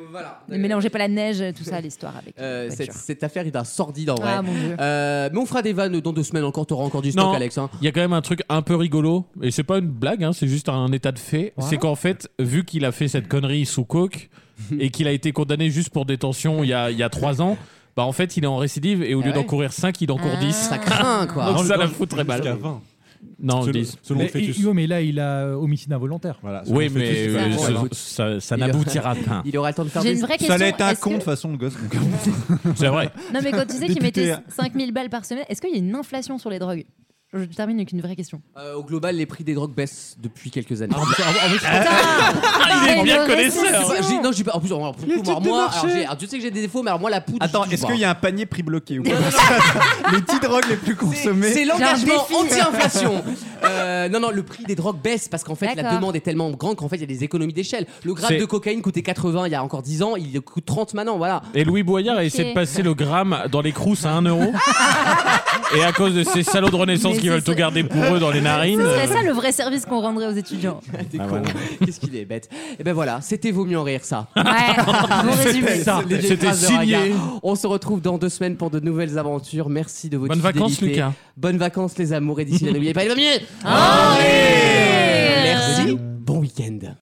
D: ne mélangez pas la neige, tout ça, l'histoire avec.
B: Euh, cette, cette affaire est d'un sordide en vrai.
D: Ah, mon Dieu.
B: Euh, mais on fera des vannes dans deux semaines encore. T'auras encore du stock,
F: Non,
B: Alex. hein.
F: il y a quand même un truc un peu rigolo, et c'est pas une blague, hein, c'est juste un état de fait. C'est qu'en fait, vu qu'il a fait cette connerie sous coke et qu'il a été condamné juste pour détention il y a, il y a trois ans, bah en fait, il est en récidive et au lieu d'en courir 5, il en court 10.
B: Ça craint, quoi.
F: Donc
B: Dans
F: ça
B: le-
F: la foutrait mal.
I: Jusqu'à 20.
F: Non,
I: Selon-
F: 10.
I: selon
C: mais,
I: le fœtus.
C: il- oui, mais là, il a euh, homicide involontaire.
F: Oui, mais euh, ce- ça, ça
B: Il aura-
F: n'aboutira pas.
B: Il aura le temps de faire
D: J'ai
B: des.
D: une vraie
N: Ça
D: question.
N: allait être un
D: est-ce
N: con
D: que-
N: de façon, le gosse. donc.
F: C'est vrai.
D: Non, mais quand tu disais qu'il
N: Député,
D: mettait
N: hein.
D: 5000 balles par semaine, est-ce qu'il y a une inflation sur les drogues Je termine avec une vraie question.
B: Euh, au global, les prix des drogues baissent depuis quelques années.
D: il est bien connaisseur.
B: J'ai- Non, j'ai pas. En plus, alors, pour le coup,
N: types
B: alors,
N: de
B: moi,
N: marché.
B: alors, j'ai- alors, Dieu sait que j'ai des défauts, mais alors moi, la poudre.
N: Attends,
B: je touche
N: est-ce
B: pas.
N: qu'il y a un panier prix bloqué ou quoi Les petites drogues les plus consommées.
B: C'est l'engagement
N: J'ai un défi.
B: anti-inflation. Euh, non, non, le prix des drogues baisse parce qu'en fait, la
D: D'accord.
B: demande est tellement grande qu'en fait, il y a des économies d'échelle. Le gramme
F: C'est-
B: de cocaïne coûtait 80 il y a encore 10 ans, il coûte 30 maintenant, voilà.
F: Et Louis Boyard a essayé de passer le gramme dans les crousses à 1 euro. et à cause de ces salauds de Renaissance
D: Mais
F: qui
D: ce
F: veulent tout
D: serait-
F: garder pour eux dans les narines.
D: Ce serait
F: euh,
D: ça le vrai service qu'on rendrait aux étudiants.
B: T'es
F: Ah,
B: con.
F: voilà.
B: Qu'est-ce qu'il est bête. Et ben voilà, c'était vaut mieux en rire ça.
D: bon
B: C'était
D: résumé.
B: ça.
F: C'était-
B: Les vieilles
F: c'était
B: phrases de
F: signé.
B: Raga. On se retrouve dans deux semaines pour de nouvelles aventures. Merci de votre
F: Bonnes vacances,
B: fidélité.
F: Lucas.
B: Bonnes vacances les amours et d'ici là n'oubliez pas les vacances.
O: Henri
B: Merci. Bon week-end.